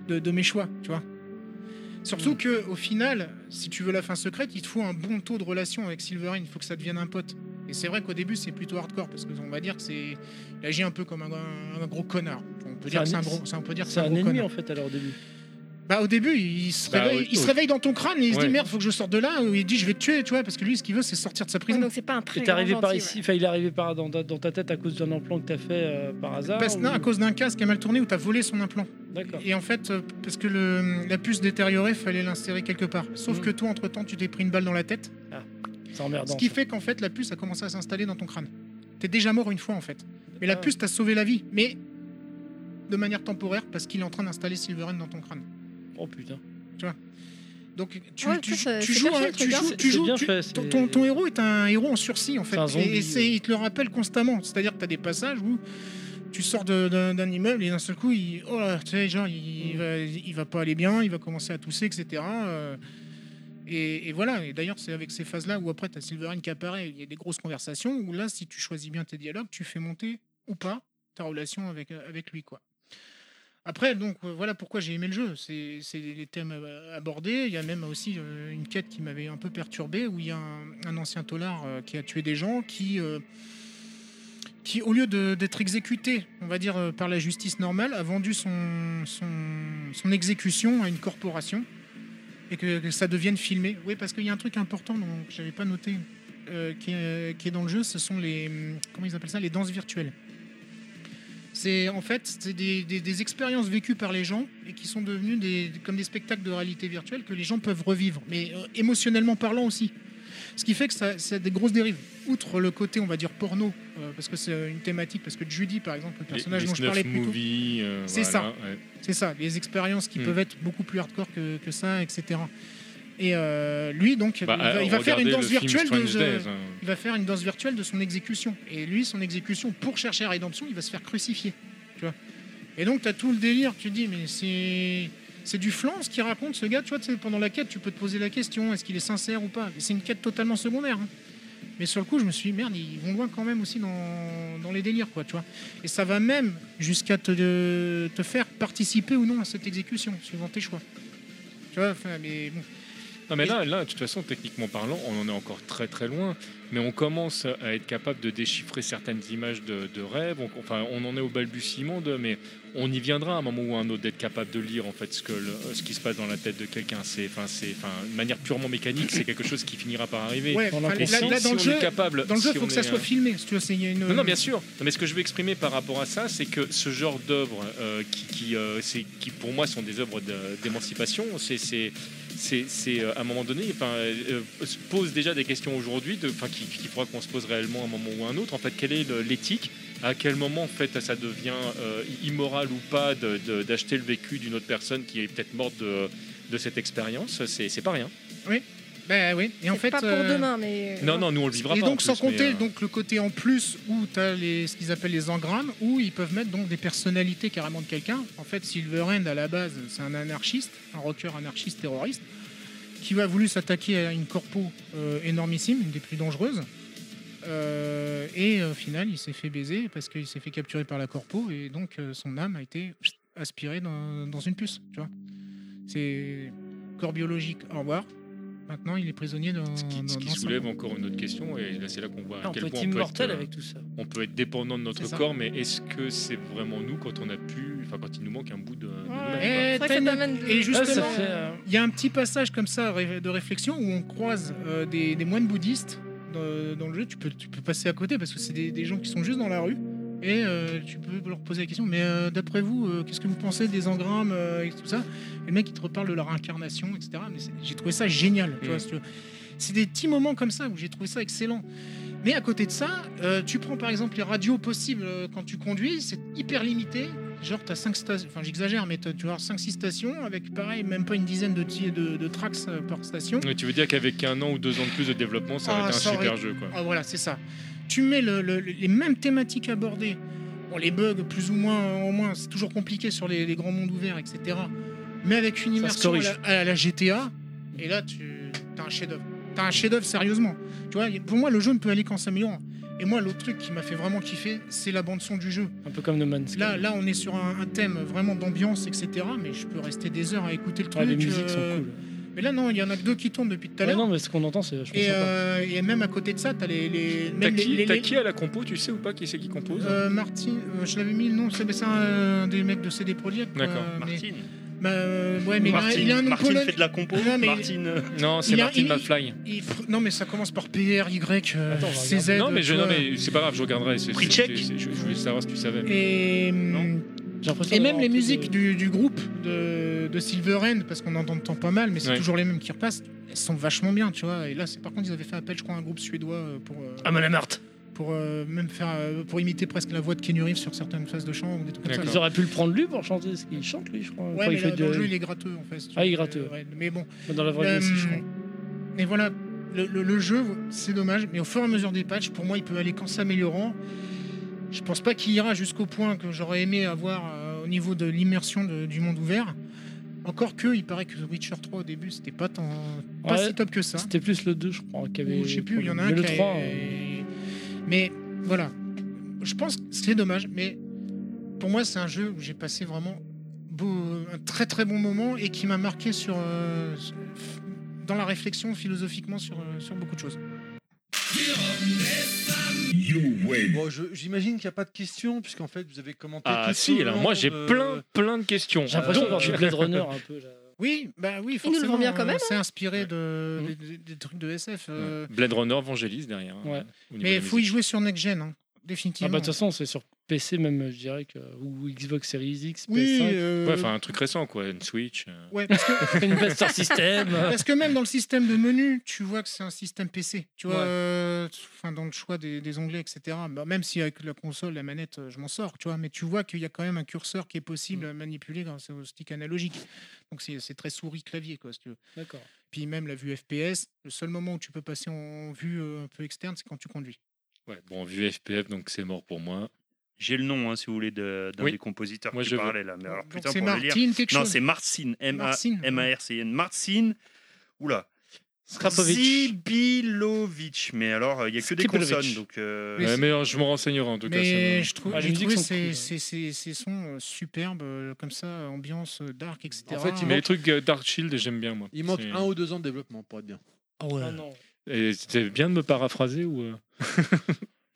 de, de mes choix, tu vois Hmm. Surtout que au final, si tu veux la fin secrète, il te faut un bon taux de relation avec Silverhand, il faut que ça devienne un pote. Et c'est vrai qu'au début, c'est plutôt hardcore parce qu'on va dire que c'est il agit un peu comme un, un- un gros connard. On peut C'est dire un- que c'est un gros, on peut dire que C'est un gros ennemi connard. en fait alors au début. Bah au début, il se, Bah, réveille, oui, il se oui. réveille dans ton crâne et il se Ouais. dit merde, faut que je sorte de là. Ou il dit je vais te tuer, tu vois, parce que lui, ce qu'il veut, c'est sortir de sa Ouais, prison. donc c'est pas un très Et t'es arrivé grand par gentil, ici, enfin il est arrivé par dans, dans- dans ta tête à cause d'un implant que t'as fait euh, par hasard. Parce- ou- Bah, non, à cause d'un casque qui a mal tourné où t'as volé son implant. D'accord. Et en fait, euh, parce que le- la puce détériorée, fallait l'insérer quelque part. Sauf Mhm. que toi, entre temps, tu t'es pris une balle dans la tête. C'est emmerdant. Ce qui ça. fait qu'en fait, la puce a commencé à s'installer dans ton crâne. T'es déjà mort une fois en fait. Mais la puce t'a sauvé la vie. Mais de manière temporaire parce qu'il est en train d'installer Silverhand dans ton crâne. Oh putain. Donc tu, Ouais, tu, ça, c'est- tu c'est joues, perché, un- le tu truc, hein. joues- C'est- tu c'est joues- bien tu- fait, c'est- ton, ton- ton héros est un héros en sursis en fait. C'est un zombie, euh. et et c'est- ouais. il te le rappelle constamment. C'est-à-dire que tu as des passages où tu sors de- d'un d'un immeuble et d'un seul coup, il, oh là, tu sais, genre, Mm. il, il va, il va pas aller bien, il va commencer à tousser, etc. euh, Et, et voilà, et d'ailleurs, c'est avec ces phases-là où après, tu as Silverine qui apparaît, il y a des grosses conversations où là, si tu choisis bien tes dialogues, tu fais monter ou pas ta relation avec, avec lui, quoi. Après, donc euh, voilà pourquoi j'ai aimé le jeu. C'est c'est les thèmes euh, abordés. Il y a même aussi euh, une quête qui m'avait un peu perturbé où il y a un, un ancien tolard euh, qui a tué des gens qui, euh, qui au lieu de- d'être exécuté, on va dire, euh, par la justice normale, a vendu son, son, son exécution à une corporation et que, que ça devienne filmé. Oui, parce qu'il y a un truc important dont je n'avais pas noté euh, qui, est, qui est dans le jeu ce sont les. Comment ils appellent ça Les danses virtuelles. C'est en fait c'est des, des- des expériences vécues par les gens et qui sont devenues des, comme des spectacles de réalité virtuelle que les gens peuvent revivre, mais euh, émotionnellement parlant aussi. Ce qui fait que ça, ça a des grosses dérives. Outre le côté, on va dire, porno, euh, parce que c'est une thématique, parce que Judy, par exemple, le personnage dont je parlais plus tôt, movies, euh, C'est voilà, ouais. c'est ça, les expériences qui Hmm. peuvent être beaucoup plus hardcore que, que ça, etc. Et euh, lui, donc, Bah, il va, euh, il va faire une regardez danse le film virtuelle de, Strange Days, hein. il va faire une danse virtuelle de son exécution. Et lui, son exécution, pour chercher la rédemption, il va se faire crucifier. Tu vois et donc, tu as tout le délire. Tu te dis, mais c'est. C'est du flan ce qu'il raconte, ce gars. Tu vois, tu sais, pendant la quête, tu peux te poser la question est-ce qu'il est sincère ou pas Mais C'est une quête totalement secondaire. hein. Mais sur le coup, je me suis dit merde, ils vont loin quand même aussi dans, dans les délires, quoi, tu vois. Et ça va même jusqu'à te, te faire participer ou non à cette exécution, suivant tes choix. Tu vois, enfin, mais bon. Non mais là, là, de toute façon, techniquement parlant, on en est encore très très loin, mais on commence à être capable de déchiffrer certaines images de, de rêves. On- enfin, on en est au balbutiement de, mais on y viendra à un moment ou à un autre d'être capable de lire en fait ce que le- ce qui se passe dans la tête de quelqu'un. C'est, enfin, c'est, enfin, de manière purement mécanique, c'est quelque chose qui finira par arriver. Ouais, Et enfin, là, si- là, si dans, on le jeu, est capable, dans le jeu, si faut on que ça est, soit euh, filmé. si tu vois, c'est- il y a une- non, non, bien sûr. Non, mais ce que je veux exprimer par rapport à ça, c'est que ce genre d'œuvres, euh, qui, qui, euh, c'est- qui pour moi sont des œuvres de- d'émancipation, c'est, c'est, c'est, c'est, euh, à un moment donné, enfin, euh, euh, se pose déjà des questions aujourd'hui, de- enfin, qui, qui faudra qu'on se pose réellement à un moment ou à un autre. En fait, quelle est le- l'éthique À quel moment, en fait, ça devient euh, immoral ou pas de- de- d'acheter le vécu d'une autre personne qui est peut-être morte de, de cette expérience C'est, c'est pas rien. Bah oui. Et en fait, pas pour euh, demain, mais. euh, Non, non, nous on le vivra Et pas. en donc, plus, sans mais, compter euh, donc, le côté en plus où tu as les, ce qu'ils appellent les engrammes, où ils peuvent mettre donc, des personnalités carrément de quelqu'un. En fait, Silverhand, à la base, c'est un anarchiste, un rocker anarchiste terroriste, qui a voulu s'attaquer à une corpo euh, énormissime, une des plus dangereuses. Euh, et euh, au final, il s'est fait baiser parce qu'il s'est fait capturer par la corpo et donc euh, son âme a été pssst, aspirée dans, dans une puce. Tu vois, c'est corps biologique. Au revoir. Maintenant, il est prisonnier dans. Ce qui, dans- ce qui dans sa- soulève encore une autre question, et là c'est là qu'on voit à on quel peut point être on peut immortel être, euh, avec tout ça. on peut être dépendant de C'est notre ça. corps, mais est-ce que c'est vraiment nous quand on a pu, enfin quand il nous manque un bout de. de nous-mêmes, Eh, quoi. C'est vrai que ça Titanic. t'amène de- Et Ah, ça justement, fait, euh, Il y a un petit passage comme ça ré- de réflexion où on croise euh, des, des moines bouddhistes dans, dans le jeu. Tu peux, tu peux passer à côté parce que c'est des, des gens qui sont juste dans la rue. Et euh, tu peux leur poser la question, mais euh, d'après vous, euh, qu'est-ce que vous pensez des engrammes euh, et tout ça Et le mec, il te reparle de la réincarnation, etc. Mais c'est- j'ai trouvé ça génial. tu vois, Mm. si tu veux. C'est des petits moments comme ça où j'ai trouvé ça excellent. Mais à côté de ça, euh, tu prends par exemple les radios possibles euh, quand tu conduis, c'est hyper limité. Genre, t'as 5 stations, enfin j'exagère, mais t'as- tu vas 5-6 stations avec pareil, même pas une dizaine de, ti- de, de tracks euh, par station. Ouais, tu veux dire qu'avec un an ou deux ans de plus de développement, ça Ah, aurait été un ça aurait- super jeu, quoi. Ah voilà, c'est ça. Tu mets le- le- les mêmes thématiques abordées. Bon, les bugs, plus ou moins, euh, au moins, c'est toujours compliqué sur les, les grands mondes ouverts, etc. Mais avec une se immersion à corrige. la, à la GTA, et là, tu as un chef-d'œuvre. T'as un chef-d'œuvre, sérieusement. Tu vois, pour moi, le jeu ne peut aller qu'en s'améliorant. Et moi, l'autre truc qui m'a fait vraiment kiffer, c'est la bande-son du jeu. un peu comme No Man's Sky. Là, là, on est sur un, un thème vraiment d'ambiance, etc. Mais je peux rester des heures à écouter le truc. Ouais, les musiques sont euh, cool. Mais là, non, il y en a que deux qui tournent depuis tout à Ouais, non, l'heure. mais ce qu'on entend, c'est vachement et, sympa. euh, et même à côté de ça, t'as les, les, T'as même les, qui, les- t'as les- qui à la compo, tu sais ou pas qui c'est qui compose euh, Martin, euh, je l'avais mis le nom, c'est c'est un euh, des mecs de CD Projekt. quoi, D'accord. mais- Martine. bah, euh, ouais, mais il a- Martine, il a un nom Martine polonais. fait de la compo. Non, mais- Martine. euh, Non, c'est il y a- Martin il- McFly. Il faut- Non, mais ça commence par PR, Y, euh, Attends, on va CZ. Non, mais, je, tu non, vois. mais c'est pas grave, je regarderai. c'est- Prix c'est- check c'est- Je, je voulais savoir si tu savais. Et. hum, J'ai l'impression Et d'avoir euh, même les un peu de- musiques du, du groupe de, de Silverhand, parce qu'on entend tant pas mal, mais c'est Ouais. toujours les mêmes qui repassent, elles sont vachement bien, tu vois. Et là, c'est par contre, ils avaient fait appel, je crois, à un groupe suédois euh, pour, euh, Ah, mais la Marthe pour euh, même faire, euh, pour imiter presque la voix de Kenny Reeves sur certaines phases de chant ou des trucs comme ça. D'accord. Ils auraient pu le prendre lui pour chanter, parce qu'il chante lui, je crois. Ouais, Enfin, mais il fait là, dans de- le jeu, Euh, il est gratteux en fait. si tu Ah, il est veux. gratteux. Ouais, mais bon. Dans la vraie vie aussi, je crois. Mais voilà, le, le- le jeu, c'est dommage, mais au fur et à mesure des patchs, pour moi, il peut aller qu'en s'améliorant. Je pense pas qu'il ira jusqu'au point que j'aurais aimé avoir euh, au niveau de l'immersion de- du monde ouvert. Encore que, il paraît que The Witcher 3 au début, c'était pas tant, pas Ouais. si top que ça. C'était plus le 2, je crois, qui avait. Hein Ou je sais plus, il y en a un mais qui le hein. a- hein. 3. Mais voilà, je pense que c'est dommage, mais pour moi, c'est un jeu où j'ai passé vraiment beau- un très très bon moment et qui m'a marqué sur, euh, dans la réflexion philosophiquement sur, euh, sur beaucoup de choses. Bon, je- j'imagine qu'il n'y a pas de questions, puisqu'en fait, vous avez commenté. Ah tout si, au alors long moi j'ai euh, de- plein plein de questions. J'ai l'impression d'avoir Donc, du Blade Runner un peu. là. Oui, bah oui, Ils nous le forcément. vendent bien euh, quand même, hein. C'est inspiré de, des- des, des trucs de SF. euh, Blade Runner, Vangelis derrière. Ouais. hein, au niveau mais de la il faut y musique. jouer sur Next Gen, hein, Ah, bah, de définitivement. toute façon, c'est sur PC, même, je dirais, que, ou Xbox Series X, PS5. Oui, euh, Ouais, enfin un truc récent quoi, une Switch. euh. ouais, parce que Une Master System. euh, Parce que même dans le système de menu, tu vois que c'est un système PC. Tu vois, Ouais. euh, enfin dans le choix des, des onglets, etc. Bah, même si avec la console, la manette, euh, je m'en sors, tu vois. Mais tu vois qu'il y a quand même un curseur qui est possible à manipuler grâce au stick analogique. Donc c'est c'est très souris clavier, quoi, si tu veux. D'accord. Puis même la vue FPS, le seul moment où tu peux passer en vue euh, un peu externe, c'est quand tu conduis. Ouais, bon vu FPF donc c'est mort pour moi. J'ai le nom, hein, si vous voulez, de- d'un Oui. des compositeurs Moi, qui je veux. parlait là. Mais alors, Donc, putain, c'est pour le lire. Martin quelque Non, chose. c'est Marcin, Marcin, ouais. M-A-R-C-N. Marcin, oula. Skrapovic. Sibilovic. Mais alors, euh, il n'y a que des Skibilovic. consonnes. Donc, euh, Ouais, mais euh, je me renseignerai en tout cas. ça Mais me- je trouve, Ah, les j'ai musiques trouvé sont ces, cool, ces- ces- ces sons euh, superbes, euh, comme ça, euh, ambiance euh, dark, etc. En hein. fait, il Mais manque- les trucs euh, Dark Shield j'aime bien moi. Il manque C'est- un ou deux ans de développement pour être bien. Ah ouais. Ah non. Et C'était bien de me paraphraser ou. euh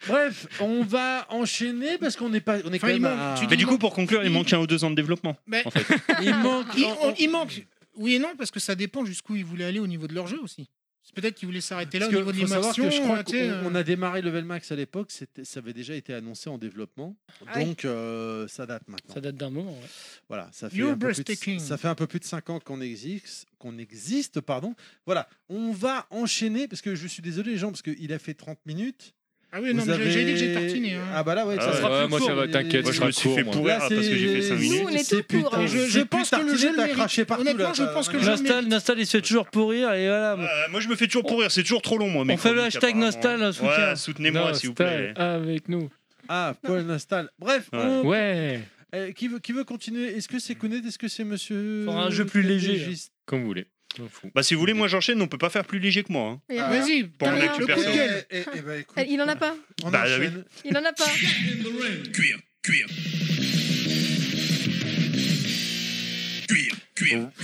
Bref, on va enchaîner parce qu'on n'est pas, on est Enfin, quand il même. manque- à- tu Mais dis- du coup, pour conclure, il manque un ou deux ans de développement. il Ah, manque. Il, on- il manque. Oui et non, parce que ça dépend jusqu'où ils voulaient aller au niveau de leur jeu aussi. C'est Peut-être qu'ils voulaient s'arrêter là Parce au que niveau de faut savoir l'immersion. que je euh, crois tu sais, qu'on on euh, a démarré Level Max à l'époque, c'était- ça avait déjà été annoncé en développement, Ah oui. donc euh, ça date maintenant. Ça date d'un moment. ouais. Voilà, ça fait, You're un peu plus de, breathtaking. ça fait un peu plus de 5 ans qu'on existe, qu'on existe, pardon. Voilà, on va enchaîner parce que je suis désolé les gens parce qu'il a fait 30 minutes. Ah oui, Vous non, mais j'ai- j'ai dit que j'ai avez- tartiné. hein. Ah bah là ouais, Ah ça ouais. sera Ouais, plus moi, ça court, va, mais- t'inquiète, Moi, je sera me suis court, fait moi. pourrir Là, parce que c'est- j'ai fait 5 Nous, minutes. on est c'est tout court, putain, je- hein. Je- c'est je pense putain, que le tu sais, jeu le t'as mérite. craché partout, Honnêtement, là, je t'as- pense que le jeu- Nostal, Nostal, il se fait toujours pourrir et voilà. Euh, moi, je me fais toujours pourrir. C'est toujours trop long, moi. mes on fait le chroniques, hashtag apparemment. Nostal, euh, soutien. Ouais, soutenez-moi, s'il vous plaît. Nostal, Avec nous. Ah, Paul Nostal. Bref, Ouais. on- Ouais euh, qui, veut, qui veut continuer Est-ce que c'est Kounet Est-ce que c'est monsieur Faudra un jeu plus léger, Tégiste Comme vous voulez. Je m'en fous. Bah, si vous voulez, moi, j'enchaîne. On peut pas faire plus léger que moi. hein. Il y a- Vas-y, Pour t'as en le être le coup de perso. gueule. Eh, eh, eh, bah, écoute, Ah, Il en a pas. on Bah, enchaîne. Il en a pas.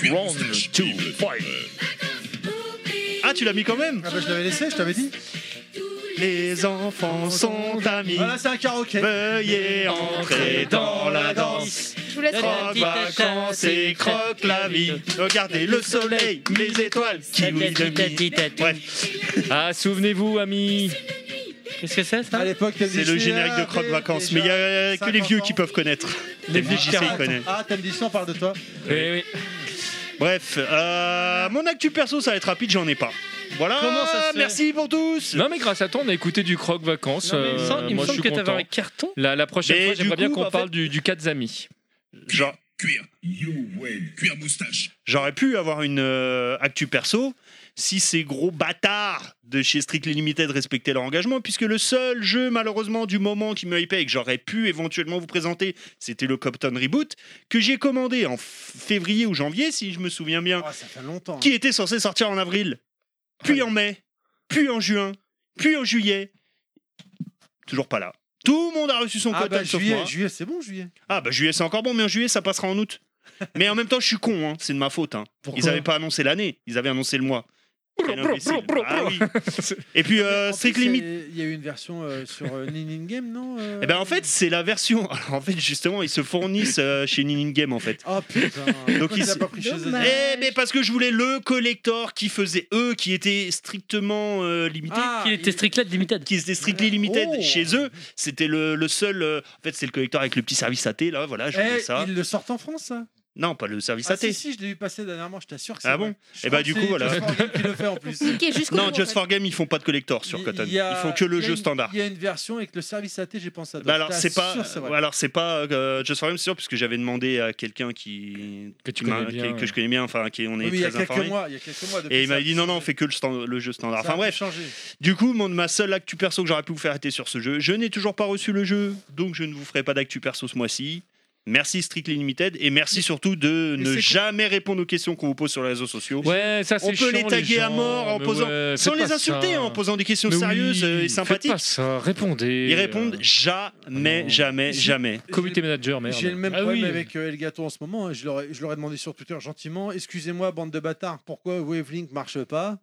Round two, fight. Ah, tu l'as mis quand même Ah bah, je l'avais laissé, je t'avais dit. Les enfants sont amis. Voilà, c'est un karaoké. Bah, Veuillez entrer dans la danse. Je vous laisse. Croque vacances et croque la vie. Regardez le soleil, les étoiles qui vous illuminent. Bref, Ah, souvenez-vous, amis Qu'est-ce que c'est ça À l'époque, c'est le générique de croque vacances. Mais il y a que les vieux qui peuvent connaître. Les vieux qui savent connaître. Ah, t'as me dit ça, on parle de toi. Eh oui. Bref, euh, mon actu perso, ça va être rapide, j'en ai pas. Voilà, Comment ça se fait merci pour tous. Non, mais grâce à toi, on a écouté du croc vacances. Non, mais il me euh, semble- Il me moi, je semble que suis t'avais content. un carton. La, la prochaine Mais fois, du j'aimerais bien coup, qu'on en fait- parle du, du 4 amis. Genre- J'aurais pu avoir une euh, actu perso si ces gros bâtards de chez Strictly Limited respectaient leur engagement, puisque le seul jeu, malheureusement, du moment qui me hypait et que j'aurais pu éventuellement vous présenter, c'était le Copton Reboot, que j'ai commandé en f- février ou janvier, si je me souviens Oh, bien, Ah, ça fait longtemps. qui était censé sortir en avril, puis en mai, puis en juin, puis en juillet. Toujours pas là. Tout le monde a reçu son Ah Copton bah, sauf juillet, moi. juillet c'est bon, juillet. Ah bah juillet c'est encore bon, mais en juillet ça passera en août. Mais en même temps je suis con, hein. c'est de ma faute. Hein. ils n'avaient pas annoncé l'année, ils avaient annoncé le mois. Quel imbécile. Ah oui. Et puis euh, En Strict plus, Limit. c'est- Il y a eu une version euh, sur euh, Nin Game, non euh Eh ben en fait c'est la version. Alors, en fait justement ils se fournissent euh, chez Ninin Game en fait. Oh putain. Donc ils- il l'a pas pris chez eux. Dommage. Eh mais parce que je voulais le collector qui faisait eux, qui était strictement euh, limité. Ah, Qui était il- Strictly Limited. qui était strictly limited Oh. chez eux, c'était le, le seul. euh, en fait, c'est le collector avec le petit service AT là, voilà, je voulais Eh, ça. ils le sortent en France, ça Non, pas le service Ah AT. si, si, je l'ai vu passer dernièrement, je t'assure que c'est Ah bon vrai. Je Eh crois bah, que du c'est coup, voilà. Just for Game qui le fait en plus. Ok, jusqu'au Non, bout, en Just fait. for Game, ils font pas de collector sur Il- Cotton. il y a- Ils font que le il y a jeu une- standard. Il y a une version avec le service AT, j'ai pensé à Bah alors c'est pas sûr, c'est vrai. alors c'est pas euh, Just for Game c'est sûr puisque j'avais demandé à quelqu'un qui Que tu qui m'a- connais bien, qui- que je connais bien enfin qui on Oui, est mais il y a très quelques informé mois, il y a quelques mois depuis et il m'a ça, dit non non on fait que le, stand- le jeu ça standard a enfin pu bref changer. du coup mon, ma seule actu perso que j'aurais pu vous faire était sur ce jeu je n'ai toujours pas reçu le jeu donc je ne vous ferai pas d'actu perso ce mois-ci merci Strictly Limited et merci surtout de Mais ne c'est- jamais répondre aux questions qu'on vous pose sur les réseaux sociaux Ouais, ça, c'est On peut les chiant, taguer à gens. mort en Mais posant- ouais, sans faites les pas insulter hein, ça. en posant des questions Mais sérieuses oui, euh, et sympathiques Faites pas ça, répondez. ils euh, répondent jamais non. jamais jamais Euh, Comité manager, merde. J'ai le même Ah problème oui. avec euh, Elgato en ce moment. hein. Je leur, ai, je leur ai demandé sur Twitter gentiment Excusez-moi, bande de bâtards, pourquoi Wavelink marche pas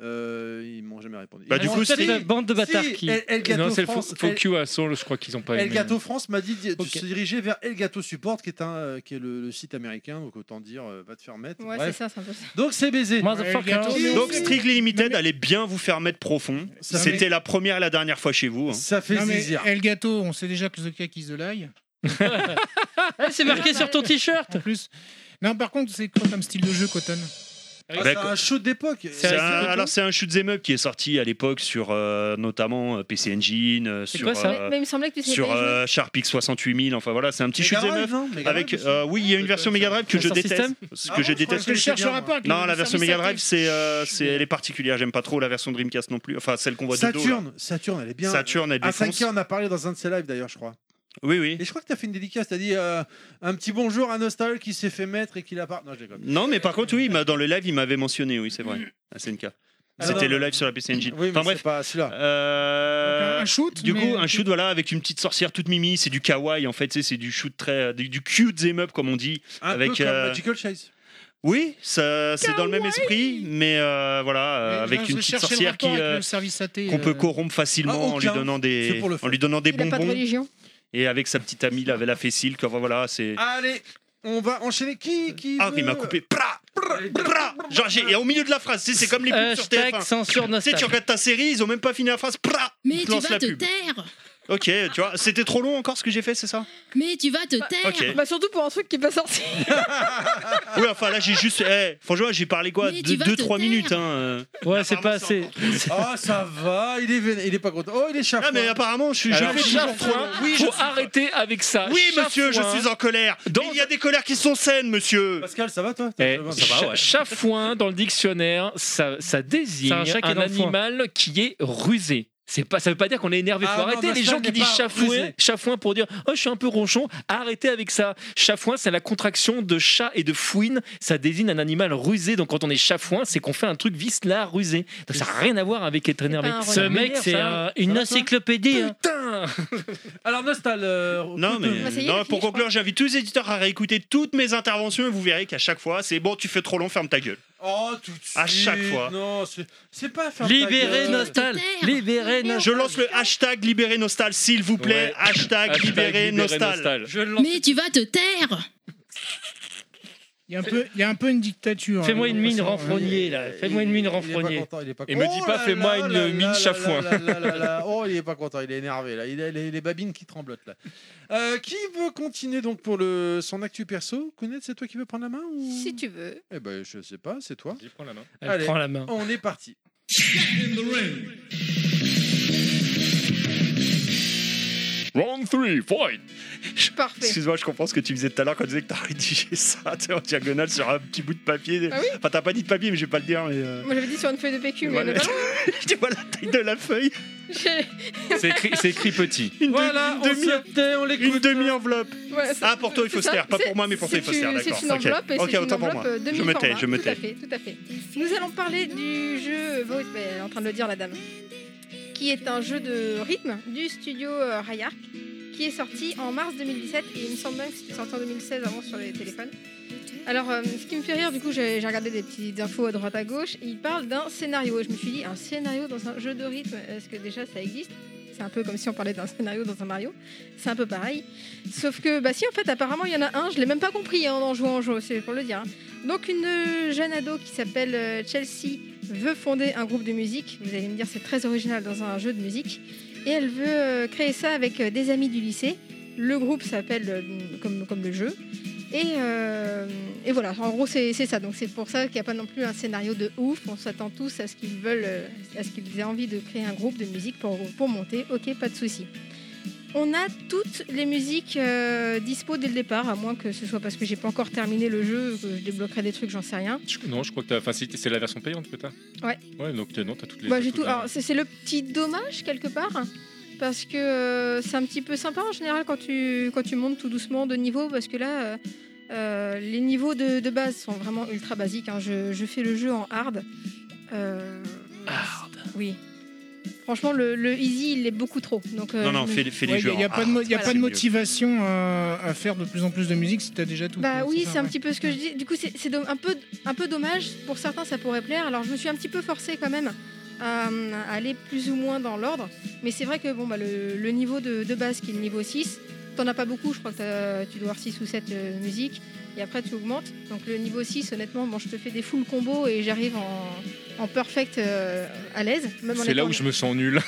Euh, ils m'ont jamais répondu. Bah, du Ils coup, m'ont- si- cette bande de Si, bâtards qui. El, El Gato non, c'est le France, faux El- Q à Soul, je crois qu'ils n'ont pas El aimé. Gato France m'a dit de de Ok. se diriger vers El Gato Support, qui est, un, euh, qui est le, le site américain, donc autant dire, euh, va te faire mettre. Ouais, c'est Bref. ça, c'est un peu ça. Donc c'est baisé. Motherfucker. Ouais, le gâteau, Donc Strictly Limited allait bien vous faire mettre profond. Ça C'était la première et la dernière fois chez vous. hein. Ça fait Non, mais zizir. El Gato, on sait déjà que The Cake is the Lie. Eh, c'est marqué sur ton t-shirt. En plus. Non, par contre, c'est quoi comme style de jeu, Cotton Ah, c'est Avec- un show d'époque. C'est un- un- c'est alors c'est un shoot 'em up qui est sorti à l'époque sur euh, notamment euh, PC Engine, euh, sur, quoi, ça Mais- euh, mais il me semblait que tu sais sur pas y jouer. euh, Sharp X 68000. Enfin voilà, c'est un petit shoot 'em up avec. euh, oui, il y a une version Mega Drive que je Master déteste, ce System Ah que bon, je je croyais déteste. que je cherche un rapport avec Non, la version Mega Drive, c'est, euh, c'est- Mais- elle est particulière. J'aime pas trop la version Dreamcast non plus. Enfin, celle qu'on voit de dos. là. Saturne, Saturne, elle est bien. Ah, Saturn, elle À 5 défonce. on a parlé dans un de ses lives d'ailleurs, je crois. Oui, oui. Et je crois que t'as fait une dédicace, t'as dit euh, un petit bonjour à Nostal qui s'est fait mettre et qui l'a pas. Non, je déconne. Non, mais par contre, oui, il m'a- dans le live, il m'avait mentionné, oui, c'est vrai, à SNK. Alors, C'était le live sur la PC Engine. Oui, mais enfin c'est bref. pas celui-là. euh, un shoot Du mais- coup, un shoot, euh, voilà, avec une petite sorcière toute mimi, c'est du kawaii en fait, tu sais, c'est du shoot très. euh, du, du cute them up comme on dit. Un avec, peu comme euh, Magical Chase. Oui, ça- c'est dans le même esprit, mais euh, voilà, euh, mais avec là, une je petite cherchais le sorcière qui. rapport avec euh, le service athée, qu'on peut euh, corrompre facilement Ah, en lui aucun. donnant C'est des pour le fun. en lui donnant des Il n'a pas de bonbons religion. et avec sa petite amie la, la fessile que voilà c'est Allez, on va enchaîner. Qui, qui ah il veut m'a coupé Pra, pra, pra. genre j'ai- et au milieu de la phrase tu sais, c'est comme les pubs sur Euh, Hashtag TF1 censure Tu sais, tu nostalgique. regardes ta série, ils ont même pas fini la phrase, pra, ils Mais te tu lancent vas la te pub. taire Ok, tu vois, c'était trop long encore ce que j'ai fait, c'est ça Mais tu vas te taire Ok. Bah surtout pour un truc qui est pas sorti. Oui, enfin là j'ai juste, eh, franchement j'ai parlé quoi, Mais tu vas te 2-3 taire. minutes. Hein. euh. Ouais, c'est pas assez. Ah, ça va, il est, vénère, il est pas content. Oh, il est chafouin. Ah mais apparemment je suis, je Alors, fais toujours chafouin, Oui, je faut suis- arrêter avec ça. Oui monsieur, je Chafouin. suis en colère. Dans- Il y a des colères qui sont saines monsieur. Pascal, ça Bah va toi Eh, T'as- cha- Chafouin dans le dictionnaire, ça, ça désigne C'est un chat un, qui est dans le foin. animal qui est rusé. C'est pas, ça veut pas dire qu'on est énervé. Faut Ah non, arrêter les Nostal gens qui n'est disent pas chafouin, rusé. chafouin pour dire oh je suis un peu ronchon. Arrêtez avec ça. Chafouin, c'est la contraction de chat et de fouine. Ça désigne un animal rusé. Donc quand on est chafouin, c'est qu'on fait un truc vicelard rusé. Donc ça n'a rien à voir avec être énervé. pas un Ce Ça mec, c'est euh, une Ça va, encyclopédie. hein. Putain Alors, Nostal. euh, Non mais Bah, ça y est, non, elle a pour fini, je conclure, j'invite tous les éditeurs à réécouter toutes mes interventions et vous verrez qu'à chaque fois c'est bon, tu fais trop long, ferme ta gueule. Oh, tout de suite. À chaque fois. Non, c'est c'est pas faire ta Libérez gueule. Nostal. Te taire. Libérez Nostal. Je lance le hashtag libérer Nostal s'il vous plaît, Ouais. hashtag, Hashtag libérer Nostal. Je le lance. Mais tu vas te taire Il y a un peu- il y a un peu une dictature. Fais-moi hein, une de mine toute façon, hein. renfrognée, là. Fais-moi une mine Il est renfrognée. pas content, il est pas Et content. me dis pas, là fais-moi là une là mine là là chafouin. là là là là. Oh, il est pas content, il est énervé là. Il a les, les babines qui tremblotent là. Euh, qui veut continuer donc pour le son actu perso Kounet, c'est toi qui veux prendre la main ou Si tu veux. Eh ben, je sais pas, c'est toi. Elle Allez. prend la main. On est parti. Round 3, fight Parfait. Excuse-moi, je comprends ce que tu disais tout à l'heure quand tu disais que t'as rédigé ça tu sais, en diagonale sur un petit bout de papier. Ah oui enfin, t'as pas dit de papier, mais je vais pas le dire. Mais euh, Moi j'avais dit sur une feuille de PQ, mais Voilà. on est pas loin. tu vois la taille de la feuille J'ai- C'est écrit, c'est écrit petit. Une, Voilà, demi- on une demi, se tait, on l'écoute. une demi-enveloppe. Voilà, c'est- Ah, pour toi, il faut c'est se taire. ça, Pas c'est- pour moi, mais pour toi, il faut se c'est taire. une- D'accord. C'est une enveloppe et Ok, c'est Ok, une autant pour moi. enveloppe euh, Je me tais, demi-format. je me Tout à tais. fait, tout à fait. Nous allons parler du jeu Void, ben, en train de le dire la dame, qui est un jeu de rythme du studio euh, Rayark, qui est sorti en mars 2017 et il me semble même que c'était sorti en 2016 avant sur les téléphones. Alors, euh, ce qui me fait rire, du coup, j'ai j'ai regardé des petites infos à droite à gauche. et il parle d'un scénario. Et Je me suis dit, un scénario dans un jeu de rythme, est-ce que déjà ça existe C'est un peu comme si on parlait d'un scénario dans un Mario. C'est un peu pareil. Sauf que, bah si, en fait, apparemment, il y en a un, je l'ai même pas compris hein, en jouant au jeu, c'est pour le dire. hein. Donc, une euh, jeune ado qui s'appelle euh, Chelsea veut fonder un groupe de musique. Vous allez me dire, c'est très original dans un jeu de musique. Et elle veut euh, créer ça avec euh, des amis du lycée. Le groupe s'appelle euh, comme, comme le jeu. Et, euh, et voilà, en gros, c'est c'est ça. Donc, c'est pour ça qu'il n'y a pas non plus un scénario de ouf. On s'attend tous à ce qu'ils veulent, euh, à ce qu'ils aient envie de créer un groupe de musique pour, pour monter. Ok, pas de souci. On a toutes les musiques euh, dispo dès le départ, à moins que ce soit parce que j'ai pas encore terminé le jeu, que je débloquerai des trucs, j'en sais rien. Je- Non, je crois que t'as- enfin, si, c'est la version payante que t'as. Ouais. Ouais, donc euh, t'as- non, t'as toutes les. Bah, t'as j'ai toutes tout. les- alors, c'est c'est le petit dommage quelque part, parce que euh, c'est un petit peu sympa en général quand tu, quand tu montes tout doucement de niveau, parce que là, euh, euh, les niveaux de, de base sont vraiment ultra basiques. hein. Je, je fais le jeu en hard. Euh, Hard. Oui. Franchement, le, le easy, il est beaucoup trop. Donc, euh, Non, non, je me- fais, fais Il les jeux. n'y a, en pas de, mo- hard, y a voilà. pas c'est de mieux. motivation euh, à, à faire de plus en plus de musique si t'as déjà tout. Bah quoi, oui, ça, c'est un ouais. petit peu ce que je dis. Du coup, c'est c'est dom- un peu, un peu dommage. Pour certains, ça pourrait plaire. Alors, je me suis un petit peu forcée quand même à, à aller plus ou moins dans l'ordre. Mais c'est vrai que bon, bah, le, le niveau de, de base, qui est le niveau 6, t'en as pas beaucoup. Je crois que t'as- tu dois avoir 6 ou 7 euh, musiques. Et après, tu augmentes. Donc, le niveau 6, honnêtement, bon, je te fais des full combos et j'arrive en, en perfect euh, à l'aise. même en C'est là étant- où je me sens nul.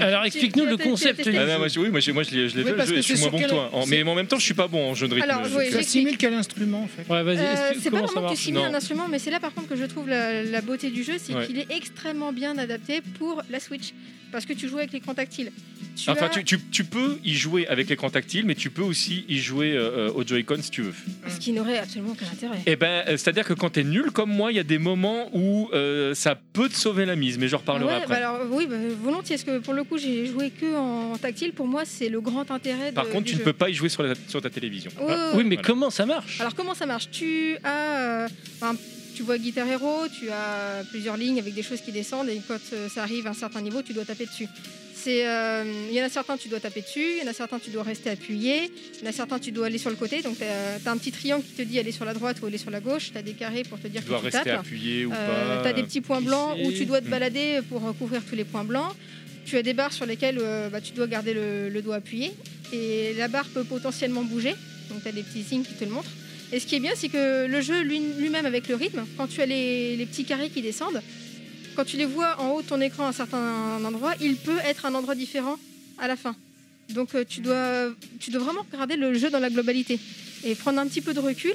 Alors tu explique-nous as le testé- concept. testé du Ah non, jeu. moi, je- oui, moi, je, moi, je l'ai je l'ai Oui, déjà parce joué, que je suis c'est sur moins bon que toi. quel- En- mais en même temps, je suis pas bon en jeu de rythme. Alors, donc, oui, euh, Ça j'explique. simule quel instrument en fait Ouais, vas-y, Euh, explique c'est pas comment ça vraiment que tu marche. simules un Non. instrument, mais c'est là par contre que je trouve la, la beauté du jeu, c'est Ouais. qu'il est extrêmement bien adapté pour la Switch, parce que tu joues avec l'écran tactile. Tu Enfin, as- tu, tu, tu peux y jouer avec l'écran tactile, mais tu peux aussi y jouer euh, euh, au Joy-Con si tu veux. Ce qui n'aurait absolument aucun intérêt. Et ben, euh, c'est-à-dire que quand t'es nul comme moi, il y a des moments où euh, ça peut te sauver la mise, mais je reparlerai Ouais, après. bah alors, oui, bah, volontiers, parce que pour le coup, j'ai joué que en tactile. Pour moi, c'est le grand intérêt. Par de- contre, du tu ne jeu. peux pas y jouer sur, la- sur ta télévision. Ouais, ouais, Oui, mais Voilà. comment ça marche Alors comment ça marche Tu as, euh, un- tu vois Guitar Hero, tu as plusieurs lignes avec des choses qui descendent et quand euh, ça arrive à un certain niveau, tu dois taper dessus. C'est, euh, il y en a certains tu dois taper dessus, il y en a certains tu dois rester appuyé, il y en a certains tu dois aller sur le côté. Donc tu as, un petit triangle qui te dit aller sur la droite ou aller sur la gauche. Tu as des carrés pour te dire Tu dois que tu rester tapes. appuyé ou Euh, pas. T'as des petits points blancs où glisser. tu dois te Mm. balader pour euh, couvrir tous les points blancs. Tu as des barres sur lesquelles euh, bah, tu dois garder le, le doigt appuyé. Et la barre peut potentiellement bouger. Donc tu as des petits signes qui te le montrent. Et ce qui est bien, c'est que le jeu lui- lui-même, avec le rythme, quand tu as les, les petits carrés qui descendent, quand tu les vois en haut de ton écran à un certain endroit, il peut être un endroit différent à la fin. Donc euh, tu dois, tu dois vraiment regarder le jeu dans la globalité et prendre un petit peu de recul,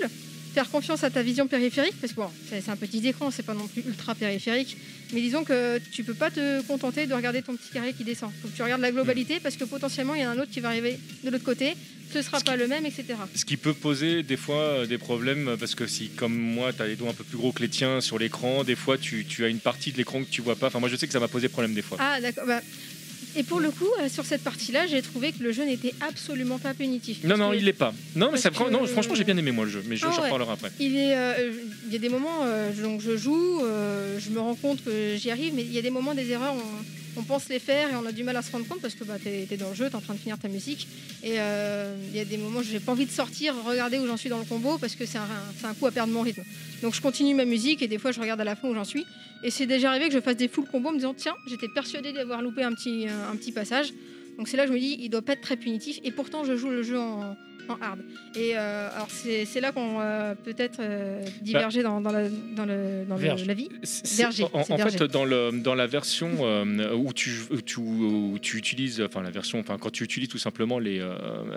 faire confiance à ta vision périphérique, parce que bon, c'est c'est un petit écran, c'est pas non plus ultra périphérique, mais disons que tu peux pas te contenter de regarder ton petit carré qui descend. Faut que tu regardes la globalité parce que potentiellement il y en a un autre qui va arriver de l'autre côté, ce sera pas le même, etc. Ce qui peut poser des fois euh, des problèmes euh, parce que si, comme moi, t'as les doigts un peu plus gros que les tiens sur l'écran, des fois tu, tu as une partie de l'écran que tu vois pas. Enfin, moi je sais que ça m'a posé problème des fois. Ah d'accord. bah, Et pour le coup, euh, sur cette partie-là, j'ai trouvé que le jeu n'était absolument pas punitif. Non, non, Parce que- il l'est pas. Non, mais parce ça prend. que- Non, franchement, j'ai bien aimé moi le jeu, mais je, Ah je ouais. reparlerai après. Il est, euh, il y a des moments, euh, donc je joue, euh, je me rends compte que j'y arrive, mais il y a des moments, des erreurs, on, on pense les faire et on a du mal à se rendre compte parce que bah, t'es es dans le jeu, t'es en train de finir ta musique. Et euh, il y a des moments, j'ai pas envie de sortir, regarder où j'en suis dans le combo parce que c'est un, c'est un coup à perdre mon rythme. Donc je continue ma musique et des fois je regarde à la fin où j'en suis. Et c'est déjà arrivé que je fasse des full combos en me disant tiens, j'étais persuadée d'avoir loupé un petit, un petit passage. Donc c'est là que je me dis il doit pas être très punitif et pourtant je joue le jeu en, en hard. Et euh, alors c'est c'est là qu'on va peut-être euh, diverger dans, dans la, dans le, dans le- Verge. la vie. C'est- c'est- Verger, en, c'est en fait, verger. dans, le, dans la version euh, où, tu, où tu- où tu utilises, enfin la version, enfin quand tu utilises tout simplement les, euh,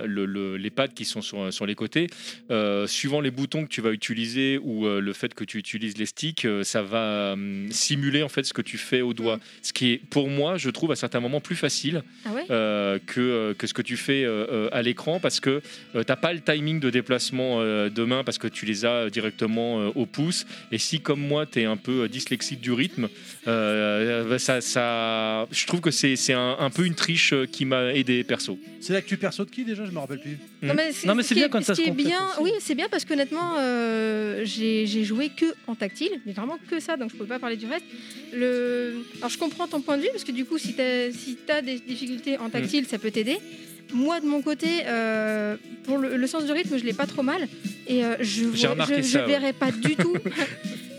le- le- les pads qui sont sur, sur les côtés, euh, suivant les boutons que tu vas utiliser ou euh, le fait que tu utilises les sticks, euh, ça va euh, simuler en fait ce que tu fais au doigt. Ce qui est, pour moi, je trouve à certains moments plus facile Ah ouais euh, que, euh, que ce que tu fais euh, euh, à l'écran parce que tu t'as pas le timing de déplacement euh, de main parce que tu les as euh, directement euh, au pouce et si comme moi t'es un peu euh, dyslexique du rythme euh, bah, ça, ça je trouve que c'est c'est un, un peu une triche euh, qui m'a aidé perso C'est l'actu perso de qui déjà Je me rappelle plus. Non mais c'est Non, mais ce c'est qui bien est- quand ce ça se qui est complète bien, aussi. oui, c'est bien parce qu'honnêtement, euh, j'ai j'ai joué que en tactile, mais vraiment que ça, donc je peux pas parler du reste. Le... Alors je comprends ton point de vue parce que du coup, si t'as si as des difficultés en Mm. tactile, ça peut t'aider. Moi, de mon côté, euh, pour le, le sens du rythme, je l'ai pas trop mal et euh, je J'ai vois- remarqué je, je ça, ouais. verrais pas du tout,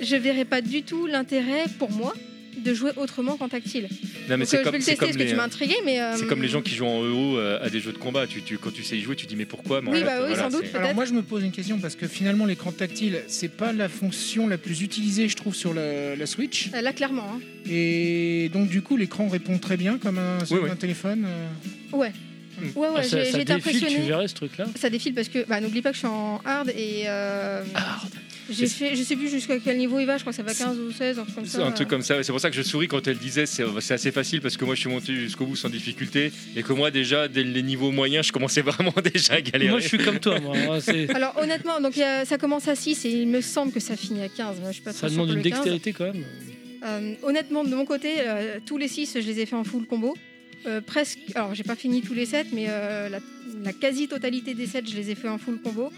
je verrais pas du tout l'intérêt pour moi de jouer autrement qu'en tactile. non mais Donc, c'est euh, je comme vais le c'est tester comme parce que les hein, tu m'as intrigué, mais euh, c'est comme les gens qui jouent en EO euh, à des jeux de combat tu, tu- quand tu sais y jouer tu dis mais pourquoi Mais en Oui, fait, bah oui, sans doute. c'est- Peut-être. Alors moi je me pose une question parce que finalement l'écran tactile c'est pas la fonction la plus utilisée je trouve sur la, la Switch Là, clairement. hein. et donc du coup l'écran répond très bien comme un, Oui, oui. un téléphone. euh. Ouais, ouais, Ah, ça, j'ai ça j'ai été défile, impressionnée. tu verrais ce truc-là. Ça défile parce que bah, n'oublie pas que je suis en hard et euh, j'ai fait je sais plus jusqu'à quel niveau il va, je crois que ça va 15 ou 16 un truc comme C'est ça. euh. un truc comme ça, ouais. c'est pour ça que je souris quand elle disait c'est c'est assez facile parce que moi je suis monté jusqu'au bout sans difficulté et que moi déjà dès les niveaux moyens je commençais vraiment déjà à galérer. Moi, je suis comme toi, moi. Moi, c'est- Alors honnêtement, donc il y a- ça commence à 6 et il me semble que ça finit à 15, moi je suis pas trop Ça demande une le 15. dextérité quand même. Euh, honnêtement de mon côté, euh, tous les 6 je les ai fait en full combo. Euh, presque alors j'ai pas fini tous les 7 mais euh, la, quasi totalité des 7 je les ai fait en full combo.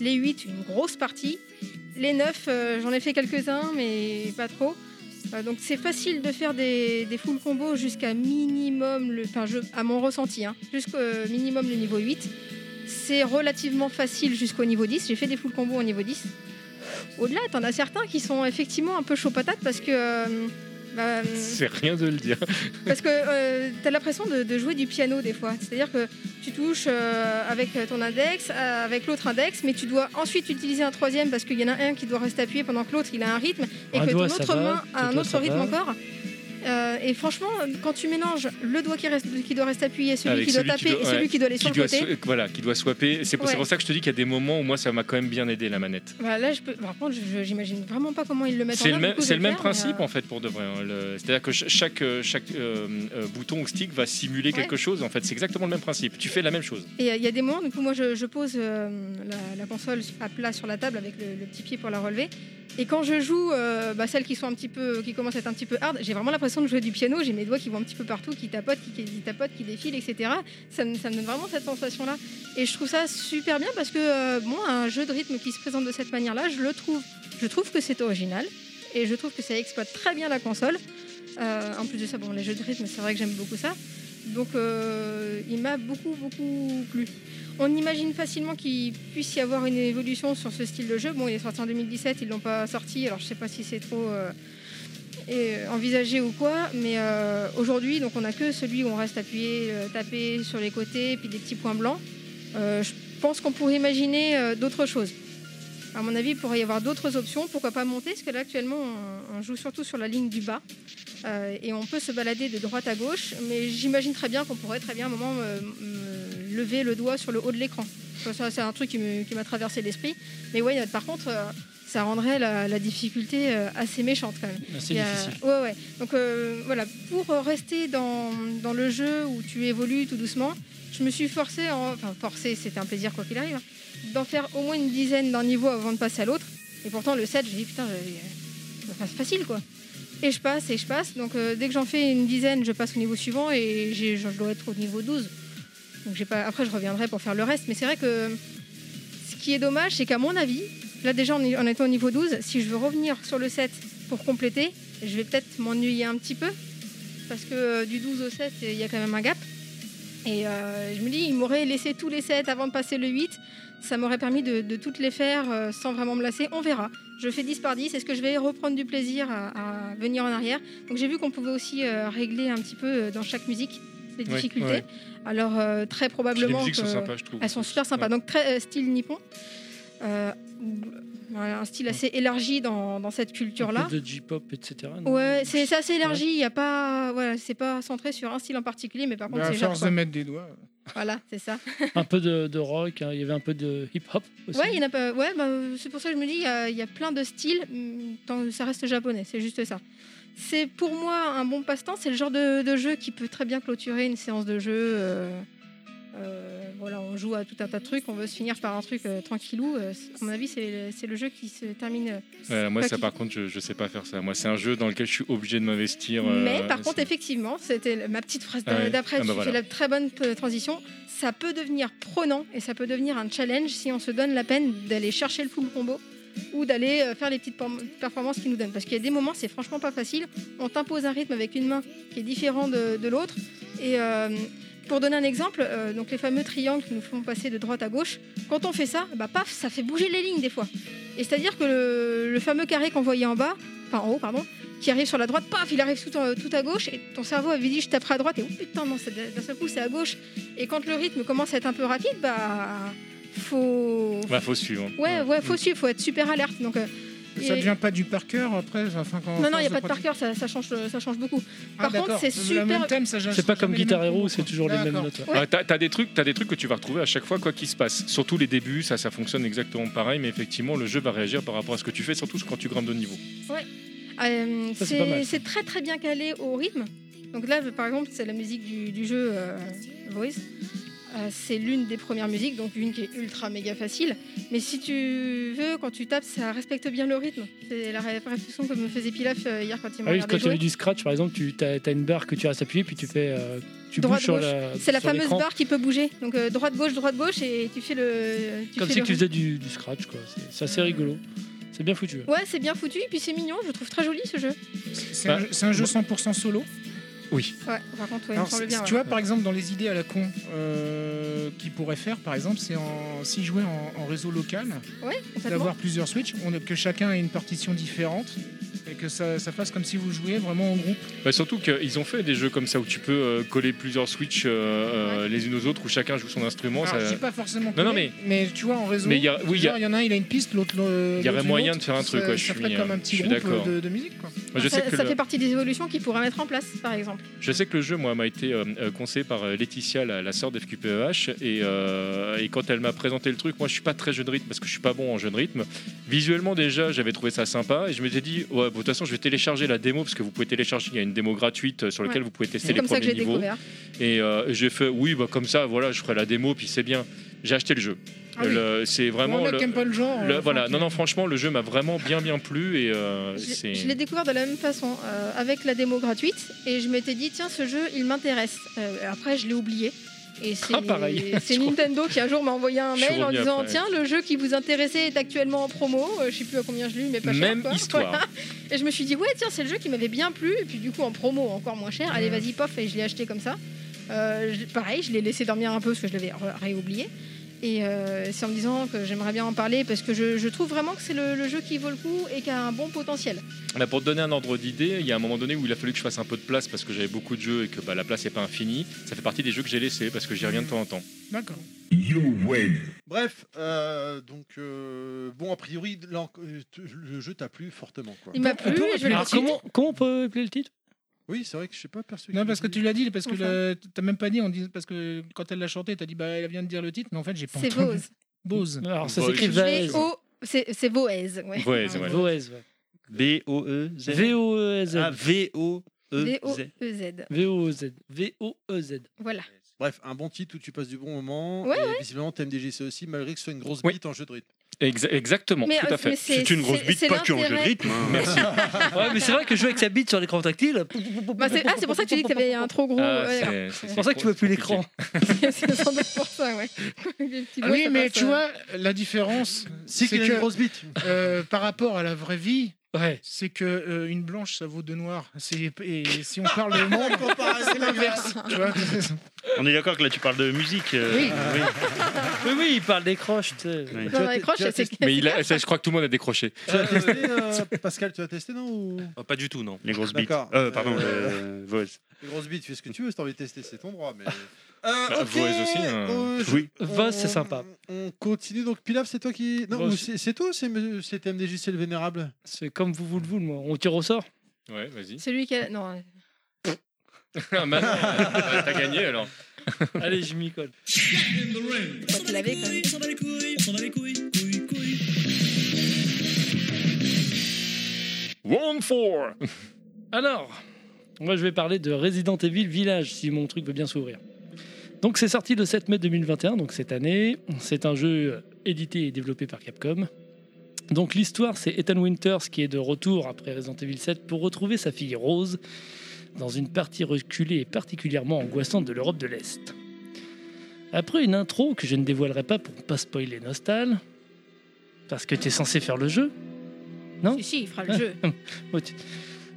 Les euh, 8 une grosse partie. Les 9 j'en ai fait quelques-uns mais pas trop. Euh, donc c'est facile de faire des, des full combos jusqu'à minimum, le, enfin, je- à mon ressenti, hein, jusqu'au minimum le niveau 8. C'est relativement facile jusqu'au niveau 10. J'ai fait des full combos au niveau 10. Au-delà, t'en as certains qui sont effectivement un peu chaud patate parce que. euh, bah, C'est rien de le dire. parce que euh, t'as l'impression de, de jouer du piano des fois. C'est-à-dire que tu touches euh, avec ton index, euh, avec l'autre index, mais tu dois ensuite utiliser un troisième parce qu'il y en a un qui doit rester appuyé pendant que l'autre il a un rythme et Un que doigt, ton ça autre va, main deux a un doigts, autre ça rythme va. encore. Euh, et franchement, quand tu mélanges le doigt qui, reste, qui doit rester appuyé, celui Avec qui doit taper et ouais, celui qui doit aller sur le doit côté. sw- Voilà, qui doit swapper. C'est pour, c'est Ouais. pour ça que je te dis qu'il y a des moments où moi ça m'a quand même bien aidé la manette. Voilà, bah, là, je peux... par contre, je- j'imagine vraiment pas comment ils le mettent en C'est le œuvre, même, du coup, je c'est le vais même faire, mais, euh, principe en fait pour de vrai. hein. Le- C'est-à-dire que ch- chaque, euh, chaque euh, euh, bouton ou stick va simuler quelque chose. En fait, c'est exactement le même principe. Tu fais la même chose. Et euh, il y a des moments, du coup, moi, je, je pose euh, la, la console à plat sur la table avec le, le petit pied pour la relever. Et quand je joue euh, bah, celles qui sont un petit peu, qui commencent à être un petit peu hard, j'ai vraiment l'impression de jouer du piano. J'ai mes doigts qui vont un petit peu partout, qui tapotent, qui, qui tapotent, qui défilent, etc. Ça me, ça me donne vraiment cette sensation-là. Et je trouve ça super bien parce que euh, moi, un jeu de rythme qui se présente de cette manière-là, je le trouve. Je trouve que c'est original et je trouve que ça exploite très bien la console. Euh, en plus de ça, bon, les jeux de rythme, c'est vrai que j'aime beaucoup ça. Donc, euh, il m'a beaucoup, beaucoup plu. On imagine facilement qu'il puisse y avoir une évolution sur ce style de jeu. Bon, il est sorti en 2017, ils l'ont pas sorti, alors je sais pas si c'est trop euh, et- euh, envisagé ou quoi, mais euh, aujourd'hui, donc on a que celui où on reste appuyé, euh, tapé sur les côtés, puis des petits points blancs. Euh, je pense qu'on pourrait imaginer euh, d'autres choses. À mon avis, il pourrait y avoir d'autres options. Pourquoi pas monter Parce que là, actuellement, on, on joue surtout sur la ligne du bas. Euh, et on peut se balader de droite à gauche. Mais j'imagine très bien qu'on pourrait très bien à un moment euh, me lever le doigt sur le haut de l'écran. Ça, ça, c'est un truc qui me- qui m'a traversé l'esprit. Mais ouais, par contre, euh, ça rendrait la, la difficulté euh, assez méchante quand même. Assez Il y a- difficile. Ouais, ouais. Donc euh, voilà, pour euh, rester dans, dans le jeu où tu évolues tout doucement, je me suis forcé, en- enfin forcé, c'était un plaisir quoi qu'il arrive, hein, d'en faire au moins une dizaine d'un niveau avant de passer à l'autre. Et pourtant, le 7, j'ai dit putain, j'avais- enfin, c'est facile quoi. Et je passe et je passe. Donc euh, dès que j'en fais une dizaine, je passe au niveau suivant et j'ai- je dois être au niveau 12. Donc j'ai pas. Après, je reviendrai pour faire le reste. Mais c'est vrai que ce qui est dommage, c'est qu'à mon avis, là déjà on est, on est au niveau 12. Si je veux revenir sur le 7 pour compléter, je vais peut-être m'ennuyer un petit peu parce que euh, du 12 au 7, il y a quand même un gap. Et euh, je me dis, il m'aurait laissé tous les 7 avant de passer le 8. Ça m'aurait permis de, de toutes les faire euh, sans vraiment me lasser. On verra. Je fais 10 par 10. Est-ce que je vais reprendre du plaisir à, à venir en arrière Donc j'ai vu qu'on pouvait aussi euh, régler un petit peu euh, dans chaque musique les Ouais, difficultés. ouais. Alors euh, très probablement. musiques sont que- sympas, je trouve. Elles sont super sympas. Donc très euh, style nippon. Euh, un style assez élargi dans, dans cette culture-là. De J-pop, etc. non Ouais, c'est c'est assez élargi, il y a pas voilà, c'est pas centré sur un style en particulier mais par contre Bah, à c'est genre force de quoi. mettre des doigts. Voilà, c'est ça. Un peu de, de rock, hein, il y avait un peu de hip-hop aussi. Ouais, il y en a pas ouais, bah, c'est pour ça que je me dis il y a, il y a plein de styles hum, tant que ça reste japonais, c'est juste ça. C'est pour moi un bon passe-temps, c'est le genre de, de jeu qui peut très bien clôturer une séance de jeu euh, euh, voilà, on joue à tout un tas de trucs, on veut se finir par un truc euh, tranquillou. euh, c'est- à mon avis, c'est c'est le jeu qui se termine. euh, Euh, moi, enfin, ça qui- par contre, je, je sais pas faire ça. Moi, c'est un jeu dans lequel je suis obligé de m'investir. euh, Mais par contre, c'est- effectivement, c'était le- ma petite phrase Ah ouais. d'après, Ah tu bah fais voilà. la très bonne euh, transition. Ça peut devenir prenant et ça peut devenir un challenge si on se donne la peine d'aller chercher le full combo ou d'aller euh, faire les petites por- performances qu'ils nous donnent. Parce qu'il y a des moments, c'est franchement pas facile. On t'impose un rythme avec une main qui est différent de, de l'autre. Et euh, pour donner un exemple, euh, donc les fameux triangles qui nous font passer de droite à gauche, quand on fait ça, bah paf, ça fait bouger les lignes des fois. Et c'est-à-dire que le, le fameux carré qu'on voyait en bas, enfin en haut, pardon, qui arrive sur la droite, paf, il arrive tout, en- tout à gauche, et ton cerveau avait dit je taperai à droite, et oh putain, non, c'est- d'un seul coup c'est à gauche. Et quand le rythme commence à être un peu rapide, bah faut. Bah, faut suivre. Ouais, ouais, faut suivre, faut être super alerte. Donc, euh, Ça et- devient pas du par cœur après. Enfin, quand Non, non, il n'y a force pas de par pratique- cœur, ça, ça change, ça change beaucoup. Ah, Par contre, d'accord. c'est Le super. même thème, ça change C'est pas comme jamais les Guitar mêmes Hero, combos, c'est toujours les mêmes D'accord. notes. ouais. Bah, t'as, t'as des trucs, t'as des trucs que tu vas retrouver à chaque fois quoi qu'il se passe. Surtout les débuts, ça, ça fonctionne exactement pareil, mais effectivement le jeu va réagir par rapport à ce que tu fais, surtout quand tu grimpes de niveau. Euh, Ça, c'est pas mal, c'est ça. c'est très très bien calé au rythme. Donc là, par exemple, c'est la musique du, du jeu euh, Voice. Euh, c'est l'une des premières musiques, donc une qui est ultra méga facile. Mais si tu veux, quand tu tapes, ça respecte bien le rythme. C'est la ré- réflexion que me faisait Pilaf euh, hier quand il m'a Ah oui, regardé quand tu jouer. as du scratch, par exemple, tu as, une barre que tu restes appuyé, puis tu fais. euh, tu Droite, bouges sur gauche. la. C'est la euh, sur fameuse l'écran. barre qui peut bouger. Donc euh, droite, gauche, droite, gauche, et tu fais le. tu Comme fais si le tu rythme. faisais du, du scratch, quoi. C'est- C'est assez rigolo. C'est C'est bien foutu. Ouais, c'est bien foutu et puis c'est mignon, je le trouve très joli ce jeu. C'est un, jeu- c'est un jeu 100% solo. Ouais, par contre, ouais, il me Alors, semble si- bien. si ouais. tu vois, par exemple, dans les idées à la con euh, qu'ils pourraient faire, par exemple, c'est en, si jouer en, en réseau local, Ouais, complètement. d'avoir plusieurs Switch, on, que chacun ait une partition différente et que ça, ça fasse comme si vous jouiez vraiment en groupe. Bah, surtout qu'ils ont fait des jeux comme ça où tu peux euh, coller plusieurs Switch euh, euh, les unes aux autres où chacun joue son instrument. Alors, ça- je dis pas forcément Non, non, collé, tu vois, en réseau, Mais il y a- oui, il y a- genre, il y en a un, il a une piste, l'autre. Il y aurait moyen de faire un truc, Ça, ouais, je ça suis, ferait comme euh, un petit je suis groupe d'accord. euh, de, de musique, quoi. Moi, je, ça sais que ça le... fait partie des évolutions qu'ils pourraient mettre en place, par exemple. je sais que le jeu, moi, m'a été euh, euh, conseillé par euh, Laetitia, la, la sœur d'FQPEH, E et, euh, et quand elle m'a présenté le truc, moi, je suis pas très jeu de rythme parce que je suis pas bon en jeu de rythme. Visuellement, déjà, j'avais trouvé ça sympa et je m'étais dit, ouais, bon, de toute façon, je vais télécharger la démo parce que vous pouvez télécharger, il y a une démo gratuite euh, sur laquelle Ouais. vous pouvez tester C'est les comme ça que premiers j'ai niveaux. découvert. Et euh, j'ai fait, oui, bah, comme ça, voilà, je ferai la démo, puis c'est bien. J'ai acheté le jeu. Ah oui. Le- C'est vraiment. Pour un mec le- qui aime pas le genre. Le- euh, voilà, enfin, non, non, franchement, le jeu m'a vraiment bien, bien plu et euh, Je l'ai- c'est. je l'ai découvert de la même façon, euh, avec la démo gratuite, et je m'étais dit, tiens, ce jeu, il m'intéresse. Euh, après, je l'ai oublié. Et c'est Ah, pareil. c'est Nintendo qui un jour m'a envoyé un Je suis mail en revenu disant après. tiens le jeu qui vous intéressait est actuellement en promo Euh, je sais plus à combien je l'ai eu mais pas cher Même quoi. histoire. Voilà. et je me suis dit ouais tiens c'est le jeu qui m'avait bien plu et puis du coup en promo encore moins cher allez vas-y pof et je l'ai acheté comme ça Euh, je- pareil je l'ai laissé dormir un peu parce que je l'avais re- réoublié et euh, c'est en me disant que j'aimerais bien en parler parce que je, je trouve vraiment que c'est le- le jeu qui vaut le coup et qui a un bon potentiel Bah, pour te donner un ordre d'idée, il y a un moment donné où il a fallu que je fasse un peu de place parce que j'avais beaucoup de jeux et que bah, la place n'est pas infinie. Ça fait partie des jeux que j'ai laissés parce que j'y reviens de temps en temps. D'accord. Bref, euh, donc euh, bon, a priori, là, en- euh, t- le jeu t'a plu fortement. Quoi. Il m'a plu, peut je vais réfléchir. le Alors, dire. comment, comment on peut appeler le titre Oui, c'est vrai que je suis pas perçu. Non, parce que tu l'as dit, parce que Enfin. le- t'as même pas dit, on dit, parce que quand elle l'a chanté, t'as dit, bah, elle vient de dire le titre, mais en fait, j'ai pas C'est entendu. Vose. Bose. Alors, ça Bah, s'écrit Vaez. V-O- C'est c'est Voez. Ouais. Ouais, c'est vrai. Voez, ouais. E B-O-E-Z. V-O-E-Z. Ah, E V-O-E-Z. V-O-E-Z. V-O-E-Z. V-O-E-Z. Voilà. Bref, un bon titre où tu passes du bon moment. Ouais, et visiblement, t'aimes DGC aussi, malgré que ce soit une grosse Oui. bite en jeu de rythme. Exa- exactement, Mais, tout euh, à fait. mais c'est- C'est une grosse c'est- bite, c'est pas que en jeu de l'intérêt. rythme. hein. Ouais, mais c'est vrai que jouer avec sa bite sur l'écran tactile. Bah, c'est- ah, c'est pour ça que tu dis que t'avais un trop gros. Ah, ouais, c'est- C'est pour ça que tu vois plus l'écran. d'accord. c'est sans doute pour ça, ouais. Les petits doigts, Ah oui, ça mais passe, tu euh. vois, la différence Si C'est qu'il a une que- grosse bite. euh, par rapport à la vraie vie, Ouais. c'est que euh, une blanche, ça vaut deux noirs. C'est- Et si on parle le monde, c'est l'inverse. tu vois. On est d'accord que là, tu parles de musique. euh, Oui. Mais oui, il parle des croches, tu sais. oui. Non, dans les croches, Tu as c'est testé- Mais il a- ça, je crois que tout le monde a décroché. tu as testé, euh, Pascal, tu as testé, non ou... Oh, Pas du tout, non. Les grosses bites. D'accord. Euh, pardon, Euh, le- Vos. Les grosses bites, tu fais ce que tu veux, si t'as envie de tester, c'est ton droit. Mais... Euh, Bah, ok, vous aussi, hein. euh, je- Oui. Vos, c'est on- sympa. On continue, donc Pilaf, c'est toi qui. Non, Vos. ou c'est c'est toi ou c'est me- c'est MDJC le Vénérable C'est comme vous voulez, vous, le moi. On tire au sort. Ouais, vas-y. Celui qui a. Non, Ah, bah, bah, T'as gagné alors. Allez, je m'y colle. tu l'avais quand même. One four. Alors, moi je vais parler de Resident Evil Village, si mon truc veut bien s'ouvrir. Donc c'est sorti le 7 mai 2021, donc cette année. C'est un jeu euh, édité et développé par Capcom. Donc l'histoire, c'est Ethan Winters qui est de retour après Resident Evil 7 pour retrouver sa fille Rose dans une partie reculée et particulièrement angoissante de l'Europe de l'Est. Après une intro que je ne dévoilerai pas pour ne pas spoiler Nostal, parce que tu es censé faire le jeu, Si, si, il fera le jeu. Ok.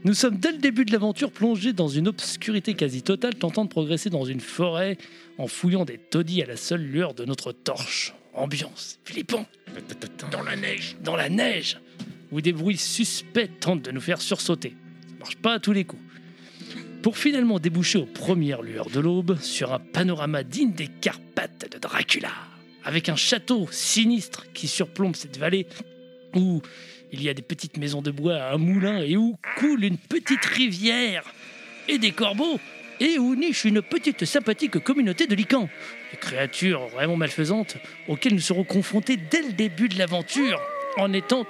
Nous sommes dès le début de l'aventure plongés dans une obscurité quasi totale, tentant de progresser dans une forêt en fouillant des taudis à la seule lueur de notre torche. Ambiance flippant. Dans la neige. Dans la neige. Où des bruits suspects tentent de nous faire sursauter. Ça marche pas à tous les coups. Pour finalement déboucher aux premières lueurs de l'aube sur un panorama digne des Carpates de Dracula. Avec un château sinistre qui surplombe cette vallée où il y a des petites maisons de bois à un moulin et où coule une petite rivière et des corbeaux et où niche une petite sympathique communauté de licans, des créatures vraiment malfaisantes auxquelles nous serons confrontés dès le début de l'aventure en étant...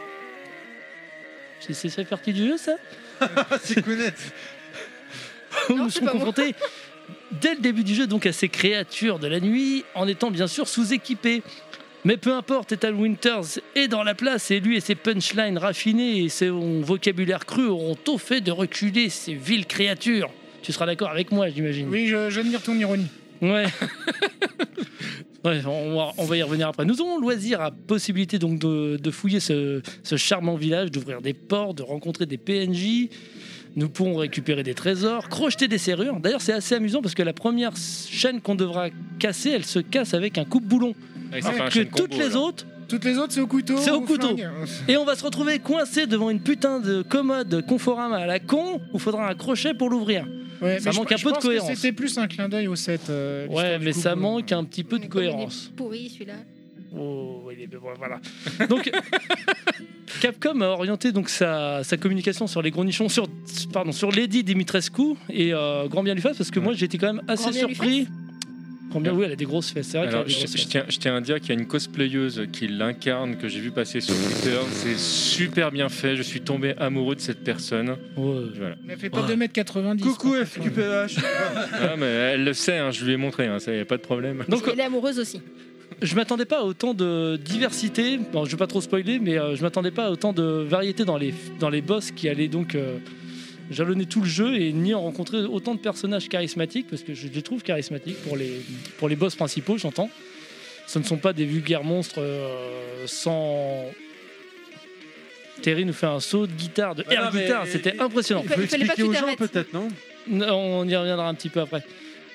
C'est c'est- ça fait partie du jeu ça Ah, c'est connaître où Non, nous c'est serons pas moi. confrontés dès le début du jeu donc à ces créatures de la nuit en étant bien sûr sous-équipés. Mais peu importe, Ethan Winters est dans la place et lui et ses punchlines raffinées et son vocabulaire cru auront tôt fait de reculer ces viles créatures. Tu seras d'accord avec moi, j'imagine. Oui, je, je admire ton ironie. Ouais. Bref, on va, on va y revenir après. Nous aurons loisir à possibilité donc de, de fouiller ce, ce charmant village, d'ouvrir des portes, de rencontrer des PNJ. Nous pourrons récupérer des trésors, crocheter des serrures. D'ailleurs, c'est assez amusant parce que la première chaîne qu'on devra casser, elle se casse avec un coupe-boulon. Ouais, Ouais, pas un Que chaîne combo, toutes les alors. autres. Toutes les autres, c'est au couteau. C'est au ou couteau. flingue. Et on va se retrouver coincé devant une putain de commode Conforama à la con où faudra un crochet pour l'ouvrir. Euh, Ouais, Ça mais je- manque un je peu de pense que cohérence. C'était plus un clin d'œil au euh, 7. Ouais, mais ça manque un petit peu de cohérence. Pourri celui-là. Oh, il est- bon, voilà. Donc, Capcom a orienté donc sa, sa communication sur les grenichons, sur, pardon, sur Lady Dimitrescu, et euh, grand bien lui fasse, parce que moi j'étais quand même assez Grand bien lui surpris. Grand bien, oui, elle a des grosses fesses, c'est vrai qu'elle a Alors, des je, grosses je fesses. tiens, je tiens à dire qu'il y a une cosplayeuse qui l'incarne, que j'ai vu passer sur Twitter. C'est super bien fait. Je suis tombé amoureux de cette personne. Ouais. Voilà. Elle fait pas 2m90. Coucou quoi. FQPH Ah, mais elle le sait, hein, je lui ai montré, hein, ça n'y a pas de problème. Donc, elle est amoureuse aussi. je m'attendais pas à autant de diversité. Bon, je vais pas trop spoiler, mais euh, je m'attendais pas à autant de variété dans les, dans les boss qui allaient donc euh, jalonner tout le jeu et ni en rencontrer autant de personnages charismatiques, parce que je les trouve charismatiques pour les, pour les boss principaux, j'entends. Ce ne sont pas des vulgaires monstres euh, sans. Terry nous fait un saut de guitare, de Ouais, air Ah non, mais- guitare, c'était impressionnant. Il faut Il fallait pas que expliquer tu aux gens t'arrêtes. peut-être, non Non, On y reviendra un petit peu après.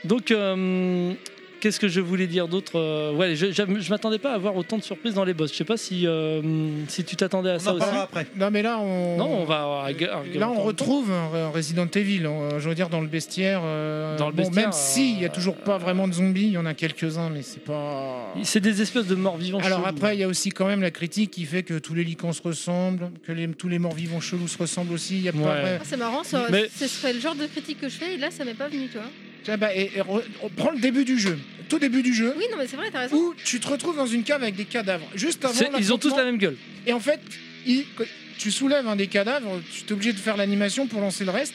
Donc, euh, qu'est-ce que je voulais dire d'autre Euh, Ouais, je, je- je m'attendais pas à avoir autant de surprises dans les boss. Je sais pas si, euh, si tu t'attendais à On ça en aussi. parlera après. Non, mais là, on. Non, on va. à- à- à- Là, on retrouve un Resident Evil, on- je veux dire, dans le bestiaire. euh, Dans le bon, bestiaire, même s'il n'y a euh, toujours pas vraiment de zombies, il y en a quelques-uns, mais c'est pas. C'est des espèces de morts vivants. Alors chelous. après, il y a aussi quand même la critique qui fait que tous les licans se ressemblent, que les- tous les morts-vivants chelous se ressemblent aussi. Il y a pas Ouais. vrai- Ah, c'est marrant, ça, Mais- ce serait le genre de critique que je fais et là ça m'est pas venu, toi. Tiens, bah, et, et re- on prend le début du jeu, tout début du jeu, Oui, non, mais c'est vrai, t'as raison. où tu te retrouves dans une cave avec des cadavres. Juste avant. C'est- ils ont tous la même gueule. Et en fait, il- que- tu soulèves un des cadavres, tu t'es obligé de faire l'animation pour lancer le reste.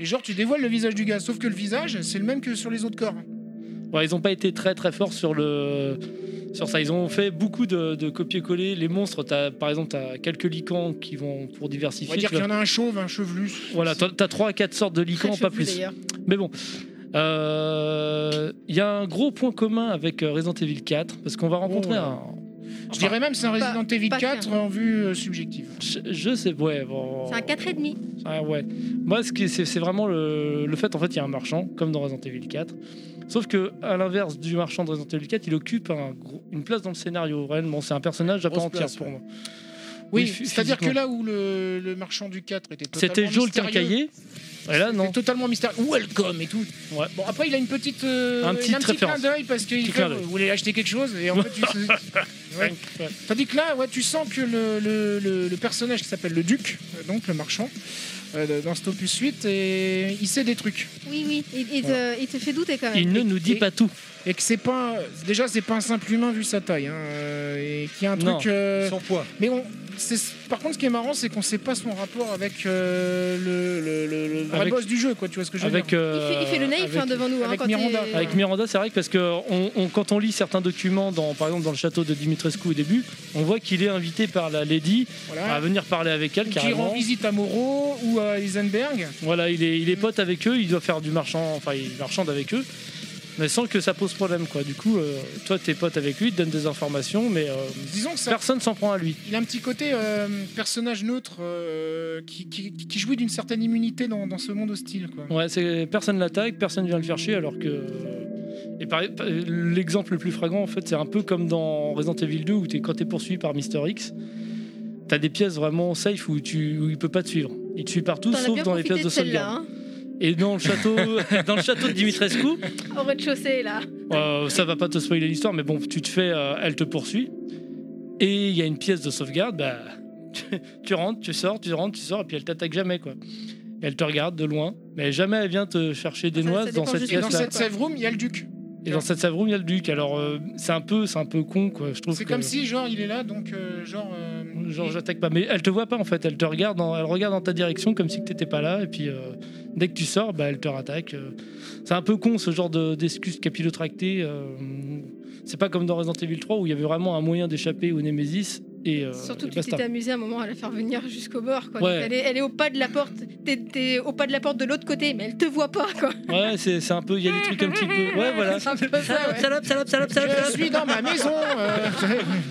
Et genre, tu dévoiles le visage du gars, sauf que le visage, c'est le même que sur les autres corps. Ouais, ils ont pas été très très forts sur le sur ça. Ils ont fait beaucoup de, de copier-coller. Les monstres, as, par exemple, t'as quelques licans qui vont pour On va diversifier. dire tu qu'il y vois. en a un chauve, un chevelu. Voilà, t'as t'as trois à quatre sortes de Très licans, chevelu, pas plus. d'ailleurs. Mais bon, euh, il y a un gros point commun avec euh, Resident Evil 4 parce qu'on va rencontrer Oh. un. Je dirais même que c'est un Pas- Resident Evil pas 4 en vue euh, subjective. Je, je sais, ouais. Bon, C'est un 4,5. Ah ouais. Moi, ce qui- c'est c'est vraiment le, le fait, en fait, il y a un marchand, comme dans Resident Evil 4. Sauf que, à l'inverse du marchand de Resident Evil 4, il occupe un gros- une place dans le scénario. Réellement, c'est un personnage à part Grosse entière place, pour ouais. moi. Oui, phy- c'est-à-dire que physiquement. là où le, le marchand du 4 était totalement C'était Joel mystérieux, Quincaillier. Et là, non. C'était totalement mystérieux. Welcome et tout. Ouais. Bon, après, il a une petite. euh, Un il a petit un petit référence. clin d'œil parce qu'il Petit fait clin Vous d'œil. voulez acheter quelque chose Et en fait, tu. Ouais. Ouais. Tandis que là, ouais, tu sens que le, le- le- le personnage qui s'appelle le Duc, euh, donc le marchand, euh, dans cet opus 8, et il sait des trucs. Oui, oui, il, il te, il te fait douter quand même. Il ne nous dit Et- pas tout. Et que c'est pas. Déjà, c'est pas un simple humain vu sa taille. hein, euh, et qu'il y a un Non. truc. euh, Sans poids. Mais on. c'est- Par contre, ce qui est marrant, c'est qu'on sait pas son rapport avec euh, le, le- le- le vrai Avec- boss du jeu, quoi. Tu vois ce que je veux dire Avec, Il euh, fait, il fait le naïf avec- hein, devant nous. hein, avec quand Miranda. il- Avec Miranda, c'est vrai que parce que on- on- quand on lit certains documents, dans, par exemple dans le château de Dimitrescu au début, on voit qu'il est invité par la lady Voilà. à venir parler avec elle Ou qui rend euh, carrément. visite à Moreau ou à Heisenberg. Voilà, il est, il est pote avec eux, il doit faire du marchand, enfin il marchande avec eux, mais sans que ça pose problème quoi. Du coup, euh, toi t'es pote avec lui, il te donne des informations, mais euh, Disons que ça, personne s'en prend à lui. il a un petit côté euh, personnage neutre euh, qui, qui- qui jouit d'une certaine immunité dans, dans ce monde hostile. Quoi. Ouais, c'est personne l'attaque, personne vient le faire chier, alors que. euh, Et pareil, pa- l'exemple le plus flagrant en fait, c'est un peu comme dans Resident Evil 2 où t'es, quand t'es poursuivi par Mister X, t'as des pièces vraiment safe où, tu, où il peut pas te suivre. Il te suit partout, T'en as sauf bien dans les profité pièces de celle-là, sauvegarde. Et dans le château, dans le château de Dimitrescu, hein, au rez-de-chaussée, là. Euh, ça va pas te spoiler l'histoire, mais bon, tu te fais, euh, elle te poursuit. Et il y a une pièce de sauvegarde, bah, tu, tu rentres, tu sors, tu rentres, tu sors, et puis elle t'attaque jamais, quoi. Et Elle te regarde de loin, mais jamais elle vient te chercher des Ça- ça noises dans dépend cette juste Et du dans pièce-là. cette save room, il y a le duc. Et dans cette savroom, il y a le duc. Alors, euh, c'est un peu, c'est un peu con, quoi. Je trouve. C'est que- comme si, genre, il est là, donc, euh, genre. euh, euh, Genre, il- j'attaque pas, mais elle te voit pas en fait. Elle te regarde, en- elle regarde dans ta direction comme si que t'étais pas là. Et puis euh, dès que tu sors, bah, elle te rattaque. euh. C'est un peu con ce genre de- d'excuse capillotractée. euh. C'est pas comme dans Resident Evil 3 où il y avait vraiment un moyen d'échapper au Nemesis Et, euh, Surtout que tu basta. t'étais amusé un moment à la faire venir jusqu'au bord. Quoi. Ouais. Elle, est, elle est au pas de la porte. T'es, t'es au pas de la porte de l'autre côté, mais elle te voit pas. Quoi. Ouais, c'est c'est un peu, il y a des trucs un petit peu. Ouais, voilà. C'est un peu ça. ouais. Salope, salope, salope, salope, Je salope. suis dans ma maison. euh,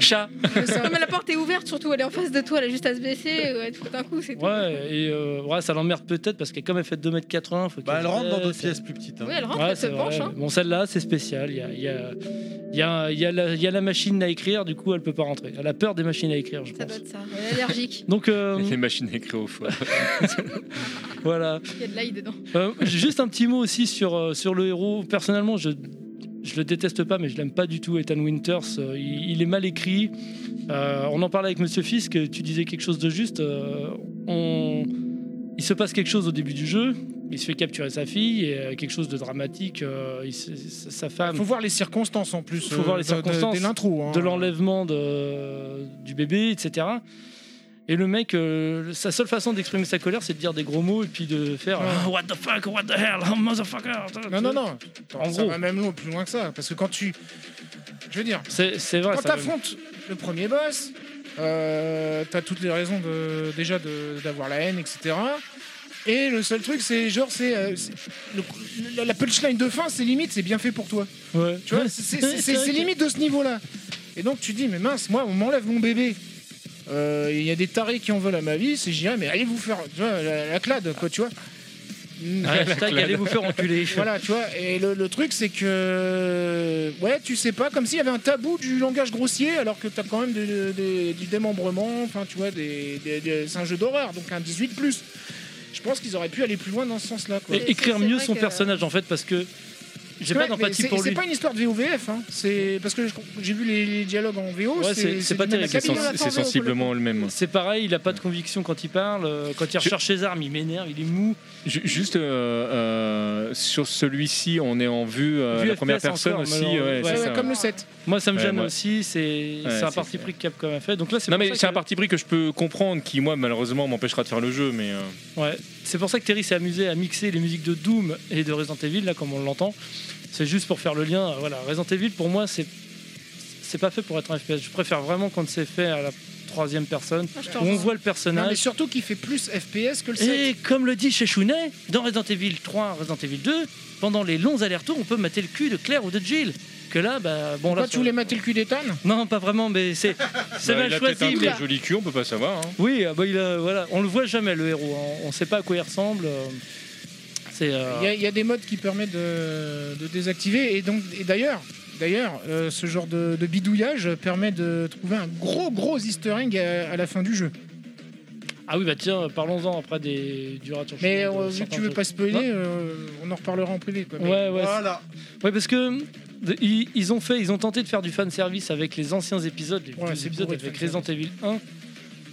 Chat. c'est ça. Non, mais la porte est ouverte, surtout elle est en face de toi, elle a juste à se baisser, ouais, elle te fout un coup, c'est tout. Ouais, et euh, ouais, ça l'emmerde peut-être parce que comme elle fait 2m80, faut Bah, qu'elle elle rentre dans d'autres se pièces plus petites. hein. Oui, elle rentre, Ouais, elle se c'est penche. vrai. hein. Bon, celle-là, c'est spécial. Il y a, il y, a, il y, a, il y, a la- il y a la machine à écrire, du coup, elle peut pas rentrer. Elle a peur des machines à écrire, je Ça pense. doit être ça. Elle est allergique, Donc, euh, Les machines à écrire au foie. voilà. il y a de l'ail dedans. Euh, j'ai juste un petit mot aussi sur, euh, sur le héros. Personnellement, je, je le déteste pas, mais je l'aime pas du tout, Ethan Winters. Euh, il, il est mal écrit. Euh, on en parlait avec Monsieur Fisk, tu disais quelque chose de juste. Euh, on... Il se passe quelque chose au début du jeu. Il se fait capturer sa fille, et euh, quelque chose de dramatique. euh, il se- sa sa femme. Faut voir les circonstances en plus. euh, Faut voir les de- de- circonstances Dès l'intro. hein. de l'enlèvement de- du bébé, etc. Et le mec, euh, sa seule façon d'exprimer sa colère, c'est de dire des gros mots et puis de faire Ouais. Ah, What the fuck, what the hell, oh, motherfucker. Non, non, non. Attends, En ça gros. va même loin, plus loin que ça. Parce que quand tu. Je veux dire, C'est c'est vrai. quand ça- t'affrontes le premier boss, euh, t'as toutes les raisons de, déjà de- d'avoir la haine, etc. Et le seul truc, c'est genre, c'est. euh, c'est- le- la, la punchline de fin, c'est limite, c'est bien fait pour toi. Ouais. Tu vois, c'est- c'est- c'est c'est- vrai c'est que- limite de ce niveau-là. Et donc tu dis, mais mince, moi, on m'enlève mon bébé. Euh, Il y a des tarés qui en veulent à ma vie, c'est je dirais, mais allez vous faire tu vois, la, la clade, quoi, tu vois. Ah, hashtag, allez vous faire enculer. Voilà, tu vois, et le, le truc c'est que. Ouais, tu sais pas, comme s'il y avait un tabou du langage grossier, alors que t'as quand même des- des- du démembrement, enfin, tu vois, des, des- des- c'est un jeu d'horreur, donc un 18. Je pense qu'ils auraient pu aller plus loin dans ce sens-là, quoi. Et C'est- écrire c'est mieux vrai son que- personnage, en fait, parce que j'ai Ouais, pas mais d'empathie c'est- pour C'est lui. pas une histoire de VOVF, hein. C'est parce que je- j'ai vu les, les dialogues en VO. Ouais, c'est- c'est pas du même terrible, C'est acabit, hein, sens- la c'est forme VO, sensiblement le même. hein. C'est pareil, il a pas de conviction quand il parle, euh, quand il recherche ses armes, il m'énerve, il est mou. Ju- Juste euh, euh, sur celui-ci, on est en vue, euh, Vue la première FPS personne encore, aussi. malheureusement. ouais, pour le c'est coup. Ouais, ça. ouais, comme le 7. Moi, ça me Ouais, gêne moi- aussi, c'est Ouais, c'est un c'est- parti c'est- pris que Capcom a fait. Donc là, c'est Non pour mais ça c'est que- un parti pris que je peux comprendre, qui moi malheureusement m'empêchera de faire le jeu, mais euh, Ouais, c'est pour ça que Terry s'est amusé à mixer les musiques de Doom et de Resident Evil, là, comme on l'entend. C'est juste pour faire le lien. euh, Voilà, Resident Evil, pour moi, c'est c'est pas fait pour être un FPS. Je préfère vraiment quand c'est fait à la troisième personne, Ah, je te où on rejoins. voit le Non, mais personnage. surtout qu'il fait plus FPS que le 7. Et comme le dit Sheshune, dans Resident Evil 3, Resident Evil 2, pendant les longs allers-retours, on peut mater le cul de Claire ou de Jill. Que là, bah, bon, là. Pourquoi tu sur- voulais mater le cul d'Ethan Non, pas vraiment, mais c'est c'est bah, mal il a choisi. peut-être un mais- très joli cul, on peut pas savoir. hein. Oui, ah bah, il a- voilà, on le voit jamais le héros. hein. On sait pas à quoi il ressemble. euh, C'est euh, Il y a- il y, a des modes qui permettent de, de désactiver. Et donc, et d'ailleurs, d'ailleurs, euh, ce genre de, de bidouillage permet de trouver un gros gros Easter egg à, à la fin du jeu. Ah oui, bah tiens, parlons-en après des du raton. Mais chinois, de euh, vu que certains tu veux trucs. pas spoiler, Non. euh, on en reparlera en privé. Quoi. Mais- Ouais, ouais. Voilà. c'est- ouais, parce que de- ils, ils ont fait, ils ont tenté de faire du fan service avec les anciens épisodes, les Ouais, vieux c'est épisodes bourré de avec Resident fanservice. Evil 1.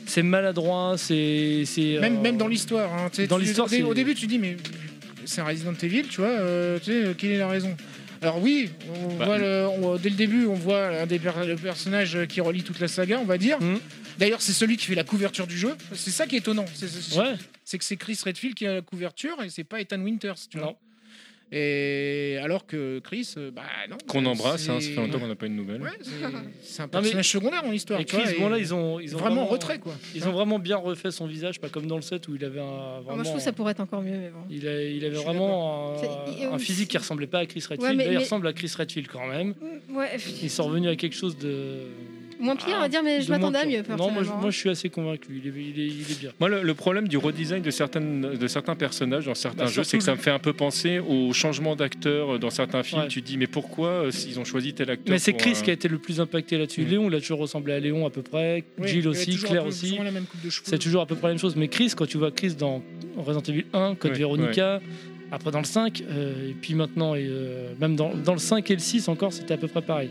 C'est maladroit, c'est c'est, euh, Même, même dans l'histoire. hein, tu sais, Dans tu- l'histoire, au, dé- c'est- au début, tu dis, mais c'est un Resident Evil, tu vois, euh, tu sais, euh, quelle est la raison Alors, oui, on Bah, voit le- on- dès le début, on voit un des per- le personnage qui relie toute la saga, on va dire. Mhm. D'ailleurs, c'est celui qui fait la couverture du jeu. C'est ça qui est étonnant. C'est c'est- Ouais. c'est que c'est Chris Redfield qui a la couverture et c'est pas Ethan Winters, tu vois. Non. Et alors que Chris, euh, bah non. Qu'on c'est- embrasse, hein, ça fait longtemps qu'on n'a pas eu de nouvelles. Ouais, c'est- c'est un mais- personnage secondaire en histoire. Et tu vois, Chris, et bon là, ils ont ils ont vraiment en retrait hein. quoi. Ils ont vraiment bien refait son visage, pas comme dans le set où il avait un Ah, vraiment. moi je trouve que ça pourrait être encore mieux, mais bon. Il, a- il Je avait suis vraiment C'est- et un, un aussi- physique qui ressemblait pas à Chris Redfield. mais- Là, il mais- ressemble à Chris Redfield quand même. Ouais, Ils sont revenus à quelque chose de. moins pire, on va dire, mais je de moins m'attendais à pire. mieux. Non, moi je, personnellement. moi, je suis assez convaincu. Il est, il est- il est bien. Moi, le, le problème du redesign de, certaines, de certains personnages dans certains Bah, jeux, c'est que ça me fait un peu penser au changement d'acteur euh, dans certains films. Ouais. Tu te dis, mais pourquoi euh, s'ils ont choisi tel acteur Mais c'est pour, Chris euh, qui a été le plus impacté là-dessus. Mm. Léon, il a toujours ressemblé à Léon à peu près. Oui, il y Jill a aussi, toujours un Claire peu- aussi. souvent la même coupe de cheveux. C'est toujours à peu près la même chose. Mais Chris, quand tu vois Chris dans Resident Evil 1, Code Ouais, Veronica, après dans le 5, euh, et puis maintenant, et, euh, même dans, dans le 5 et le 6 encore, c'était à peu près pareil.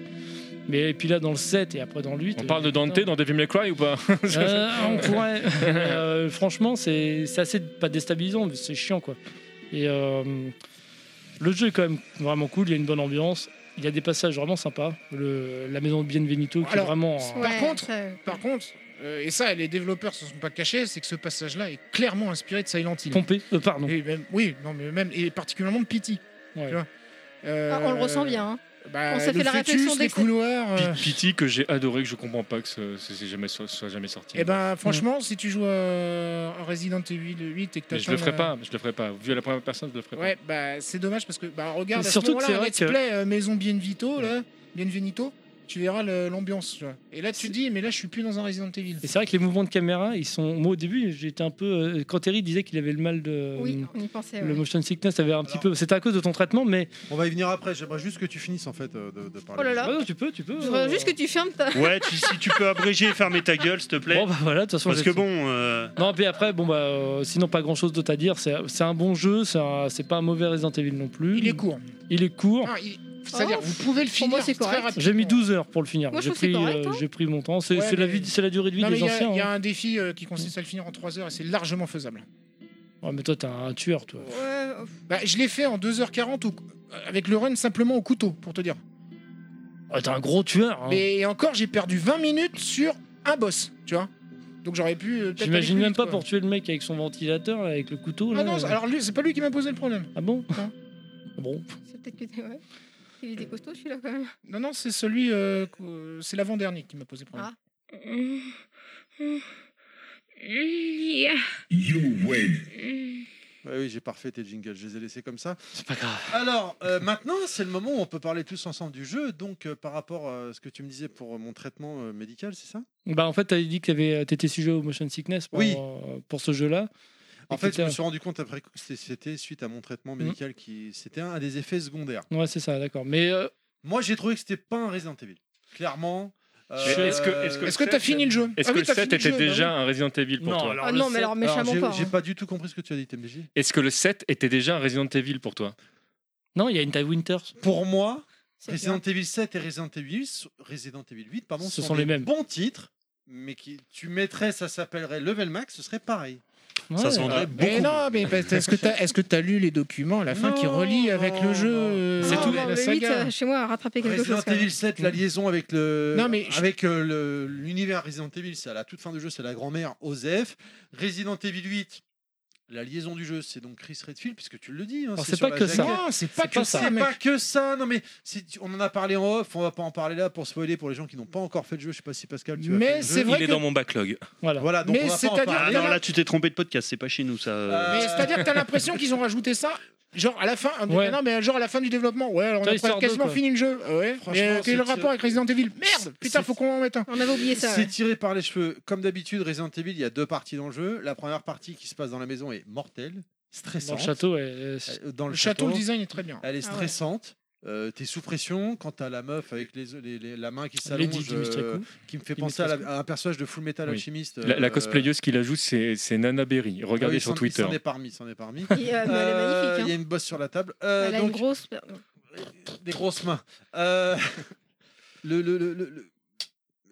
Mais et puis là, dans le 7 et après dans le 8. On euh, parle de Dante putain. dans Devil May Cry ou pas Euh, on pourrait. Euh, franchement, c'est c'est assez pas déstabilisant, mais c'est chiant quoi. Et euh, le jeu est quand même vraiment cool. Il y a une bonne ambiance. Il y a des passages vraiment sympas. Le, la maison de Bienvenuto qui Alors, est vraiment. Par Ouais, contre- ça- Par contre, euh, et ça les développeurs se sont pas cachés, c'est que ce passage-là est clairement inspiré de Silent Hill. Pompé, euh, pardon. Et même- oui, non mais même et particulièrement de Pity. Ouais. tu vois. Euh, Ah, on le ressent bien. hein. Bah, On s'est le fait la fœtus, réflexion les dès que- couloirs. euh, Pity que j'ai adoré, que je comprends pas que ce, ce- ce jamais, soit, soit jamais sorti. Eh Mm. ben, franchement, si tu joues euh, à Resident Evil 8 et que Mais t'as je le ferai pas, je le ferai pas. Vu à la première personne, je le ferai euh, Ouais, bah c'est dommage parce que bah regarde Mais à ce surtout que moment-là c'est un vrai let's que- play euh, Maison Bienvito là, Bienvenito, tu verras le- l'ambiance. tu vois. Et là tu te dis mais là je suis plus dans un Resident Evil. Et c'est vrai que les mouvements de caméra, ils sont. Moi au début, j'étais un peu. euh, Quand Terry disait qu'il avait le mal de. Oui, on y pensait. Euh, Le ouais. motion sickness avait un petit peu. C'était à cause de ton traitement, mais. On va y venir après, j'aimerais juste que tu finisses en fait euh, de, de parler. Oh là là. Ah non, tu peux, tu peux. Je voudrais juste que tu fermes ta. Ouais, tu- si tu peux abréger et fermer ta gueule, s'il te plaît. Bon, bah voilà, de toute façon. Parce j'ai- que bon, euh, Non, puis après, bon, bah, euh, sinon, pas grand chose d'autre à dire. C'est c'est un bon jeu, c'est un- c'est pas un mauvais Resident Evil non plus. Il est court. Il est court. Ah, il- C'est-à-dire Oh, vous pouvez le pour finir moi, c'est très correct. rapidement. J'ai mis 12 heures pour le finir. Moi, je J'ai trouve que c'est pris, euh, correct, hein. j'ai pris mon temps. C'est Ouais, c'est la, mais- vie- c'est la durée de vie Non, mais des il y, a- anciens. il y a hein. un défi euh, qui consiste à le finir en 3 heures et c'est largement faisable. Ouais, Ah, mais toi, t'es un tueur, toi. Ouais, oh, Bah, je l'ai fait en 2h40 au- avec le run simplement au couteau pour te dire. Ah, t'es un gros tueur. hein. Mais et encore j'ai perdu 20 minutes sur un boss, tu vois. Donc j'aurais pu. euh, peut-être aller J'imagine plus même vite, pas quoi. pour tuer le mec avec son ventilateur, là, avec le couteau. Ah là. non, c'est- alors lui, c'est pas lui qui m'a posé le problème. Ah bon Non. Ah Bon. c'est peut-être que t'es. Ouais. Il était costaud celui-là quand même. Non, non, c'est celui. euh, qu- euh, c'est l'avant-dernier qui m'a posé problème. Ah. Mm. Ouais, oui, j'ai parfait tes jingles, je les ai laissés comme ça. C'est pas grave. Alors, euh, maintenant, c'est le moment où on peut parler tous ensemble du jeu. Donc, euh, par rapport à ce que tu me disais pour euh, mon traitement euh, médical, c'est ça Bah, en fait, t'avais dit que t'avais- t'étais sujet au motion sickness pour, Oui. euh, pour ce jeu-là. En Et fait, que je me t'as- suis rendu compte après que c'était- c'était suite à mon traitement Mhm. médical qui c'était un, un des effets secondaires. Ouais, c'est ça, d'accord. Mais euh, Moi, j'ai trouvé que c'était pas un Resident Evil. Clairement. euh, Mais est-ce que- Ah. est-ce Euh, Est-ce que t'as fini le jeu Est-ce Ah que oui, le t'as 7 fini était jeu, bah déjà oui. un Resident Evil pour non, toi alors, Ah le non, mais sept- alors Alors, méchamment j'ai- pas. J'ai hein. pas du tout compris ce que tu as dit, TMDJ. Est-ce que le 7 était déjà un Resident Evil pour toi Non, il y a une taille Winters. Pour moi, C'est Resident bien. Evil 7 et Resident Evil, so- Resident Evil 8, pardon, Ce sont les des mêmes. bons titres, mais qui tu mettrais, ça s'appellerait Level Max, ce serait pareil. Euh, ça Ouais. se vendrait beaucoup. Mais non, mais parce- est-ce que t'as est-ce que t'as lu les documents à la fin qui Non, relient avec non, le jeu non. euh, Non, C'est tout. non, la mais huit, saga euh, chez moi, à rattraper quelque Resident chose. quand même. Evil 7, la liaison avec le Non, mais je- avec euh, le- l'univers Resident Evil, c'est à la toute fin du jeu, c'est la grand-mère Osef. Resident Evil 8, la liaison du jeu, c'est donc Chris Redfield, puisque tu le dis. hein, Alors, c'est sur pas la euh, que ça. jaquette. Non, c'est pas C'est que pas ça, C'est mec. Ah, pas que ça, non mais si tu- on en a parlé en off, on va pas en parler là pour spoiler pour les gens qui n'ont pas encore fait le jeu. Je sais pas si Pascal tu as Mais fait le c'est jeu. vrai Il est que- dans mon backlog. Voilà. Voilà, donc Mais on va pas en c'est-à-dire parler. Ah que non, là, tu t'es trompé de podcast, c'est pas chez nous, ça. euh. Euh, Mais c'est-à-dire que t'as l'impression qu'ils ont rajouté ça. Genre à la fin, un- Ouais. non mais genre à la fin du développement, ouais, alors on Toy a Story presque quasiment 2, fini le jeu. Ouais. Franchement, Mais euh, quel est le c'est- rapport avec Resident Evil Merde, putain, c'est- faut qu'on hein. en mette un. On avait oublié ça. C'est ouais. tiré par les cheveux. Comme d'habitude, Resident Evil, il y a deux parties dans le jeu. La première partie qui se passe dans la maison est mortelle, Dans stressante. le château, ouais, euh, c'est- Euh, Dans Le le château, château, le design est très bien. elle est Ah ouais. stressante. Euh, T'es sous pression quand t'as la meuf avec les, les- les- la main qui Lady s'allonge, euh, Dimitrescu. qui me fait penser à, la- à un personnage de Full Metal Oui. Alchemist. La, la euh, cosplayeuse qui la joue, c'est c'est Nana Berry. ah oui, Regardez il sur s'en- Twitter. Il s'en est parmi, il s'en est parmi. Et, euh, mais elle est Euh, Il y a magnifique. hein. Bah, une bosse sur la table. Euh, Elle a une donc, grosse. des grosses mains. Euh, le, le- le- le- le-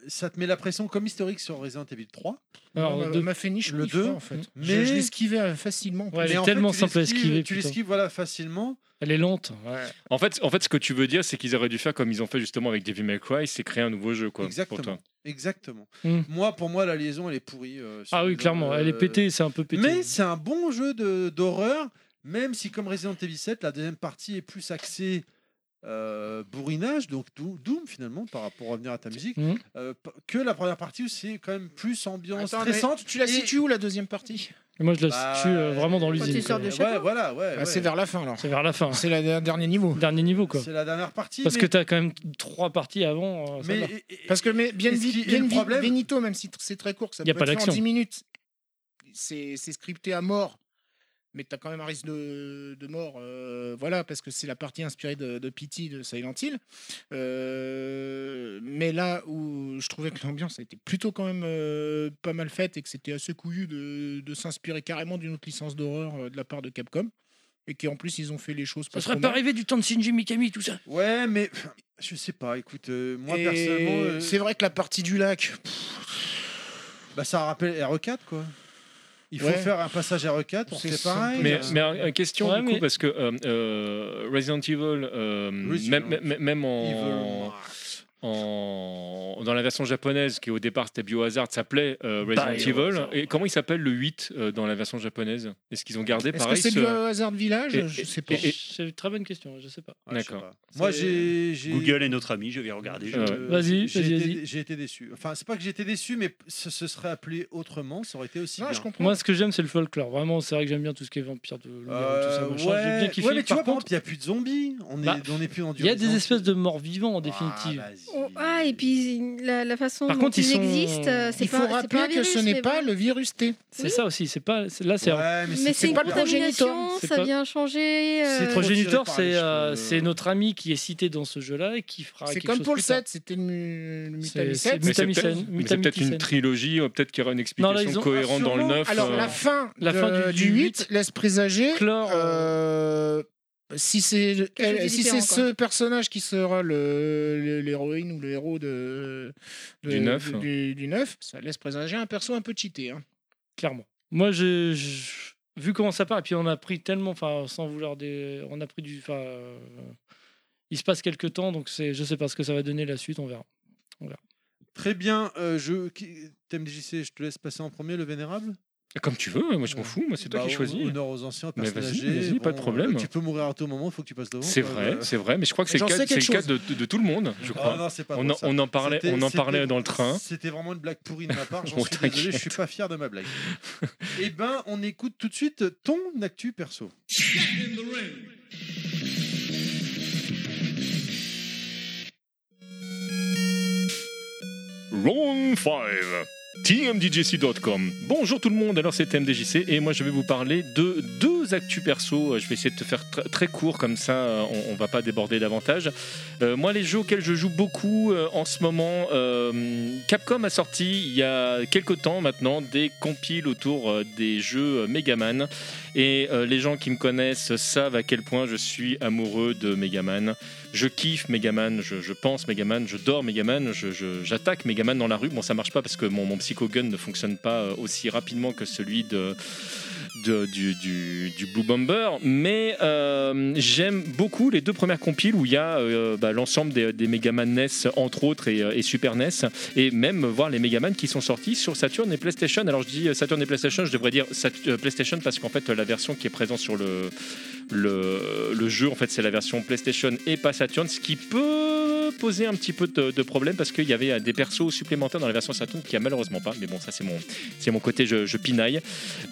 ça te met la pression comme historique sur Resident Evil 3. Alors, Alors, deux- ma féniche, le le deux, 2, en fait. mais- Je, je l'esquivais euh, facilement. Ouais, elle Mais en est fait, tellement tu simple à l'esquives- esquiver. Tu putain. l'esquives voilà, facilement. Elle est lente. ouais. En fait, en fait, ce que tu veux dire, c'est qu'ils auraient dû faire comme ils ont fait justement avec Devil May Cry, c'est créer un nouveau jeu, quoi. Exactement. Pour toi. Exactement. Hmm. Moi, pour moi, la liaison, elle est pourrie. euh, sur Ah oui, les- clairement. euh, Elle est pétée, c'est un peu pété. Mais c'est un bon jeu de- d'horreur, même si, comme Resident Evil 7, la deuxième partie est plus axée euh, bourrinage, donc dou- Doom finalement, par, pour revenir à ta musique, Mhm. euh, p- que la première partie où c'est quand même plus ambiance Attends, mais stressante. Tu la et- situes où la deuxième partie Et Moi, je la Bah, situe euh, vraiment dans quand l'usine. tu sors quoi. de- Ouais, château voilà, ouais. Bah, ouais. C'est vers la fin, alors. C'est vers la fin. hein. C'est la- le dernier niveau. Dernier niveau, quoi. C'est la dernière partie. Parce mais, que t'as quand même trois parties avant. euh, ça mais- va. et- et- Parce que mais bien Et ce qui vite, est le bien vite, problème- Benito, même si tr- c'est très court, ça Y a peut pas être fait d'action. en 10 minutes. C'est c'est scripté à mort. Mais t'as quand même un risque de, de mort, euh, voilà, parce que c'est la partie inspirée de, de Pity de Silent Hill. Euh, mais là où je trouvais que l'ambiance a été plutôt quand même euh, pas mal faite et que c'était assez couillu de, de s'inspirer carrément d'une autre licence d'horreur euh, de la part de Capcom. Et qu'en plus, ils ont fait les choses Ça pas serait trop pas mal. arrivé du temps de Shinji Mikami, tout ça. Ouais, mais je sais pas. Écoute, euh, moi Et personnellement, euh, c'est vrai que la partie du lac, pff, bah, ça rappelle RE4 quoi. Il faut Ouais. faire un passage RE4 pour C'est c'est pareil. Mais, Euh, mais euh, question Ouais, du coup, mais- parce que euh, euh, Resident Evil, euh, Resident même, même- même en Evil Noir. en- dans la version japonaise, qui au départ c'était Biohazard, s'appelait euh, Resident Evil. Biohazard. Et comment il s'appelle le 8 euh, dans la version japonaise Est-ce qu'ils ont gardé Est-ce que pareil c'est ce- du hasard de village et- Je et- sais pas. et- C'est une très bonne question, je sais pas. Ouais, je sais D'accord. pas. Moi, C'est- j'ai. j'ai- Google est notre ami, je vais regarder. je- Ouais. euh, Vas-y, j'ai vas-y, été- vas-y. J'ai été déçu. Enfin, c'est pas que j'ai été déçu, mais ce, ce serait appelé autrement, ça aurait été aussi Non, bien. je comprends. Moi, ce que j'aime, c'est le folklore. Vraiment, c'est vrai que j'aime bien tout ce qui est vampire de loup-garou, tout ça, Euh, machin. J'ai bien ouais, kiffé. ouais, mais tu Par vois, par exemple, contre, il n'y a plus de zombies. On est, Bah, on est plus en il y a des Horizon. espèces de morts vivants, en Ah, définitive. vas-y. Oh, ah, et puis la, la façon Par dont contre, ils ils, sont- existent, euh, c'est Il pas, faut c'est rappeler pas un que virus, ce n'est mais pas bon. le virus T. c'est Oui. ça aussi. C'est pas. c'est- Là, c'est. Ouais, mais Mais c'est une pas le contamination, progénitor. C'est ça pas- vient changer. C'est euh, trop tiré Progenitor, par les c'est euh, cheveux. c'est notre ami qui est cité dans ce jeu-là et qui fera. C'est quelque comme chose pour le plus tard. 7, c'était le mu- le C'est- c'est Mutami 7. Mais c'est peut-être- Mutamicène, mais c'est peut-être Mutamicène. une trilogie, ou peut-être qu'il y aura une Non, explication là, ils ont- cohérente dans le 9. Alors, euh, la fin, la de- fin du- du du 8 laisse présager. Clore, euh, Si c'est chose de elle- si c'est différent, ce personnage qui sera le- le- l'héroïne ou le héros de, de- Du neuf. du, du neuf, ça laisse présager un perso un peu cheaté. hein. clairement. Moi, j'ai j'ai- vu comment ça part, et puis on a pris tellement, enfin, sans vouloir des, on a pris du, enfin, euh, il se passe quelques temps, donc c'est, je sais pas ce que ça va donner la suite, on verra. Très bien. euh, je... qui- Thème DJC, je te laisse passer en premier, le Vénérable. Comme tu veux, moi je m'en fous, moi c'est toi Bah, qui choisis. Honneur aux anciens, aux Mais personnes vas-y, âgées, vas-y, pas de problème. euh, tu peux mourir à tout moment, il faut que tu passes devant. C'est quoi, vrai, bah. c'est vrai, mais je crois que c'est le J'en cas, sais c'est quelque le cas chose. de, de- de tout le monde, je Ah crois. non, c'est pas on, drôle, en, ça. on en parlait, C'était- on en c'était- parlait dans le train. C'était vraiment une blague pourrie de ma part. J'en Oh, suis désolé, je suis t'inquiète. pas fier de ma blague. Eh ben, on écoute tout de suite ton actu perso. Round 5 TMDJC.com Bonjour tout le monde, alors c'est TMDJC et moi je vais vous parler de deux actus perso. Euh, Je vais essayer de te faire tr- très court comme ça euh, on, on va pas déborder davantage. Euh, moi les jeux auxquels je joue beaucoup euh, en ce moment, euh, Capcom a sorti il y a quelques temps maintenant des compiles autour euh, des jeux euh, Megaman et euh, les gens qui me connaissent savent à quel point je suis amoureux de Megaman. Je kiffe Megaman, je, je pense Megaman, je dors Megaman, je- je- j'attaque Megaman dans la rue. Bon, ça marche pas parce que mon, mon psychogun ne fonctionne pas euh, aussi rapidement que celui de, de- du, du- du Blue Bomber. Mais euh, j'aime beaucoup les deux premières compiles où il y a euh, bah, l'ensemble des, des Megaman NES, entre autres, et, euh, et Super NES, et même voir les Megaman qui sont sortis sur Saturn et PlayStation. Alors, je dis euh, Saturn et PlayStation, je devrais dire Sat- euh, PlayStation parce qu'en fait, la version qui est présente sur le, le, le jeu en fait c'est la version PlayStation et pas Saturn ce qui peut poser un petit peu de, de problème parce qu'il y avait euh, des persos supplémentaires dans la version Saturn qu'il n'y a malheureusement pas mais bon ça c'est mon, c'est mon côté je, je pinaille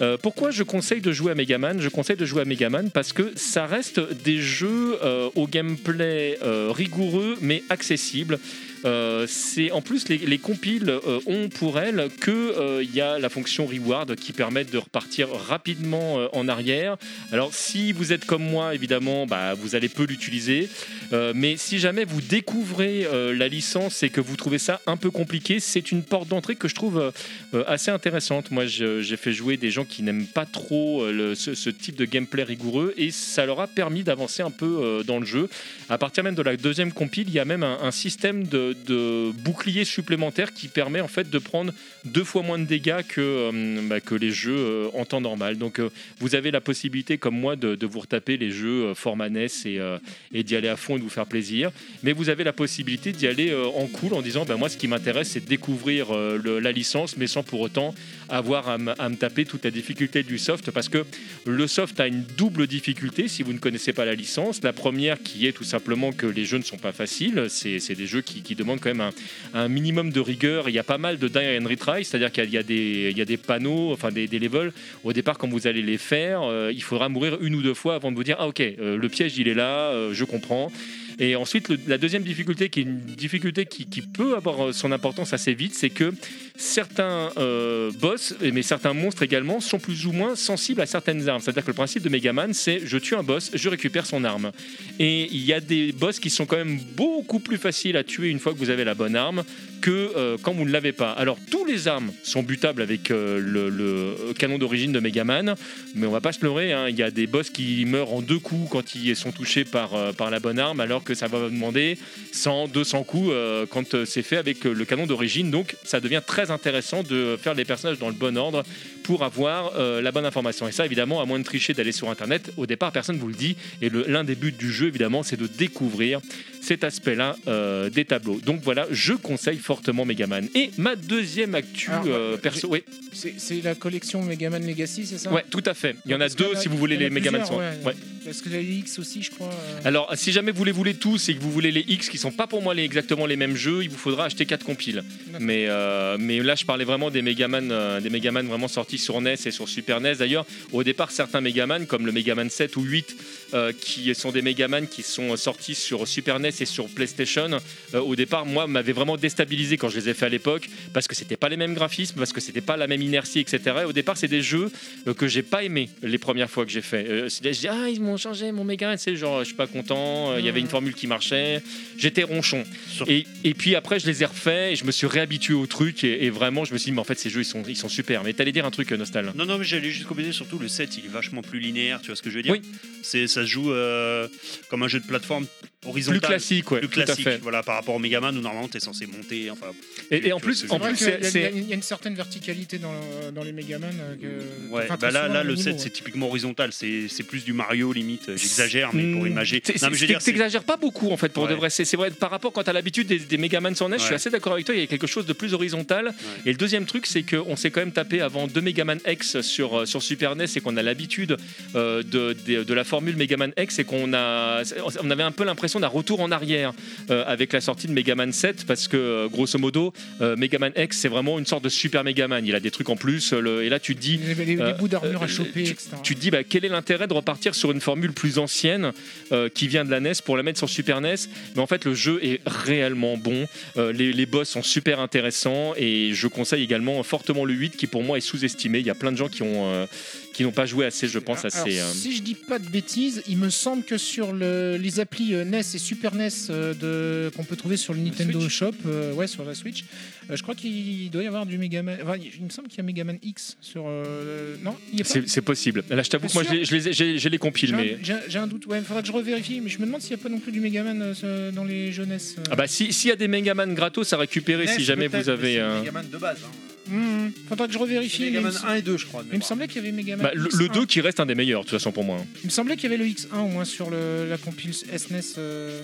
Euh, pourquoi je conseille de jouer à Megaman je conseille de jouer à Megaman parce que ça reste des jeux euh, au gameplay euh, rigoureux mais accessible Euh, c'est en plus les, les compiles euh, ont pour elles que euh, il y a la fonction reward qui permet de repartir rapidement euh, en arrière alors si vous êtes comme moi, évidemment, bah, vous allez peu l'utiliser. Euh, mais si jamais vous découvrez euh, la licence et que vous trouvez ça un peu compliqué, c'est une porte d'entrée que je trouve euh, euh, assez intéressante. Moi, je- j'ai fait jouer des gens qui n'aiment pas trop euh, le- ce, ce type de gameplay rigoureux et ça leur a permis d'avancer un peu euh, dans le jeu. À partir même de la deuxième compile, il y a même un, un système de, de bouclier supplémentaire qui permet en fait de prendre deux fois moins de dégâts que, euh, bah, que les jeux euh, en temps normal. Donc euh, vous avez la possibilité, comme moi, de, de vous retaper les jeux euh, format NES et, euh, et d'y aller à fond et de vous faire plaisir. Mais vous avez la possibilité d'y aller euh, en cool en disant ben, Moi, ce qui m'intéresse, c'est de découvrir euh, le- la licence, mais sans pour autant avoir à m- à me taper toute la difficulté du soft. Parce que le soft a une double difficulté si vous ne connaissez pas la licence. La première, qui est tout simplement que les jeux ne sont pas faciles, c'est c'est des jeux qui, qui demandent quand même un, un minimum de rigueur. Il y a pas mal de die and retry, c'est-à-dire qu'il y a- il y, a des- il y a des panneaux, enfin des- des levels au départ quand vous allez les faire euh, il faudra mourir une ou deux fois avant de vous dire ah ok euh, le piège il est là euh, je comprends et ensuite le- la deuxième difficulté qui est une difficulté qui, qui peut avoir euh, son importance assez vite c'est que certains euh, boss et- mais certains monstres également sont plus ou moins sensibles à certaines armes c'est à dire que le principe de Megaman c'est je tue un boss je récupère son arme et il y a des boss qui sont quand même beaucoup plus faciles à tuer une fois que vous avez la bonne arme que euh, quand vous ne l'avez pas. Alors, tous les armes sont butables avec euh, le, le canon d'origine de Megaman, mais on va pas se leurrer, hein, il y a des boss qui meurent en deux coups quand ils sont touchés par, euh, par la bonne arme, alors que ça va demander 100, 200 coups euh, quand euh, c'est fait avec euh, le canon d'origine. Donc, ça devient très intéressant de faire les personnages dans le bon ordre pour avoir euh, la bonne information. Et ça, évidemment, à moins de tricher, d'aller sur Internet, au départ, personne vous le dit. Et le- l'un des buts du jeu, évidemment, c'est de découvrir cet aspect-là euh, des tableaux. Donc voilà, je conseille fortement Megaman. Et ma deuxième actu Alors, euh, j'ai- perso, oui, C'est c'est la collection Megaman Legacy, c'est ça ouais, tout à fait. Il y en a Parce qu'il y deux en a- si vous voulez il y en a les Megaman. plusieurs, sont- ouais. ouais. Parce que la X aussi, je crois. euh, Alors, si jamais vous les voulez tous et que vous voulez les X qui sont pas pour moi les, exactement les mêmes jeux, il vous faudra acheter 4 compiles. D'accord. Mais, euh, mais là, je parlais vraiment des Megaman, euh, des Megaman vraiment sortis sur NES et sur Super NES. D'ailleurs, au départ, certains Megaman, comme le Megaman 7 ou 8, euh, qui sont des Megaman qui sont sortis sur Super NES et sur PlayStation, euh, au départ, moi, m'avait vraiment déstabilisé quand je les ai fait à l'époque, parce que c'était pas les mêmes graphismes, parce que c'était pas la même inertie, etc. Et au départ, c'est des jeux euh, que j'ai pas aimé les premières fois que j'ai fait. Euh, c'est-à-dire, je dis, ah, ils m'ont changé mon méga, tu sais, genre, je suis pas content, euh, il y avait une formule qui marchait, j'étais ronchon. Sur- Et, et puis après, je les ai refaits et je me suis réhabitué au truc, et, et vraiment, je me suis dit, mais en fait, ces jeux, ils sont, ils sont super. Mais t'allais dire un truc, euh, Nostal Non, non, mais j'allais juste compléter, surtout le 7, il est vachement plus linéaire, tu vois ce que je veux dire Oui. C'est Ça se joue euh, comme un jeu de plateforme Plus horizontal. classique, ouais, plus tout à classique, fait. voilà, par rapport au Megaman où normalement t'es censé monter, enfin, Et, et en Tu- plus, tu- en c'est vrai plus, que c'est- Il y, a- c'est- il y a une certaine verticalité dans, le- dans les Megaman. euh, que- ouais, enfin, euh, bah très là, souvent là dans le les 7 niveaux, c'est typiquement horizontal, c'est c'est plus du Mario limite, euh, j'exagère, mais Hmm. pour imager. T'ex- Non, mais je veux dire, t'ex- c'est- T'exagères pas beaucoup en fait pour de Ouais. vrai. C'est c'est vrai par rapport quand t'as l'habitude des, des Megaman sur NES, je suis Ouais. assez d'accord avec toi. Il y a quelque chose de plus horizontal. Et le deuxième truc, c'est qu'on s'est quand même tapé avant deux Megaman X sur euh, sur Super NES et qu'on a l'habitude euh, de, de- de la formule Megaman X et qu'on a on avait un peu l'impression d'un retour en arrière euh, avec la sortie de Megaman 7 parce que euh, grosso modo euh, Megaman X c'est vraiment une sorte de Super Megaman. Il a des trucs en plus. euh, le- et là tu te dis Les, les- les euh, bouts d'armure euh, à choper, etc. tu te dis bah, quel est l'intérêt de repartir sur une formule plus ancienne euh, qui vient de la NES pour la mettre sur Super NES mais en fait le jeu est réellement bon Euh, les, les boss sont super intéressants et je conseille également fortement le 8 qui pour moi est sous-estimé il y a plein de gens qui ont euh, qui n'ont pas joué assez je pense à Alors, ces euh, Si je dis pas de bêtises, il me semble que sur le- les applis euh, NES et Super NES euh, de- qu'on peut trouver sur le Nintendo Switch. Shop, euh, ouais, sur la Switch, euh, je crois qu'il doit y avoir du Megaman. Enfin, il me semble qu'il y a Megaman X sur. euh, non, il y a pas. c'est c'est possible là je t'avoue que Bien moi je les- je les ai- j'ai j'ai les compiles J'ai un- mais J'ai un- j'ai un doute, ouais, il faudra que je revérifie, mais je me demande s'il n'y a pas non plus du Megaman euh, ce- dans les jeunesses. euh. ah bah si- s'il y a des Megaman gratos à récupérer NES, si jamais peut-être, vous avez mais c'est un- Megaman de base. hein. Hum, hum. Faudra que je C'est revérifie. mais il me Megaman sem- 1 et 2, je crois. de il me mémoire. semblait qu'il y avait Megaman Bah, le, X1. le 2 qui reste un des meilleurs de toute façon pour moi hein. Il me semblait qu'il y avait le X1 au moins sur le, la compile SNES. euh,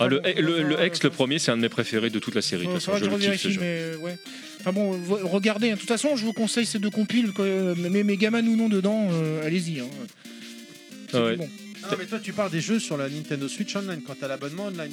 Ah, le, Pardon, le- faudra- le X le premier c'est un de mes préférés de toute la série de toute Faudra façon faudra je que je le kiffe ce revérifie, jeu mais euh, ouais. Enfin bon, vo- regardez. hein. De toute façon, je vous conseille ces deux compiles, que, euh, mais mes gamins ou non dedans, euh, allez-y. hein. C'est Ouais. du bon. Ah Non, mais toi, tu parles des jeux sur la Nintendo Switch Online quand t'as l'abonnement online.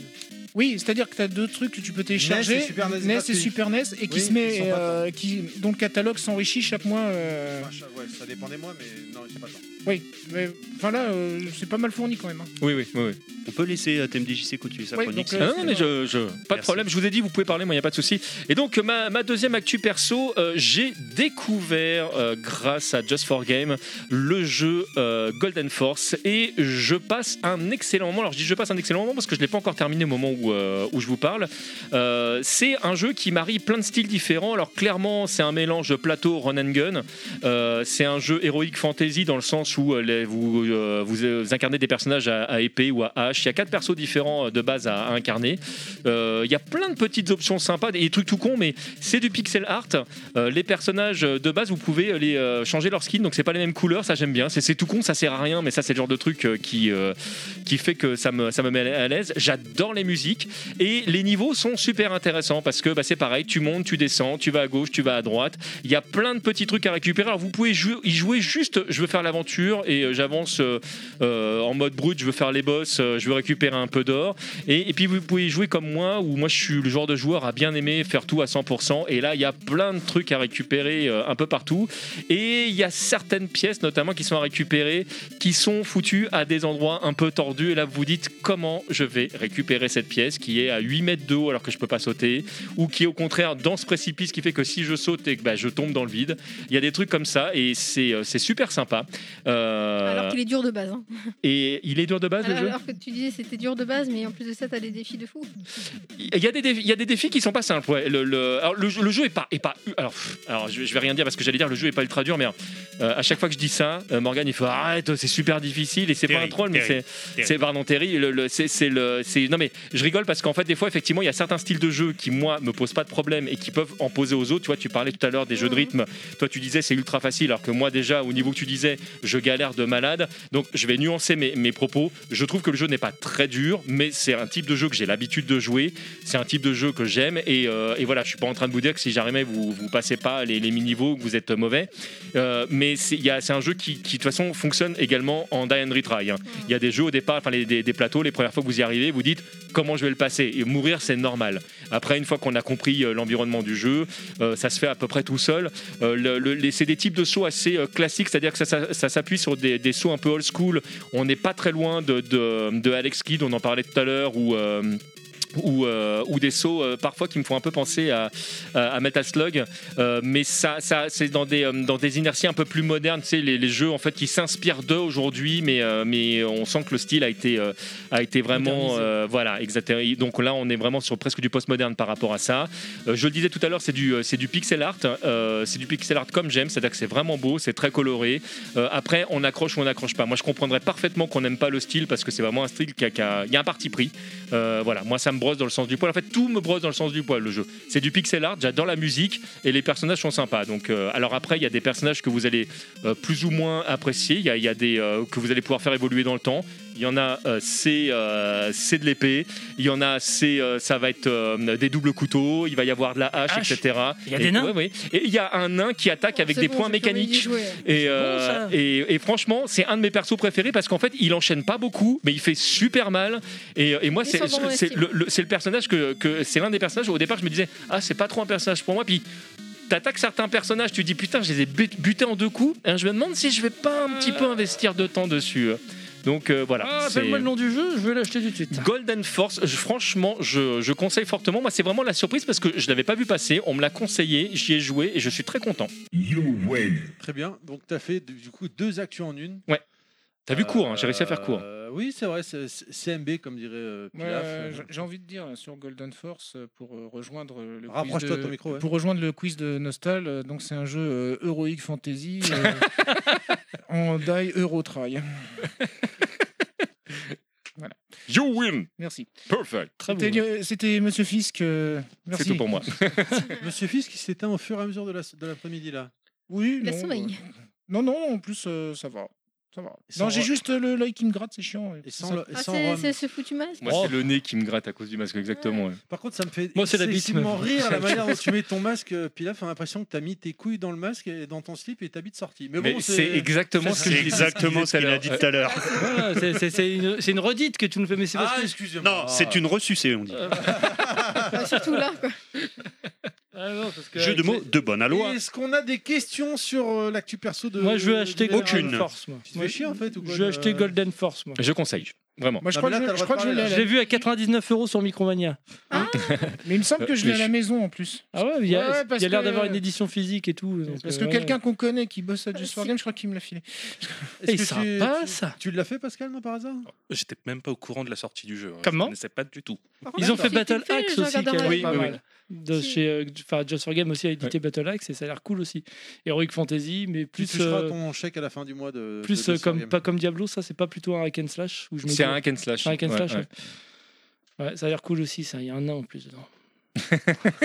Oui, c'est-à-dire que tu as deux trucs que tu peux télécharger, NES E et Super NES et gratuit. Super NES, et qui Oui, se met, ils sont pas euh, qui, dont le catalogue s'enrichit chaque mois. euh, Machin, Ouais, ça dépend des mois, mais non, j'ai pas le temps. Oui, mais enfin là, euh, c'est pas mal fourni quand même. hein. oui oui oui, oui. on peut laisser euh, TMDJC continuer sa Oui, chronique. donc, Ah euh, non, non, mais je, je- pas de Merci. problème. Je vous ai dit, vous pouvez parler, moi, il n'y a pas de souci. Et donc, ma, ma deuxième actu perso, euh, j'ai découvert, euh, grâce à Just for Game, le jeu euh, Golden Force. Et je passe un excellent moment. Alors, je dis je passe un excellent moment parce que je ne l'ai pas encore terminé au moment où, euh, où je vous parle. Euh, c'est un jeu qui marie plein de styles différents. Alors, clairement, c'est un mélange plateau, run and gun. Euh, c'est un jeu héroïque fantasy dans le sens où euh, les- vous, euh, vous, euh, vous incarnez des personnages à, à épée ou à hache. Il y a quatre persos différents euh, de base à, à incarner. Euh, Il y a plein de petites options sympas, des trucs tout cons, mais c'est du pixel art. Euh, les personnages euh, de base, vous pouvez euh, les euh, changer leur skin, donc c'est pas les mêmes couleurs. Ça j'aime bien. C'est- C'est tout con, ça sert à rien, mais ça c'est le genre de truc euh, qui euh, qui fait que ça me ça me met à l'aise. J'adore les musiques et les niveaux sont super intéressants parce que bah, c'est pareil, tu montes, tu descends, tu vas à gauche, tu vas à droite. Il y a plein de petits trucs à récupérer. Alors vous pouvez jou- y jouer juste, je veux faire l'aventure et euh, j'avance euh, euh, en mode brut, je veux faire les boss, euh, je veux récupérer un peu d'or. Et, et puis vous pouvez jouer comme moi, où moi je suis le genre de joueur à bien aimer faire tout à 100%. Et là, il y a plein de trucs à récupérer euh, un peu partout. Et il y a certaines pièces notamment qui sont à récupérer, qui sont foutues à des endroits un peu tordus. Et là, vous vous dites comment je vais récupérer cette pièce qui est à 8 mètres de haut alors que je peux pas sauter, ou qui est au contraire dans ce précipice qui fait que si je saute et que bah, je tombe dans le vide. Il y a des trucs comme ça et c'est euh, c'est super sympa. Euh, Alors qu'il est dur de base. hein. Et il est dur de base le Alors, jeu alors que tu disais c'était dur de base, mais en plus de ça, t'as des défis de fou. Il y, a des défis, il y a des défis qui sont pas simples. ouais. Le, le- alors, le jeu- le jeu est pas, est pas. Alors, pff, alors je, je vais rien dire parce que j'allais dire le jeu est pas ultra dur, mais euh, à chaque fois que je dis ça, euh, Morgan il fait arrête, c'est super difficile et c'est pas Terry, un troll, mais Terry, c'est, c'est pardon Terry, le, le- c'est, c'est le, c'est non mais je rigole parce qu'en fait des fois effectivement il y a certains styles de jeu qui moi me posent pas de problème et qui peuvent en poser aux autres. Tu vois, tu parlais tout à l'heure des jeux de rythme. Toi tu disais c'est ultra facile, alors que moi déjà au niveau que tu disais, je galère de malade. Donc je vais nuancer mes, mes propos. Je trouve que le jeu n'est pas très dur, mais c'est un type de jeu que j'ai l'habitude de jouer. C'est un type de jeu que j'aime. Et, euh, et voilà, je suis pas en train de vous dire que si jamais vous vous passez pas les, les mini-niveaux, que vous êtes mauvais. Euh, mais c'est il y a- c'est un jeu qui, qui, de toute façon fonctionne également en die and retry. hein. Il y a des jeux au départ, enfin les- des, des plateaux, les premières fois que vous y arrivez, vous dites comment je vais le passer. Et mourir, c'est normal. Après, une fois qu'on a compris euh, l'environnement du jeu, euh, ça se fait à peu près tout seul. Euh, le- le- les- c'est des types de sauts assez euh, classiques, c'est-à-dire que ça, ça- ça s'appuie sur des, des sauts un peu old school. On n'est pas très loin de, de- de Alex Kidd, on en parlait tout à l'heure, ou euh, ou, euh, ou des sauts euh, parfois qui me font un peu penser à, à, à Metal Slug Euh, mais ça, ça c'est dans des, euh, dans des inerties un peu plus modernes tu sais, les, les jeux en fait qui s'inspirent d'eux aujourd'hui mais, euh, mais on sent que le style a été, euh, a été vraiment euh, voilà exactement Et donc là on est vraiment sur presque du post-moderne par rapport à ça Euh, je le disais tout à l'heure c'est du, euh, c'est du pixel art euh, c'est du pixel art comme j'aime c'est à dire que c'est vraiment beau c'est très coloré Euh, après on accroche ou on n'accroche pas moi je comprendrais parfaitement qu'on n'aime pas le style parce que c'est vraiment un style qui a, qui a- il y a un parti pris euh, voilà, moi ça me brosse dans le sens du poil. En fait, tout me brosse dans le sens du poil le jeu. C'est du pixel art, j'adore la musique et les personnages sont sympas. Donc, euh, alors après, il y a des personnages que vous allez euh, plus ou moins apprécier. Il y a, il y a des euh, que vous allez pouvoir faire évoluer dans le temps. Il y en a, euh, c'est euh, c'est de l'épée. Il y en a, c'est euh, ça va être euh, des doubles couteaux. Il va y avoir de la hache, Hache. etc. Il y a Et- des nains ouais, ouais. Et il y a un nain qui attaque avec Oh, Ah, C'est des bon, points j'ai plus envie d'y mécaniques. jouer. Et, euh, ça. et, et franchement, c'est un de mes persos préférés parce qu'en fait, il enchaîne pas beaucoup, mais il fait super mal. Et, et moi, Ils c'est sont dans mon c'est estime. le, le- c'est le personnage que, que- c'est l'un des personnages. où Au départ, je me disais, ah, c'est pas trop un personnage pour moi. Puis t'attaques certains personnages, tu dis putain, je les ai but- butés en deux coups. Et je me demande si je vais pas un petit peu investir de temps dessus. Donc euh, voilà. Ah, c'est- Appelle-moi le nom du jeu, je vais l'acheter tout de suite. Golden Force, je- franchement, je, je conseille fortement. Moi, c'est vraiment la surprise parce que je l'avais pas vu passer. On me l'a conseillé, j'y ai joué et je suis très content. Très bien. Donc, tu as fait du coup deux actions en une. T'as vu court, hein, j'ai réussi à faire court. Euh, oui, c'est vrai, c'est c'est CMB, comme dirait euh, Ouais, Pilaf. euh, j'ai- j'ai envie de dire euh, sur Golden Force euh, pour euh, rejoindre euh, le quiz Rapproche-toi de- de ton micro, ouais. pour rejoindre le quiz de Nostal. euh, Donc c'est un jeu euh, Heroic Fantasy euh, en die Euro Try. You win, Merci. perfect. Très C'était euh, C'était Monsieur Fisk. euh, merci. C'est tout pour moi. Monsieur Fisk, il s'éteint au fur et à mesure de la- de l'après-midi, là. Oui. Il a non, sommeil. euh, non, non. En plus, euh, ça va. Ça va. Et sans- Non, j'ai juste euh, le l'œil qui me gratte, c'est chiant. Et ça- sans, le- et Ah, sans c'est rhum. c'est ce foutu masque. Oh. Moi, c'est le nez qui me gratte à cause du masque, exactement. ouais. Par contre, ça me fait Moi, c'est la bite, excessivement meuf. rire la manière dont tu mets ton masque, euh, Pilaf. On a l'impression que tu as mis tes couilles dans le masque et dans ton slip et ta bite sortie. Mais bon, Mais c'est exactement ce que C'est je disais exactement ce qu'il a l'heure. dit Ah. tout à l'heure. Voilà, c'est- c'est- c'est une, c'est une redite que tu nous fais, mais c'est parce Ah, que- excusez-moi. Non, c'est une ressucée, on dit. Euh, Enfin, surtout là. quoi. Ah non, parce que Jeu avec de mots les- de bonne loi. Est-ce qu'on a des questions sur euh, l'actu perso de. Moi, je veux acheter de- Aucune. Golden Force. Moi. Tu te fais chier, en fait, ou quoi Je veux de- acheter Golden Force. Moi. Je conseille, vraiment. Moi, je Non, crois mais là, que t'as je- le je droit crois de que je l'ai. parler, à Je la- l'ai vu à 99 euros sur Micromania. Mais il me Euh, semble que je l'ai à Mais la je- maison en plus. Ah ouais, il y a, Ouais, parce il y a l'air que- d'avoir une édition physique et tout. donc, Parce euh, que ouais. quelqu'un qu'on connaît qui bosse à Just Ah, for si. Game, je crois qu'il me l'a filé. Est-ce Et que tu- sympa ça. Tu l'as fait, Pascal, non, par hasard J'étais même pas au courant de la sortie du jeu. hein. Comment Je connaissais pas du tout. Par Ils contre, ont fait si tu le Battle fais, Axe je aussi, qui a regarderai. l'air Oui, pas oui, mal. De Si. chez, euh, enfin, Just for Game aussi a édité Battle Axe et ça a l'air cool aussi. Heroic Fantasy, mais Tu plus toucheras euh, ton chèque à la fin du mois de. plus de- euh, de comme Sargame. pas comme Diablo, ça c'est pas plutôt un hack and slash où je me dis- C'est un hack and slash. un hack and Ouais, slash. ouais. Ouais, Ouais, ça a l'air cool aussi. Ça, il y a un nain en plus dedans.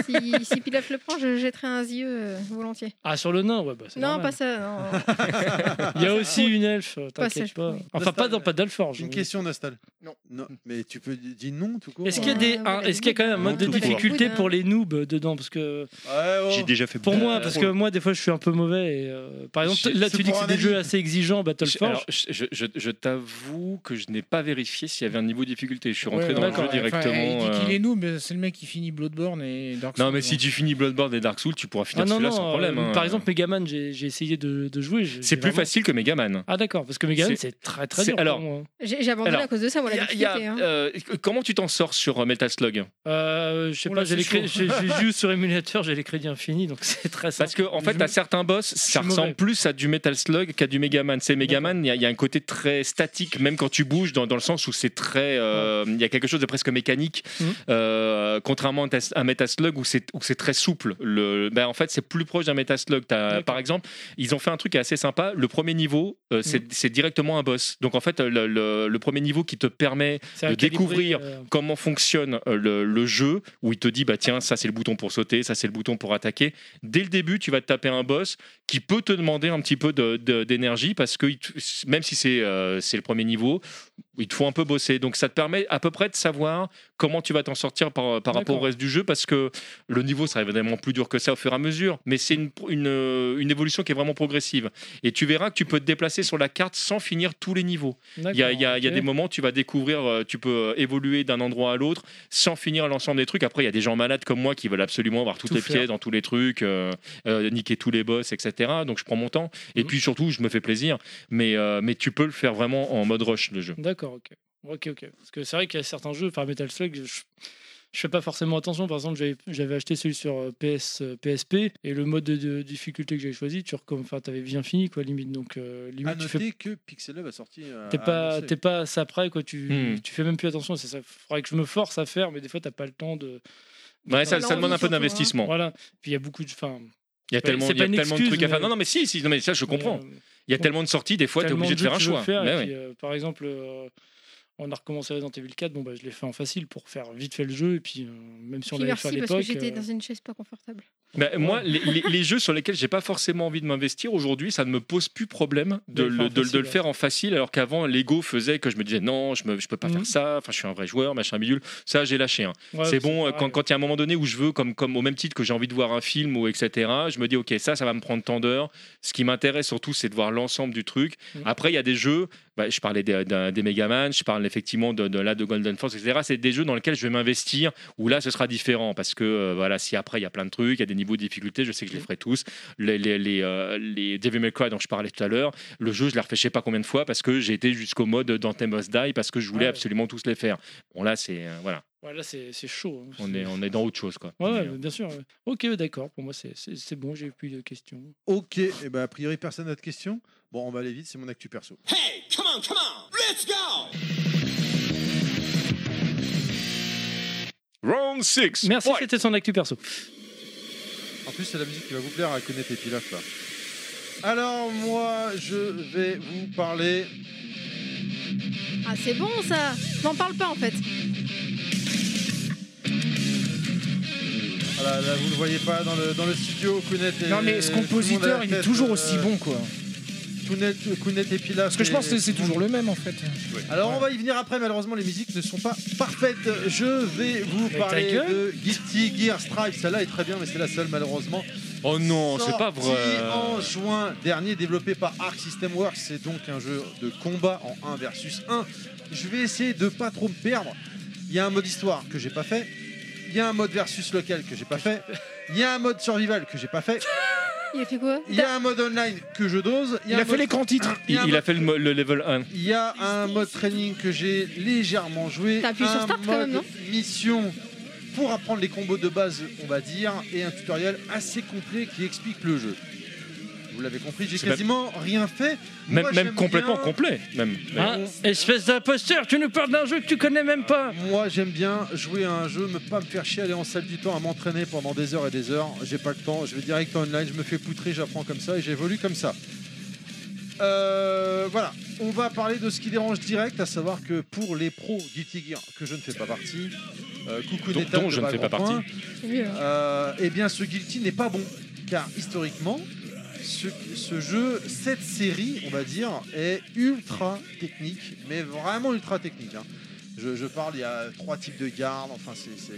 Si, si Pilaf le prend, je jetterai un zieux euh, volontiers. Ah sur le nain, ouais. Bah, c'est Non, normal. pas ça. non. Il y a aussi une elfe, euh, Pas ça, t'inquiète je pas. peux- Enfin, pas dans pas d'Alforge. Une question, Nostal. Non. Non, mais tu peux dire non, tout court. hein. Est-ce qu'il y a des, Ouais, un- Ah, ouais, est-ce qu'il y a quand même un mode de tout court. difficulté Ouais. pour les noobs dedans parce que Ouais, oh. J'ai déjà fait pour beaucoup moi de parce rôles. que moi des fois je suis un peu mauvais. et, euh, par exemple Je- là c'est tu dis que pour c'est un des ami. jeux assez exigeants Battleforge. Alors, je, je- je- je t'avoue que je n'ai pas vérifié s'il y avait un niveau de difficulté. Je suis rentré Ouais, dans le d'accord, jeu ouais. Enfin, directement. il dit qu'il euh, est noob, mais c'est le mec qui finit Bloodborne et Dark Souls. Non, mais si tu finis Bloodborne et Dark Souls, tu pourras finir Ah non celui-là non. sans problème. euh, hein. Par exemple Megaman, j'ai j'ai essayé de, de jouer. j'ai- c'est j'ai plus vraiment- facile que Megaman. Ah d'accord parce que Megaman C'est- c'est très très c'est- dur. pour alors, moi. J'ai j'ai abandonné Alors, à cause de ça, moi, Y la a- y a, difficulté. hein. euh, comment tu t'en sors sur euh, Metal Slug Euh, je sais Oula, pas, j'ai c'est les cré- chaud. j'ai- j'ai joué sur émulateur, j'ai les crédits infinis donc c'est très simple. Parce que en fait, Je- à certains boss, ça suis ressemble mauvais. plus à du Metal Slug qu'à du Megaman. C'est Megaman, il y, a- il y a un côté très statique, même quand tu bouges, dans, dans le sens où c'est très, euh, il y a quelque chose de presque mécanique. Mhm. Euh, contrairement à Metal métas- un Metaslug où c'est où c'est très souple. Le, ben, en fait, c'est plus proche d'un Metaslug. T'as- D'accord. Par exemple, ils ont fait un truc qui est assez sympa. Le premier niveau, euh, c'est Mmh. c'est directement un boss. Donc en fait, le, le- le premier niveau qui te permet C'est de recalibré, découvrir euh, comment fonctionne euh, le, le jeu, où il te dit, bah tiens, ça c'est le bouton pour sauter, ça c'est le bouton pour attaquer. Dès le début, tu vas te taper un boss qui peut te demander un petit peu de- de- d'énergie, parce que il te- même si c'est euh, c'est le premier niveau, il te faut un peu bosser. Donc ça te permet à peu près de savoir comment tu vas t'en sortir par, par rapport au D'accord. reste du jeu, parce que le niveau sera évidemment plus dur que ça au fur et à mesure, mais c'est une, pro- une, euh, une évolution qui est vraiment progressive. Et tu verras que tu peux te déplacer sur la carte sans finir tous les niveaux. Il y a, il y a- il y a D'accord, des ok. moments où tu vas découvrir, euh, tu peux euh, évoluer d'un endroit à l'autre sans finir l'ensemble des trucs. Après, il y a des gens malades comme moi qui veulent absolument avoir toutes Tout les faire. pièces dans tous les trucs, euh, euh, niquer tous les boss, etc. Donc je prends mon temps. Et Mhm. puis surtout, je me fais plaisir. Mais, euh, mais tu peux le faire vraiment en mode rush, le jeu. D'accord, ok. Ok, ok. Parce que c'est vrai qu'il y a certains jeux, enfin Metal Slug, je, je fais pas forcément attention. Par exemple, j'avais- j'avais acheté celui sur euh, PS, euh, PSP et le mode de, de difficulté que j'avais choisi, tu recomm- enfin, t'avais bien fini, quoi, limite. Donc, euh, À limite, tu fais noter que Pixel Love a sorti. euh, T'es a pas, annoncé. t'es pas à ça près, quoi. Tu, Ah, Hmm. tu fais même plus attention. C'est ça. Faudrait que je me force à faire, mais des fois, t'as pas le temps de. Ouais, ça, ça l'envie demande un peu surtout, hein. d'investissement. Voilà. Puis il y a beaucoup de. Enfin, Il y a C'est pas- tellement, c'est il y a pas une tellement de excuse, trucs à faire. mais- Non, non, mais si, si non, mais ça, je comprends. mais, euh, Il y a tellement de sorties, des fois, tu es tellement obligé de jeux faire un que tu veux choix. Bah faire, et Mais puis, ouais. euh, par exemple, euh, on a recommencé Resident Evil 4. Bon, bah, je l'ai fait en facile pour faire vite fait le jeu. Et puis, euh, même si on Puis l'avait fait à merci parce que l'époque. j'étais euh, dans une chaise pas confortable. Bah, moi, les, les- les jeux sur lesquels j'ai pas forcément envie de m'investir aujourd'hui, ça ne me pose plus problème De de, le faire le, en de- de facile, le ouais. faire en facile, alors qu'avant l'ego faisait que je me disais non, je ne je peux pas Mhm. faire ça. Enfin, je suis un vrai joueur, machin bidule. Ça, j'ai lâché. hein. ouais, c'est bon euh, pareil, quand quand il y a un moment donné où je veux, comme comme au même titre que j'ai envie de voir un film ou etc. Je me dis ok, ça, ça va me prendre tant d'heures. Ce qui m'intéresse surtout, c'est de voir l'ensemble du truc. Mhm. Après, il y a des jeux. bah, je parlais des, d'un- des Megaman, je parle effectivement de, de là de Golden Force, etc. C'est des jeux dans lesquels je vais m'investir où là ce sera différent parce que euh, voilà si après il y a plein de trucs il y a des niveaux de difficulté je sais Mm. que je les ferai tous les, les, les, euh, les Devil May Cry dont je parlais tout à l'heure le jeu je l'ai refait je sais pas combien de fois parce que j'ai été jusqu'au mode dans Must Die parce que je voulais Ouais. absolument tous les faire bon là c'est euh, voilà Ouais, là, c'est c'est chaud. hein. on est, on est dans autre chose quoi Ouais, ouais, Mais, euh, bien sûr. ouais. Ok, d'accord. Pour moi, c'est- c'est c'est bon. J'ai plus de questions. Ok, et ben a priori personne n'a de questions. Bon, on va aller vite, c'est mon actu perso. Round 6 Merci. C'était son actu perso. En plus, c'est la musique qui va vous plaire à connaître les pilotes là. Alors, moi, je vais vous parler. Ah, c'est bon ça M'en parle pas en fait. Voilà, ah là, vous le voyez pas dans le, dans le studio, Kounet et. Non, mais ce Euh, tout le monde a la compositeur, il est tête, toujours euh, aussi bon, quoi. Kounet, Kounet et Pilaf. Parce que je pense que c'est toujours le même, en fait. Alors on va y venir après, malheureusement les musiques ne sont pas parfaites. Je vais vous ta parler gueule. de Guilty Gear Strive. Celle-là est très bien, mais c'est la seule malheureusement. oh non c'est pas Sorti vrai En juin dernier, développé par Arc System Works, c'est donc un jeu de combat en 1 versus 1. Je vais essayer de pas trop me perdre. Il y a un mode histoire que j'ai pas fait. Il y a un mode versus local que j'ai pas fait. Il y a un mode survival que j'ai pas fait. Il a fait quoi Il y a un mode online que je dose. Il un a fait mode- les grands titres. il y il, a un il a fait le, mo- le level 1 il y a un mode training que j'ai légèrement joué. T'as appuyé un sur start quand mode même, non Mission pour apprendre les combos de base, on va dire, et un tutoriel assez complet qui explique le jeu. Vous l'avez compris, j'ai C'est même- quasiment rien fait. même, Moi, même j'aime complètement bien- complet même Ah, espèce d'imposteur, tu nous parles d'un jeu que tu connais même pas. Moi, j'aime bien jouer à un jeu, me pas me faire chier, aller en salle du temps, à m'entraîner pendant des heures et des heures. J'ai pas le temps, je vais direct en online, je me fais poutrer, j'apprends comme ça et j'évolue comme ça. Euh, voilà, on va parler de ce qui dérange direct, à savoir que pour les pros Guilty Gear, que je ne fais pas partie, euh, coucou Dont- Nathan dont de je ne fais pas Vagrant Point, C'est mieux, hein. euh, eh bien ce Guilty n'est pas bon, car historiquement, ce, ce jeu, cette série, on va dire, est ultra technique, mais vraiment ultra technique. hein. Je, je parle, il y a trois types de gardes, enfin c'est... c'est-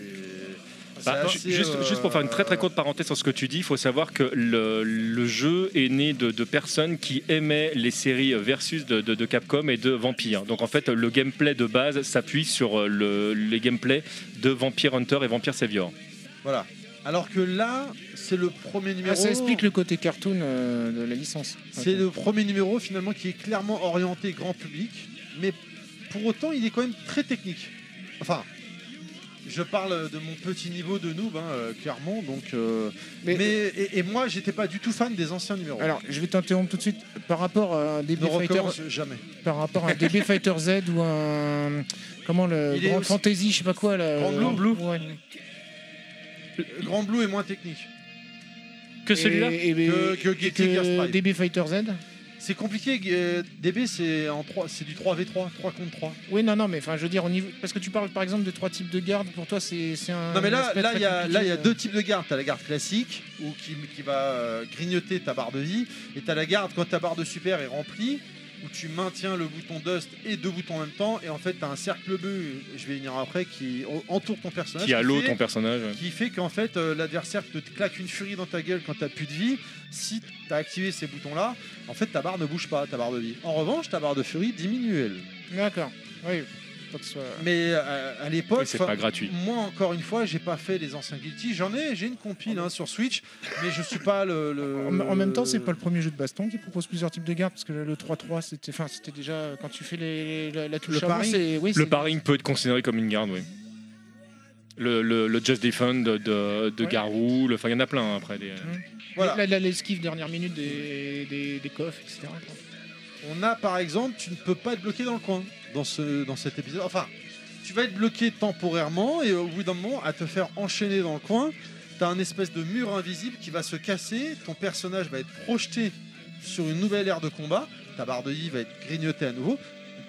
Bah, c'est assez, juste, euh, juste pour faire une très très courte parenthèse sur ce que tu dis, il faut savoir que le, le jeu est né de, de personnes qui aimaient les séries versus de, de- de Capcom et de Vampire. Donc en fait, le gameplay de base s'appuie sur euh, le, les gameplays de Vampire Hunter et Vampire Savior. Voilà. Alors que là, c'est le premier numéro... Ah, ça explique le côté cartoon euh, de la licence. C'est Ok. le premier numéro finalement qui est clairement orienté grand public, mais pour autant il est quand même très technique. Enfin, je parle de mon petit niveau de noob, hein, euh, clairement, donc. euh, mais Mais- et, et moi j'étais pas du tout fan des anciens numéros. Alors, je vais t'interrompre tout de suite. Par rapport à un ne DB Fighter, recommence jamais. par rapport à un DB Fighter Z ou un comment le Il est Grand aussi- Fantasy, je sais pas quoi là. Grand euh, Blue. ouais. Grand Blue est moins technique. Que celui-là Et- et- Que- que et Guilty Gear Strive. DB Fighter Z C'est compliqué, euh, DB c'est en 3, c'est du 3v3, 3 contre 3. Oui, non, non, mais enfin, je veux dire, au niveau... parce que tu parles par exemple de trois types de gardes, pour toi, c'est c'est un. Non mais là, aspect là très il y a, là, compliqué, il y a euh. deux types de gardes. T'as la garde classique ou qui, qui va euh, grignoter ta barre de vie, et t'as la garde quand ta barre de super est remplie où tu maintiens le bouton dust et deux boutons en même temps, et en fait t'as un cercle bleu. Je vais y venir après qui en- entoure ton personnage. Qui a l'eau fait- ton personnage ouais. qui fait qu'en fait euh, l'adversaire te claque une furie dans ta gueule quand t'as plus de vie. Si t'as activé ces boutons là, en fait ta barre ne bouge pas, ta barre de vie. En revanche, ta barre de furie diminue elle. euh. D'accord, oui, faut que ce soit. Mais euh, à l'époque, Oui, c'est enfin, pas gratuit. Moi encore une fois, j'ai pas fait les anciens Guilty. J'en ai, j'ai une compile hein, sur Switch, mais je suis pas le. le- En, en même temps, c'est pas le premier jeu de baston qui propose plusieurs types de gardes, parce que le 3-3, c'était enfin, c'était déjà euh, quand tu fais les, la, la touche Le avant, pari. c'est- oui, Le c'est- paring peut être considéré comme une garde, oui. Le, le, le Just Defend de, de, de Ouais. Garou, le- enfin il y en a plein après. des- euh, Voilà. la- la- l'esquive dernière minute des, des, des coffres, etc. quoi. On a par exemple, tu ne peux pas être bloqué dans le coin dans ce dans cet épisode. Enfin, tu vas être bloqué temporairement et au bout d'un moment à te faire enchaîner dans le coin. T'as un espèce de mur invisible qui va se casser. Ton personnage va être projeté sur une nouvelle ère de combat. Ta barre de vie va être grignotée à nouveau.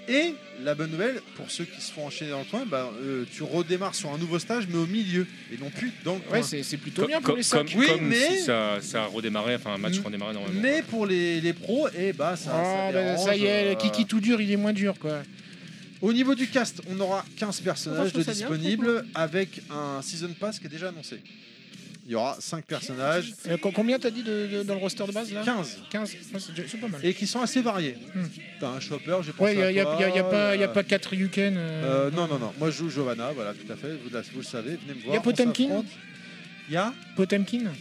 Et la bonne nouvelle, pour ceux qui se font enchaîner dans le coin, bah, euh, tu redémarres sur un nouveau stage, mais au milieu, et non plus dans le coin. Ouais, c'est c'est plutôt Co- bien co- pour les sacs. comme- Oui, comme mais- si ça, ça redémarrait, enfin un match Mm. redémarrait normalement. mais pour les, les pros, et bah ça, Ah, ça bah, dérange, ça y est, euh, le kiki tout dur, il est moins dur, quoi. Au niveau du cast, on aura 15 personnages Moi, de je trouve ça bien, disponibles avec un season pass qui est déjà annoncé. Il y aura 5 personnages, Euh, co- combien t'as dit de, de- dans le roster de base là 15, 15 Ouais, c'est déjà- C'est pas mal. et qui sont assez variés. Hmm. T'as un chopper, j'ai pensé Ouais, il à n'y a, toi, y a- y a pas- y a euh, pas 4 Ryuken. euh, euh, non, non, non. Moi, je joue Giovanna, voilà, tout à fait. Vous, la- vous le savez, venez me voir. on Potemkin s'affronte. Il y a Potemkin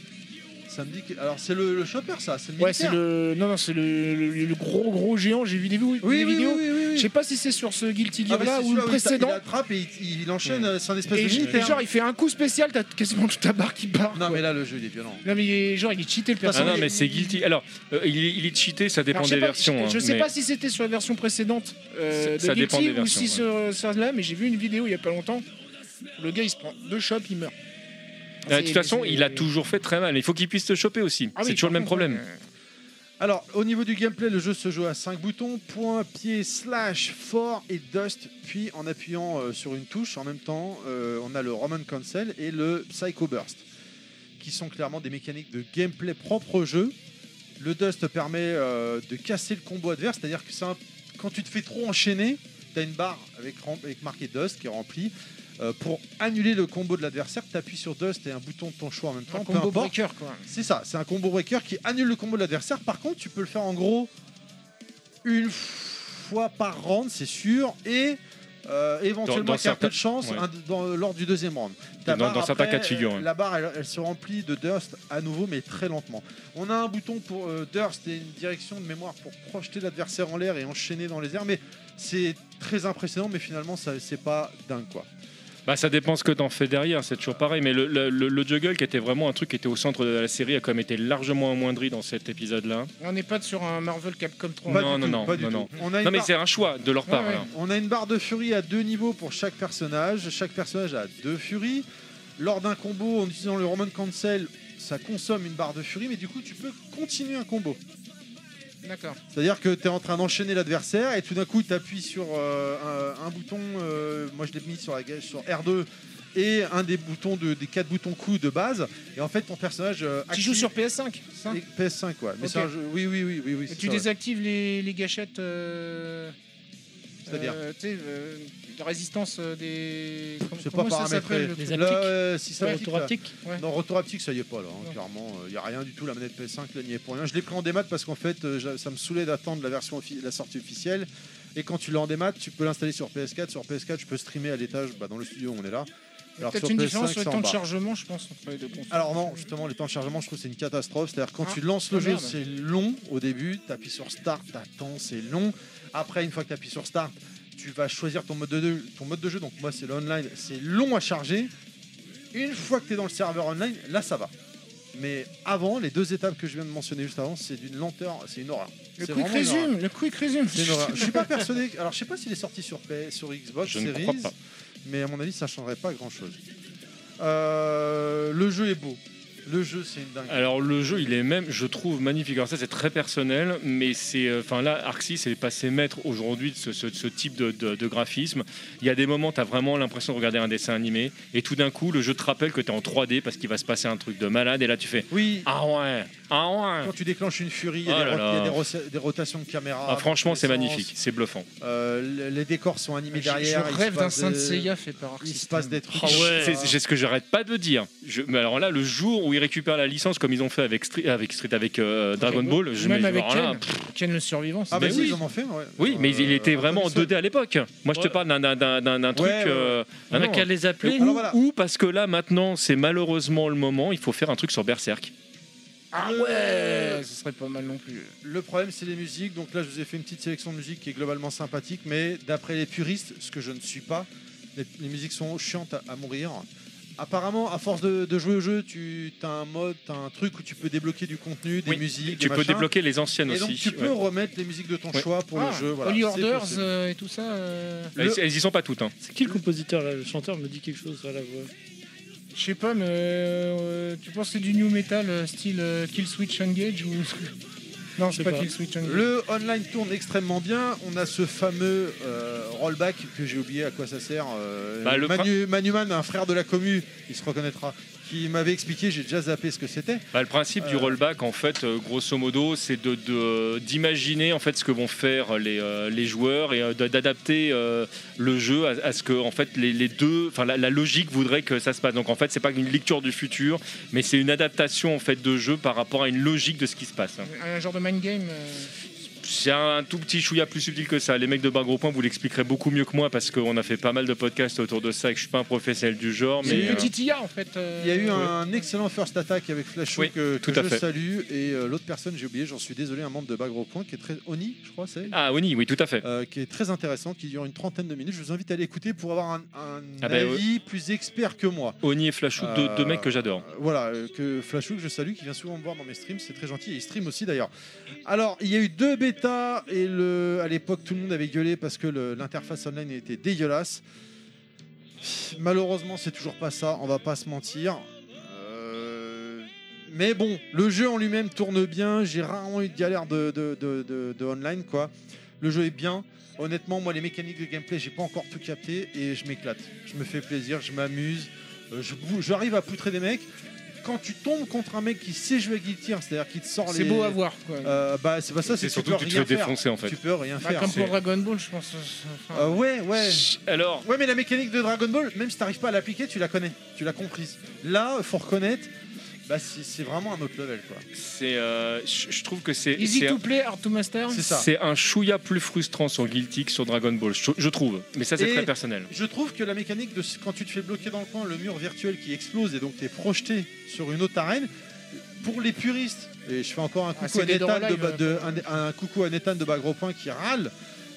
Ça me dit que... Alors, c'est le, le chopper, ça C'est le Ouais, c'est militaire. le, non, non, c'est le, le- le gros gros géant. J'ai vu des, vidéos- Oui, des oui, oui, vidéos. oui, oui, oui. Je sais pas si c'est sur ce Guilty Ah, Gear mais là c'est ou celui-là le où il précédent. t'a- Il attrape et il, il enchaîne. euh, C'est un espèce Et, de j- et militaire. genre, il fait un coup spécial, t'as quasiment toute ta barre qui part. Non, mais là, le jeu, il est violent. Non, mais il est- genre, il est cheaté le Ah personnage. non, mais c'est guilty. Alors, euh, il, est- il est cheaté, ça dépend Alors, je sais des pas- versions. Je, hein, je sais mais- pas si c'était sur la version précédente euh, de Ça- ça Guilty dépend des ou versions, si sur sur là, mais j'ai vu une vidéo il y a pas longtemps. où Le gars, il se prend deux chopes, il meurt. Ah, de C'est- toute façon, c'est- il a toujours fait très mal. Il faut qu'il puisse te choper aussi. Ah oui, c'est toujours par le même contre, problème. ouais. Alors, au niveau du gameplay, le jeu se joue à 5 boutons point, pied, slash, fort et dust. Puis, en appuyant euh, sur une touche, en même temps, euh, on a le Roman Cancel et le Psycho Burst, qui sont clairement des mécaniques de gameplay propre au jeu. Le dust permet euh, de casser le combo adverse, c'est-à-dire que c'est un- quand tu te fais trop enchaîner, tu as une barre avec, rem- avec marqué dust qui est remplie. Euh, pour annuler le combo de l'adversaire, tu appuies sur dust et un bouton de ton choix en même temps. Un peu combo importe. breaker, quoi. C'est ça, c'est un combo breaker qui annule le combo de l'adversaire. Par contre, tu peux le faire en gros une fois par round, c'est sûr, et euh, éventuellement dans avec un peu de chance ouais. un- dans- lors du deuxième round. Ta Dans- barre, dans certains cas de figure, ouais. La barre, elle, elle se remplit de dust à nouveau, mais très lentement. On a un bouton pour euh, dust et une direction de mémoire pour projeter l'adversaire en l'air et enchaîner dans les airs, mais c'est très impressionnant, mais finalement, ça- c'est pas dingue quoi. Bah, ça dépend ce que t'en fais derrière, c'est toujours pareil. Mais le, le, le- le juggle, qui était vraiment un truc qui était au centre de la série, a quand même été largement amoindri dans cet épisode-là. On n'est pas sur un Marvel Capcom 3. Pas Non, du non, tout, non, pas du non, tout. non. On a une Non, mais barre- c'est un choix de leur part. Ouais, ouais. alors. On a une barre de furie à deux niveaux pour chaque personnage. Chaque personnage a deux furies. Lors d'un combo, en utilisant le Roman Cancel, ça consomme une barre de furie, mais du coup, tu peux continuer un combo. D'accord. C'est-à-dire que tu es en train d'enchaîner l'adversaire et tout d'un coup, tu appuies sur euh, un, un bouton. euh, moi, je l'ai mis sur, la, gauche, sur R2 et un des boutons de, des quatre boutons coup de base. Et en fait, ton personnage euh, Tu active- joues sur PS5. ça Et PS5, ouais. Mais Ok. c'est un jeu- Oui, oui, oui, oui, oui. Et c'est tu ça, ouais. désactives les, les gâchettes. euh, C'est-à-dire euh, tu sais, euh, de résistance euh, des. Comment, C'est pas comment ça paramétré. s'appelle le- Les Là, haptiques. euh, si ça Ouais, clique, Retour là. haptique. Ouais. Non, retour haptique, ça y est pas là, hein, Non. clairement. Il n'y a rien du tout. La manette PS5, là, n'y est pour rien. Je l'ai pris en démat parce qu'en fait, euh, j'a- ça me saoulait d'attendre la version offi- la sortie officielle. Et quand tu l'as en démat, tu peux l'installer sur PS4. Sur PS4, tu peux streamer à l'étage, bah, dans le studio, on est là. Alors, Peut-être sur une PS5, différence sur c'est le en temps de bas. chargement, je pense, entre les deux consoles. Alors non, justement, les temps de chargement, je trouve que c'est une catastrophe. C'est-à-dire quand Ah, tu lances le ah, jeu, merde. c'est long au début. T'appuies sur Start, t'attends, c'est long. Après, une fois que t'appuies sur Start, tu vas choisir ton mode de ton mode de jeu. Donc moi, c'est l'online. C'est long à charger. Une fois que t'es dans le serveur online, là, ça va. Mais avant, les deux étapes que je viens de mentionner juste avant, c'est d'une lenteur, c'est une horreur. le C'est quick vraiment une horreur. résume, le quick résume. C'est une horreur. Je suis pas persuadé. Alors, je sais pas s'il est sorti sur PS, sur Xbox Je ne Series, crois pas. mais à mon avis, ça changerait pas grand-chose. Euh, le jeu est beau. Le jeu, c'est une dingue. Alors le jeu, il est même, je trouve, magnifique. Alors ça, c'est très personnel, mais c'est, euh, enfin là, Arxis est passé maître aujourd'hui de ce, ce- ce type de, de- de graphisme. Il y a des moments, t'as vraiment l'impression de regarder un dessin animé, et tout d'un coup, le jeu te rappelle que t'es en 3D parce qu'il va se passer un truc de malade, et là, tu fais Oui, ah ouais, ah ouais. quand tu déclenches une furie, il y a, Oh des, là ro- il y a là. des roca- des rotations de caméra. Ah, franchement, c'est dans tous les magnifique, c'est bluffant. sens. Euh, les décors sont animés Je, je derrière. il se rêve d'un passe Saint des- Seiya fait par Arc Il se System. passe des Ah trucs. C'est c'est ce que j'arrête pas de dire. Je- mais alors là, le jour où ils récupèrent la licence comme ils ont fait avec Street, avec, Street, avec euh, Dragon Ball. Ball, je Même me- avec alors là, Ken. Ken le survivant. c'est Ah, bah Mais si, oui. ils en ont fait. ouais. Oui, mais il Euh, était vraiment en Apple 2D à l'époque. Moi, je te Ouais. parle d'un- d'un- d'un d'un- d'un truc. ouais, ouais. euh, On non, a non. qu'à les appeler. Ou, Alors voilà. ou parce que là, maintenant, c'est malheureusement le moment, il faut faire un truc sur Berserk. Ah ouais, ce serait pas mal non plus. Le problème, c'est les musiques. Donc là, je vous ai fait une petite sélection de musique qui est globalement sympathique, mais d'après les puristes, ce que je ne suis pas, les, les musiques sont chiantes à, à mourir. Apparemment, à force de, de jouer au jeu, tu as un mode, tu as un truc où tu peux débloquer du contenu, des Oui, musiques. Tu des peux machins. débloquer les anciennes Et aussi. donc, tu peux ouais. remettre les musiques de ton Ouais. choix pour Ah, le jeu. Voilà, Holy c'est Orders possible. euh, et tout ça. euh, Là, ils- Elles y sont pas toutes. hein. C'est qui le compositeur là Le chanteur me dit quelque chose à la voix. Je sais pas, mais euh, tu penses que c'est du new metal euh, style euh, Kill Switch Engage ou Non, sais c'est pas, pas. Kill Switch Engage. Le online tourne extrêmement bien. On a ce fameux euh, rollback que j'ai oublié à quoi ça sert. euh, Bah, le Manu, Manuman, un frère de la commu, il se reconnaîtra, qui m'avait expliqué, j'ai déjà zappé ce que c'était. Bah, le principe du Euh. rollback, en fait, euh, grosso modo, c'est de- de d'imaginer en fait ce que vont faire les, euh, les joueurs et euh, d'a- d'adapter euh, le jeu à, à ce que en fait les, les deux, enfin la, la logique voudrait que ça se passe. Donc en fait, c'est pas une lecture du futur, mais c'est une adaptation en fait de jeu par rapport à une logique de ce qui se passe. hein. Un genre de mind game. euh, C'est un tout petit chouïa plus subtil que ça. Les mecs de Bar Gros Point vous l'expliquerez beaucoup mieux que moi parce qu'on a fait pas mal de podcasts autour de ça et que je suis pas un professionnel du genre. C'est Mais une euh, petite IA en fait. euh, Il y a eu un excellent first attack avec Flashou Oui, que, que tout à je fait. salue et euh, l'autre personne, j'ai oublié, j'en suis désolé, un membre de Bagro Point qui est très Oni, je crois, c'est Ah, Oni, oui, tout à fait. euh, qui est très intéressant, qui dure une trentaine de minutes. Je vous invite à l'écouter pour avoir un, un Ah bah, avis plus expert que moi. Oni et Flashou, deux, deux mecs que j'adore. Euh, Voilà, euh, que Flashou, que je salue, qui vient souvent me voir dans mes streams, c'est très gentil, et il stream aussi d'ailleurs. Alors, il y a eu deux bêtas, et le, à l'époque, tout le monde avait gueulé parce que le- l'interface online était dégueulasse. Malheureusement, c'est toujours pas ça, on va pas se mentir. Euh, Mais bon, le jeu en lui-même tourne bien, j'ai rarement eu de galère de, de- de- de- de online, quoi. Le jeu est bien. Honnêtement, moi, les mécaniques de gameplay, j'ai pas encore tout capté et je m'éclate. Je me fais plaisir, je m'amuse. Euh, je bou- j'arrive à poutrer des mecs. Quand tu tombes contre un mec qui sait jouer à Guilty, Gear, c'est-à-dire qui te sort les. C'est beau à voir quoi. Euh, bah, c'est pas ça, c'est que C'est tu surtout peux que tu te rien fais faire. défoncer en fait. Tu peux rien Bah, faire. comme pour c'est- Dragon Ball, je pense. euh, enfin, Euh, ouais, ouais. Alors, Ouais, mais la mécanique de Dragon Ball, même si t'arrives pas à l'appliquer, tu la connais, tu l'as comprise. Là, faut reconnaître, bah, c'est c'est vraiment un autre level, quoi. c'est, euh, je je trouve que c'est Easy c'est to un- play, hard to master. C'est ça. c'est un chouïa plus frustrant sur Guilty que sur Dragon Ball, je, je trouve. Mais ça, c'est Et- très personnel. Je trouve que la mécanique de quand tu te fais bloquer dans le coin, le mur virtuel qui explose et donc t'es projeté sur une autre arène, pour les puristes, et je fais encore un Ah, coucou, c'est à, des Nathan de, droits Ba- live, de- un, un coucou à Nathan de Bagropoint qui râle.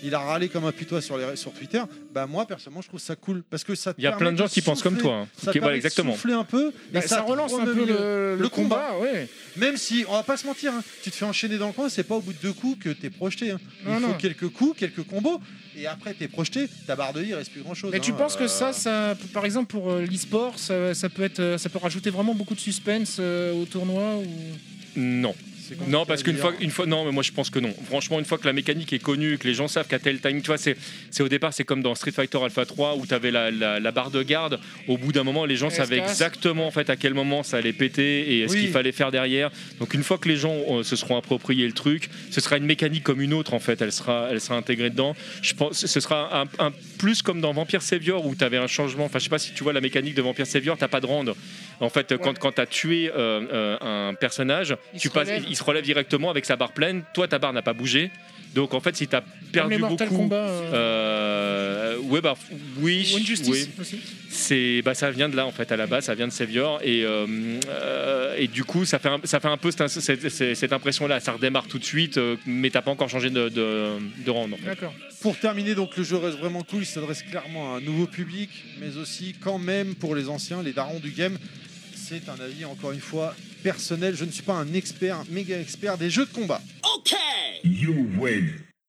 Il a râlé comme un putois sur, les, sur Twitter. Bah moi personnellement je trouve ça cool parce que ça. te Il y a permet plein de gens qui pensent comme souffler. toi. hein. Ça te Qui- voilà, permet de exactement. souffler un peu. Bah, et ça, te relance un remet au peu milieu. le, Le le combat, ouais. Même si on va pas se mentir, hein, tu te fais enchaîner dans le coin, c'est pas au bout de deux coups que t'es projeté. hein. Il Non, faut non. quelques coups, quelques combos et après t'es projeté. Ta barre de vie reste plus hein. Euh, grand chose. Mais tu penses que ça, ça, par exemple pour euh, l'e-sport, ça, ça peut être, euh, ça peut rajouter vraiment beaucoup de suspense euh, au tournoi ou. Non. C'est compliqué Non, parce à qu'une dire. fois, une fois, non, mais moi je pense que non. Franchement, une fois que la mécanique est connue, que les gens savent qu'à tel timing, tu vois, c'est, c'est au départ, c'est comme dans Street Fighter Alpha 3 où t'avais la, la, la barre de garde. Au bout d'un moment, les gens Elle se savaient casse. exactement en fait à quel moment ça allait péter et ce Oui. qu'il fallait faire derrière. Donc une fois que les gens euh, se seront appropriés le truc, ce sera une mécanique comme une autre en fait. Elle sera, elle sera intégrée dedans. Je pense, ce sera un, un plus comme dans Vampire Savior où t'avais un changement. Enfin, je sais pas si tu vois la mécanique de Vampire Savior, t'as pas de rende. En fait, quand, quand tu as tué euh, euh, un personnage, Il tu se passes, relève. il se relève directement avec sa barre pleine. Toi, ta barre n'a pas bougé. Donc, en fait, si tu as Comme les perdu Mortal beaucoup. Kombat. euh, euh, ouais, bah, f- oui, Ou Injustice oui. aussi. C'est, bah, ça vient de là, en fait, à la base, ça vient de Savior. Et, euh, euh, et du coup, ça fait un, ça fait un peu cette, cette- cette- cette impression-là. Ça redémarre tout de suite, euh, mais t'as pas encore changé de, de, de rang. en fait. D'accord. Pour terminer, donc le jeu reste vraiment cool. Il s'adresse clairement à un nouveau public, mais aussi quand même pour les anciens, les darons du game. C'est un avis encore une fois personnel. Je ne suis pas un expert, un méga expert des jeux de combat.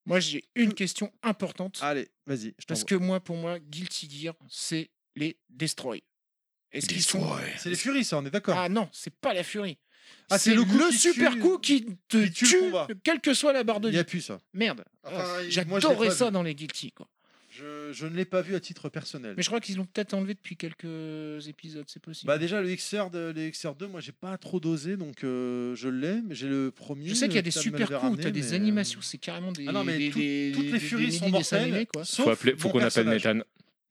Moi j'ai Hum. une question importante Ah, Allez, vas-y. je parce t'envoie. que moi pour moi Guilty Gear c'est les destroy. Est-ce qu'ils sont C'est les furies, ça, on est d'accord. Ah non, c'est pas la furie. Ah, c'est c'est le le, coup qui super tue- coup qui te qui tue tue, le combat. quelle que soit la barre de Il n'y a vie. plus ça. Merde. Enfin, Ah, moi, je l'ai J'adorais pas ça vu. dans les Guilty. Quoi. Je, je ne l'ai pas vu à titre personnel. Mais je crois qu'ils l'ont peut-être enlevé depuis quelques épisodes, c'est possible. Bah déjà le XR de, les XR2 moi j'ai pas trop dosé donc euh, je l'ai mais j'ai le premier. je sais qu'il y a le des Tom super m'avait coups, ramené, t'as des mais, euh, animations, c'est carrément des. Ah non mais des- tout- des- toutes les des- furies des- sont des mortelles. animés, quoi. Sauf Faut, appeler, faut mon qu'on appelle personnage. Nathan.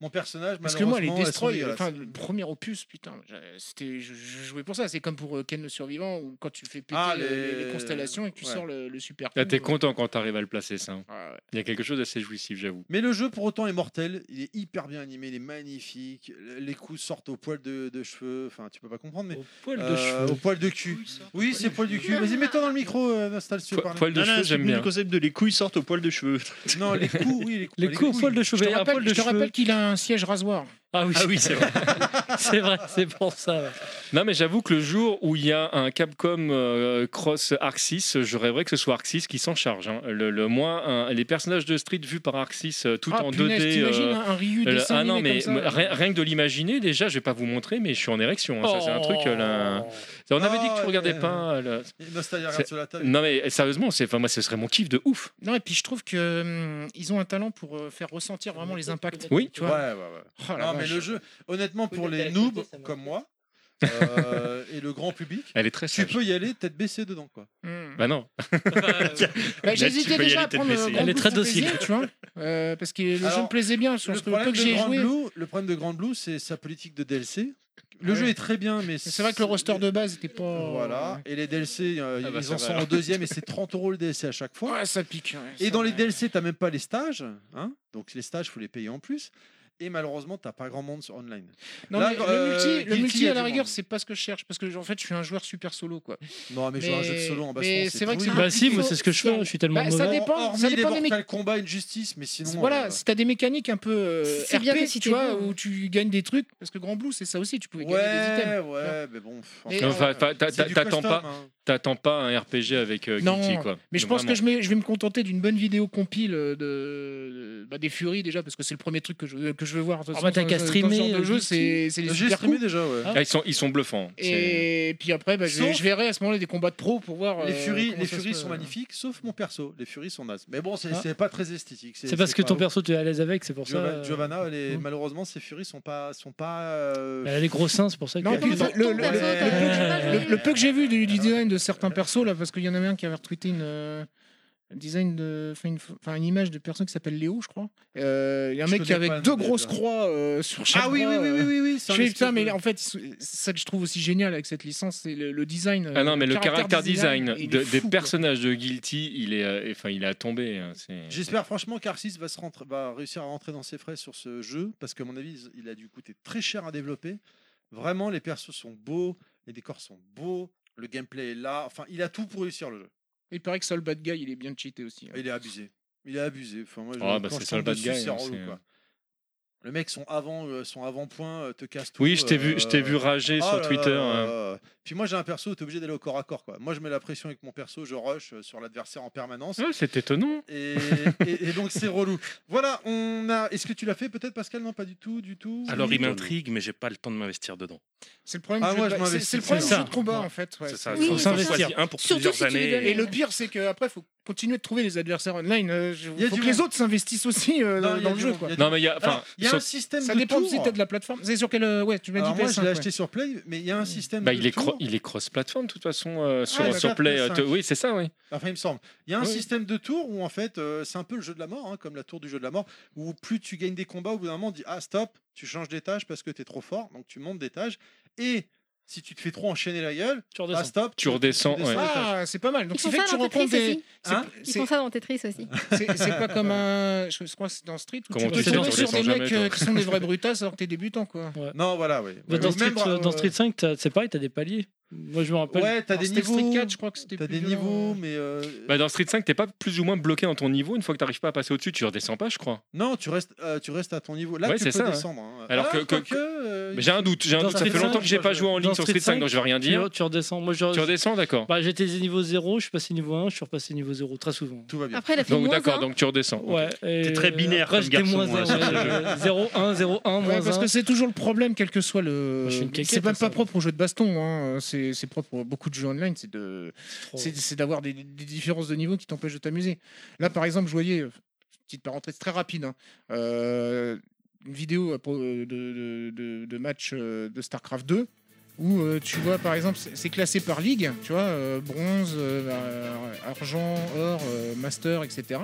Mon personnage Parce que moi, les malheureusement, elles sont Destroy, euh, dégueulasses. enfin, le premier opus, putain, j'a- c'était, je, je jouais pour ça. C'est comme pour euh, Ken le Survivant, ou quand tu fais péter Ah, euh, les... les- les constellations et que tu Ouais. sors le, le super. Là, coup, Ah, t'es euh, content quand t'arrives à le placer, ça. hein. ah ouais. Il y a quelque chose d'assez jouissif, j'avoue. Mais le jeu pour autant est mortel, il est hyper bien animé, il est magnifique, les coups sortent au poil de, de cheveux, enfin tu peux pas comprendre mais Au poil de euh, au cheveux. poil de cul. Oui c'est poil du cul. Vas-y mets-toi dans le micro euh, Nostal si tu veux Po- parler. Poil de Non, non, cheveux, c'est j'aime plus bien. le concept de les couilles sortent au poil de cheveux. Non les coups oui les coups. Les coups au poil de Je cheveux. te un poil rappelle, de je te cheveux. rappelle qu'il a un siège rasoir. Ah oui, Ah oui, c'est vrai. c'est vrai, c'est pour ça. ouais. Non, mais j'avoue que le jour où il y a un Capcom euh, Cross Arxis, je rêverais que ce soit Arxis qui s'en charge. hein. Le, le- moi, un- les personnages de Street vus par Arxis euh, tout ah, en 2D. punaise, t'imagines euh, un un Ryu le- dessin ah non, mais animé comme ça. euh. mais rien, rien que de l'imaginer, déjà, je vais pas vous montrer, mais je suis en érection. hein. Ça, c'est un truc. euh, là. On avait dit que tu Oh, regardais euh, pas. là. Nostal il regarde C'est- sur la table. Non, mais sérieusement, c'est- enfin, moi, ce serait mon kiff de ouf. Non, et puis je trouve que euh, ils ont un talent pour euh, faire ressentir vraiment les impacts. Oui. tu Ouais vois. ouais ouais. Oh, la non, mais vache. le jeu, honnêtement, pour Oui, mais les t'as accepté, noobs ça m'a comme moi euh, et le grand public, Elle est très tu sage. peux y aller tête baissée dedans. Quoi. Mm. Bah non. Bah, tu J'hésitais peux y déjà aller à tête prendre baissée. euh, Elle Grand est Blue très pour plaisir, docile. tu vois, euh, parce que le jeu Alors, me plaisait bien Le sur ce peu problème, que de j'ai Grand joué. Blue, le problème de Grand Blue, c'est sa politique de DLC. Le Ouais. jeu est très bien, mais Mais C'est vrai que le roster de base était pas. Voilà. Et les DLC, euh, Ah bah, ils ça en va sont alors. au deuxième et c'est 30 euros le DLC à chaque fois. Ouais, ça pique. ouais, et ça- dans les DLC, t'as même pas les stages. Hein Donc les stages, faut les payer en plus. Et malheureusement, t'as pas grand monde sur online. Non, Là, mais euh, le multi, le Guilty, il y multi a à du la monde. rigueur, c'est pas ce que je cherche parce que en fait, je suis un joueur super solo quoi. Non, mais, jouer à un jeu de Mais- solo en baston, mais c'est c'est vrai que pourri. c'est- Bah si, Il moi faut- c'est ce que je fais, je suis tellement Bah, ça mauvais. dépend, Hormis ça les dépend des mé- Mortal Kombat Injustice, mais sinon. voilà, euh, si t'as des mécaniques un peu euh, C'est bien RP, que si tu t'es vois, bon. où tu gagnes des trucs parce que Grand Blue, c'est ça aussi, tu pouvais gagner des Ouais, items. ouais, mais bon. pff, Mais- enfin, Enfin, t'a- t'a- euh, c'est du T'attends pas, custom, hein. t'attends pas un RPG avec euh, Non, Guilty, quoi. Mais je pense que je, mets- je vais me contenter d'une bonne vidéo compile euh, de bah, des Furies déjà parce que c'est le premier truc que je euh, que je veux voir. de Ah toute façon, bah, t'as dans- qu'à dans ce streamer, genre de euh, jeu, Guilty. c'est c'est les J'ai super streamé coups. déjà, ouais. Ah, ils, sont, ils sont bluffants. euh, C'est- Et puis après, bah, je, vais- Sauf- je verrai à ce moment-là des combats de pro pour voir. Les euh, furies, comment les ça se furies passe. sont magnifiques, sauf mon perso. Les furies sont nazes. Mais bon, c'est Ah. c'est pas très esthétique. C'est parce que pas ton ouf. perso, tu es à l'aise avec, c'est pour ça. Giovanna, euh, Giovanna, elle est- Mm. malheureusement, ses furies sont pas, sont pas. euh, Elle a les gros seins, c'est pour ça que. Non, Quel puis putain. le, le- Ton le- perso, le- t'as- t'as le- pas hein le- joué. le peu que j'ai vu du, du design de certains persos, là, parce qu'il y en avait un qui avait retweeté une. euh, un Design de, enfin une, enfin, une image de personne qui s'appelle Léo, je crois. Euh, Il y a un Je mec qui connais pas avait le deux nom des grosses deux. croix euh, sur chaque Ah oui, bras, oui, oui, euh. oui, oui, oui. c'est Je un fais espèce putain, mais de- en fait, ils sont- c'est ça que je trouve aussi génial avec cette licence, c'est le, le design. euh, Ah non, mais le caractère design il est de- des fou, quoi. personnages de Guilty, il est, euh, enfin, il est à tomber. hein, c'est- J'espère franchement qu'Arcis va, se rentrer- va réussir à rentrer dans ses frais sur ce jeu, parce qu'à mon avis, il a dû coûter très cher à développer. Vraiment, les persos sont beaux, les décors sont beaux, le gameplay est là. Enfin, il a tout pour réussir le jeu. Il paraît que Soul Bad Guy, il est bien cheaté aussi. hein. Ah, Il est abusé. Il est abusé. Enfin, moi, je- Ah, bah, quand c'est je ça, le tombe bad dessus, guy, c'est hein, relou, c'est- quoi. Le mec, son avant, euh, son avant-point euh, te casse tout. Oui, je t'ai vu, je t'ai euh, vu rager oh sur là Twitter. là là hein. là. Puis moi, j'ai un perso, t'es obligé d'aller au corps à corps, quoi. Moi, je mets la pression avec mon perso, je rush euh, sur l'adversaire en permanence. Ouais, c'est étonnant. Et, et- et donc, c'est relou. Voilà, on a. Est-ce que tu l'as fait peut-être, Pascal Non, pas du tout, du tout. Alors Du il tout. m'intrigue, mais j'ai pas le temps de m'investir dedans. C'est le problème Ah, du moi, jeu, de- je c'est- m'investis, c'est le problème c'est du ça. jeu de combat, en fait. ouais. c'est ça. Oui, faut c'est ça. choisir un pour Surtout plusieurs si tu veux années. gagner. Et le pire, c'est qu'après, il faut continuer de trouver les adversaires online. euh, je- Il y a faut du que les monde. autres s'investissent aussi euh, Non, il y a dans le du jeu. monde, Quoi. il y a du Non, mais il y a, Alors, enfin, Ah, il y a sur- un système Ça de dépend tours. si t'as de la plateforme. C'est sur quelle. euh, ouais, tu m'as Alors, dit moi, PS5, je l'ai ouais. acheté sur Play, mais il y a un système. bah, de il est, cro- tours. il est cross-platform de toute façon euh, sur, Ah, sur d'accord, Play. euh, PS5. te- Oui, c'est ça, oui. Enfin, il me semble. Il y a un Oui. système de tours où, en fait, euh, c'est un peu le jeu de la mort, hein, comme la tour du jeu de la mort, où plus tu gagnes des combats, au bout d'un moment, on dit Ah, stop, tu changes d'étage parce que t'es trop fort, donc tu montes d'étage. Et si tu te fais trop enchaîner la gueule, Tu ah, redescends. stop, Tu redescends, ouais. d'étage. Ah, c'est pas mal. Donc, Ils c'est font fait ça que tu dans rencontres Tetris des. aussi. c'est- Hein Ils font c'est- ça dans Tetris aussi. C'est c'est pas comme un. Je je crois que c'est dans Street où Comment tu tu peux sais, tomber tu sur des redescends mecs jamais, euh, qui sont des vrais brutas alors que t'es débutant, quoi. Non, voilà, oui. Bah, Ouais, dans, ou Street, même, euh, euh, dans Street 5, t'as- c'est pareil, t'as des paliers. Moi, je me rappelle. Ouais, t'as Alors, des c'était niveaux. Street 4, je crois que c'était T'as plus des violent. niveaux, mais. euh, Bah, dans Street 5, t'es pas plus ou moins bloqué dans ton niveau. Une fois que t'arrives pas à passer au-dessus, tu redescends pas, je crois. Non, tu restes, euh, tu restes à ton niveau. Là, Ouais, tu peux c'est ça, hein. descendre. hein. Alors Ah, que- que- quoique, euh, Mais j'ai un doute, j'ai un Dans doute. Ça Street fait longtemps 5, que j'ai pas joué en ligne dans sur Street Street 5, donc je vais rien Tu, dire. tu redescends. Moi, je- Tu redescends, d'accord. Bah, j'étais niveau 0, je suis passé niveau 1, je suis repassé niveau 0 très souvent. Tout va bien. Après, hein. elle a fait Donc, moins d'accord, un. donc tu redescends. Ouais, T'es très binaire après, comme j'étais garçon, moins hein, 0, sur ce jeu. 0, 1, 0, 1, moins Ouais, parce 1. que c'est toujours le problème, quel que soit Moi, le. je suis une quéquette, C'est même ça. pas propre aux jeux de baston. hein. C'est c'est propre à beaucoup de jeux online. C'est de. Trop. c'est c'est d'avoir des, des différences de niveau qui t'empêchent de t'amuser. Là, par exemple, je voyais, euh, petite parenthèse très rapide, hein, euh, une vidéo à pro- euh, de, de- de- de match euh, de StarCraft 2 où euh, tu vois, par exemple, c'est c'est classé par ligue, tu vois, euh, bronze, euh, euh, argent, or, euh, master, etc.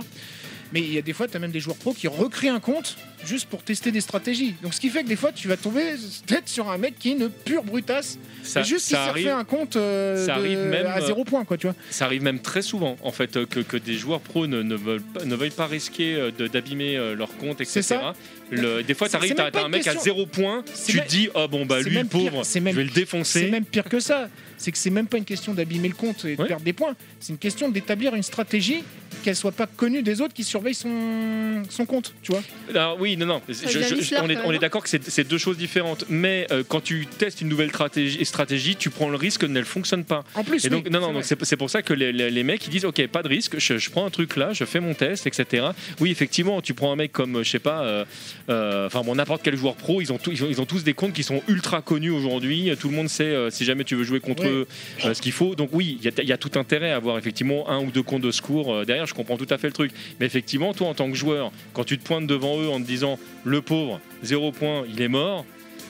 Mais il y a des fois, tu as même des joueurs pros qui recréent un compte juste pour tester des stratégies. Donc ce qui fait que des fois, tu vas tomber peut-être sur un mec qui est une pure brutasse, Ça, et juste si ça ça refait arrive, un compte euh, ça de- arrive même, à euh, zéro point, quoi, tu vois. ça arrive même très souvent, en fait, euh, que, que des joueurs pros ne, ne, veulent pas, ne veuillent pas risquer euh, de- d'abîmer euh, leur compte, etc. C'est ça. Le- des fois, C'est- c'est t'arrives, même t'as pas t'as un une mec à question. zéro point, C'est tu même- te dis, oh bon, bah c'est lui, même pire, pauvre, c'est même- je vais le C'est défoncer. même pire que ça. C'est que c'est même pas une question d'abîmer le compte et de Ouais. perdre des points. C'est une question d'établir une stratégie qu'elle soit pas connue des autres qui surveillent son, son compte, tu vois. Alors, Ah oui, non, non, je- les je- amis, je- cela, on est, quand on même. hein. est d'accord que c'est c'est deux choses différentes, mais euh, quand tu testes une nouvelle stratégie, stratégie, tu prends le risque qu'elle ne fonctionne pas. En plus, Et donc, oui, non, non, c'est donc vrai. c'est c'est pour ça que les, les- les mecs ils disent ok, pas de risque, je, je prends un truc là, je fais mon test, etc. Oui, effectivement, tu prends un mec comme, je sais pas, euh, euh, enfin bon, n'importe quel joueur pro, ils ont, tous- ils, ont, ils ont tous des comptes qui sont ultra connus aujourd'hui, tout le monde sait euh, si jamais tu veux jouer contre Ouais. eux euh, ce qu'il faut. Donc oui, il y a- il y, a tout intérêt à avoir effectivement un ou deux comptes de secours euh, derrière, je comprends tout à fait le truc. Mais effectivement, toi en tant que joueur, quand tu te pointes devant eux en te disant le pauvre, zéro point, il est mort,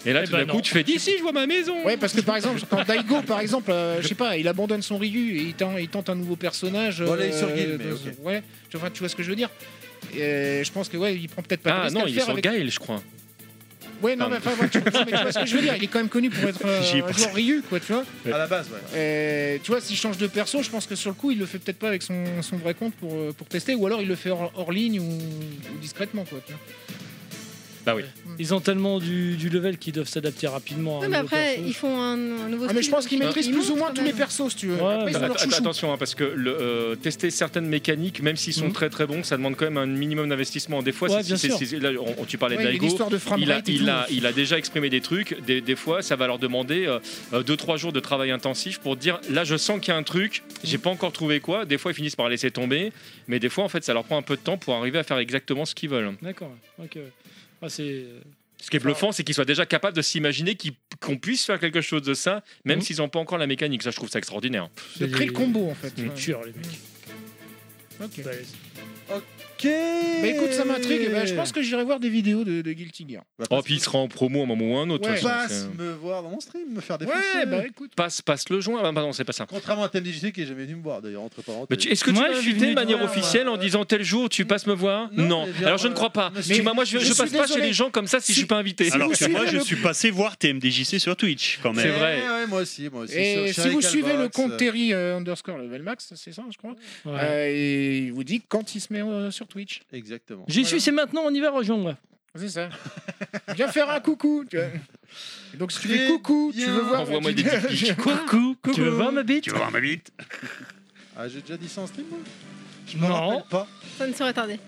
et là Eh tout ben d'un coup non. tu fais d'ici, je vois ma maison. Ouais, parce que par exemple, quand Daigo, par exemple, euh, je sais pas, il abandonne son Ryu et il tente, il tente un nouveau personnage. Bon, là, il est sur Guile, mais dans- ok. ouais, tu, enfin, tu vois ce que je veux dire. Et je pense que ouais, il prend peut-être pas. de ah risque non, à le il est faire sur avec- Gaël, je crois. Ouais, non, mais enfin, ouais, tu, non, mais tu vois ce que je veux dire. Il est quand même connu pour être euh, J'y ai un pensé. joueur Ryu, quoi, tu vois. À la base, ouais. Et, Euh, tu vois, s'il change de perso, je pense que sur le coup, il le fait peut-être pas avec son, son vrai compte pour, euh, pour tester, ou alors il le fait hors, hors ligne ou, ou discrètement. Quoi, tu vois. Ils ont tellement du, du level qu'ils doivent s'adapter rapidement. à Oui, un mais nouveau après, perso. ils font un, un nouveau. Ah, mais je style, pense qu'ils donc maîtrisent ils plus ou montent moins quand tous même. les persos, si tu veux. Ouais, Après, ils ont Att- leur att- chouchou. attention, hein, parce que le, euh, tester certaines mécaniques, même s'ils sont Mhm. très très bons, ça demande quand même un minimum d'investissement. Des fois, Ouais, c'est- bien c'est- sûr. c'est- là, on- tu parlais Ouais, de il y a Daigo, l'histoire de framerate il a, et il, tout. a, il a déjà exprimé des trucs. Des, des fois, ça va leur demander euh, 2-3 jours de travail intensif pour dire là, je sens qu'il y a un truc, j'ai pas encore trouvé quoi. Des fois, ils finissent par laisser tomber, mais des fois, en fait, ça leur prend un peu de temps pour arriver à faire exactement ce qu'ils veulent. D'accord. Ok. Ah, c'est. Ce qui est bluffant, c'est qu'ils soient déjà capables de s'imaginer qu'ils- qu'on puisse faire quelque chose de ça, même Mhm. s'ils n'ont pas encore la mécanique. Ça, je trouve ça extraordinaire. De créer le combo, en fait. Ils Ouais. tueurs, les mecs. Ok. Balèze. Ok. Bah écoute, ça m'intrigue. Bah, je pense que j'irai voir des vidéos de, de Guilty Gear. Oh, puis il sera en promo à un moment ou à un autre. de Ouais. toute façon, Bah, Passe c'est- euh, me voir dans mon stream, me faire des Ouais, bah écoute. passe, passe le joint. Ah, bah, pardon, c'est pas ça. Contrairement à TMDJC qui est jamais venu me voir, d'ailleurs, entre parenthèses. Mais tu- est-ce que tu Moi, m'as je suis invité de venu manière te voir, officielle en euh, disant tel jour tu passes me voir Non, Non. mais bien, Alors je ne crois pas. euh, Tu vois, moi, je, je je suis passe pas chez désolé. les gens comme ça si, Si- je suis pas invité. si Alors vous que moi, suivez je le- suis passé voir TMDJC sur Twitch quand C'est même. vrai. Eh Ouais, ouais, moi aussi, moi aussi. Et sur- sur si vous Galbox, suivez le compte euh, Terry euh, underscore level max, c'est ça, je crois. Ouais. euh, et il vous dit quand il se met euh, sur Twitch. Exactement. J'y suis, c'est maintenant, on y va, rejoindre. C'est ça. Viens faire un coucou. tu vois. Et Donc si tu fais Très coucou, tu bien. veux voir. Envoie-moi tu- des dick pics. Coucou, coucou. Tu veux voir ma bite Tu vas voir ma bite Ah, j'ai déjà dit ça en stream, moi Je Non. m'en rappelle pas. Ça ne serait tardé.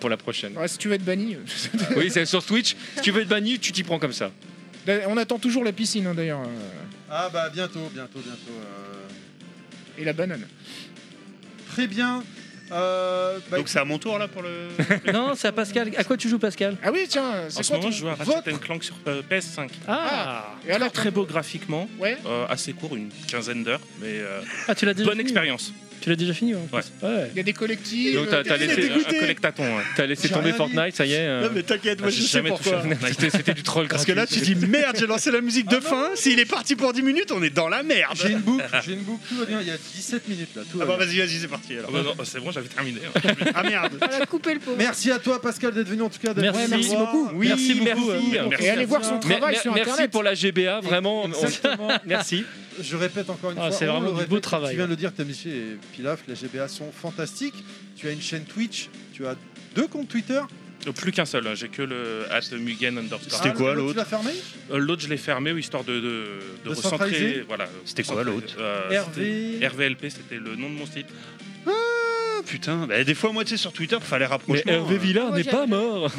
Pour la prochaine. Ouais, si tu veux être banni. euh, oui, c'est sur Twitch. Si tu veux être banni, tu t'y prends comme ça. On attend toujours la piscine hein, d'ailleurs. euh, Ah, bah, bientôt, bientôt, bientôt. euh. Et la banane. Très bien. Euh, bah, Donc c'est à mon tour là pour le. Euh, Non, c'est à Pascal. À quoi tu joues, Pascal Ah oui, tiens, c'est En quoi ce moment, ton- je joue à Votre- Ratchet and Clank sur euh, PS5. Ah, Et alors, Très beau graphiquement, Ouais. euh, assez court, une quinzaine d'heures, mais euh, ah tu l'as déjà bonne fini expérience. Tu l'as déjà fini, hein, en plus. Ouais. Il y a des collectifs. Donc, t'as- euh, t'as des- laissé- hein. des un dégoûtés. collectaton. ouais. T'as laissé J'ai tomber rien dit. Fortnite, ça y est. euh, Non mais t'inquiète, moi Ah, je j'ai sais jamais touché à pourquoi. Fortnite. C'était c'était du troll Parce que là tu dis merde, j'ai lancé la musique de fin, s'il est parti pour 10 minutes, on est dans la merde. j'ai une boucle, j'ai une boucle, tout va bien. Il y a 17 minutes là, tout va Ah bah bien. vas-y, vas-y, c'est parti Ah alors. bah non, c'est bon, j'avais terminé. hein. Ah merde. On a coupé le pot. Merci à toi, Pascal, d'être venu en tout cas. d'être Merci. venu Merci nous voir. Oui, merci beaucoup. euh, Et allez voir son Mais- travail mer- sur merci internet. pour la GBA, vraiment. on- Exactement. Merci. Je répète encore une Ah, fois. c'est on vraiment le du beau répète, et travail, Tu viens de ouais. le dire, Tamichi et Pilaf, les GBA sont fantastiques. Tu as une chaîne Twitch, tu as deux comptes Twitter. Plus qu'un seul, hein. j'ai que le at Mugen underscore. C'était quoi, Ah, Tu l'as fermé Euh, L'autre, je l'ai fermé, oui, histoire de, de, de De centraliser recentrer. Voilà, C'était quoi, Centrer, l'autre euh, RV. c'était- RVLP, c'était le nom de mon site. Ah, putain, bah, des fois, moi, tu sais, sur Twitter, fallait rapprochement. euh, Villard Moi, n'est pas j'avais- mort.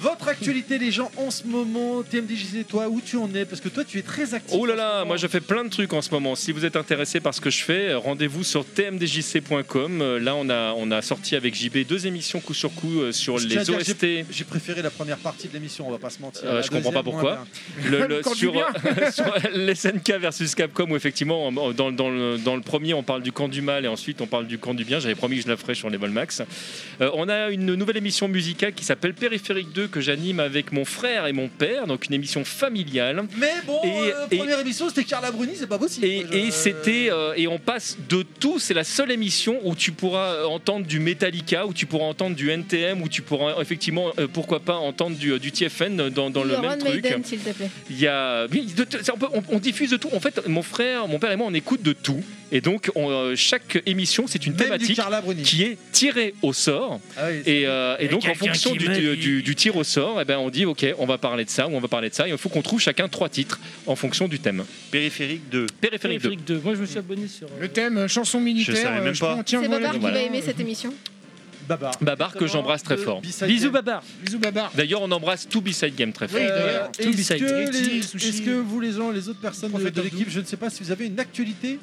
Votre actualité, les gens, en ce moment, TMDJC, toi, où tu en es Parce que toi, tu es très actif. Oh là là, moi je fais plein de trucs en ce moment. Si vous êtes intéressé par ce que je fais, euh, rendez-vous sur tmdjc.com. Euh, Là, on a, on a sorti avec JB deux émissions coup sur coup euh, sur Je tiens à les dire que OST. J'ai préféré la première partie de l'émission, on va pas se mentir. Euh, La je comprends pas deuxième, pourquoi. moins bien. Le- le- Quand tu sur, viens. sur l'SNK versus Capcom, où effectivement, en- dans, dans le, dans le premier, on parle du camp du mal et ensuite on parle du camp du bien. J'avais promis que je la ferais sur Level Max. Euh, on a une nouvelle émission musicale qui s'appelle Périphérique 2 que j'anime avec mon frère et mon père, donc une émission familiale. Mais bon, Et- euh, et- première émission, c'était Carla Bruni, c'est pas possible. Et, Je- et c'était euh, et on passe de tout. C'est la seule émission où tu pourras euh, entendre du Metallica, où tu pourras entendre du NTM, où tu pourras euh, effectivement, euh, pourquoi pas, entendre du, euh, du TFN dans, dans le Iron même truc. Maiden, s'il te plaît. Il y a, mais de- de- on, peut- on- on diffuse de tout. En fait, mon frère, mon père et moi, on écoute de tout. Et donc, on, euh, chaque émission, c'est une Même du thématique Carla Bruni. qui est tirée au sort. Ah oui, c'est- Et, euh, et Et donc, en quelqu'un fonction qui du, me du, dit. du tir au sort, eh ben, on dit OK, on va parler de ça ou on va parler de ça. Et il faut qu'on trouve chacun trois titres en fonction du thème. Périphérique 2. Périphérique 2. Périphérique 2. Moi, je me suis abonné sur. euh, Le thème euh, chanson militaire. savais même euh, pas. prends- tiens, C'est voilà, Babar qui voilà. va aimer cette émission. Babar. Babar, que j'embrasse très De fort. B-Side Bisous, Game. Babar. Bisous, Babar. D'ailleurs, on embrasse Two Beside Game très fort. Oui, Euh, d'ailleurs. tout Est-ce beside. que, les- Eti, sushi. est-ce que vous, les gens, les autres personnes de, de Professeur l'équipe, je ne sais pas si vous avez une actualité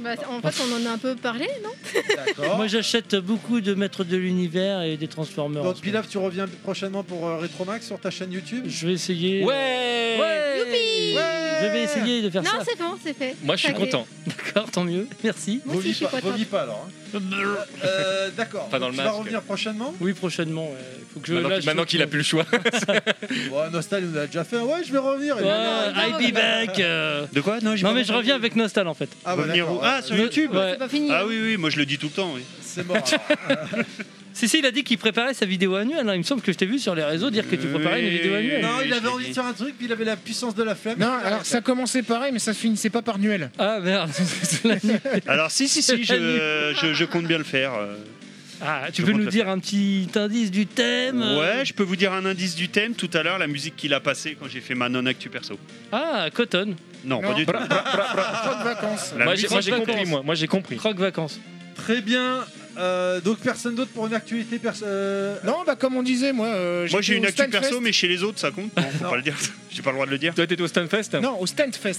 Bah, en fait, on en a un peu parlé. D'accord. Moi, j'achète beaucoup de Maîtres de l'Univers et des Transformers. en Donc, ce moment. Pilaf, tu reviens prochainement pour euh, Retromax sur ta chaîne YouTube Je vais essayer. Ouais, Ouais. Youpi Je vais essayer de faire Non, ça. c'est bon, c'est fait. Moi, je suis Ça fait. content. D'accord, tant mieux. Merci. Moi aussi, je suis pas, contente. vomis pas alors. hein. Euh, D'accord. Pas dans Donc, le tu vas masque. revenir prochainement Oui, prochainement. ouais. Faut que je. Maintenant là, qu'il- je- Maintenant qu'il a plus le choix. Ouais, Nostal nous a déjà fait. Ouais, je vais revenir. Ah, bah, Et- Ouais, I'll be back. euh. De quoi Non, j'ai Non, pas mais je entendu. reviens avec Nostal en fait. Ah, ouais, Revenir d'accord, au- ouais, Ah, sur Ne- YouTube ouais. C'est pas fini. Ah oui, oui, moi je le dis tout le temps. Oui. C'est mort. alors. Si, si, il a dit qu'il préparait sa vidéo annuelle. hein. Il me semble que je t'ai vu sur les réseaux dire que tu préparais Oui, une vidéo oui, annuelle. oui. non, il je avait l'ai envie de dit. faire un truc, puis il avait la puissance de la flemme. Non, alors ça commençait pareil, mais ça se finissait pas par Nuel. Ah merde. C'est la nuit. Alors, si, si, si, je, je, je compte bien le faire. euh. ah, Je tu peux compte nous le dire un petit indice du thème euh Ouais, je peux vous dire un indice du thème tout à l'heure, la musique qu'il a passée quand j'ai fait ma non-actu perso. Ah, Cotton. Non, Non. pas du tout. Pas de vacances. La Moi, j'ai musique- moi, j'ai vacances. compris, moi. Moi, j'ai compris. Croque vacances. Très bien. Euh, donc personne d'autre pour une actualité perso. euh, Non, bah comme on disait, moi. euh, Moi j'ai j'étais une au actu Stanfest. perso, mais chez les autres ça compte. Non, faut pas le dire. J'ai pas le droit de le dire. Toi, t'étais au Stunfest Non, au Standfest.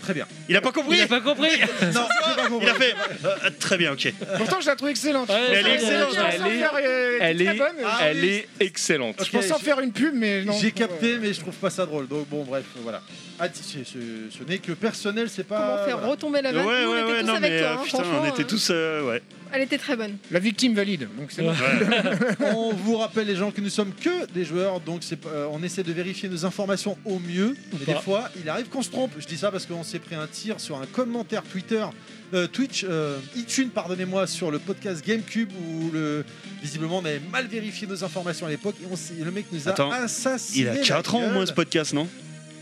Très bien. Il a pas compris Il a pas compris. Non, j'ai pas compris. Il a fait. euh, euh, très bien, ok. Pourtant, je la trouve excellente. Ouais, elle est ça, excellente, ça, elle ça. est- elle elle est est- très bonne. Ah Elle oui. est excellente. Ok, je pensais en faire une pub, mais non. Euh, J'ai capté, mais je trouve pas ça drôle. Donc bon, bref, voilà. Ah, ti- c'est- ce, ce n'est que personnel, c'est pas. Comment faire voilà. retomber la Ouais, vanne ouais, Eh ben, ouais, Nous, on était tous non, mais avec toi, euh, hein, putain, on franchement, était hein. tous. euh, ouais. Elle était très bonne. La victime valide. Donc c'est bon. Ouais. On vous rappelle les gens que nous sommes que des joueurs, donc c'est pas- euh, on essaie de vérifier nos informations au mieux. Mais des fois, il arrive qu'on se trompe. Je dis ça parce qu'on s'est pris un tir sur un commentaire Twitter, euh, Twitch, euh, iTunes, pardonnez-moi, sur le podcast GameCube où le visiblement on avait mal vérifié nos informations à l'époque et on s'est- le mec nous a Attends, assassiné. Il a la 4 ans au gueule. moins ce podcast, non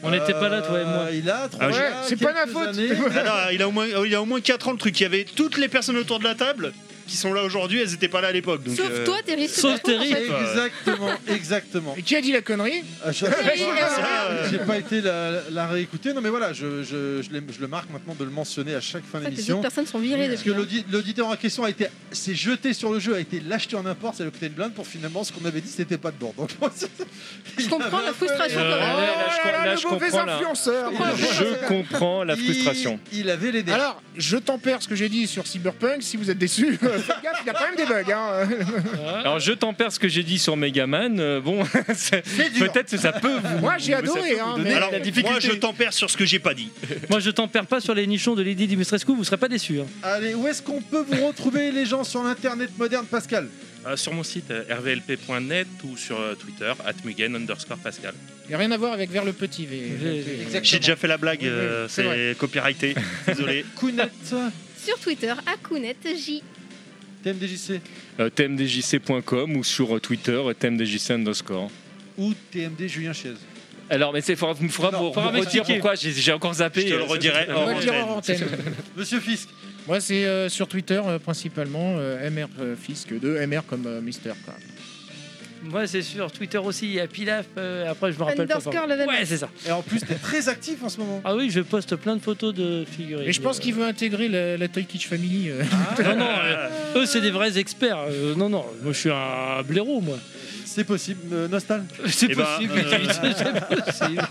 On n'était pas là, toi et moi. Euh, Il a 3 Ah, ans. j'ai- Ouais, c'est pas ma quelques faute. années. Ah non, il, a au moins, il y a au moins 4 ans le truc. Il y avait toutes les personnes autour de la table qui sont là aujourd'hui, elles étaient pas là à l'époque. donc, Sauf euh, toi, Terry. c'est Sauf pas toi, en Terry. fait. Exactement, exactement. Et qui a dit la connerie Ah, je- Terry, euh, ça, euh, J'ai pas été la, la réécouter, non mais voilà, je, je- je l'ai- je le marque maintenant de le mentionner à chaque fin c'est vrai que les autres d'émission. personnes sont virées Parce que depuis. hein. l'audi- l'auditeur en question a été, s'est jeté sur le jeu, a été l'acheteur en import, c'est le côté de blinde pour finalement ce qu'on avait dit c'était pas dedans. Donc, Je comprends la frustration Euh, quand même. là, là, je Oh com- là, je le mauvais comprends, là. influenceur. Je comprends la frustration. Il, il avait les nerfs. Alors, je tempère ce que j'ai dit sur Cyberpunk. Si vous êtes déçus, euh, faites gaffe, il y a quand même des bugs. Hein. Alors je tempère ce que j'ai dit sur Megaman. euh, bon, c'est- peut-être que ça peut vous. Moi, j'ai mais ça adoré. peut Hein, vous donner mais- Alors, la difficulté. moi, je tempère sur ce que j'ai pas dit. Moi, je t'en perds pas sur les nichons de Lady Dimitrescu, vous serez pas déçus. hein. Allez, où est-ce qu'on peut vous retrouver les gens sur l'internet moderne, Pascal Euh, sur mon site euh, rvlp.net ou sur euh, Twitter, atmugen underscore pascal. Il n'y a rien à voir avec Vers le Petit. mais- J'ai- Exactement. J'ai déjà fait la blague, Oui, oui, euh, c'est c'est copyrighté. Désolé. Kounette, Sur Twitter, Akounet J. TMDJC Euh, tmdjc.com ou sur euh, Twitter euh, tmdjc underscore. ou TMD Julien Chaise. Alors mais c'est faudra, faudra Non, me- faudra me redire m'expliquer. pourquoi j'ai j'ai encore zappé. Je te le euh, redirai. On va le dire en antenne. Monsieur Fisk, Moi, c'est euh, sur Twitter euh, principalement, euh, MR euh, Fisk 2, MR comme euh, Mister. Quoi. Moi, c'est sur Twitter aussi, il y a Pilaf. euh, après, je me rappelle Underscore pas. level. Ouais, c'est ça. Et en plus, t'es très actif en ce moment. Ah oui, je poste plein de photos de figurines. Et je pense qu'il veut intégrer la, la Toy Kitsch Family. euh. Non, non, euh, eux, c'est des vrais experts. Euh, non, non, moi, je suis un blaireau, moi. C'est possible, euh, Nostal. C'est Eh ben, possible, euh, c'est possible.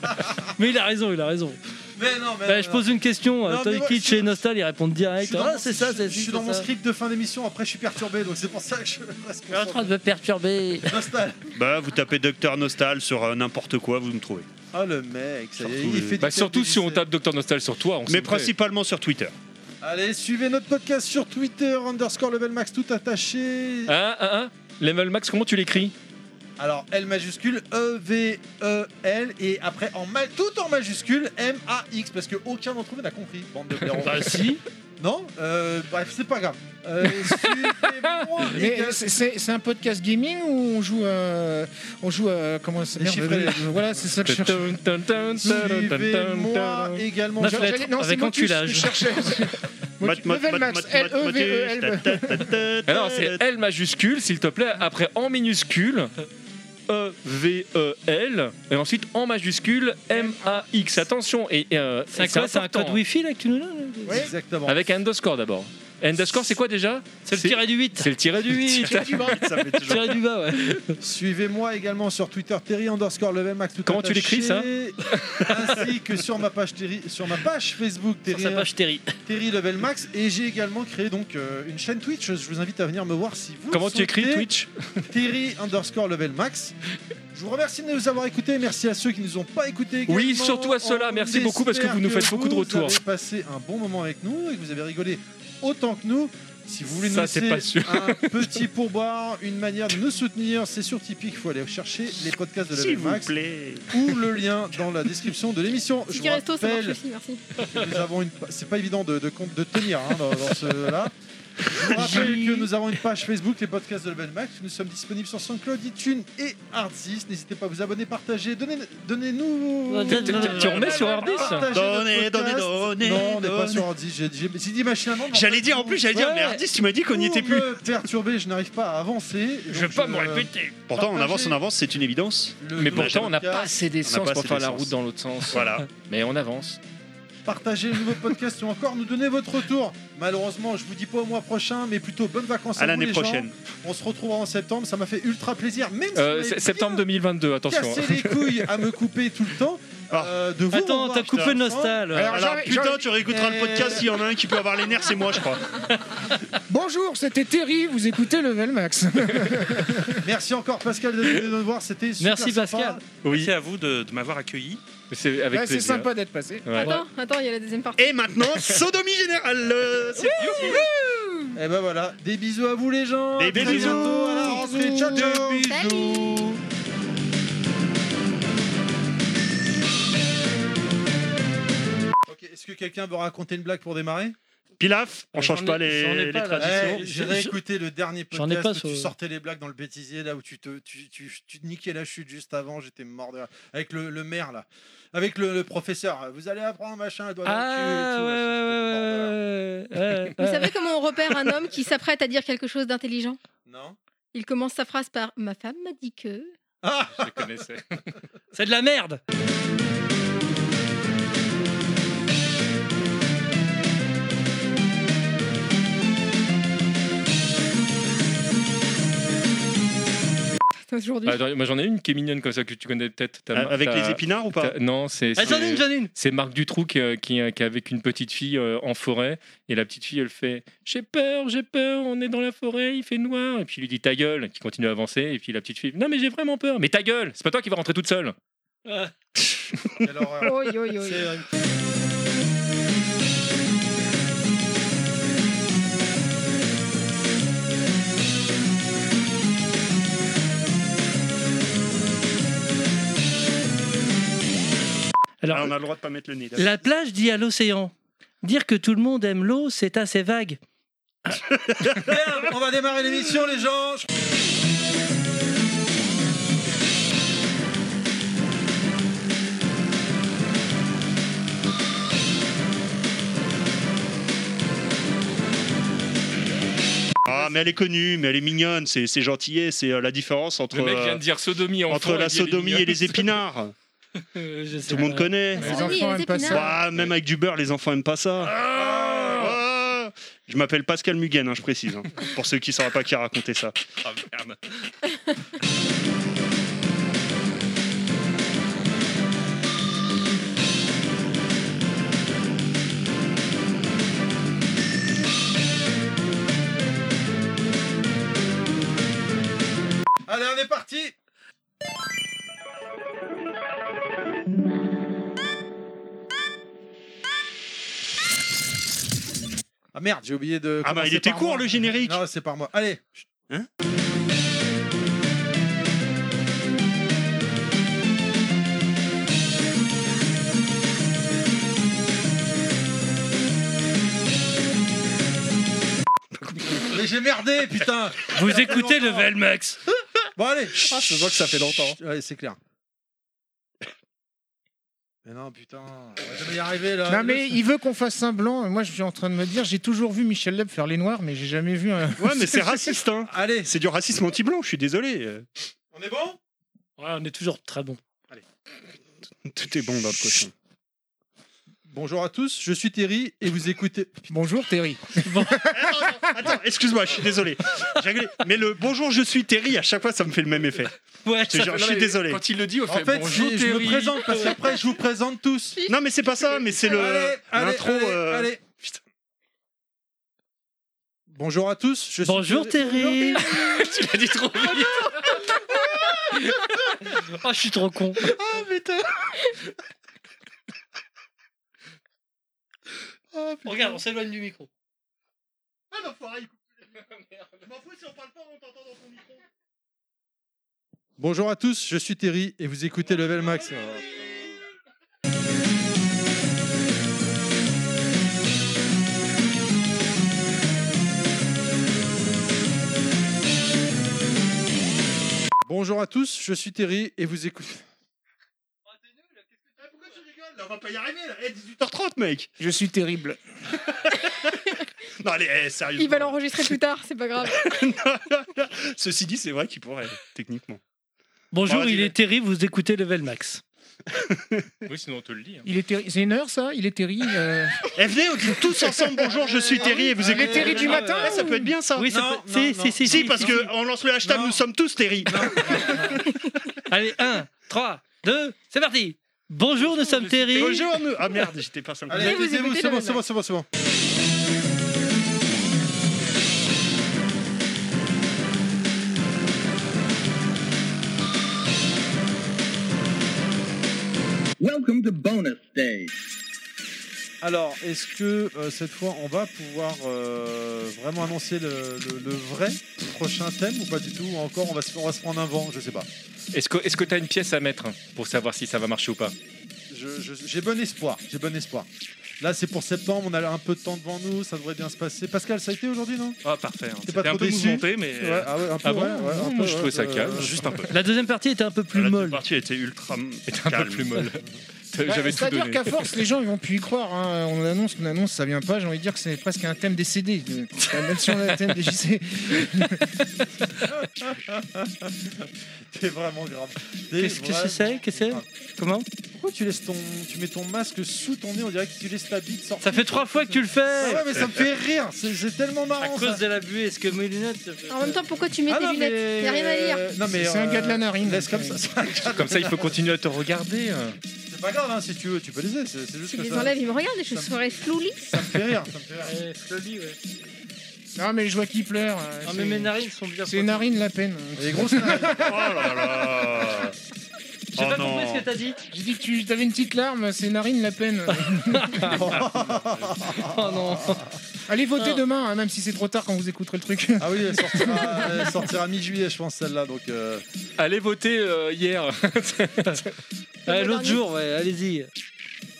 Mais il a raison, il a raison. Mais non, mais. Bah, je pose une question, euh, Euh, Non, mais Toy moi, je Kitsch suis- et Nostal, ils répondent Je direct. suis dans Ah, mon- c'est ça, je- Je c'est suis c'est dans mon ça. script de fin d'émission, après je suis perturbé, donc c'est pour ça que je reste Je suis en train concentré. de me perturber. Nostal. Bah, vous tapez Docteur Nostal sur euh, n'importe quoi, vous me trouvez. Ah le mec, ça y est, il Surtout, euh, fait du Bah, surtout si on TPJC. tape Docteur Nostal sur toi, on Mais s'en fait. principalement sur Twitter. Allez, suivez notre podcast sur Twitter, underscore level max tout attaché. Hein, Ah, ah, ah. Level Max, comment tu l'écris Alors L majuscule, E, V, E, L et après en ma- tout en majuscule, M, A, X, parce que aucun d'entre vous n'a compris, bande de blaireaux. Bah, si. non Euh, Bref, c'est pas grave. Euh, suivez-moi, les Mais gars. c'est- c'est c'est un podcast gaming ou on joue à. On joue à. Comment ça Les merde, chiffres et les- euh, Voilà, c'est ça que je cherche. Tum, tum, tum, tum, tum, Suivez-moi tum. également. Neuf sur- lettres, J'allais- non, c'est avec Motus, enculage. je cherchais. Motus, Level Max, E L-E-V-E-L. Alors, c'est L. L majuscule, s'il te plaît, après en minuscule. E V E L et ensuite en majuscule M A X attention et euh, C'est quoi, c'est un important, code hein. wifi là que tu nous donnes Oui, Exactement. avec un underscore d'abord underscore c'est quoi déjà C'est le tiré du 8. c'est le tiré du 8 Ça fait toujours- Tiré du bas, ouais. Suivez-moi également sur Twitter Terry underscore level max tout Comment tu attaché, l'écris, ça Ainsi que sur ma page Terry, sur ma page Facebook Sur Terry, sa page Terry. Terry level max et j'ai également créé donc euh, une chaîne Twitch. Je vous invite à venir me voir si vous. comment le tu écris souhaitez. Twitch Terry underscore level max. Je vous remercie de nous avoir écoutés. Merci à ceux qui nous ont pas écoutés. Oui, également. surtout à ceux-là. On Merci beaucoup parce que espère vous nous faites beaucoup de retours. Vous avez passé un bon moment avec nous et que vous avez rigolé autant que nous. Si vous voulez nous Ça, c'est laisser pas sûr. un petit pourboire, une manière de nous soutenir, c'est sur Tipeee qu'il faut aller chercher les podcasts de S'il Level vous Max plaît. ou le lien dans la description de l'émission. Je Ticket vous resto, ça marche rappelle aussi, merci. que nous avons une. pa- C'est pas évident de, de, compte- de tenir hein, dans, dans ce là. Je vous rappelle que nous avons une page Facebook, les podcasts de Level Max. Nous sommes disponibles sur SoundCloud, iTunes et Artis. N'hésitez pas à vous abonner, partager, donnez- donnez-nous. Tu tu remets sur Hard disk Partagez Donnez, notre podcast. donnez, donnez, Non, on n'est pas donnez. sur Artis. J'ai j'ai- j'ai dit machinalement. mais J'allais fait, dire en vous- plus, j'allais dire, Ouais. mais Ardis, tu m'as dit qu'on n'y vous était plus. me perturbez, je n'arrive pas à avancer. je vais Donc, pas me euh, répéter Pourtant, on partagez. avance, on avance, c'est une évidence. le- mais le pourtant on n'a podcast. pas assez On n'a d'essence pas pour assez faire la d'essence. route dans l'autre sens Voilà. mais on avance Partagez le nouveau podcast ou encore nous donnez votre retour. Malheureusement, je vous dis pas au mois prochain, mais plutôt bonnes vacances à, À vous, l'année les gens. prochaine. On se retrouvera en septembre. Ça m'a fait ultra plaisir, même si Euh, vous c'est- m'avez septembre bien 2022 attention hein. cassé les couilles à me couper tout le temps. Ah. euh, de vous Attends, revoir, t'as coupé putain. Nostal. Alors, Alors j'arrive- putain, j'arrive- tu réécouteras le podcast s'il y en a un qui peut avoir les nerfs, c'est moi, je crois. Bonjour, c'était Terry, vous écoutez Level Max. Merci encore Pascal de de nous voir. C'était super Merci, sympa. Pascal. Merci à vous de, de m'avoir accueilli. c'est avec Ouais, c'est plaisir. sympa d'être passé. Ouais. Attends, attends, il y a la deuxième partie. Et maintenant, sodomie générale. euh, c'est parti. Et ben voilà, des bisous à vous les gens. Des À très bisous. bientôt à la rentrée. Ciao, ciao. Salut Ok, Est-ce que quelqu'un veut raconter une blague pour démarrer Pilaf, on J'en change ai- pas j'en ai les, les pas, là. traditions. Eh, je- J'ai je- réécouté le dernier J'en ai podcast pas où tu sur- sortais les blagues dans le bêtisier, là où tu te tu, tu, tu te niquais la chute juste avant, j'étais mort de rire. Avec le, le maire, là. Avec le, le professeur. Vous allez apprendre, machin, le doigt dans le cul et Ah, tout, ouais, ouais, ouais, ouais, ouais, ouais. Euh. Vous ouais. savez comment on repère un homme qui s'apprête à dire quelque chose d'intelligent c'est le bordel. Non Il commence sa phrase par Ma femme m'a dit que. Ah je les connaissais C'est de la merde. Aujourd'hui. Ah, attends, moi j'en ai une qui est mignonne comme ça que tu connais peut-être ta- Euh, Avec ta- les épinards ou pas ta- non c'est Ah, J'en ai c'est- une, j'en ai une. C'est Marc Dutroux qui, euh, qui, euh, qui est avec une petite fille euh, en forêt. Et la petite fille, elle fait J'ai peur, j'ai peur, on est dans la forêt, il fait noir. Et puis il lui dit Ta gueule, qui continue à avancer. Et puis la petite fille Non, mais j'ai vraiment peur. Mais ta gueule, c'est pas toi qui vas rentrer toute seule. Quelle horreur. Oi, oi, oi. C'est- Ah, Alors, Ah, Ah, On a le droit de pas mettre le nez. d'accord. la plage dit à l'océan Dire que tout le monde aime l'eau, c'est assez vague. Merde, on va démarrer l'émission, les gens. Je- Ah, mais elle est connue, mais elle est mignonne, c'est c'est gentillet, c'est euh, la différence entre, Le mec euh, vient de dire sodomie enfant, entre il dit la elle est sodomie et les mignonne. épinards. Euh, je sais Tout le monde pas. connaît. La Les sodomie et enfants les aiment pas ça. épinards. Ouah, même avec du beurre, les enfants aiment pas ça. Ah je m'appelle Pascal Mugen, hein, je précise, hein, pour ceux qui ne sauraient pas qui a raconté ça. Ah, merde. Allez, on est parti Ah merde, j'ai oublié de. Ah bah, il commencer était par court, moi. le générique. Non, c'est par moi. Allez Hein Mais j'ai merdé, putain Vous écoutez le Velmax Bon allez ah, Je vois que ça fait longtemps. Ouais, c'est clair. Mais non, putain, on va jamais y arriver là. Non mais il veut qu'on fasse un blanc. Moi je suis en train de me dire, j'ai toujours vu Michel Leb faire les noirs, mais j'ai jamais vu un. Ouais, mais c'est raciste, hein. Allez, C'est du racisme anti-blanc, je suis désolé. euh, on est bon Ouais, on est toujours très bon. Tout est bon dans le cochon. Bonjour à tous, je suis Terry et vous écoutez. Bonjour Terry. Attends, excuse-moi, je suis désolé. J'ai rigolé. Mais le bonjour, je suis Terry, à chaque fois, ça me fait le même effet. Ouais, Je, te jure, je suis désolé. Quand il le dit, on En fait, fait, bonjour, c'est- je me Terry. présente parce qu'après je vous présente tous. Non, mais c'est pas ça, mais c'est le- Allez, allez, l'intro. allez, euh, allez. putain. Bonjour à tous. Je suis Bonjour Terry Tu l'as dit trop vite. Oh, je suis trop con. Ah putain. Ah, putain. Regarde, on s'éloigne du micro. Ah l'enfoiré, il coupe Je m'en fous si on parle pas, on t'entend dans ton micro. Bonjour à tous, je suis Terry et vous écoutez Level Max. Bonjour à tous, je suis Terry et vous écoutez. Pourquoi tu rigoles Là, On va pas y arriver, là. Eh, 18h30, mec. Je suis terrible. Non, allez, eh, sérieux. Il va l'enregistrer plus tard, c'est pas grave. Ceci dit, c'est vrai qu'il pourrait, techniquement. Bonjour, Bon, il dis-le. est Terry, vous écoutez le Velmax. Oui, sinon on te le dit. hein. Il est terri- C'est une heure ça Il est terrible. euh, Eh, venez, on dit tous ensemble bonjour, je Ah suis Terry et vous Allez, écoutez. Terry du allez, matin, allez, Eh, ça peut être bien, ça. Oui, ça Non, peut- non, si, non. si, si, Si, si. parce que on lance le hashtag, Non. Ah nous sommes tous Terry. Allez, 1, 3, 2, c'est parti Bonjour, nous sommes Terry. Bonjour, nous. Ah merde, j'étais pas sympa. Allez, vous taisez-vous, écoutez c'est bon, Level c'est bon, Max. c'est bon, c'est bon. Welcome to bonus stage. Alors, est-ce que euh, cette fois on va pouvoir euh, vraiment annoncer le, le- le vrai prochain thème ou pas du tout Ou Encore, on va, se, on va se prendre un vent, je sais pas. Est-ce que est-ce que t'as une pièce à mettre pour savoir si ça va marcher ou pas Je- je- J'ai bon espoir, j'ai bon espoir. Là, c'est pour septembre, on a un peu de temps devant nous, ça devrait bien se passer. Pascal, ça a été aujourd'hui, non Ah, parfait. hein. T'es pas C'était un trop peu déçu mouvementé, mais. Ouais, ah ouais, un peu, Ah bon ouais, ouais, un Moi peu, je ouais, trouvais ça euh, calme, juste un peu. La deuxième partie était un peu plus La deuxième molle. partie était ultra. Était un peu plus molle. J'avais tout Bah, C'est-à-dire donné. qu'à force, les gens ils vont plus y croire. hein. On annonce, on annonce, ça vient pas. J'ai envie de dire que c'est presque un thème des CD. euh, Même si on a un thème des JC. T'es vraiment grave. T'es Qu'est-ce que c'est vraiment ça Qu'est-ce que grave. c'est Comment Pourquoi tu laisses ton, tu mets ton masque sous ton nez On dirait que tu laisses ta bite sortir. Ça fait trois fois que tu le Ah fais ouais, mais ça me fait rire. C'est c'est tellement À marrant. ça. cause de la buée, est-ce que mes lunettes... ça fait- En même temps, pourquoi tu mets Ah tes non, lunettes mais, Il a rien à lire. euh, Non mais C'est un euh, gars de la narine. Laisse comme ça. C'est un gars de- Comme ça, il faut continuer à te regarder. hein. C'est pas grave hein, si tu veux, tu peux les laisser. C'est c'est juste Tu que les ça, enlèves, il me regarde et je ça me- serais floulie. ça me fait rire. ça me fait rire. Ouais, je te le dis, ouais. Non, mais je vois qui pleure. euh, Ah, c'est- mais mes narines sont bien... C'est narine la peine. Les grosses narines. Oh là là. J'ai Oh pas compris ce non. que t'as dit. J'ai dit que tu avais une petite larme, c'est narine la peine. Oh non Allez voter Ah. demain, hein, même si c'est trop tard quand vous écouterez le truc. Ah oui, elle sortira, elle sortira mi-juillet, je pense celle-là. Donc euh, Allez voter euh, hier. Ouais, Ah, L'autre jour, ouais, allez-y.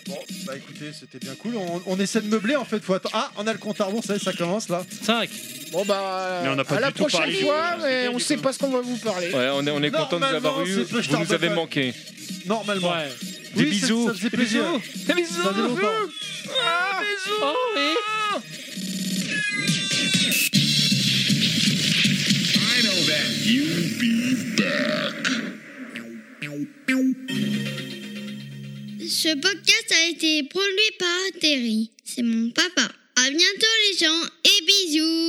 bon, bah écoutez, c'était bien cool. On, on essaie de meubler en fait. Faut attendre. Ah, on a le compte à rebours, ça y est, ça commence là. 5. Bon bah, Mais on n'a pas à la du tout prochaine parlé. fois, mais on sait pas ce qu'on va vous parler. Ouais, on est, on est content de vous avoir eu. Normalement, c'est Vous nous avez Pushtardophone. manqué. Normalement. Ouais. Oui, Des bisous. Ça, ça faisait plaisir. Ah, Des bisous Ça faisait longtemps. Oh oui You'll be back. Ce podcast a été produit par Terry. C'est mon papa. À bientôt les gens et bisous